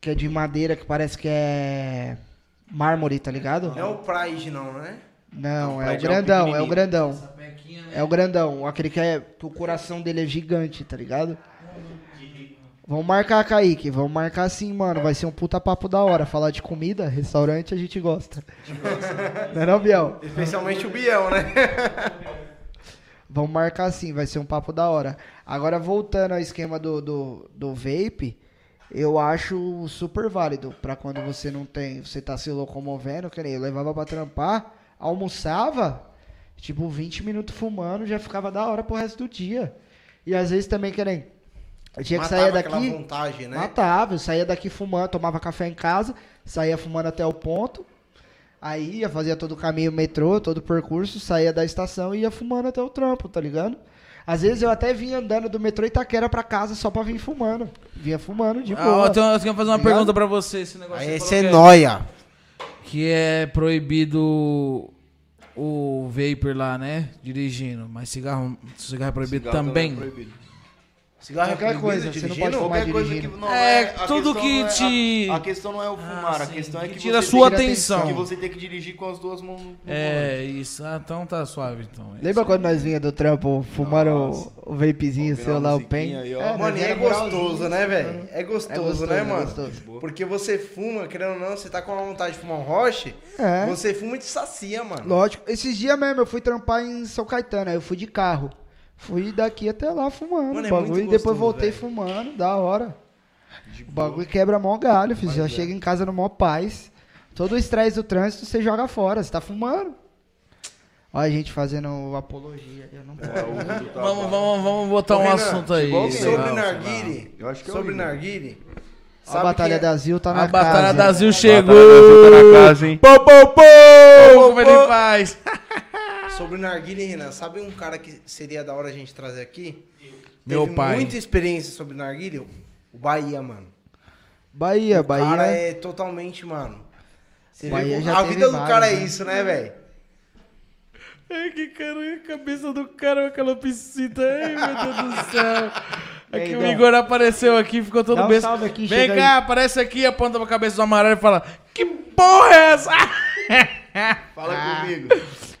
[SPEAKER 1] que é de madeira, que parece que é. mármore, tá ligado?
[SPEAKER 4] Não é o Pride, não, né?
[SPEAKER 1] Não,
[SPEAKER 3] Não,
[SPEAKER 1] é o
[SPEAKER 3] Pride é o
[SPEAKER 1] grandão, é o
[SPEAKER 3] pequenininho.
[SPEAKER 1] grandão.
[SPEAKER 2] Pequinha, né?
[SPEAKER 1] É o grandão, aquele que, é, que o coração dele é gigante, tá ligado? Vamos marcar, Kaique, vamos marcar sim, mano. Vai ser um puta papo da hora. Falar de comida, restaurante, a gente gosta. não é não, Biel?
[SPEAKER 4] Especialmente o Biel, né?
[SPEAKER 1] Vamos marcar sim, vai ser um papo da hora. Agora, voltando ao esquema do, do, do vape, eu acho super válido pra quando você não tem, você tá se locomovendo, que nem eu levava pra trampar, almoçava, tipo, 20 minutos fumando, já ficava da hora pro resto do dia. E às vezes também, que nem, eu tinha que
[SPEAKER 4] Matava
[SPEAKER 1] sair
[SPEAKER 4] aquela
[SPEAKER 1] daqui...
[SPEAKER 4] vontade, né?
[SPEAKER 1] Matava, eu saía daqui fumando, tomava café em casa, saía fumando até o ponto. Aí ia, fazia todo o caminho metrô, todo o percurso, saía da estação e ia fumando até o trampo, tá ligado? Às vezes eu até vinha andando do metrô Itaquera pra casa só pra vir fumando. Vinha fumando de
[SPEAKER 2] Ah, ó,
[SPEAKER 1] boa.
[SPEAKER 2] tem uma- eu quero fazer uma
[SPEAKER 1] Obrigado.
[SPEAKER 2] pergunta pra você, esse negócio
[SPEAKER 4] Aí
[SPEAKER 2] que você
[SPEAKER 4] esse é
[SPEAKER 2] falou
[SPEAKER 4] nóia.
[SPEAKER 2] que, é, que é proibido o vapor lá, né? Dirigindo. Mas cigarro, cigarro é proibido
[SPEAKER 3] Cigarro
[SPEAKER 2] também.
[SPEAKER 3] é proibido.
[SPEAKER 4] Cigarro é
[SPEAKER 1] Qualquer
[SPEAKER 4] proibido
[SPEAKER 1] coisa, você não
[SPEAKER 4] dirigindo?
[SPEAKER 1] pode fumar
[SPEAKER 3] Qualquer coisa que
[SPEAKER 1] dirigindo.
[SPEAKER 3] não
[SPEAKER 2] É,
[SPEAKER 3] a
[SPEAKER 2] tudo
[SPEAKER 3] questão
[SPEAKER 2] que
[SPEAKER 3] não é-
[SPEAKER 2] te- Ah,
[SPEAKER 3] A, a questão não é o fumar, a
[SPEAKER 2] sim,
[SPEAKER 3] questão é que
[SPEAKER 2] tira a
[SPEAKER 3] você
[SPEAKER 2] sua
[SPEAKER 3] tem que-
[SPEAKER 2] atenção.
[SPEAKER 3] Que você tem que dirigir com as duas mãos. no- no volante.
[SPEAKER 2] É, isso. Ah, então tá suave, então. É
[SPEAKER 1] Lembra quando nós vinha do trampo fumando o vapezinho seu lá, o pen.
[SPEAKER 3] musiquinha aí, ó.
[SPEAKER 1] É,
[SPEAKER 4] Mano,
[SPEAKER 1] mas
[SPEAKER 4] e é
[SPEAKER 1] era
[SPEAKER 4] gostoso,
[SPEAKER 1] grauzinho,
[SPEAKER 4] né, velho? É
[SPEAKER 1] É
[SPEAKER 4] gostoso,
[SPEAKER 1] gostoso,
[SPEAKER 4] né,
[SPEAKER 1] é
[SPEAKER 4] mano?
[SPEAKER 1] gostoso.
[SPEAKER 4] Porque você fuma, querendo ou não, você tá com uma vontade de fumar um roche,
[SPEAKER 1] É.
[SPEAKER 4] você fuma e te sacia, mano.
[SPEAKER 1] Lógico. Esses dias mesmo eu fui trampar em São Caetano, aí eu fui de carro. Fui daqui até lá fumando
[SPEAKER 4] Mano,
[SPEAKER 1] o
[SPEAKER 4] é
[SPEAKER 1] bagulho
[SPEAKER 4] muito
[SPEAKER 1] e depois
[SPEAKER 4] gostoso,
[SPEAKER 1] voltei
[SPEAKER 4] velho.
[SPEAKER 1] fumando, da hora. O bagulho quebra mó galho, filho. Já chega em casa no mó paz. Todo o estresse do trânsito você joga fora, você tá fumando. Olha a gente fazendo apologia, eu não
[SPEAKER 3] tá,
[SPEAKER 1] posso.
[SPEAKER 2] Vamos, vamos, vamos botar
[SPEAKER 4] Ô,
[SPEAKER 2] um
[SPEAKER 4] Renan,
[SPEAKER 2] assunto aí.
[SPEAKER 3] futebol mesmo.
[SPEAKER 4] Sobre
[SPEAKER 3] Não,
[SPEAKER 4] narguile,
[SPEAKER 3] Eu acho que é
[SPEAKER 4] sobre
[SPEAKER 3] horrível.
[SPEAKER 4] narguile,
[SPEAKER 1] a Batalha
[SPEAKER 4] quem é-
[SPEAKER 1] da Zil tá na
[SPEAKER 2] A Batalha
[SPEAKER 1] casa.
[SPEAKER 2] da Zil
[SPEAKER 3] Batalha da Zil tá na
[SPEAKER 2] chegou!
[SPEAKER 3] casa, hein?
[SPEAKER 2] Pô, pô, pô! Como ele faz?
[SPEAKER 4] sobre narguile, Renan, sabe um cara que seria da hora a gente trazer aqui?
[SPEAKER 2] Meu
[SPEAKER 4] Teve
[SPEAKER 2] pai.
[SPEAKER 4] muita experiência sobre narguile, o Bahia, mano.
[SPEAKER 1] Bahia,
[SPEAKER 4] O
[SPEAKER 1] Bahia.
[SPEAKER 4] cara é totalmente, mano. Você vê
[SPEAKER 1] Bahia
[SPEAKER 4] como-
[SPEAKER 1] já
[SPEAKER 4] a
[SPEAKER 1] teve
[SPEAKER 4] vida do cara
[SPEAKER 1] vários,
[SPEAKER 4] é
[SPEAKER 1] né?
[SPEAKER 4] isso, né, velho?
[SPEAKER 5] Ai, que cara, a cabeça do cara, aquela piscita. Ai, meu Deus do céu.
[SPEAKER 1] Ei,
[SPEAKER 5] Aqui o
[SPEAKER 1] Dan.
[SPEAKER 5] Igor apareceu aqui, ficou todo
[SPEAKER 1] Dá um
[SPEAKER 5] besta.
[SPEAKER 1] salve aqui,
[SPEAKER 5] Vem
[SPEAKER 1] chega
[SPEAKER 5] cá, aparece aqui, aponta pra cabeça do amarelo e fala: Que porra é essa?
[SPEAKER 3] Fala
[SPEAKER 1] Ah.
[SPEAKER 3] comigo.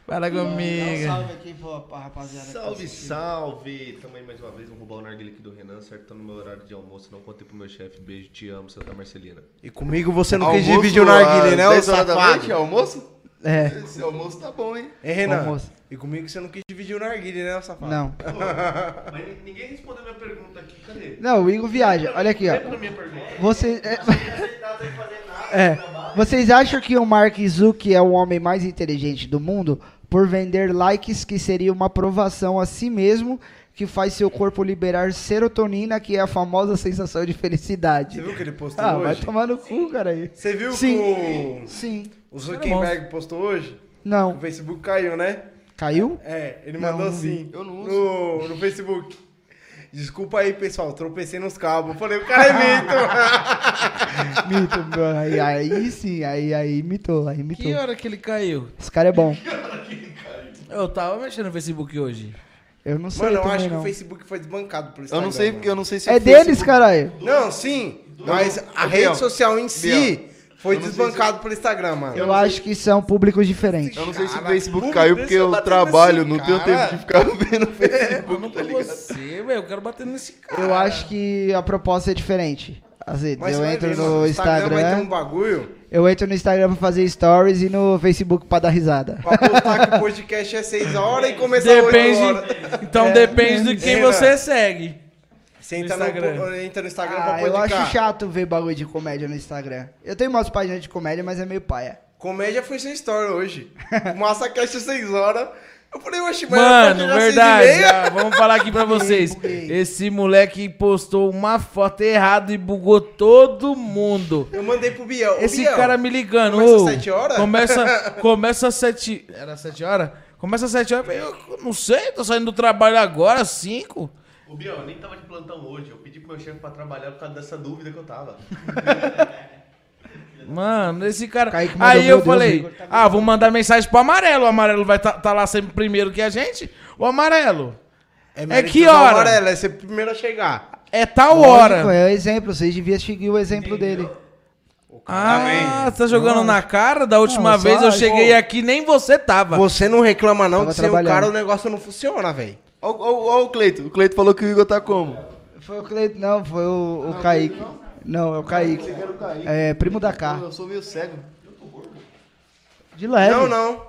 [SPEAKER 5] Fala
[SPEAKER 4] um
[SPEAKER 5] comigo.
[SPEAKER 1] um Salve aqui pra, pra rapaziada.
[SPEAKER 4] tá
[SPEAKER 6] Salve, salve! Tamo aí mais uma vez, vamos roubar o narguilha aqui do Renan, certo? Tá no meu horário de almoço, não contei pro meu chefe. Beijo, te amo, Santa Marcelina.
[SPEAKER 4] E comigo você não quis
[SPEAKER 3] Almoço
[SPEAKER 4] dividir o
[SPEAKER 3] às
[SPEAKER 4] narguile, né, ô
[SPEAKER 3] 10 horas da noite,
[SPEAKER 4] safado?
[SPEAKER 3] almoço?
[SPEAKER 1] É,
[SPEAKER 3] Esse almoço tá bom, hein?
[SPEAKER 4] Hein, Renan?
[SPEAKER 1] Almoço.
[SPEAKER 4] E comigo você não quis dividir o narguile, né, ô safado?
[SPEAKER 1] não.
[SPEAKER 6] Mas ninguém respondeu minha pergunta aqui, cadê?
[SPEAKER 1] Não, o Igor viaja. Olha aqui, ó.
[SPEAKER 6] Minha pergunta.
[SPEAKER 1] Você. É... É. Vocês acham que o Mark Zuck é o homem mais inteligente do mundo por vender likes que seria uma aprovação a si mesmo que faz seu corpo liberar serotonina, que é a famosa sensação de
[SPEAKER 4] Você
[SPEAKER 1] felicidade?
[SPEAKER 4] viu que ele postou
[SPEAKER 1] Ah, vai
[SPEAKER 4] hoje?
[SPEAKER 1] tomar no cu, cara aí.
[SPEAKER 4] Você viu
[SPEAKER 1] Sim.
[SPEAKER 4] que
[SPEAKER 1] Sim.
[SPEAKER 4] o, o Zuckerberg postou hoje? O
[SPEAKER 1] Não.
[SPEAKER 4] Facebook caiu, né?
[SPEAKER 1] Caiu?
[SPEAKER 4] É, ele
[SPEAKER 1] Não,
[SPEAKER 4] mandou
[SPEAKER 1] não vi.
[SPEAKER 4] assim. No, no Facebook. Desculpa aí, pessoal, tropecei nos cabos. Falei, o cara é mito.
[SPEAKER 1] Mito, meu. aí, aí sim, aí, aí mitou, aí mitou.
[SPEAKER 2] Que hora que ele caiu?
[SPEAKER 1] Esse cara é bom.
[SPEAKER 2] Eu tava mexendo no Facebook hoje.
[SPEAKER 1] Eu não sei
[SPEAKER 4] Mano, eu
[SPEAKER 1] também,
[SPEAKER 4] acho que
[SPEAKER 1] não.
[SPEAKER 4] o Facebook foi desbancado por isso.
[SPEAKER 3] Eu não sei, porque eu não sei se
[SPEAKER 1] É
[SPEAKER 3] o
[SPEAKER 1] deles,
[SPEAKER 3] Facebook-
[SPEAKER 1] caralho.
[SPEAKER 4] Não, sim, mas a
[SPEAKER 3] Ô,
[SPEAKER 4] rede
[SPEAKER 3] Biel,
[SPEAKER 4] social em si
[SPEAKER 3] Biel,
[SPEAKER 4] foi
[SPEAKER 3] um- eu não sei
[SPEAKER 4] desbancado pelo Instagram, mano.
[SPEAKER 1] Eu acho que são públicos diferentes.
[SPEAKER 3] Eu não sei se o
[SPEAKER 4] Cara,
[SPEAKER 3] Facebook
[SPEAKER 4] como
[SPEAKER 3] caiu
[SPEAKER 4] desse
[SPEAKER 3] porque
[SPEAKER 4] eu
[SPEAKER 3] eu
[SPEAKER 4] bater
[SPEAKER 3] trabalho,
[SPEAKER 4] nesse
[SPEAKER 3] não tenho
[SPEAKER 4] cara?
[SPEAKER 3] tempo de ficar vendo o
[SPEAKER 5] É,
[SPEAKER 3] Facebook.
[SPEAKER 2] Mano,
[SPEAKER 5] tá
[SPEAKER 2] com você, velho. Eu quero bater nesse cara.
[SPEAKER 1] Eu acho que a proposta é diferente. Às vezes,
[SPEAKER 4] Mas
[SPEAKER 1] eu
[SPEAKER 4] você vai
[SPEAKER 1] entro
[SPEAKER 4] ver, mano,
[SPEAKER 1] no
[SPEAKER 4] o
[SPEAKER 1] Instagram, né?
[SPEAKER 4] vai ter um bagulho
[SPEAKER 1] eu entro no Instagram pra fazer stories e no Facebook pra dar risada.
[SPEAKER 4] pra postar que o podcast é 6 horas e começa às 8 horas.
[SPEAKER 5] Depende. Então depende de quem
[SPEAKER 4] É,
[SPEAKER 5] você
[SPEAKER 4] né?
[SPEAKER 5] segue.
[SPEAKER 4] Você entra no,
[SPEAKER 5] Instagram.
[SPEAKER 4] po- entra no Instagram é
[SPEAKER 1] Ah,
[SPEAKER 4] pra
[SPEAKER 1] eu
[SPEAKER 4] podcast.
[SPEAKER 1] acho chato ver bagulho de comédia no Instagram. Eu tenho umas páginas de comédia, mas é meio paia.
[SPEAKER 4] Comédia foi sua história hoje. Massa Cast 6 horas. Eu falei, oxe, mas é
[SPEAKER 2] Mano,
[SPEAKER 4] era pra
[SPEAKER 2] verdade.
[SPEAKER 4] meia.
[SPEAKER 2] ah, vamos falar aqui pra vocês.
[SPEAKER 1] buguei.
[SPEAKER 2] Esse moleque postou uma foto errada e bugou todo mundo.
[SPEAKER 4] Eu mandei pro Biel. Ô,
[SPEAKER 2] Esse
[SPEAKER 4] Biel,
[SPEAKER 2] cara me ligando.
[SPEAKER 4] começa às
[SPEAKER 2] ô,
[SPEAKER 4] sete horas?
[SPEAKER 2] Começa, começa às 7. Era 7 horas? Começa às 7 horas. Eu não sei, tô saindo do trabalho agora, às 5.
[SPEAKER 6] Ô, Biel, eu nem tava de plantão hoje. Eu pedi pro meu chefe pra trabalhar por causa dessa dúvida que eu tava.
[SPEAKER 2] Mano, esse cara.
[SPEAKER 1] Kaique mandou,
[SPEAKER 2] Aí
[SPEAKER 1] meu
[SPEAKER 2] eu
[SPEAKER 1] Deus,
[SPEAKER 2] falei:
[SPEAKER 1] Igor tá
[SPEAKER 2] Ah, vou mandar mensagem pro amarelo. O amarelo vai estar lá sempre primeiro que a gente. O amarelo. É,
[SPEAKER 4] mérito
[SPEAKER 2] que
[SPEAKER 4] do
[SPEAKER 2] hora?
[SPEAKER 4] Amarelo, é ser o primeiro a chegar.
[SPEAKER 2] É tal
[SPEAKER 1] Lógico,
[SPEAKER 2] hora.
[SPEAKER 1] é o exemplo, vocês deviam seguir o exemplo dele.
[SPEAKER 2] Ah, você tá jogando na cara? Da última
[SPEAKER 1] Não, só-
[SPEAKER 2] vez eu cheguei aqui, nem você tava.
[SPEAKER 4] Você não reclama não
[SPEAKER 1] Tava
[SPEAKER 4] que sem o cara
[SPEAKER 1] trabalhando.
[SPEAKER 4] o negócio não funciona, velho.
[SPEAKER 3] Ó, o- ó o- ó o Cleito. O Cleito falou que o Igor tá como?
[SPEAKER 1] Foi o Cleiton, não, foi o, o Kaique. Não, é o Kaique. É, primo da K.
[SPEAKER 6] Tá.
[SPEAKER 3] Eu sou meio cego.
[SPEAKER 1] De leve.
[SPEAKER 4] Não, não.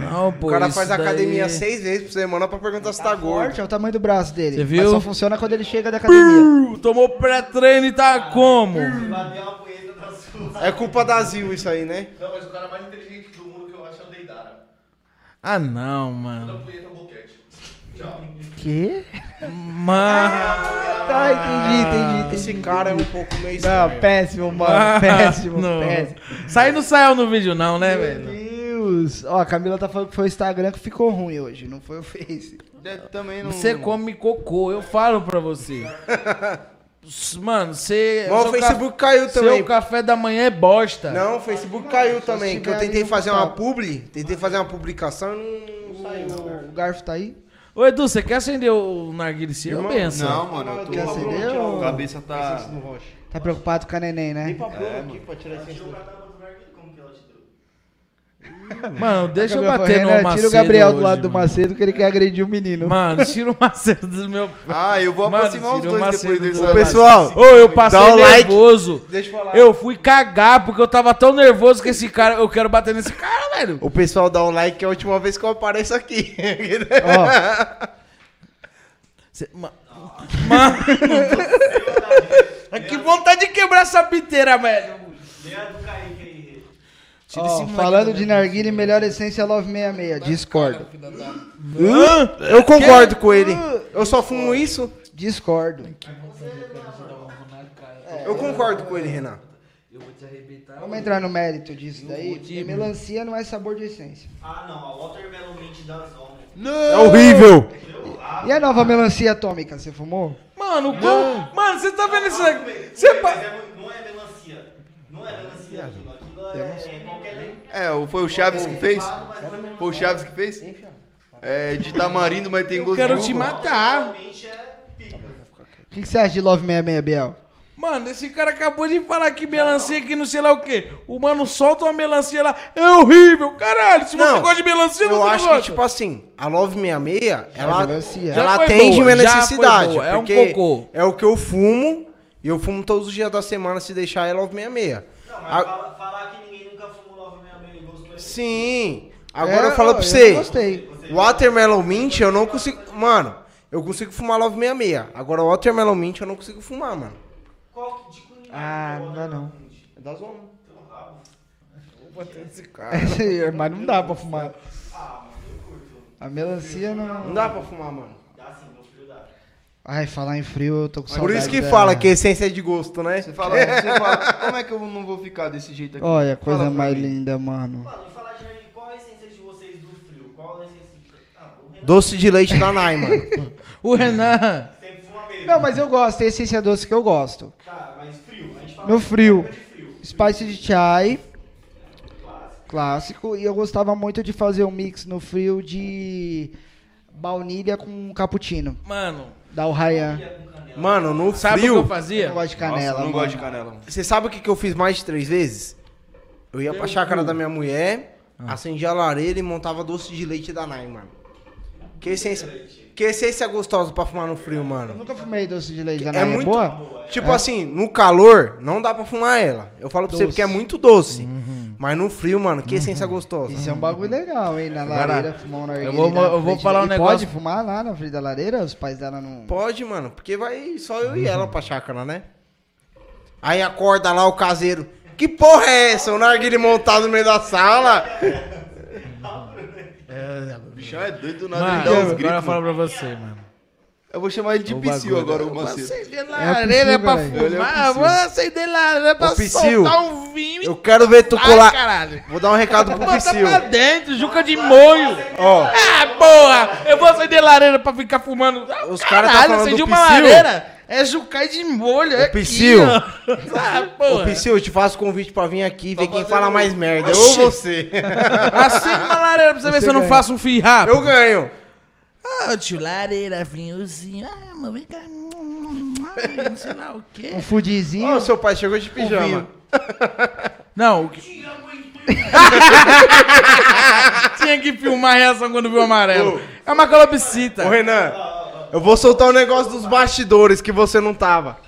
[SPEAKER 2] Não, pô.
[SPEAKER 4] o cara
[SPEAKER 2] isso
[SPEAKER 4] faz
[SPEAKER 2] daí-
[SPEAKER 4] academia seis vezes por semana pra perguntar se tá gordo.
[SPEAKER 1] Forte é o tamanho do braço dele.
[SPEAKER 2] Você
[SPEAKER 1] Mas
[SPEAKER 2] viu?
[SPEAKER 1] só funciona quando ele chega da academia.
[SPEAKER 2] Uh, Tomou pré-treino e tá como?
[SPEAKER 6] Bateu uma punheta na sua.
[SPEAKER 4] É culpa da Zil isso aí, né?
[SPEAKER 6] Não, mas o cara mais inteligente do mundo que eu acho é o Deidara.
[SPEAKER 2] Ah, não,
[SPEAKER 6] Dá
[SPEAKER 2] mano.
[SPEAKER 6] uma punheta no boquete. Tchau.
[SPEAKER 1] Quê?
[SPEAKER 2] Ah,
[SPEAKER 4] Ah.
[SPEAKER 2] Mano.
[SPEAKER 1] Tá, entendi, entendi, entendi.
[SPEAKER 4] Esse cara é um pouco meio
[SPEAKER 1] Não,
[SPEAKER 4] estranho.
[SPEAKER 1] péssimo,
[SPEAKER 2] Ah,
[SPEAKER 1] mano. Péssimo, péssimo.
[SPEAKER 2] Sai não saiu no vídeo, não, né, velho?
[SPEAKER 1] Meu Deus. Ó, a Camila tá falando que foi o Instagram que ficou ruim hoje, não foi o Face.
[SPEAKER 3] Deve- É, Também não...
[SPEAKER 6] é
[SPEAKER 2] Você come cocô, eu falo pra você. S- Mano, você.
[SPEAKER 4] Mas o
[SPEAKER 2] seu
[SPEAKER 4] Facebook
[SPEAKER 2] ca-
[SPEAKER 4] caiu também.
[SPEAKER 2] Seu café da manhã é bosta.
[SPEAKER 4] Não, o Facebook caiu também. Que eu
[SPEAKER 1] tiver
[SPEAKER 4] tentei
[SPEAKER 1] ali,
[SPEAKER 4] fazer
[SPEAKER 1] tá.
[SPEAKER 4] uma publi, tentei fazer uma publicação e não saiu.
[SPEAKER 1] O garfo tá aí?
[SPEAKER 2] Ô, Edu, você quer acender o narguilho seu?
[SPEAKER 4] Irmão,
[SPEAKER 2] benção.
[SPEAKER 3] Não, mano, eu tô...
[SPEAKER 1] Quer acender ou-
[SPEAKER 3] A cabeça tá...
[SPEAKER 1] Tá preocupado com a neném, né?
[SPEAKER 4] Pra Bruna aqui, pra tirar esse-
[SPEAKER 6] Como que ela te deu?
[SPEAKER 2] Mano, deixa eu
[SPEAKER 1] Gabriel
[SPEAKER 2] bater
[SPEAKER 1] Ferreira,
[SPEAKER 2] no Macedo.
[SPEAKER 1] Tira o Gabriel do
[SPEAKER 2] hoje,
[SPEAKER 1] lado do
[SPEAKER 2] mano.
[SPEAKER 1] Macedo que ele quer agredir o menino.
[SPEAKER 2] Mano, tira o Macedo do meu.
[SPEAKER 3] Ah, eu vou
[SPEAKER 2] Mano,
[SPEAKER 3] aproximar os
[SPEAKER 2] tirou
[SPEAKER 3] dois
[SPEAKER 2] Macedo
[SPEAKER 3] depois desse
[SPEAKER 2] do-
[SPEAKER 3] negócio.
[SPEAKER 2] Ô, eu passei
[SPEAKER 3] Dá o like.
[SPEAKER 2] nervoso.
[SPEAKER 4] Deixa eu falar.
[SPEAKER 2] Eu fui cagar porque eu tava tão nervoso que esse cara. Eu quero bater nesse cara, velho.
[SPEAKER 4] O pessoal dá um like, que é a última vez que eu apareço aqui.
[SPEAKER 1] Ó,
[SPEAKER 2] Cê- ma- Mano. É que vontade de quebrar essa piteira, velho.
[SPEAKER 6] Leia do Kaique aí.
[SPEAKER 2] Tira
[SPEAKER 1] ó,
[SPEAKER 2] moleque
[SPEAKER 1] falando
[SPEAKER 2] da
[SPEAKER 1] de
[SPEAKER 2] minha-
[SPEAKER 1] narguile, melhor essência 966. Discordo.
[SPEAKER 4] Eu concordo com ele. Eu só fumo isso.
[SPEAKER 1] Discordo.
[SPEAKER 4] Eu concordo com ele, Renan.
[SPEAKER 1] Vamos entrar no mérito disso daí. porque
[SPEAKER 2] motivo.
[SPEAKER 1] Melancia não é sabor de essência.
[SPEAKER 6] Ah, não. A Watermelon Mint da Zona.
[SPEAKER 3] É horrível.
[SPEAKER 1] E a nova melancia atômica, você fumou?
[SPEAKER 2] Mano, como. Mano, você tá vendo isso aqui? Você
[SPEAKER 6] Mas
[SPEAKER 2] pa-
[SPEAKER 6] é mu- não é melancia. Não é melancia aquilo. Aquilo é, é qualquer leite.
[SPEAKER 3] É, o- foi o Chaves que fez? Foi o Chaves que fez? É, de tamarindo, mas tem gosto
[SPEAKER 2] Quero
[SPEAKER 3] de
[SPEAKER 2] te
[SPEAKER 3] uva.
[SPEAKER 2] matar.
[SPEAKER 6] Realmente é pica.
[SPEAKER 1] O que, que você acha de 966, Biel?
[SPEAKER 2] Mano, esse cara acabou de falar que melancia aqui não sei lá o quê. O mano solta uma melancia lá. É horrível, caralho. Se você
[SPEAKER 4] Não,
[SPEAKER 2] gosta de melancia, você
[SPEAKER 4] Eu
[SPEAKER 2] não
[SPEAKER 4] acho
[SPEAKER 2] gosta.
[SPEAKER 4] que, tipo assim, a 966,
[SPEAKER 1] de
[SPEAKER 4] ela,
[SPEAKER 1] melancia.
[SPEAKER 2] Já
[SPEAKER 4] ela
[SPEAKER 2] foi
[SPEAKER 4] atende
[SPEAKER 2] boa,
[SPEAKER 4] minha
[SPEAKER 2] já foi
[SPEAKER 4] necessidade.
[SPEAKER 2] boa, é um
[SPEAKER 4] porque
[SPEAKER 2] cocô.
[SPEAKER 4] É o que eu fumo, e eu fumo todos os dias da semana, se deixar, é 966.
[SPEAKER 6] Não, mas
[SPEAKER 4] A-
[SPEAKER 6] fala- falar que ninguém nunca fumou 966 e gostou é
[SPEAKER 4] Sim, agora
[SPEAKER 1] É,
[SPEAKER 4] eu falo
[SPEAKER 1] ó,
[SPEAKER 4] pra
[SPEAKER 1] Eu
[SPEAKER 4] você.
[SPEAKER 1] gostei.
[SPEAKER 4] Watermelon Mint, eu não consigo... Mano, eu consigo fumar 966. Agora, Watermelon Mint, eu não consigo fumar, mano.
[SPEAKER 6] qual que- de culinária.
[SPEAKER 1] Ah, não dá não.
[SPEAKER 4] É da zona.
[SPEAKER 1] Esse- Mas não dá pra fumar. A melancia
[SPEAKER 4] Não
[SPEAKER 1] não.
[SPEAKER 4] dá pra fumar, mano.
[SPEAKER 6] Ah,
[SPEAKER 1] Ai, falar em frio, eu tô com saudade. né?
[SPEAKER 4] Por isso que
[SPEAKER 1] da-
[SPEAKER 4] fala que essência é de gosto, né?
[SPEAKER 3] Você fala, você fala, como é que eu não vou ficar desse jeito aqui?
[SPEAKER 1] Olha,
[SPEAKER 3] Fala
[SPEAKER 1] coisa
[SPEAKER 3] pra
[SPEAKER 1] mais
[SPEAKER 3] mim.
[SPEAKER 1] linda, mano.
[SPEAKER 6] Mano, e falar de nerd, qual a essência de vocês do frio? Qual a essência de... Ah, o Renan
[SPEAKER 4] Doce de leite da Nai, mano.
[SPEAKER 2] O Renan.
[SPEAKER 6] sempre fuma mesmo.
[SPEAKER 1] Não, mas eu gosto, tem essência doce que eu gosto.
[SPEAKER 6] Tá, mas frio. A gente fala
[SPEAKER 1] No
[SPEAKER 6] de
[SPEAKER 1] frio.
[SPEAKER 6] época de frio.
[SPEAKER 1] Spice de chai. Clássico. E eu gostava muito de fazer um mix no frio de baunilha com cappuccino.
[SPEAKER 2] Mano,
[SPEAKER 1] Da Ryan.
[SPEAKER 4] Mano, no
[SPEAKER 2] sabe o que eu
[SPEAKER 4] frio...
[SPEAKER 1] Eu
[SPEAKER 2] fazia?
[SPEAKER 1] não gosto de
[SPEAKER 3] Nossa,
[SPEAKER 1] canela.
[SPEAKER 3] eu não
[SPEAKER 1] mano.
[SPEAKER 3] gosto de canela. mano.
[SPEAKER 4] Você sabe o que, que eu fiz mais de três vezes? Eu ia pra chácara da minha mulher, acendia a lareira e montava doce de leite da Nai, mano. Que essência, que essência gostosa pra fumar no frio,
[SPEAKER 1] Eu
[SPEAKER 4] mano.
[SPEAKER 1] nunca fumei doce de leite.
[SPEAKER 4] É,
[SPEAKER 1] Dona Maria. É,
[SPEAKER 4] muito...
[SPEAKER 1] boa?
[SPEAKER 4] Tipo assim, no calor, não dá pra fumar ela. Eu falo pra você porque é muito doce. Mas no frio, mano, que essência gostosa.
[SPEAKER 1] Uhum. Isso é um bagulho legal, hein? Na
[SPEAKER 2] Agora,
[SPEAKER 1] lareira, fumar um narguilé.
[SPEAKER 2] eu vou-
[SPEAKER 1] na
[SPEAKER 2] eu vou
[SPEAKER 1] frente da-
[SPEAKER 2] falar um
[SPEAKER 1] E Pode
[SPEAKER 2] negócio.
[SPEAKER 1] fumar lá na frente da lareira? Os pais dela não.
[SPEAKER 4] Pode, mano, porque vai só eu e ela pra chácara, né? Aí acorda lá o caseiro. Que porra é essa? O narguile montado no meio da sala?
[SPEAKER 3] O bichão é doido do nada, ele
[SPEAKER 2] Mano,
[SPEAKER 3] dá uns
[SPEAKER 2] agora eu
[SPEAKER 3] gritos.
[SPEAKER 2] falo pra
[SPEAKER 3] mano.
[SPEAKER 2] você, mano.
[SPEAKER 3] Eu vou chamar ele de
[SPEAKER 2] O
[SPEAKER 3] Psyu
[SPEAKER 2] bagulho
[SPEAKER 3] agora,
[SPEAKER 1] é
[SPEAKER 2] da-
[SPEAKER 3] o
[SPEAKER 1] assim.
[SPEAKER 3] Macedo.
[SPEAKER 2] Acender
[SPEAKER 1] possível,
[SPEAKER 2] lareira é pra
[SPEAKER 1] velho.
[SPEAKER 3] Ele é
[SPEAKER 2] fumar, vou acender lareira né, pra
[SPEAKER 4] Psyu,
[SPEAKER 2] soltar um vinho.
[SPEAKER 4] Eu quero ver tu
[SPEAKER 2] Ai,
[SPEAKER 4] colar.
[SPEAKER 2] caralho.
[SPEAKER 4] Vou dar um recado pro
[SPEAKER 2] Bota
[SPEAKER 4] Psyu.
[SPEAKER 2] pra dentro, juca de molho.
[SPEAKER 4] Ó,
[SPEAKER 2] Ah, porra! Eu vou acender lareira pra ficar fumando. Ah,
[SPEAKER 4] Os caras tá
[SPEAKER 2] caralho,
[SPEAKER 4] falando
[SPEAKER 2] acendi
[SPEAKER 4] do
[SPEAKER 2] uma
[SPEAKER 4] Psyu.
[SPEAKER 2] lareira. É juca de molho, é aqui,
[SPEAKER 4] Psyu.
[SPEAKER 2] ó. Ah,
[SPEAKER 4] ô
[SPEAKER 2] porra.
[SPEAKER 4] Psyu, eu te faço convite pra vir aqui e ver quem
[SPEAKER 3] fazer
[SPEAKER 4] fala
[SPEAKER 3] um-
[SPEAKER 4] mais merda. Eu ou
[SPEAKER 2] Oxi.
[SPEAKER 4] você.
[SPEAKER 2] Acende uma lareira pra você ver se eu não
[SPEAKER 1] ganha.
[SPEAKER 2] faço um fio rápido.
[SPEAKER 4] Eu ganho.
[SPEAKER 2] Ah, tio, lareira, vinhozinho. Ah, mãe, vem cá. Hum, ai, Não sei lá o quê.
[SPEAKER 1] Um fudizinho.
[SPEAKER 4] Ó, seu pai chegou de pijama.
[SPEAKER 2] Não, o que... Tinha que filmar a reação quando viu o amarelo. É uma calopsita.
[SPEAKER 4] Ô Renan, eu vou soltar o negócio dos bastidores que você não tava.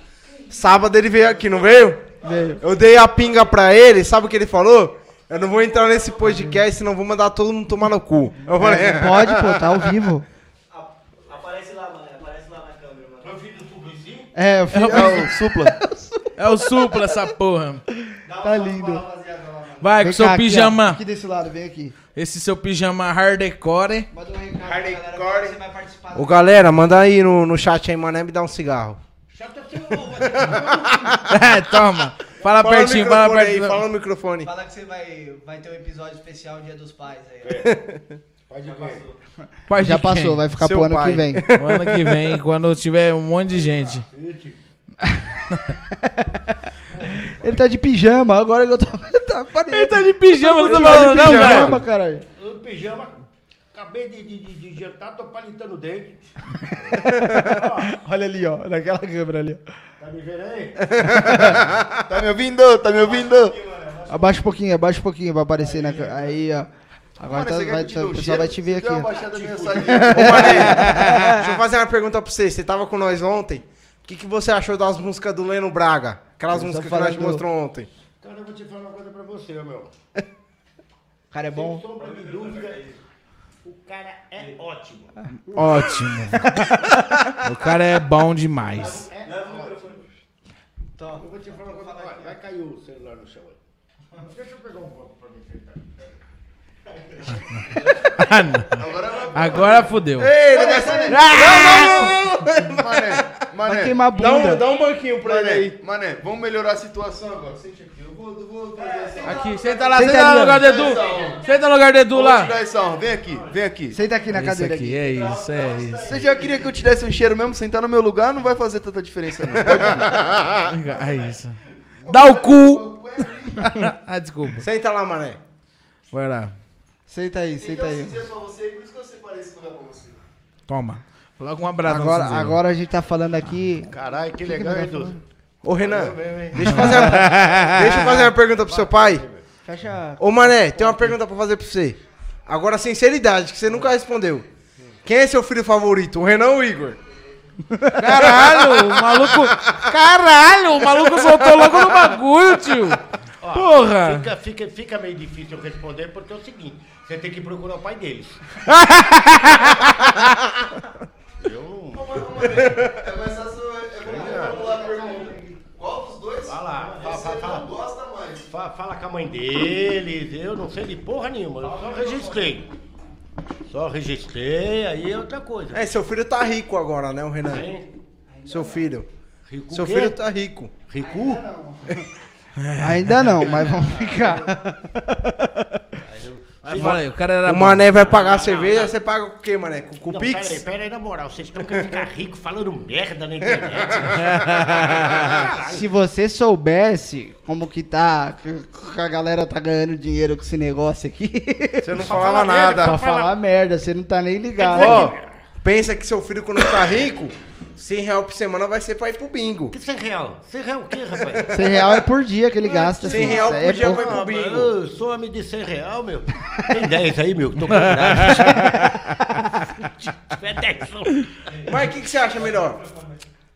[SPEAKER 4] Sábado ele veio aqui, não veio?
[SPEAKER 1] Veio.
[SPEAKER 4] Eu dei a pinga pra ele, sabe o que ele falou? Eu não vou entrar nesse podcast, senão vou mandar todo mundo tomar no cu. Eu falei,
[SPEAKER 1] É, Pode, pô, tá ao vivo.
[SPEAKER 6] A- Ah, Aparece lá, mano. Aparece lá na câmera, mano. Meu filho do publizinho.
[SPEAKER 1] É, eu fiz.
[SPEAKER 3] É o Supla.
[SPEAKER 2] É o supla essa porra.
[SPEAKER 6] Dá um
[SPEAKER 1] Tá
[SPEAKER 6] salve
[SPEAKER 1] lindo.
[SPEAKER 6] pra rapaziada lá, mano.
[SPEAKER 2] Vai,
[SPEAKER 1] Vem
[SPEAKER 2] com seu
[SPEAKER 1] cá, aqui, ó.
[SPEAKER 2] pijama.
[SPEAKER 1] Aqui desse lado, vem aqui.
[SPEAKER 2] Esse seu pijama hardcore.
[SPEAKER 1] Manda um recado pra
[SPEAKER 4] Hardcore.
[SPEAKER 1] galera quando você vai participar.
[SPEAKER 4] Ô galera, manda aí no, no chat aí, mané, me dá um cigarro.
[SPEAKER 2] É, toma. Fala,
[SPEAKER 4] Fala no
[SPEAKER 2] pertinho, fala
[SPEAKER 4] microfone aí,
[SPEAKER 2] pertinho.
[SPEAKER 4] fala no microfone.
[SPEAKER 6] Fala que você vai, vai ter um episódio especial Dia dos Pais aí. ó. É. Já passou.
[SPEAKER 2] Parte
[SPEAKER 1] Já
[SPEAKER 2] de quem?
[SPEAKER 1] passou, vai ficar
[SPEAKER 4] Seu
[SPEAKER 1] pro ano
[SPEAKER 4] pai.
[SPEAKER 1] que vem.
[SPEAKER 2] O ano que vem, quando tiver um monte de gente.
[SPEAKER 1] Ele tá de pijama, agora que eu tô. tá parecido.
[SPEAKER 2] Ele tá de pijama, eu tô
[SPEAKER 1] Tá
[SPEAKER 2] falando,
[SPEAKER 1] de
[SPEAKER 2] não,
[SPEAKER 1] pijama,
[SPEAKER 2] velho.
[SPEAKER 1] caralho.
[SPEAKER 8] Eu no pijama, acabei de, de, de, de jantar, tô palitando o dente.
[SPEAKER 1] Olha ali, ó, naquela câmera ali. ó.
[SPEAKER 8] Tá me vendo aí?
[SPEAKER 3] Tá me ouvindo? Tá me ouvindo?
[SPEAKER 1] Abaixa um pouquinho, abaixa um pouquinho pra aparecer na câmera. Aí, ó. Agora
[SPEAKER 3] Mano,
[SPEAKER 1] tá-
[SPEAKER 3] você quer
[SPEAKER 1] vai-
[SPEAKER 3] que eu te
[SPEAKER 1] tá-
[SPEAKER 3] dê um
[SPEAKER 1] o pessoal
[SPEAKER 3] cheiro?
[SPEAKER 1] vai te ver
[SPEAKER 3] Você
[SPEAKER 1] aqui.
[SPEAKER 3] deu uma
[SPEAKER 1] ó.
[SPEAKER 3] baixada
[SPEAKER 9] Tipo,
[SPEAKER 3] nessa linha.
[SPEAKER 4] Ô, Maria, deixa eu fazer uma pergunta pra você. Você tava com nós ontem. O que, que você achou das músicas do Leno Braga? Aquelas
[SPEAKER 1] Eu tô
[SPEAKER 4] músicas que nós te
[SPEAKER 1] falando-
[SPEAKER 4] mostrou ontem.
[SPEAKER 9] Cara, Então eu vou te falar uma coisa pra você, meu.
[SPEAKER 1] Cara, é bom.
[SPEAKER 9] Sombra de dúvida, o cara é ótimo.
[SPEAKER 2] Ótimo. o cara é bom demais.
[SPEAKER 9] É ótimo. Eu vou te falar uma coisa. Vai, vai cair o celular no chão aí. Deixa eu pegar um pouco pra me enfrentar.
[SPEAKER 2] Ah, não. Agora fodeu.
[SPEAKER 4] Ei, ele vai ser...
[SPEAKER 3] Mané, mané.
[SPEAKER 1] Vai queimar a
[SPEAKER 4] dá, um,
[SPEAKER 1] bunda.
[SPEAKER 4] dá um banquinho pra ele
[SPEAKER 3] Mané,
[SPEAKER 4] aí.
[SPEAKER 3] Mané, vamos melhorar a situação agora. Sente aqui, eu vou, eu vou fazer
[SPEAKER 9] É,
[SPEAKER 3] essa
[SPEAKER 9] então
[SPEAKER 3] honra.
[SPEAKER 2] Aqui, senta lá,
[SPEAKER 1] Senta
[SPEAKER 2] senta,
[SPEAKER 1] ali,
[SPEAKER 2] lá no
[SPEAKER 1] ó.
[SPEAKER 2] lugar do Edu. Senta no lugar do Edu
[SPEAKER 3] Eu vou te
[SPEAKER 2] lá.
[SPEAKER 3] dar essa honra. Vem aqui, vem aqui.
[SPEAKER 1] Senta aqui na
[SPEAKER 2] Isso
[SPEAKER 1] cadeira.
[SPEAKER 2] um- aqui,
[SPEAKER 1] aqui.
[SPEAKER 2] é isso, é isso.
[SPEAKER 3] Você já queria que eu te desse um cheiro mesmo?
[SPEAKER 4] tá
[SPEAKER 3] Sentar no meu lugar não vai fazer tanta diferença, não.
[SPEAKER 2] É isso. Dá o cu. ah, desculpa.
[SPEAKER 4] Senta lá, mané.
[SPEAKER 2] Vai lá.
[SPEAKER 1] Senta aí, senta
[SPEAKER 4] Então,
[SPEAKER 1] aí.
[SPEAKER 2] Toma. Logo um abraço.
[SPEAKER 1] Agora,
[SPEAKER 2] pra você.
[SPEAKER 1] agora a gente tá falando aqui.
[SPEAKER 9] Caralho, que legal, hein, Dudu?
[SPEAKER 4] Ô, Renan, deixa eu fazer uma, deixa eu fazer uma pergunta pro seu pai.
[SPEAKER 1] Fecha.
[SPEAKER 4] Ô, mané, tem uma pergunta pra fazer pra você. Agora, sinceridade, que você nunca respondeu. Quem é seu filho favorito? O Renan ou o Igor?
[SPEAKER 2] Caralho, o maluco. Caralho, o maluco soltou logo no bagulho, tio. Porra.
[SPEAKER 9] Fica, fica, fica meio difícil eu responder porque é o seguinte: você tem que procurar o pai deles. eu não.
[SPEAKER 10] É mais fácil. É como formular a pergunta. Qual dos dois
[SPEAKER 9] Vai lá, fala,
[SPEAKER 10] você
[SPEAKER 9] fala,
[SPEAKER 10] não
[SPEAKER 9] fala,
[SPEAKER 10] gosta mais?
[SPEAKER 9] Fa- fala com a mãe deles. Eu não sei de porra nenhuma. Eu só registrei. Só registrei, aí é outra coisa.
[SPEAKER 4] É, seu filho tá rico agora, né, o Renan?
[SPEAKER 9] Hein?
[SPEAKER 4] Seu filho.
[SPEAKER 9] Rico
[SPEAKER 4] Seu
[SPEAKER 9] o quê?
[SPEAKER 4] filho tá rico.
[SPEAKER 9] Rico?
[SPEAKER 1] Ainda não, mas vamos ficar.
[SPEAKER 2] Aí fala aí, o cara era.
[SPEAKER 9] Tá
[SPEAKER 4] O
[SPEAKER 2] bom.
[SPEAKER 4] mané vai pagar a cerveja, você paga com o quê, mané? Com, com o
[SPEAKER 9] Não,
[SPEAKER 4] Pix?
[SPEAKER 9] peraí, peraí, na moral, vocês estão querendo ficar rico falando merda na internet.
[SPEAKER 1] Se você soubesse como que tá, que que a galera tá ganhando dinheiro com esse negócio aqui,
[SPEAKER 4] Você não falava nada.
[SPEAKER 1] pra falar merda, você não tá nem ligado.
[SPEAKER 4] Ó, pensa que seu filho quando tá rico, 100 real por semana vai ser pra ir pro bingo.
[SPEAKER 9] Que 100 é real? 100 real o quê, rapaz?
[SPEAKER 1] 100 real é por dia que ele gasta.
[SPEAKER 4] 100
[SPEAKER 1] assim,
[SPEAKER 4] real
[SPEAKER 1] isso aí
[SPEAKER 4] por
[SPEAKER 9] é
[SPEAKER 4] dia
[SPEAKER 1] pouco.
[SPEAKER 4] vai pro bingo.
[SPEAKER 9] Eu sou homem de 100 real, meu. Tem 10 aí, meu, que tô com graça. É 10.
[SPEAKER 4] Mas o que, que você acha melhor?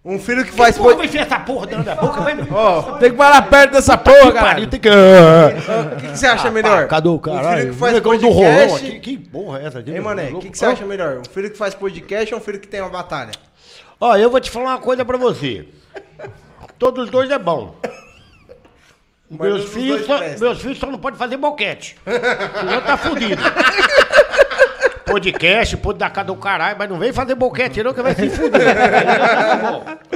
[SPEAKER 4] Um filho que faz...
[SPEAKER 9] Porra,
[SPEAKER 4] pod-
[SPEAKER 9] vai enfiar essa porra dentro da boca, vai.
[SPEAKER 4] Ó,
[SPEAKER 2] Tem que parar perto dessa porra, cara.
[SPEAKER 9] Pariu, tem que...
[SPEAKER 4] o que, que você acha melhor?
[SPEAKER 9] Cadê o
[SPEAKER 4] Um filho
[SPEAKER 9] caralho?
[SPEAKER 4] que faz
[SPEAKER 9] Negão do rolão
[SPEAKER 4] podcast...
[SPEAKER 9] aqui. Que porra é essa?
[SPEAKER 4] Hein, mané, o que, que você acha melhor? Um filho que faz podcast ou um filho que tem uma batalha?
[SPEAKER 9] Ó, eu vou te falar uma coisa pra você. Todos os dois é bom.
[SPEAKER 4] nenhum
[SPEAKER 9] Meus
[SPEAKER 4] dos
[SPEAKER 9] filhos,
[SPEAKER 4] dois
[SPEAKER 9] só,
[SPEAKER 4] presta.
[SPEAKER 9] meus filhos só não podem fazer boquete. Senão tá fudido. Podcast, pode dar cada do caralho, mas não vem fazer boquete não que vai se fuder.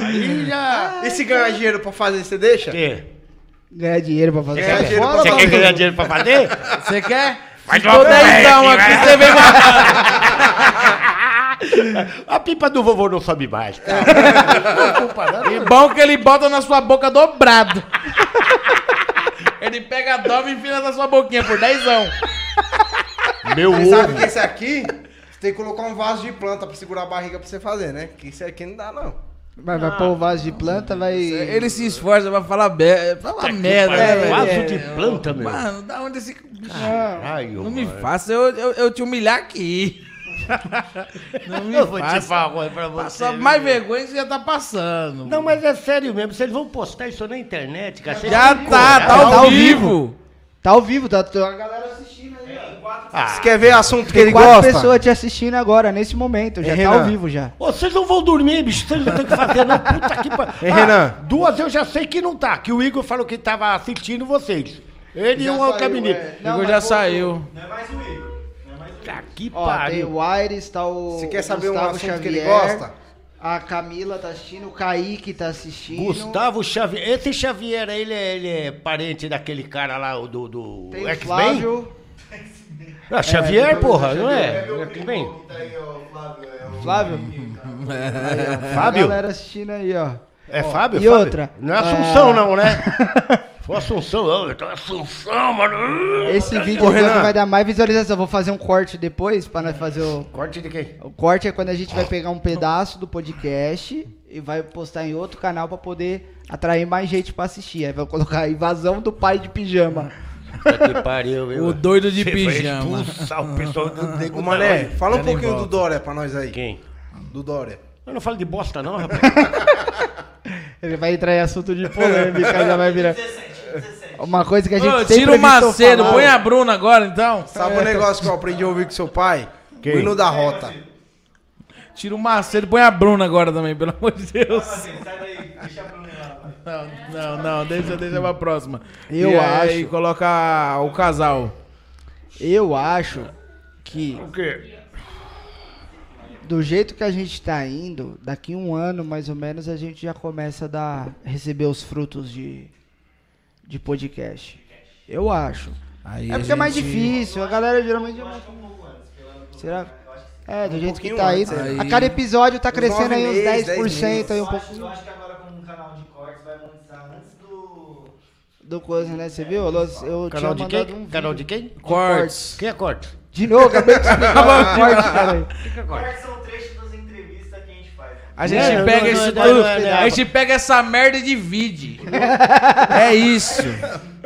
[SPEAKER 9] Aí já...
[SPEAKER 4] E se ganhar dinheiro pra fazer, você deixa?
[SPEAKER 9] Quê?
[SPEAKER 1] Ganhar dinheiro pra fazer.
[SPEAKER 4] Ganhar
[SPEAKER 1] Sai
[SPEAKER 4] dinheiro
[SPEAKER 1] fora,
[SPEAKER 4] pra
[SPEAKER 9] Você
[SPEAKER 1] mano.
[SPEAKER 9] quer ganhar dinheiro pra fazer?
[SPEAKER 2] Você quer?
[SPEAKER 9] Faz
[SPEAKER 2] Tô dezão aqui, você vem mais.
[SPEAKER 9] A pipa do vovô não sobe mais, cara.
[SPEAKER 2] E bom que ele bota na sua boca dobrado. ele pega a dobra e enfia na sua boquinha por dezão. É.
[SPEAKER 9] Meu
[SPEAKER 4] Você sabe
[SPEAKER 9] ovo.
[SPEAKER 4] que esse aqui, você tem que colocar um vaso de planta pra segurar a barriga pra você fazer, né? Que isso aqui não dá, não.
[SPEAKER 1] Vai, vai pôr o vaso de planta, vai.
[SPEAKER 4] é
[SPEAKER 2] Ele se esforça pra falar, be... falar merda, né,
[SPEAKER 9] É,
[SPEAKER 2] velho?
[SPEAKER 9] vaso de planta, meu.
[SPEAKER 2] Mano, da onde esse bicho.
[SPEAKER 9] Caralho,
[SPEAKER 2] Não me
[SPEAKER 9] mano.
[SPEAKER 2] faça eu, eu, eu te humilhar aqui. Não me
[SPEAKER 9] Eu vou te
[SPEAKER 2] faça.
[SPEAKER 9] falar uma coisa pra você.
[SPEAKER 2] Passa
[SPEAKER 9] viu?
[SPEAKER 2] mais vergonha você já tá passando.
[SPEAKER 9] Não, mas é sério mesmo. Vocês vão postar isso na internet, cara. Vocês
[SPEAKER 2] já
[SPEAKER 9] têm
[SPEAKER 2] tá,
[SPEAKER 9] coragem.
[SPEAKER 2] tá ao
[SPEAKER 1] Tá ao
[SPEAKER 2] vivo.
[SPEAKER 1] Tá ao vivo, tá tá a galera assistindo aí, ó.
[SPEAKER 4] Você quer ver assunto que ele
[SPEAKER 1] Tem quatro
[SPEAKER 4] gosta?
[SPEAKER 1] pessoas te assistindo agora, nesse momento. Já
[SPEAKER 4] É,
[SPEAKER 1] tá ao
[SPEAKER 4] Renan.
[SPEAKER 1] vivo já.
[SPEAKER 9] Ô, Vocês não vão dormir, bicho. Vocês não tem o que fazer, não. Puta que pariu.
[SPEAKER 4] Ei, Renan.
[SPEAKER 9] Duas eu já sei que não tá. Que o Igor falou que tava assistindo vocês. Ele e um outro menino.
[SPEAKER 1] é.
[SPEAKER 2] O Igor já saiu.
[SPEAKER 10] Não é mais o Igor.
[SPEAKER 9] Puta que
[SPEAKER 1] Ó, tem
[SPEAKER 9] pariu.
[SPEAKER 1] o Aires, tá o.
[SPEAKER 4] Você quer saber um
[SPEAKER 1] Gustavo
[SPEAKER 4] assunto que ele
[SPEAKER 1] Xavier,
[SPEAKER 4] gosta?
[SPEAKER 1] A Camila tá assistindo, o Kaique tá assistindo.
[SPEAKER 9] Gustavo Xavier. Esse Xavier aí, ele é, ele é parente daquele cara lá o do, do
[SPEAKER 1] Tem o
[SPEAKER 9] X-Men?
[SPEAKER 1] Flávio.
[SPEAKER 9] Ah, Xavier, porra, não é? X-Men?
[SPEAKER 3] Tá é,
[SPEAKER 1] Flávio? A
[SPEAKER 9] Fábio?
[SPEAKER 1] galera assistindo aí, ó.
[SPEAKER 9] É Fábio?
[SPEAKER 1] e
[SPEAKER 9] Fábio?
[SPEAKER 1] outra?
[SPEAKER 9] Não é Assunção,
[SPEAKER 1] Ah.
[SPEAKER 9] não, né? Foi Assunção, ó, eu tô em Assunção, mano.
[SPEAKER 1] Esse vídeo agora vai dar mais visualização. Vou fazer um corte depois pra nós fazer o.
[SPEAKER 9] Corte de quem?
[SPEAKER 1] O corte é quando a gente vai pegar um pedaço do podcast e vai postar em outro canal pra poder atrair mais gente pra assistir. Aí vai colocar invasão do pai de pijama.
[SPEAKER 9] Puta que pariu, viu?
[SPEAKER 2] O doido de
[SPEAKER 9] Você vai
[SPEAKER 2] pijama.
[SPEAKER 9] expulsar o pessoal do nego
[SPEAKER 4] Ô,
[SPEAKER 3] tá
[SPEAKER 4] Mané,
[SPEAKER 9] da-
[SPEAKER 4] fala um
[SPEAKER 2] Já nem
[SPEAKER 4] pouquinho do
[SPEAKER 2] volto.
[SPEAKER 4] Dória pra nós aí.
[SPEAKER 9] É Quem?
[SPEAKER 4] Do Dória.
[SPEAKER 9] Eu não falo de bosta, não, rapaz.
[SPEAKER 1] Ele vai entrar em assunto de polêmica, já vai virar.
[SPEAKER 6] 17, 17.
[SPEAKER 1] Uma coisa que a gente
[SPEAKER 2] Ô,
[SPEAKER 1] sempre
[SPEAKER 2] tira o
[SPEAKER 1] evitou
[SPEAKER 2] Macedo,
[SPEAKER 1] falar.
[SPEAKER 2] põe a Bruna agora então.
[SPEAKER 4] Sabe um negócio que eu aprendi a ouvir com seu pai?
[SPEAKER 9] É. Quem?
[SPEAKER 4] O hino da rota.
[SPEAKER 2] Tira o Macedo, põe a Bruna agora também, pelo amor de Deus.
[SPEAKER 6] Marcelo, Então, assim, Sai daí, deixa a Bruna lá, vai.
[SPEAKER 2] Não, não, não, deixa, deixa pra próxima.
[SPEAKER 1] Eu
[SPEAKER 2] e aí,
[SPEAKER 1] acho.
[SPEAKER 2] coloca o casal.
[SPEAKER 1] Eu acho que
[SPEAKER 9] O quê?
[SPEAKER 1] do jeito que a gente tá indo, daqui um ano mais ou menos a gente já começa a dar, receber os frutos de, de podcast. Eu acho.
[SPEAKER 2] Aí
[SPEAKER 1] É
[SPEAKER 2] a
[SPEAKER 1] porque é mais
[SPEAKER 2] gente-
[SPEAKER 1] difícil, a galera geralmente. já- Será? É, do jeito que
[SPEAKER 4] pouquinho
[SPEAKER 1] tá aí.
[SPEAKER 4] antes,
[SPEAKER 2] né?
[SPEAKER 1] A cada episódio tá
[SPEAKER 4] Uns
[SPEAKER 1] crescendo
[SPEAKER 4] nove
[SPEAKER 1] aí uns
[SPEAKER 4] meses,
[SPEAKER 1] 10%, aí um
[SPEAKER 6] Eu
[SPEAKER 1] pouco
[SPEAKER 6] acho, eu acho que agora com um canal de cortes vai monetizar antes do.
[SPEAKER 1] do coisa, né? Você viu? Eu, eu tinha
[SPEAKER 9] Canal de
[SPEAKER 1] mandado
[SPEAKER 9] quem?
[SPEAKER 1] um
[SPEAKER 9] Canal de
[SPEAKER 1] vídeo.
[SPEAKER 9] quem?
[SPEAKER 2] Cortes.
[SPEAKER 9] Quem é corte?
[SPEAKER 1] De novo, acabei de explicar o corte, cara.
[SPEAKER 6] Cortes são trechos das entrevistas que a gente faz. né?
[SPEAKER 2] A gente
[SPEAKER 9] Não,
[SPEAKER 2] pega
[SPEAKER 9] não,
[SPEAKER 2] isso
[SPEAKER 9] não,
[SPEAKER 2] tudo.
[SPEAKER 9] não, não, não.
[SPEAKER 2] a gente pega essa merda e divide. é isso.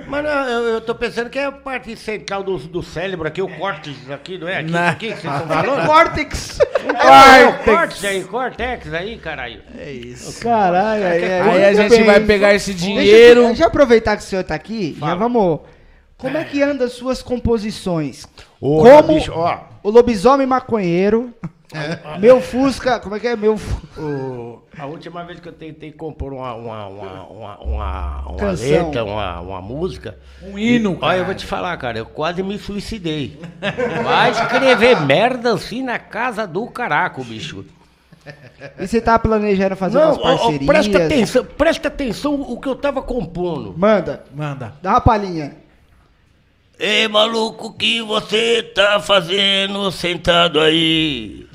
[SPEAKER 9] Mas não, eu, eu tô pensando que é a parte central do, do cérebro aqui, o córtex aqui, não é? Aqui,
[SPEAKER 2] Não.
[SPEAKER 9] aqui que vocês estão falando?
[SPEAKER 1] Córtex!
[SPEAKER 9] É, o córtex aí, córtex aí, caralho.
[SPEAKER 2] É isso.
[SPEAKER 1] Caralho, aí,
[SPEAKER 2] Aí a gente vai pegar esse
[SPEAKER 1] Deixa eu-
[SPEAKER 2] dinheiro.
[SPEAKER 1] Deixa eu aproveitar que o senhor tá aqui, já vamos. Como é que anda as suas composições?
[SPEAKER 9] Ô,
[SPEAKER 1] Como
[SPEAKER 9] bicho, ó.
[SPEAKER 1] o lobisomem maconheiro, meu Fusca, como é que é? Meu Fusca.
[SPEAKER 9] O- a última vez que eu tentei compor uma, uma, uma, uma, uma, uma
[SPEAKER 1] Canção.
[SPEAKER 9] letra, uma, uma música.
[SPEAKER 2] Um hino,
[SPEAKER 9] Olha, eu
[SPEAKER 2] cara.
[SPEAKER 9] vou te falar, cara, eu quase me suicidei. Vai escrever merda assim na casa do caraco, bicho.
[SPEAKER 1] E você tá planejando fazer umas
[SPEAKER 9] ó, ó,
[SPEAKER 1] parcerias?
[SPEAKER 9] presta atenção, presta atenção o que eu tava compondo.
[SPEAKER 1] Manda,
[SPEAKER 2] Manda.
[SPEAKER 1] dá uma palhinha.
[SPEAKER 9] Ei, maluco, o que você tá fazendo sentado aí?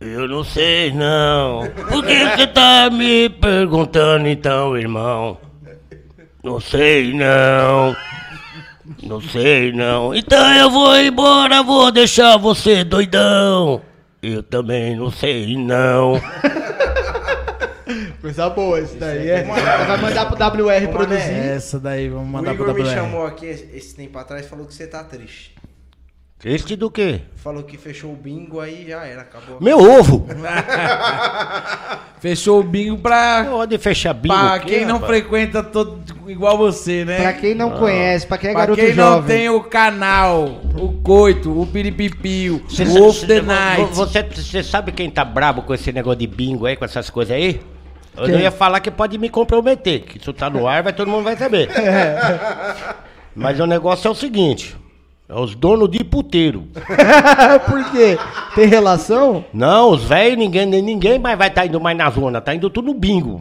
[SPEAKER 9] Eu não sei, não. Por que você tá me perguntando então, irmão? Não sei, não. Não sei, não. Então eu vou embora, vou deixar você doidão. Eu também não sei, não.
[SPEAKER 1] Coisa boa isso daí, é. Vai mandar pro WR produzir.
[SPEAKER 2] Essa daí, vamos
[SPEAKER 4] O
[SPEAKER 2] mandar pro
[SPEAKER 4] Igor me
[SPEAKER 2] WR.
[SPEAKER 4] chamou aqui esse tempo atrás e falou que você tá triste.
[SPEAKER 9] Triste do quê?
[SPEAKER 4] Falou que fechou o bingo aí já era, acabou.
[SPEAKER 9] Meu ovo!
[SPEAKER 2] Fechou o bingo pra,
[SPEAKER 9] Pode fechar bingo.
[SPEAKER 2] pra
[SPEAKER 9] aqui,
[SPEAKER 2] quem não
[SPEAKER 9] rapaz.
[SPEAKER 2] frequenta todo, igual você, né?
[SPEAKER 1] Pra quem não conhece, pra quem é
[SPEAKER 2] Pra
[SPEAKER 1] garoto
[SPEAKER 2] quem não
[SPEAKER 1] jovem.
[SPEAKER 2] tem o canal, o coito, o piripipio,
[SPEAKER 9] Cê
[SPEAKER 2] o
[SPEAKER 9] sa-
[SPEAKER 2] Wolf
[SPEAKER 9] cê-
[SPEAKER 2] the
[SPEAKER 9] vo-
[SPEAKER 2] Night.
[SPEAKER 9] Você, você sabe quem tá brabo com esse negócio de bingo aí, com essas coisas aí? Eu não ia falar que pode me comprometer, que isso tá no ar, vai, todo mundo vai saber. Mas o negócio é o seguinte: é os donos de puteiro.
[SPEAKER 1] Por quê? Tem relação?
[SPEAKER 9] Não, os velhos, ninguém, nem ninguém mais vai estar indo mais na zona, tá indo tudo no bingo.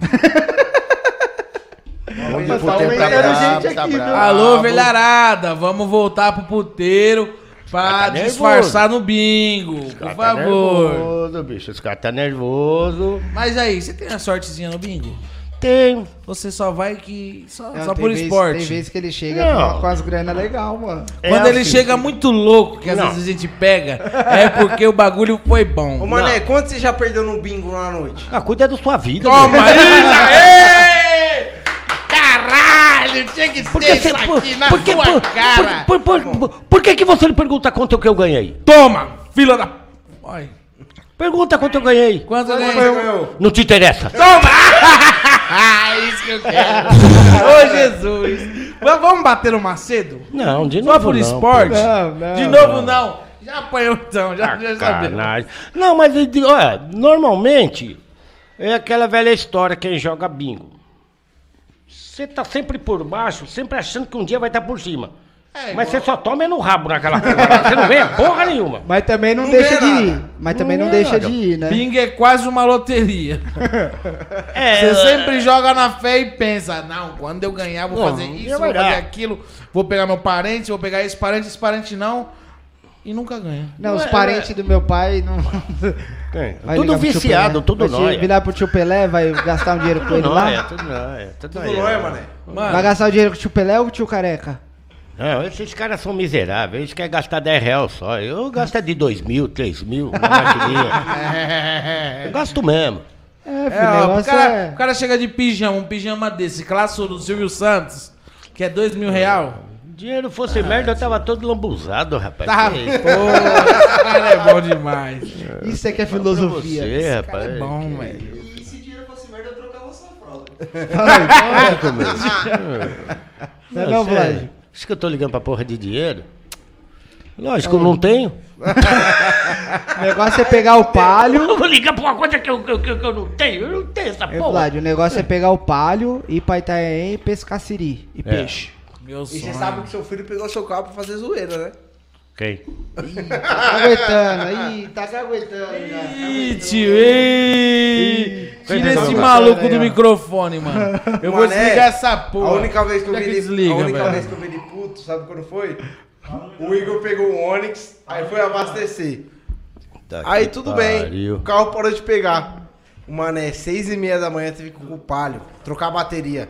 [SPEAKER 1] Mas tá
[SPEAKER 3] puteiro tá
[SPEAKER 1] aumentando
[SPEAKER 3] brabo,
[SPEAKER 1] gente
[SPEAKER 3] tá
[SPEAKER 1] aqui,
[SPEAKER 3] brabo.
[SPEAKER 1] viu?
[SPEAKER 2] Alô, velharada, vamos voltar pro puteiro
[SPEAKER 9] Ah,
[SPEAKER 2] pra
[SPEAKER 9] tá nervoso.
[SPEAKER 2] disfarçar no bingo,
[SPEAKER 9] Os
[SPEAKER 2] por
[SPEAKER 9] cara
[SPEAKER 2] favor.
[SPEAKER 9] Tá nervoso, bicho, os caras tá nervoso.
[SPEAKER 2] Mas aí, você tem a sortezinha no bingo?
[SPEAKER 9] Tem.
[SPEAKER 2] Você só vai que. Só,
[SPEAKER 1] Não,
[SPEAKER 2] só
[SPEAKER 1] tem
[SPEAKER 2] por
[SPEAKER 1] vez-
[SPEAKER 2] esporte.
[SPEAKER 1] Tem vezes que ele chega
[SPEAKER 9] Não.
[SPEAKER 1] com- com as grana legal, mano.
[SPEAKER 9] É
[SPEAKER 2] Quando ele
[SPEAKER 9] assim.
[SPEAKER 2] chega muito louco, que às
[SPEAKER 9] Não.
[SPEAKER 2] vezes a gente pega, é porque o bagulho foi bom.
[SPEAKER 4] Ô Mané, quanto você já perdeu no bingo na noite?
[SPEAKER 9] Ah, cuida da sua vida,
[SPEAKER 2] Toma,
[SPEAKER 9] meu.
[SPEAKER 2] Isa! Ê! Caralho, tinha que
[SPEAKER 9] Por
[SPEAKER 2] ser
[SPEAKER 9] que você.
[SPEAKER 2] isso
[SPEAKER 9] Por,
[SPEAKER 2] aqui na
[SPEAKER 9] por que-
[SPEAKER 2] sua
[SPEAKER 9] por-
[SPEAKER 2] cara.
[SPEAKER 9] por- por- por- por que que você não pergunta quanto que eu ganhei?
[SPEAKER 2] Toma, fila da... Ai.
[SPEAKER 9] Pergunta quanto eu ganhei.
[SPEAKER 2] Quanto eu
[SPEAKER 4] Você
[SPEAKER 2] ganhei?
[SPEAKER 4] ganhou.
[SPEAKER 9] Não te interessa.
[SPEAKER 2] Ah, isso que eu quero. Ô, Jesus. Mas vamos bater no Macedo?
[SPEAKER 9] Não, de
[SPEAKER 2] Só
[SPEAKER 9] novo.
[SPEAKER 2] por
[SPEAKER 9] não,
[SPEAKER 2] esporte?
[SPEAKER 1] Não, não,
[SPEAKER 2] De novo, não. Já apanhou então,
[SPEAKER 9] pô.
[SPEAKER 2] já, já sabia.
[SPEAKER 9] Sacanagem. Não, mas eu digo, olha, normalmente é aquela velha história quem joga bingo. Você tá sempre por baixo, sempre achando que um dia vai estar por cima. mas você só toma é no rabo naquela porra. Você não ganha porra nenhuma.
[SPEAKER 1] Mas também não,
[SPEAKER 4] Não
[SPEAKER 1] deixa de
[SPEAKER 4] ganha
[SPEAKER 1] ir.
[SPEAKER 4] nada.
[SPEAKER 1] Mas também
[SPEAKER 9] Não
[SPEAKER 1] não,
[SPEAKER 9] ganha
[SPEAKER 1] deixa
[SPEAKER 9] nada.
[SPEAKER 1] de ir, né?
[SPEAKER 2] Bingo é quase uma loteria.
[SPEAKER 9] É,
[SPEAKER 2] Você sempre joga na fé e pensa, não, quando eu ganhar, vou
[SPEAKER 9] Não,
[SPEAKER 2] fazer
[SPEAKER 9] não
[SPEAKER 2] isso,
[SPEAKER 9] vai
[SPEAKER 2] vou
[SPEAKER 9] dar.
[SPEAKER 2] fazer aquilo, vou pegar meu parente, vou pegar esse parente, esse parente não. e nunca ganha.
[SPEAKER 1] Não, os parentes do meu pai não.
[SPEAKER 9] Tem.
[SPEAKER 1] Vai
[SPEAKER 9] Tudo
[SPEAKER 1] ligar pro tio
[SPEAKER 9] viciado,
[SPEAKER 1] Pelé,
[SPEAKER 9] tudo
[SPEAKER 1] vai
[SPEAKER 9] nóia.
[SPEAKER 1] Virar pro tio Pelé, vai gastar um dinheiro com
[SPEAKER 9] Tudo
[SPEAKER 1] ele
[SPEAKER 9] nóia,
[SPEAKER 1] lá.
[SPEAKER 9] tudo nóia, tudo
[SPEAKER 4] Tudo não é,
[SPEAKER 9] nóia.
[SPEAKER 4] mané?
[SPEAKER 1] Vai
[SPEAKER 2] Mano,
[SPEAKER 1] gastar o dinheiro com o tio Pelé ou com o tio Careca?
[SPEAKER 9] Não, esses caras são miseráveis, eles querem gastar 10 reais só. Eu gasto é de 2 mil, 3 mil, uma maquininha. Eu gasto mesmo.
[SPEAKER 1] É, filho,
[SPEAKER 2] é,
[SPEAKER 1] o
[SPEAKER 2] ó, o,
[SPEAKER 1] negócio
[SPEAKER 2] cara,
[SPEAKER 1] é.
[SPEAKER 2] o cara chega de pijama, um pijama desse, clássico do Silvio Santos, que é dois mil real.
[SPEAKER 9] Dinheiro fosse merda, eu tava todo lambuzado, rapaz.
[SPEAKER 2] Tá, pô,
[SPEAKER 9] Que
[SPEAKER 2] esse cara é bom demais.
[SPEAKER 1] Isso é que é
[SPEAKER 9] isso pra
[SPEAKER 1] filosofia.
[SPEAKER 9] Você, rapaz.
[SPEAKER 2] É bom, velho.
[SPEAKER 6] E se dinheiro fosse merda, eu trocava sua fralda.
[SPEAKER 9] Porra, meu.
[SPEAKER 1] Não é não,
[SPEAKER 9] você-
[SPEAKER 1] Vlad?
[SPEAKER 9] Acho que eu tô ligando pra porra de dinheiro. Lógico, eu não tenho.
[SPEAKER 1] O negócio é pegar o palio.
[SPEAKER 9] Eu vou ligar pra uma coisa que eu, que eu- que eu não tenho. Eu não tenho essa
[SPEAKER 1] É,
[SPEAKER 9] porra.
[SPEAKER 1] Vlad, o negócio é pegar o palio, ir pra Itanhaém e pescar siri. E peixe.
[SPEAKER 2] Meu
[SPEAKER 4] E
[SPEAKER 2] sonho.
[SPEAKER 4] você sabe que seu filho pegou seu carro pra fazer zoeira, né?
[SPEAKER 9] Quem?
[SPEAKER 1] Tá aguentando, aí, tá se aguentando né? já.
[SPEAKER 2] Ih, tio,
[SPEAKER 4] né?
[SPEAKER 2] ei! Tira esse maluco do microfone, mano. Eu vou
[SPEAKER 4] Mané,
[SPEAKER 2] desligar essa porra.
[SPEAKER 4] A única vez que eu
[SPEAKER 2] Como é
[SPEAKER 4] vi ele,
[SPEAKER 2] desliga,
[SPEAKER 4] a única
[SPEAKER 2] velho?
[SPEAKER 4] vez que eu vi ele puto, sabe quando foi? O Igor pegou o Onix, aí foi abastecer.
[SPEAKER 9] Tá
[SPEAKER 4] Aí tudo bem, o carro parou de pegar. O mané, seis e meia da manhã, teve que ir com o palho, trocar a bateria.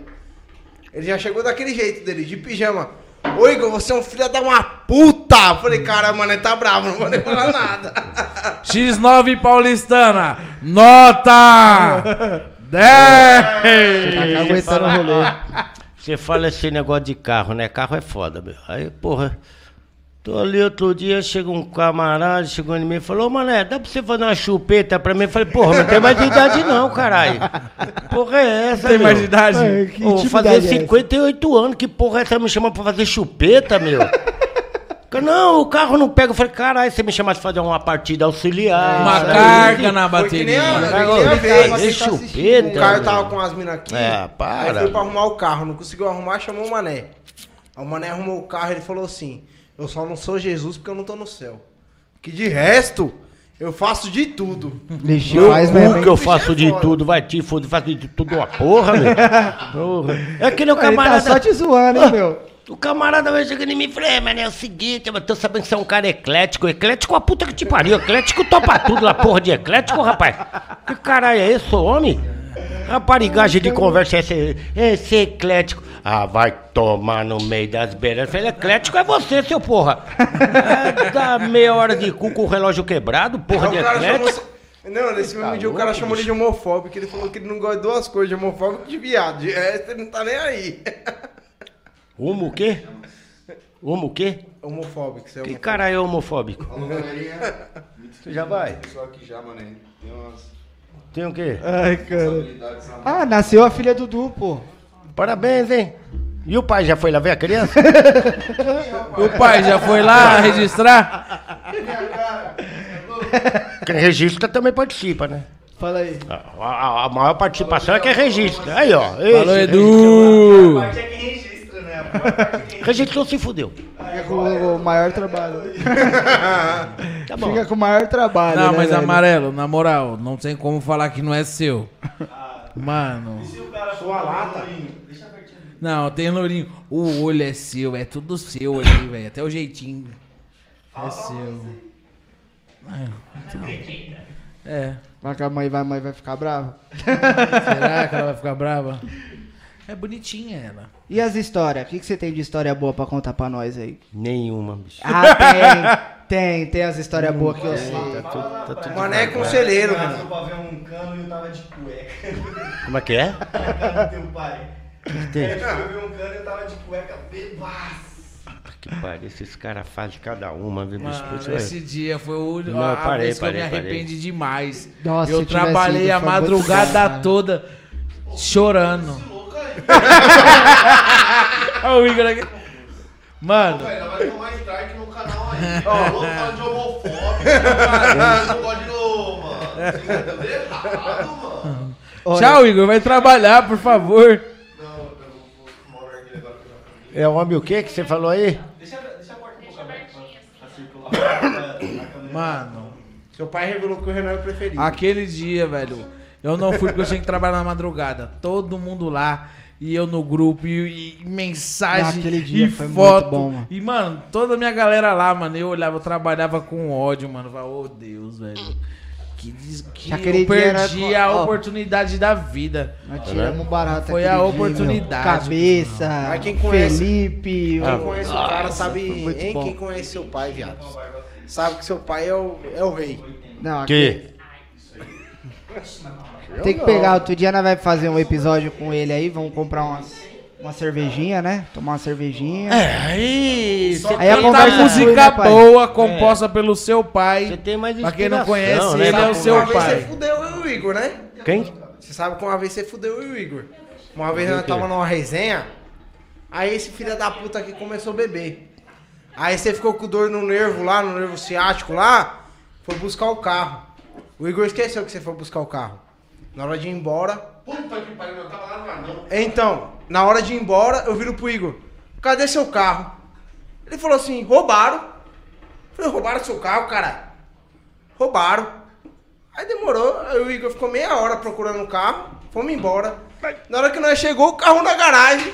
[SPEAKER 4] Ele já chegou daquele jeito dele, de pijama. Ô Igor, você é um filho da uma puta! Eu Falei, cara, mané, tá bravo, não vou nem falar nada.
[SPEAKER 2] X9 paulistana, nota 10!
[SPEAKER 1] Tá aguentando o rolê.
[SPEAKER 9] Você fala esse negócio de carro, né? Carro é foda, meu. Aí, porra. Tô ali outro dia, chega um camarada, chegou em mim e falou, ô mané, dá pra você fazer uma chupeta pra mim? Eu falei, porra, não tem mais de idade não, caralho. Porra é essa,
[SPEAKER 2] Tem
[SPEAKER 9] meu?
[SPEAKER 2] mais de idade?
[SPEAKER 1] É, que
[SPEAKER 9] Vou
[SPEAKER 1] intimidade
[SPEAKER 9] fazer
[SPEAKER 1] é essa?
[SPEAKER 9] 58 anos, que porra é essa me chamando pra fazer chupeta, meu? Eu, Não, o carro não pega. Eu falei, caralho, você me chamar de fazer uma partida auxiliar.
[SPEAKER 2] Uma
[SPEAKER 9] sabe?
[SPEAKER 2] carga na
[SPEAKER 4] Foi que nem
[SPEAKER 2] bateria.
[SPEAKER 4] a-
[SPEAKER 9] Caralho,
[SPEAKER 4] Primeira vez.
[SPEAKER 9] fazer
[SPEAKER 1] Você tá assistindo,
[SPEAKER 9] chupeta.
[SPEAKER 4] O cara
[SPEAKER 9] meu.
[SPEAKER 4] tava com as minas aqui.
[SPEAKER 9] É, para.
[SPEAKER 4] Aí foi pra arrumar o carro, não conseguiu arrumar, chamou o Mané. Aí o Mané arrumou o carro e ele falou assim: Eu só não sou Jesus porque eu não tô no céu. Que de resto, eu faço de tudo.
[SPEAKER 1] Lixo,
[SPEAKER 9] Eu,
[SPEAKER 1] faz
[SPEAKER 9] cu
[SPEAKER 1] mesmo.
[SPEAKER 9] que eu
[SPEAKER 1] hein?
[SPEAKER 9] faço de
[SPEAKER 4] Foda.
[SPEAKER 9] tudo, vai te foder, faço de tudo uma porra, meu. Porra. É aquele
[SPEAKER 1] Ele tá
[SPEAKER 9] camarada.
[SPEAKER 1] só te zoando, hein, meu?
[SPEAKER 9] O camarada vai chegando em mim e fala, "É, mano, é o seguinte, eu tô sabendo que você é um cara eclético. Eclético a puta que te pariu. Eclético topa tudo lá, porra de eclético, rapaz. Que caralho é esse, homem? Raparigagem de conversa é esse, esse eclético. Ah, vai tomar no meio das beiras. Eu Falei, eclético é você, seu porra. É, dá meia hora de cu com o relógio quebrado, porra de
[SPEAKER 4] Aí o cara
[SPEAKER 9] eclético.
[SPEAKER 4] chamou. Não, nesse mesmo dia o
[SPEAKER 9] tá louco,
[SPEAKER 4] cara chamou ele de homofóbico. Ele falou que ele não gosta de duas coisas, de homofóbico e de viado. De resto, ele não tá nem aí.
[SPEAKER 9] Homo o quê? Homo o quê?
[SPEAKER 4] Homofóbico, você é
[SPEAKER 9] Que
[SPEAKER 4] homofóbico.
[SPEAKER 9] cara é homofóbico?
[SPEAKER 3] Alô, galerinha.
[SPEAKER 9] Tu já vai?
[SPEAKER 3] Só aqui já, mané. Tem umas
[SPEAKER 9] Tem o quê?
[SPEAKER 1] Ai, cara.
[SPEAKER 3] habilidades na mão.
[SPEAKER 1] Ah, nasceu a filha do Du, pô.
[SPEAKER 9] Parabéns, hein? E o pai já foi lá ver a criança?
[SPEAKER 2] O pai já foi lá registrar?
[SPEAKER 9] Quem registra também participa, né?
[SPEAKER 1] Fala aí.
[SPEAKER 9] Ah, A, a- a maior participação é quem registra. Aí, ó. esse- é
[SPEAKER 2] Falou, Edu!
[SPEAKER 6] Parte é quem registra, né? A parte é quem
[SPEAKER 9] Registrou, se fudeu.
[SPEAKER 1] Fica com o maior trabalho.
[SPEAKER 9] Tá bom.
[SPEAKER 1] Fica com o maior trabalho.
[SPEAKER 2] Não,
[SPEAKER 1] né,
[SPEAKER 2] mas
[SPEAKER 1] velho?
[SPEAKER 2] amarelo, na moral, não tem como falar que não é seu. Mano. Não, tem lourinho. O olho é seu, é tudo seu ali, velho. Até o jeitinho. É seu. então. É.
[SPEAKER 1] Mas que a mãe vai, a mãe vai ficar brava.
[SPEAKER 2] Será que ela vai ficar brava? É bonitinha ela.
[SPEAKER 1] E as histórias? O que, que você tem de história boa pra contar pra nós aí?
[SPEAKER 9] Nenhuma, bicho.
[SPEAKER 1] Ah, tem, tem, tem as histórias boas que eu sei.
[SPEAKER 9] Tá tudo-
[SPEAKER 4] Mané é conselheiro,
[SPEAKER 6] Mas
[SPEAKER 4] mano.
[SPEAKER 6] eu pavei um cano e eu tava de cueca.
[SPEAKER 9] Como é que é?
[SPEAKER 6] Cano do teu pai.
[SPEAKER 9] Tem.
[SPEAKER 6] Eu pavei um cano e eu tava de cueca bebaço.
[SPEAKER 9] Que pariu, esses caras fazem cada uma, viu, bicho? é.
[SPEAKER 2] Mano,
[SPEAKER 9] Isso aí.
[SPEAKER 2] Ah, esse dia foi o,
[SPEAKER 9] Não,
[SPEAKER 2] a,
[SPEAKER 9] parei,
[SPEAKER 2] vez que
[SPEAKER 9] parei,
[SPEAKER 2] eu me
[SPEAKER 9] parei.
[SPEAKER 2] arrependi demais.
[SPEAKER 1] Nossa, se
[SPEAKER 2] eu
[SPEAKER 1] eu tivesse
[SPEAKER 2] trabalhei
[SPEAKER 1] ido,
[SPEAKER 2] a
[SPEAKER 1] foi uma
[SPEAKER 2] madrugada
[SPEAKER 1] boa cara.
[SPEAKER 2] toda chorando.
[SPEAKER 6] é
[SPEAKER 2] Olha o Igor aqui. Mano,
[SPEAKER 6] Ela vai tomar strike no canal aí. Ó, louco falando de homofóbico. Não pode não, mano. Você tá tudo errado, mano.
[SPEAKER 2] tchau, Igor. Vai trabalhar, por favor.
[SPEAKER 6] Não, eu vou fumar o narguilha agora que eu já comi.
[SPEAKER 9] É homem o quê que você falou aí?
[SPEAKER 6] Deixa, deixa a porta um pouco aberta pra, pra circular a câmera.
[SPEAKER 2] Mano,
[SPEAKER 4] Seu pai revelou que o Renan é o preferido.
[SPEAKER 2] aquele dia, velho. Eu não fui porque eu tinha que trabalhar na madrugada. Todo mundo lá. E eu no grupo, e, e mensagem,
[SPEAKER 1] Naquele dia
[SPEAKER 2] e
[SPEAKER 1] foi muito
[SPEAKER 2] foto.
[SPEAKER 1] bom, mano.
[SPEAKER 2] E, mano, toda a minha galera lá, mano, eu olhava, eu trabalhava com ódio, mano. Eu Falava, ô Deus, velho. Que, des... que
[SPEAKER 1] Aquele
[SPEAKER 2] eu
[SPEAKER 1] dia era
[SPEAKER 2] perdi
[SPEAKER 1] co-
[SPEAKER 2] a
[SPEAKER 1] ó.
[SPEAKER 2] oportunidade da vida.
[SPEAKER 1] Nós tiramos um barato
[SPEAKER 2] Foi
[SPEAKER 1] aquele
[SPEAKER 2] a
[SPEAKER 1] dia, meu.
[SPEAKER 2] oportunidade,
[SPEAKER 1] Cabeça,
[SPEAKER 4] Mas quem conhece-
[SPEAKER 1] Felipe,
[SPEAKER 3] Ah,
[SPEAKER 4] Quem
[SPEAKER 1] o-
[SPEAKER 4] conhece o cara sabe.
[SPEAKER 1] muito
[SPEAKER 4] Hein?
[SPEAKER 1] bom.
[SPEAKER 4] Quem conhece seu pai, viado? Sabe que seu pai é o, é o rei.
[SPEAKER 1] Não, aqui-
[SPEAKER 9] Que?
[SPEAKER 1] Tem que pegar, outro dia nós vamos fazer um episódio com ele aí, vamos comprar umas, uma cervejinha, né? Tomar uma cervejinha.
[SPEAKER 9] É, aí. Você
[SPEAKER 1] Aí a
[SPEAKER 9] tem,
[SPEAKER 1] conversa
[SPEAKER 9] mais-
[SPEAKER 1] flui,
[SPEAKER 2] música
[SPEAKER 1] né, pai?
[SPEAKER 2] boa, composta
[SPEAKER 4] É.
[SPEAKER 2] pelo seu pai.
[SPEAKER 9] você tem mais
[SPEAKER 2] Pra quem não
[SPEAKER 9] inspiração,
[SPEAKER 2] conhece,
[SPEAKER 9] né,
[SPEAKER 2] ele é
[SPEAKER 9] pra
[SPEAKER 2] o seu
[SPEAKER 4] Uma vez você
[SPEAKER 2] pai.
[SPEAKER 4] fudeu eu e o Igor, né?
[SPEAKER 9] Quem?
[SPEAKER 4] Você sabe que uma vez você fudeu eu e o Igor. Uma vez nós
[SPEAKER 9] quê?
[SPEAKER 4] tava numa resenha, aí esse filho da puta aqui começou a beber. Aí você ficou com dor no nervo lá, no nervo ciático lá, foi buscar o carro. O Igor esqueceu que você foi buscar o carro. Na hora de ir embora. Puta que pariu, eu tava lá no anão. Então, na hora de ir embora, eu viro pro Igor: Cadê seu carro? Ele falou assim: roubaram. Eu falei: roubaram seu carro, caralho. Roubaram. Aí demorou, aí o Igor ficou meia hora procurando o carro, fomos embora. Na hora que nós chegou, o carro na garagem.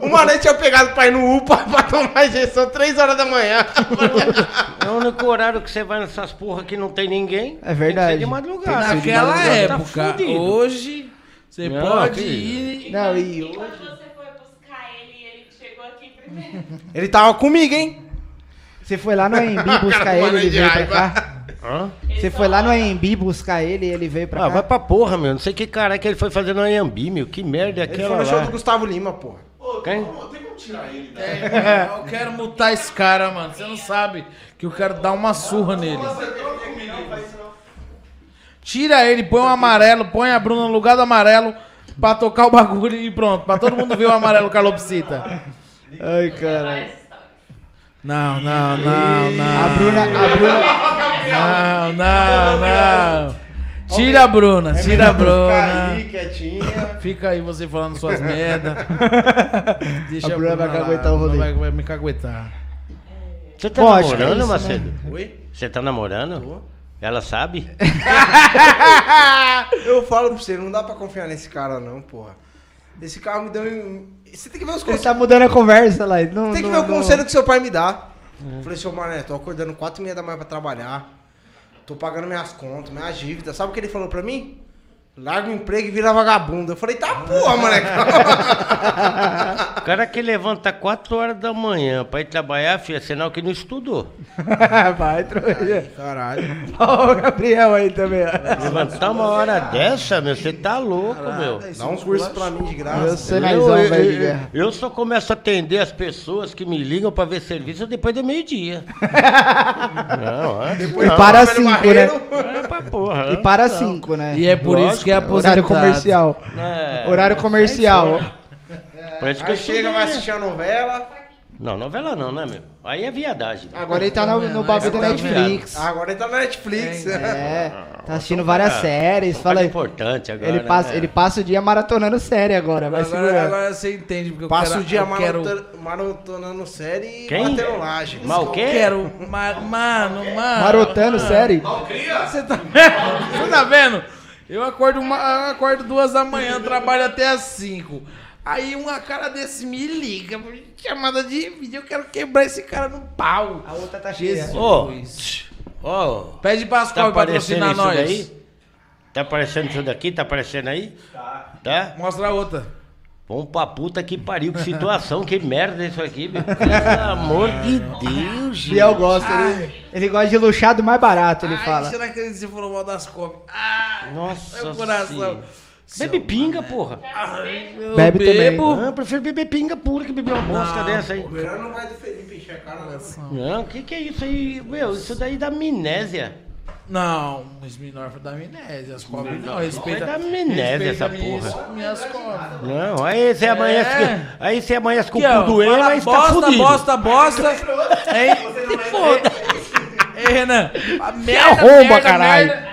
[SPEAKER 4] O Mané tinha pegado pra ir no UPA pra tomar a injeção 3 horas da manhã.
[SPEAKER 9] É o único horário que você vai nessas porra que não tem ninguém.
[SPEAKER 1] É verdade.
[SPEAKER 9] Tem que ser de madrugada.
[SPEAKER 2] Naquela
[SPEAKER 9] Tá
[SPEAKER 2] época,
[SPEAKER 9] fudido.
[SPEAKER 2] hoje, você
[SPEAKER 9] Não,
[SPEAKER 2] pode
[SPEAKER 9] que-
[SPEAKER 2] ir. e-
[SPEAKER 1] Não, e
[SPEAKER 7] E quando você foi buscar ele e ele chegou aqui primeiro?
[SPEAKER 4] Ele tava comigo, hein?
[SPEAKER 1] Você foi lá no AMB buscar ele, ele veio pra cá?
[SPEAKER 9] Hã?
[SPEAKER 1] Você foi lá no AMB buscar ele, ele veio pra
[SPEAKER 9] Ah,
[SPEAKER 1] cá?
[SPEAKER 9] vai pra porra, meu. Não sei que caralho que ele foi fazer no Anhembi, meu. Que merda é
[SPEAKER 4] Ele
[SPEAKER 9] aquela
[SPEAKER 4] foi no show
[SPEAKER 9] lá.
[SPEAKER 4] do Gustavo Lima, porra.
[SPEAKER 9] Quem?
[SPEAKER 2] É, eu quero multar esse cara, mano. Você não sabe que eu quero dar uma surra nele. Tira ele, põe o amarelo, põe a Bruna no lugar do amarelo pra tocar o bagulho e pronto. Pra todo mundo ver o amarelo calopsita.
[SPEAKER 1] Ai, cara.
[SPEAKER 2] Não, não, não, não.
[SPEAKER 9] Ah.
[SPEAKER 1] A Bruna, a Bruna,
[SPEAKER 2] Não, não, não. Tira a Bruna,
[SPEAKER 1] É
[SPEAKER 2] tira a Bruna.
[SPEAKER 4] Tá quietinha.
[SPEAKER 2] Fica aí você falando suas merda. Deixa
[SPEAKER 1] A Bruna vai
[SPEAKER 2] lá,
[SPEAKER 1] caguetar o rolê.
[SPEAKER 2] Vai, vai me caguetar.
[SPEAKER 9] Você tá
[SPEAKER 1] Pô, acho que é
[SPEAKER 9] namorando,
[SPEAKER 1] isso, né?
[SPEAKER 9] Macedo?
[SPEAKER 4] Oi?
[SPEAKER 9] Você tá namorando? Ela sabe?
[SPEAKER 4] Eu falo pra você, não dá pra confiar nesse cara, não, porra. Esse carro me deu. um- Você tem que ver os
[SPEAKER 1] ele
[SPEAKER 4] conselhos.
[SPEAKER 1] tá mudando a conversa lá. ele Não,
[SPEAKER 4] Tem que
[SPEAKER 1] não-
[SPEAKER 4] ver o
[SPEAKER 1] não-
[SPEAKER 4] conselho que seu pai me dá.
[SPEAKER 9] É.
[SPEAKER 4] Falei, seu Mané, tô acordando 4 e meia da manhã pra trabalhar. Tô pagando minhas contas, minhas dívidas. Sabe o que ele falou pra mim? Larga o emprego e vira vagabundo. Eu falei, tá porra, moleque.
[SPEAKER 9] O cara que levanta 4 horas da manhã pra ir trabalhar, filho, é sinal que não estudou.
[SPEAKER 1] vai, trouxa.
[SPEAKER 4] Caralho.
[SPEAKER 1] Ó, o Gabriel aí também, ó.
[SPEAKER 9] Levantar uma hora dessa, meu, você tá louco, meu.
[SPEAKER 4] Dá um curso pra mim de
[SPEAKER 1] Meu
[SPEAKER 4] graça.
[SPEAKER 1] cenarizão,
[SPEAKER 9] eu,
[SPEAKER 1] é velho de
[SPEAKER 9] eu-
[SPEAKER 1] guerra.
[SPEAKER 9] eu só começo a atender as pessoas que me ligam pra ver serviço depois do meio-dia. não, antes
[SPEAKER 1] E
[SPEAKER 9] não.
[SPEAKER 1] para cinco, né?
[SPEAKER 9] É pra porra.
[SPEAKER 1] E
[SPEAKER 9] antes
[SPEAKER 1] para
[SPEAKER 9] não.
[SPEAKER 1] cinco, né?
[SPEAKER 2] E é por isso que é aposentado.
[SPEAKER 1] Horário comercial.
[SPEAKER 9] É,
[SPEAKER 1] Horário comercial.
[SPEAKER 9] por isso que
[SPEAKER 4] Aí
[SPEAKER 9] eu
[SPEAKER 4] chega,
[SPEAKER 9] chego
[SPEAKER 4] vai assistir a novela.
[SPEAKER 9] Não, novela não, né, meu? Aí é viadagem.
[SPEAKER 2] Ah,
[SPEAKER 1] Agora ele tá no, no bagulho da
[SPEAKER 9] tá
[SPEAKER 1] Netflix.
[SPEAKER 4] Agora ele tá na Netflix.
[SPEAKER 1] É, tá assistindo várias
[SPEAKER 9] É.
[SPEAKER 1] séries. Fala
[SPEAKER 9] Fala
[SPEAKER 1] aí.
[SPEAKER 9] importante agora.
[SPEAKER 1] Ele passa,
[SPEAKER 9] né?
[SPEAKER 1] ele passa o dia maratonando série agora, vai
[SPEAKER 2] Agora,
[SPEAKER 1] segurar.
[SPEAKER 2] agora você entende porque eu
[SPEAKER 4] Passa
[SPEAKER 2] quero,
[SPEAKER 4] o dia
[SPEAKER 2] eu quero,
[SPEAKER 4] marota- maratonando série e
[SPEAKER 9] Quem?
[SPEAKER 4] batendo laje.
[SPEAKER 9] Mal o
[SPEAKER 2] eu
[SPEAKER 9] quê?
[SPEAKER 2] quero, ma- mano, mano.
[SPEAKER 1] Marotando série?
[SPEAKER 2] Você tá vendo? Você tá vendo? Eu acordo, uma, eu acordo duas da manhã, trabalho até as cinco. Aí uma cara desse me liga, chamada de vídeo, eu quero quebrar esse cara no pau.
[SPEAKER 1] A outra
[SPEAKER 2] é
[SPEAKER 1] tá
[SPEAKER 9] Ô,
[SPEAKER 2] Jesus.
[SPEAKER 9] ó,
[SPEAKER 2] Pede
[SPEAKER 9] tá
[SPEAKER 2] Pascoal pra
[SPEAKER 9] aparecendo
[SPEAKER 2] patrocinar
[SPEAKER 9] isso
[SPEAKER 2] nós.
[SPEAKER 9] daí? Tá aparecendo isso daqui? Tá aparecendo aí? Tá. Tá?
[SPEAKER 2] Mostra a outra.
[SPEAKER 9] Vamos pra puta que pariu, que situação, que merda é isso aqui, meu. Pelo amor de Deus, gente.
[SPEAKER 1] Biel gosta,
[SPEAKER 2] Ah.
[SPEAKER 1] ele, ele gosta de luxado mais barato, ele
[SPEAKER 2] Ai,
[SPEAKER 1] fala.
[SPEAKER 2] será que você falou mal das cobras? Ah,
[SPEAKER 9] Nossa
[SPEAKER 2] meu coração.
[SPEAKER 9] senhora. Bebe pinga, porra.
[SPEAKER 2] Eu
[SPEAKER 1] Bebe também.
[SPEAKER 9] Ah, eu prefiro beber pinga pura que beber uma bosta dessa aí.
[SPEAKER 4] O cara não vai do Felipe encher a cara, não.
[SPEAKER 9] Não, o que que é isso aí? Meu, isso daí dá amnésia.
[SPEAKER 2] Não, os menores da amnésia, as cobras não, respeita.
[SPEAKER 9] é da amnésia
[SPEAKER 2] respeita
[SPEAKER 9] essa
[SPEAKER 2] minhas-
[SPEAKER 9] porra.
[SPEAKER 2] Minhas cobras.
[SPEAKER 9] Não, aí você amanhece,
[SPEAKER 2] É.
[SPEAKER 9] que- aí você amanhece com
[SPEAKER 2] Aqui, ó,
[SPEAKER 9] o cu doendo,
[SPEAKER 2] fala
[SPEAKER 9] mas tá
[SPEAKER 2] bosta,
[SPEAKER 9] fudido.
[SPEAKER 2] bosta, bosta, Hein? Te foda. Ei, Renan. a Merda,
[SPEAKER 9] arromba,
[SPEAKER 2] merda,
[SPEAKER 9] caralho.
[SPEAKER 2] merda.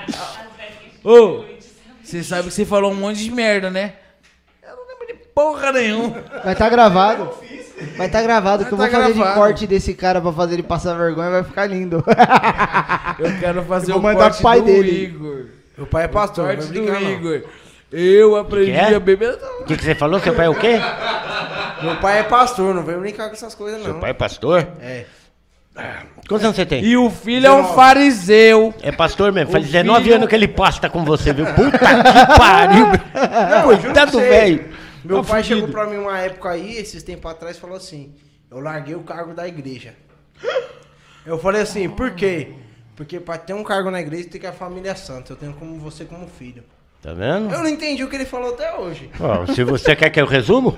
[SPEAKER 2] Ô, você sabe que você falou um monte de merda, né? Eu não lembro de porra nenhuma.
[SPEAKER 1] Vai tá gravado. Vai tá gravado, que eu
[SPEAKER 2] Vai
[SPEAKER 1] vou
[SPEAKER 2] tá
[SPEAKER 1] fazer de
[SPEAKER 2] gravado.
[SPEAKER 1] corte desse cara pra fazer ele passar vergonha, vai ficar lindo.
[SPEAKER 2] Eu quero fazer
[SPEAKER 1] Eu vou
[SPEAKER 2] o
[SPEAKER 1] mandar
[SPEAKER 2] corte
[SPEAKER 1] pai
[SPEAKER 2] do
[SPEAKER 1] dele.
[SPEAKER 2] Igor.
[SPEAKER 4] Meu pai é
[SPEAKER 2] O
[SPEAKER 4] pastor, não
[SPEAKER 2] corte
[SPEAKER 4] vai
[SPEAKER 2] do
[SPEAKER 4] brincar, não.
[SPEAKER 2] Igor. Eu aprendi
[SPEAKER 9] Que que é?
[SPEAKER 2] a beber.
[SPEAKER 9] O que, que você falou? Seu pai é o quê?
[SPEAKER 4] Meu pai é pastor, não vem brincar com essas coisas, não.
[SPEAKER 9] Seu pai é pastor?
[SPEAKER 4] É.
[SPEAKER 9] Quantos anos você tem?
[SPEAKER 2] E o filho é um fariseu.
[SPEAKER 9] É pastor mesmo. Faz
[SPEAKER 2] O
[SPEAKER 9] 19
[SPEAKER 2] filho-
[SPEAKER 9] anos que ele pasta com você, viu? Puta que pariu.
[SPEAKER 4] Não, eu juro pra
[SPEAKER 9] é Coitado,
[SPEAKER 4] você,
[SPEAKER 9] velho.
[SPEAKER 4] Meu
[SPEAKER 9] Tá
[SPEAKER 4] pai
[SPEAKER 9] fudido.
[SPEAKER 4] chegou pra mim uma época aí, esses tempos atrás, e falou assim: Eu larguei o cargo da igreja. Eu falei assim, por quê? Porque pra ter um cargo na igreja tem que a família é santa. Eu tenho como você como filho.
[SPEAKER 9] Tá vendo?
[SPEAKER 4] Eu não entendi o que ele falou até hoje.
[SPEAKER 9] Ó, se você quer que eu resumo.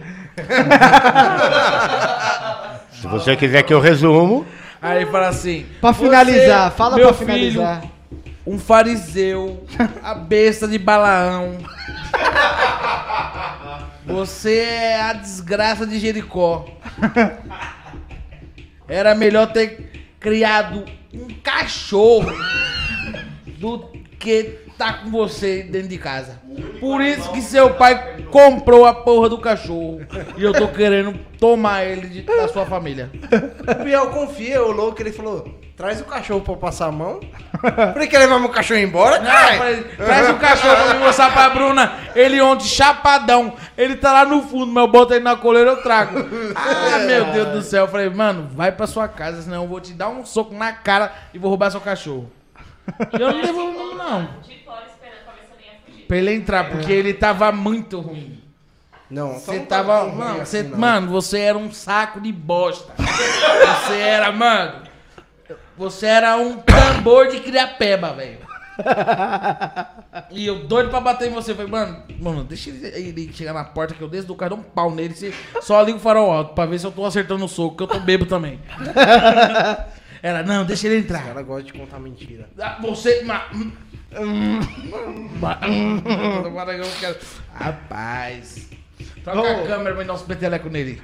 [SPEAKER 9] se você quiser que eu resumo.
[SPEAKER 2] Aí ele fala assim.
[SPEAKER 1] Pra
[SPEAKER 2] "Você,
[SPEAKER 1] finalizar, fala
[SPEAKER 2] meu
[SPEAKER 1] pra
[SPEAKER 2] filho,
[SPEAKER 1] finalizar.
[SPEAKER 2] um fariseu, a besta de Balaão. Você é a desgraça de Jericó. Era melhor ter criado um cachorro do que tá com você dentro de casa. Por isso que seu pai comprou a porra do cachorro. E eu tô querendo tomar ele de- da sua família.
[SPEAKER 4] O Biel confia, o louco, ele falou: Traz o cachorro pra eu passar a mão. Falei, quer levar meu cachorro embora?
[SPEAKER 2] Ah,
[SPEAKER 4] Cara?
[SPEAKER 2] falei, Traz o cachorro pra me mostrar pra Bruna. Ele ontem, chapadão. Ele tá lá no fundo, mas eu boto ele na coleira, eu trago. Ah, meu Deus do céu. Eu falei, mano, vai pra sua casa, senão eu vou te dar um soco na cara e vou roubar seu cachorro. E eu não devolvo o nome, não.
[SPEAKER 7] De fora esperando pra ver se alguém ia fugir.
[SPEAKER 2] Pra ele entrar, porque ele tava muito ruim.
[SPEAKER 4] Não, só
[SPEAKER 2] Você
[SPEAKER 4] não
[SPEAKER 2] tava.
[SPEAKER 4] tão ruim
[SPEAKER 2] Mano,
[SPEAKER 4] assim,
[SPEAKER 2] você,
[SPEAKER 4] não.
[SPEAKER 2] mano, você era um saco de bosta. Você era, mano. Você era um tambor de criapeba, velho. E eu doido pra bater em você. Falei, mano, mano, deixa ele, ele chegar na porta que eu desço do carro, dou um pau nele. Você só liga o farol alto pra ver se eu tô acertando o soco, que eu tô bebo também. Era, não, deixa ele entrar.
[SPEAKER 4] Ela gosta de contar mentira.
[SPEAKER 2] Ah, Você. ma- hum, hum, ma- hum, do Maranhão, cara. Rapaz. Troca a
[SPEAKER 1] Ô.
[SPEAKER 2] câmera pra nós peteleco nele.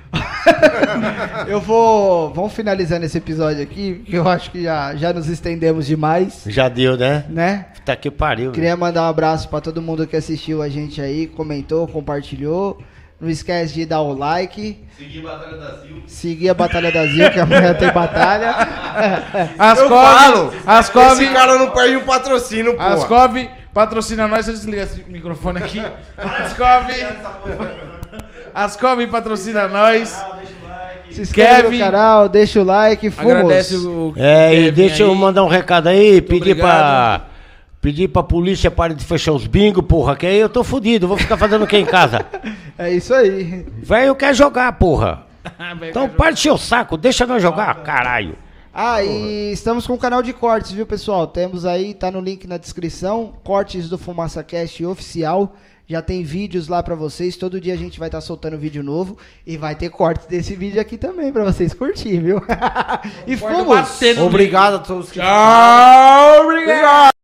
[SPEAKER 1] Eu vou. Vamos finalizando esse episódio aqui, que eu acho que já, já nos estendemos demais,
[SPEAKER 9] Já deu, né?
[SPEAKER 1] né?
[SPEAKER 9] Tá que pariu. velho.
[SPEAKER 1] Queria mandar um abraço pra todo mundo que assistiu a gente aí, comentou, compartilhou. Não esquece de dar o like,
[SPEAKER 6] Seguir Batalha da Zil.
[SPEAKER 1] seguir a Batalha da Zil, que amanhã tem batalha.
[SPEAKER 2] Ascov,
[SPEAKER 4] falo,
[SPEAKER 2] Ascov,
[SPEAKER 4] Esse cara não perde um patrocínio, pô.
[SPEAKER 2] Ascov, patrocina nós. Deixa eu desligar esse microfone aqui. Ascov, Ascov patrocina nós.
[SPEAKER 1] Se inscreve
[SPEAKER 2] Kevin.
[SPEAKER 1] no canal, deixa o like, fomos.
[SPEAKER 2] Agradece o.
[SPEAKER 9] É, e
[SPEAKER 2] Kevin
[SPEAKER 9] deixa eu
[SPEAKER 2] aí.
[SPEAKER 9] mandar um recado aí, pedir
[SPEAKER 2] obrigado.
[SPEAKER 9] pra, pedir pra polícia para de fechar os bingos, porra, que aí eu tô fudido, vou ficar fazendo o que em casa?
[SPEAKER 1] É isso aí.
[SPEAKER 9] Velho quer jogar, porra.
[SPEAKER 2] Ah, velho,
[SPEAKER 9] Então parte seu saco, deixa nós jogar, caralho.
[SPEAKER 1] Ah, e estamos com o canal de cortes, viu, pessoal? Temos aí, tá no link na descrição, cortes do Fumaça Cast oficial. Já tem vídeos lá pra vocês. Todo dia a gente vai estar soltando vídeo novo e vai ter cortes desse vídeo aqui também pra vocês curtir, viu? e
[SPEAKER 2] pode
[SPEAKER 1] fomos.
[SPEAKER 2] bater no-
[SPEAKER 4] Obrigado a todos que
[SPEAKER 2] Tchau, obrigado.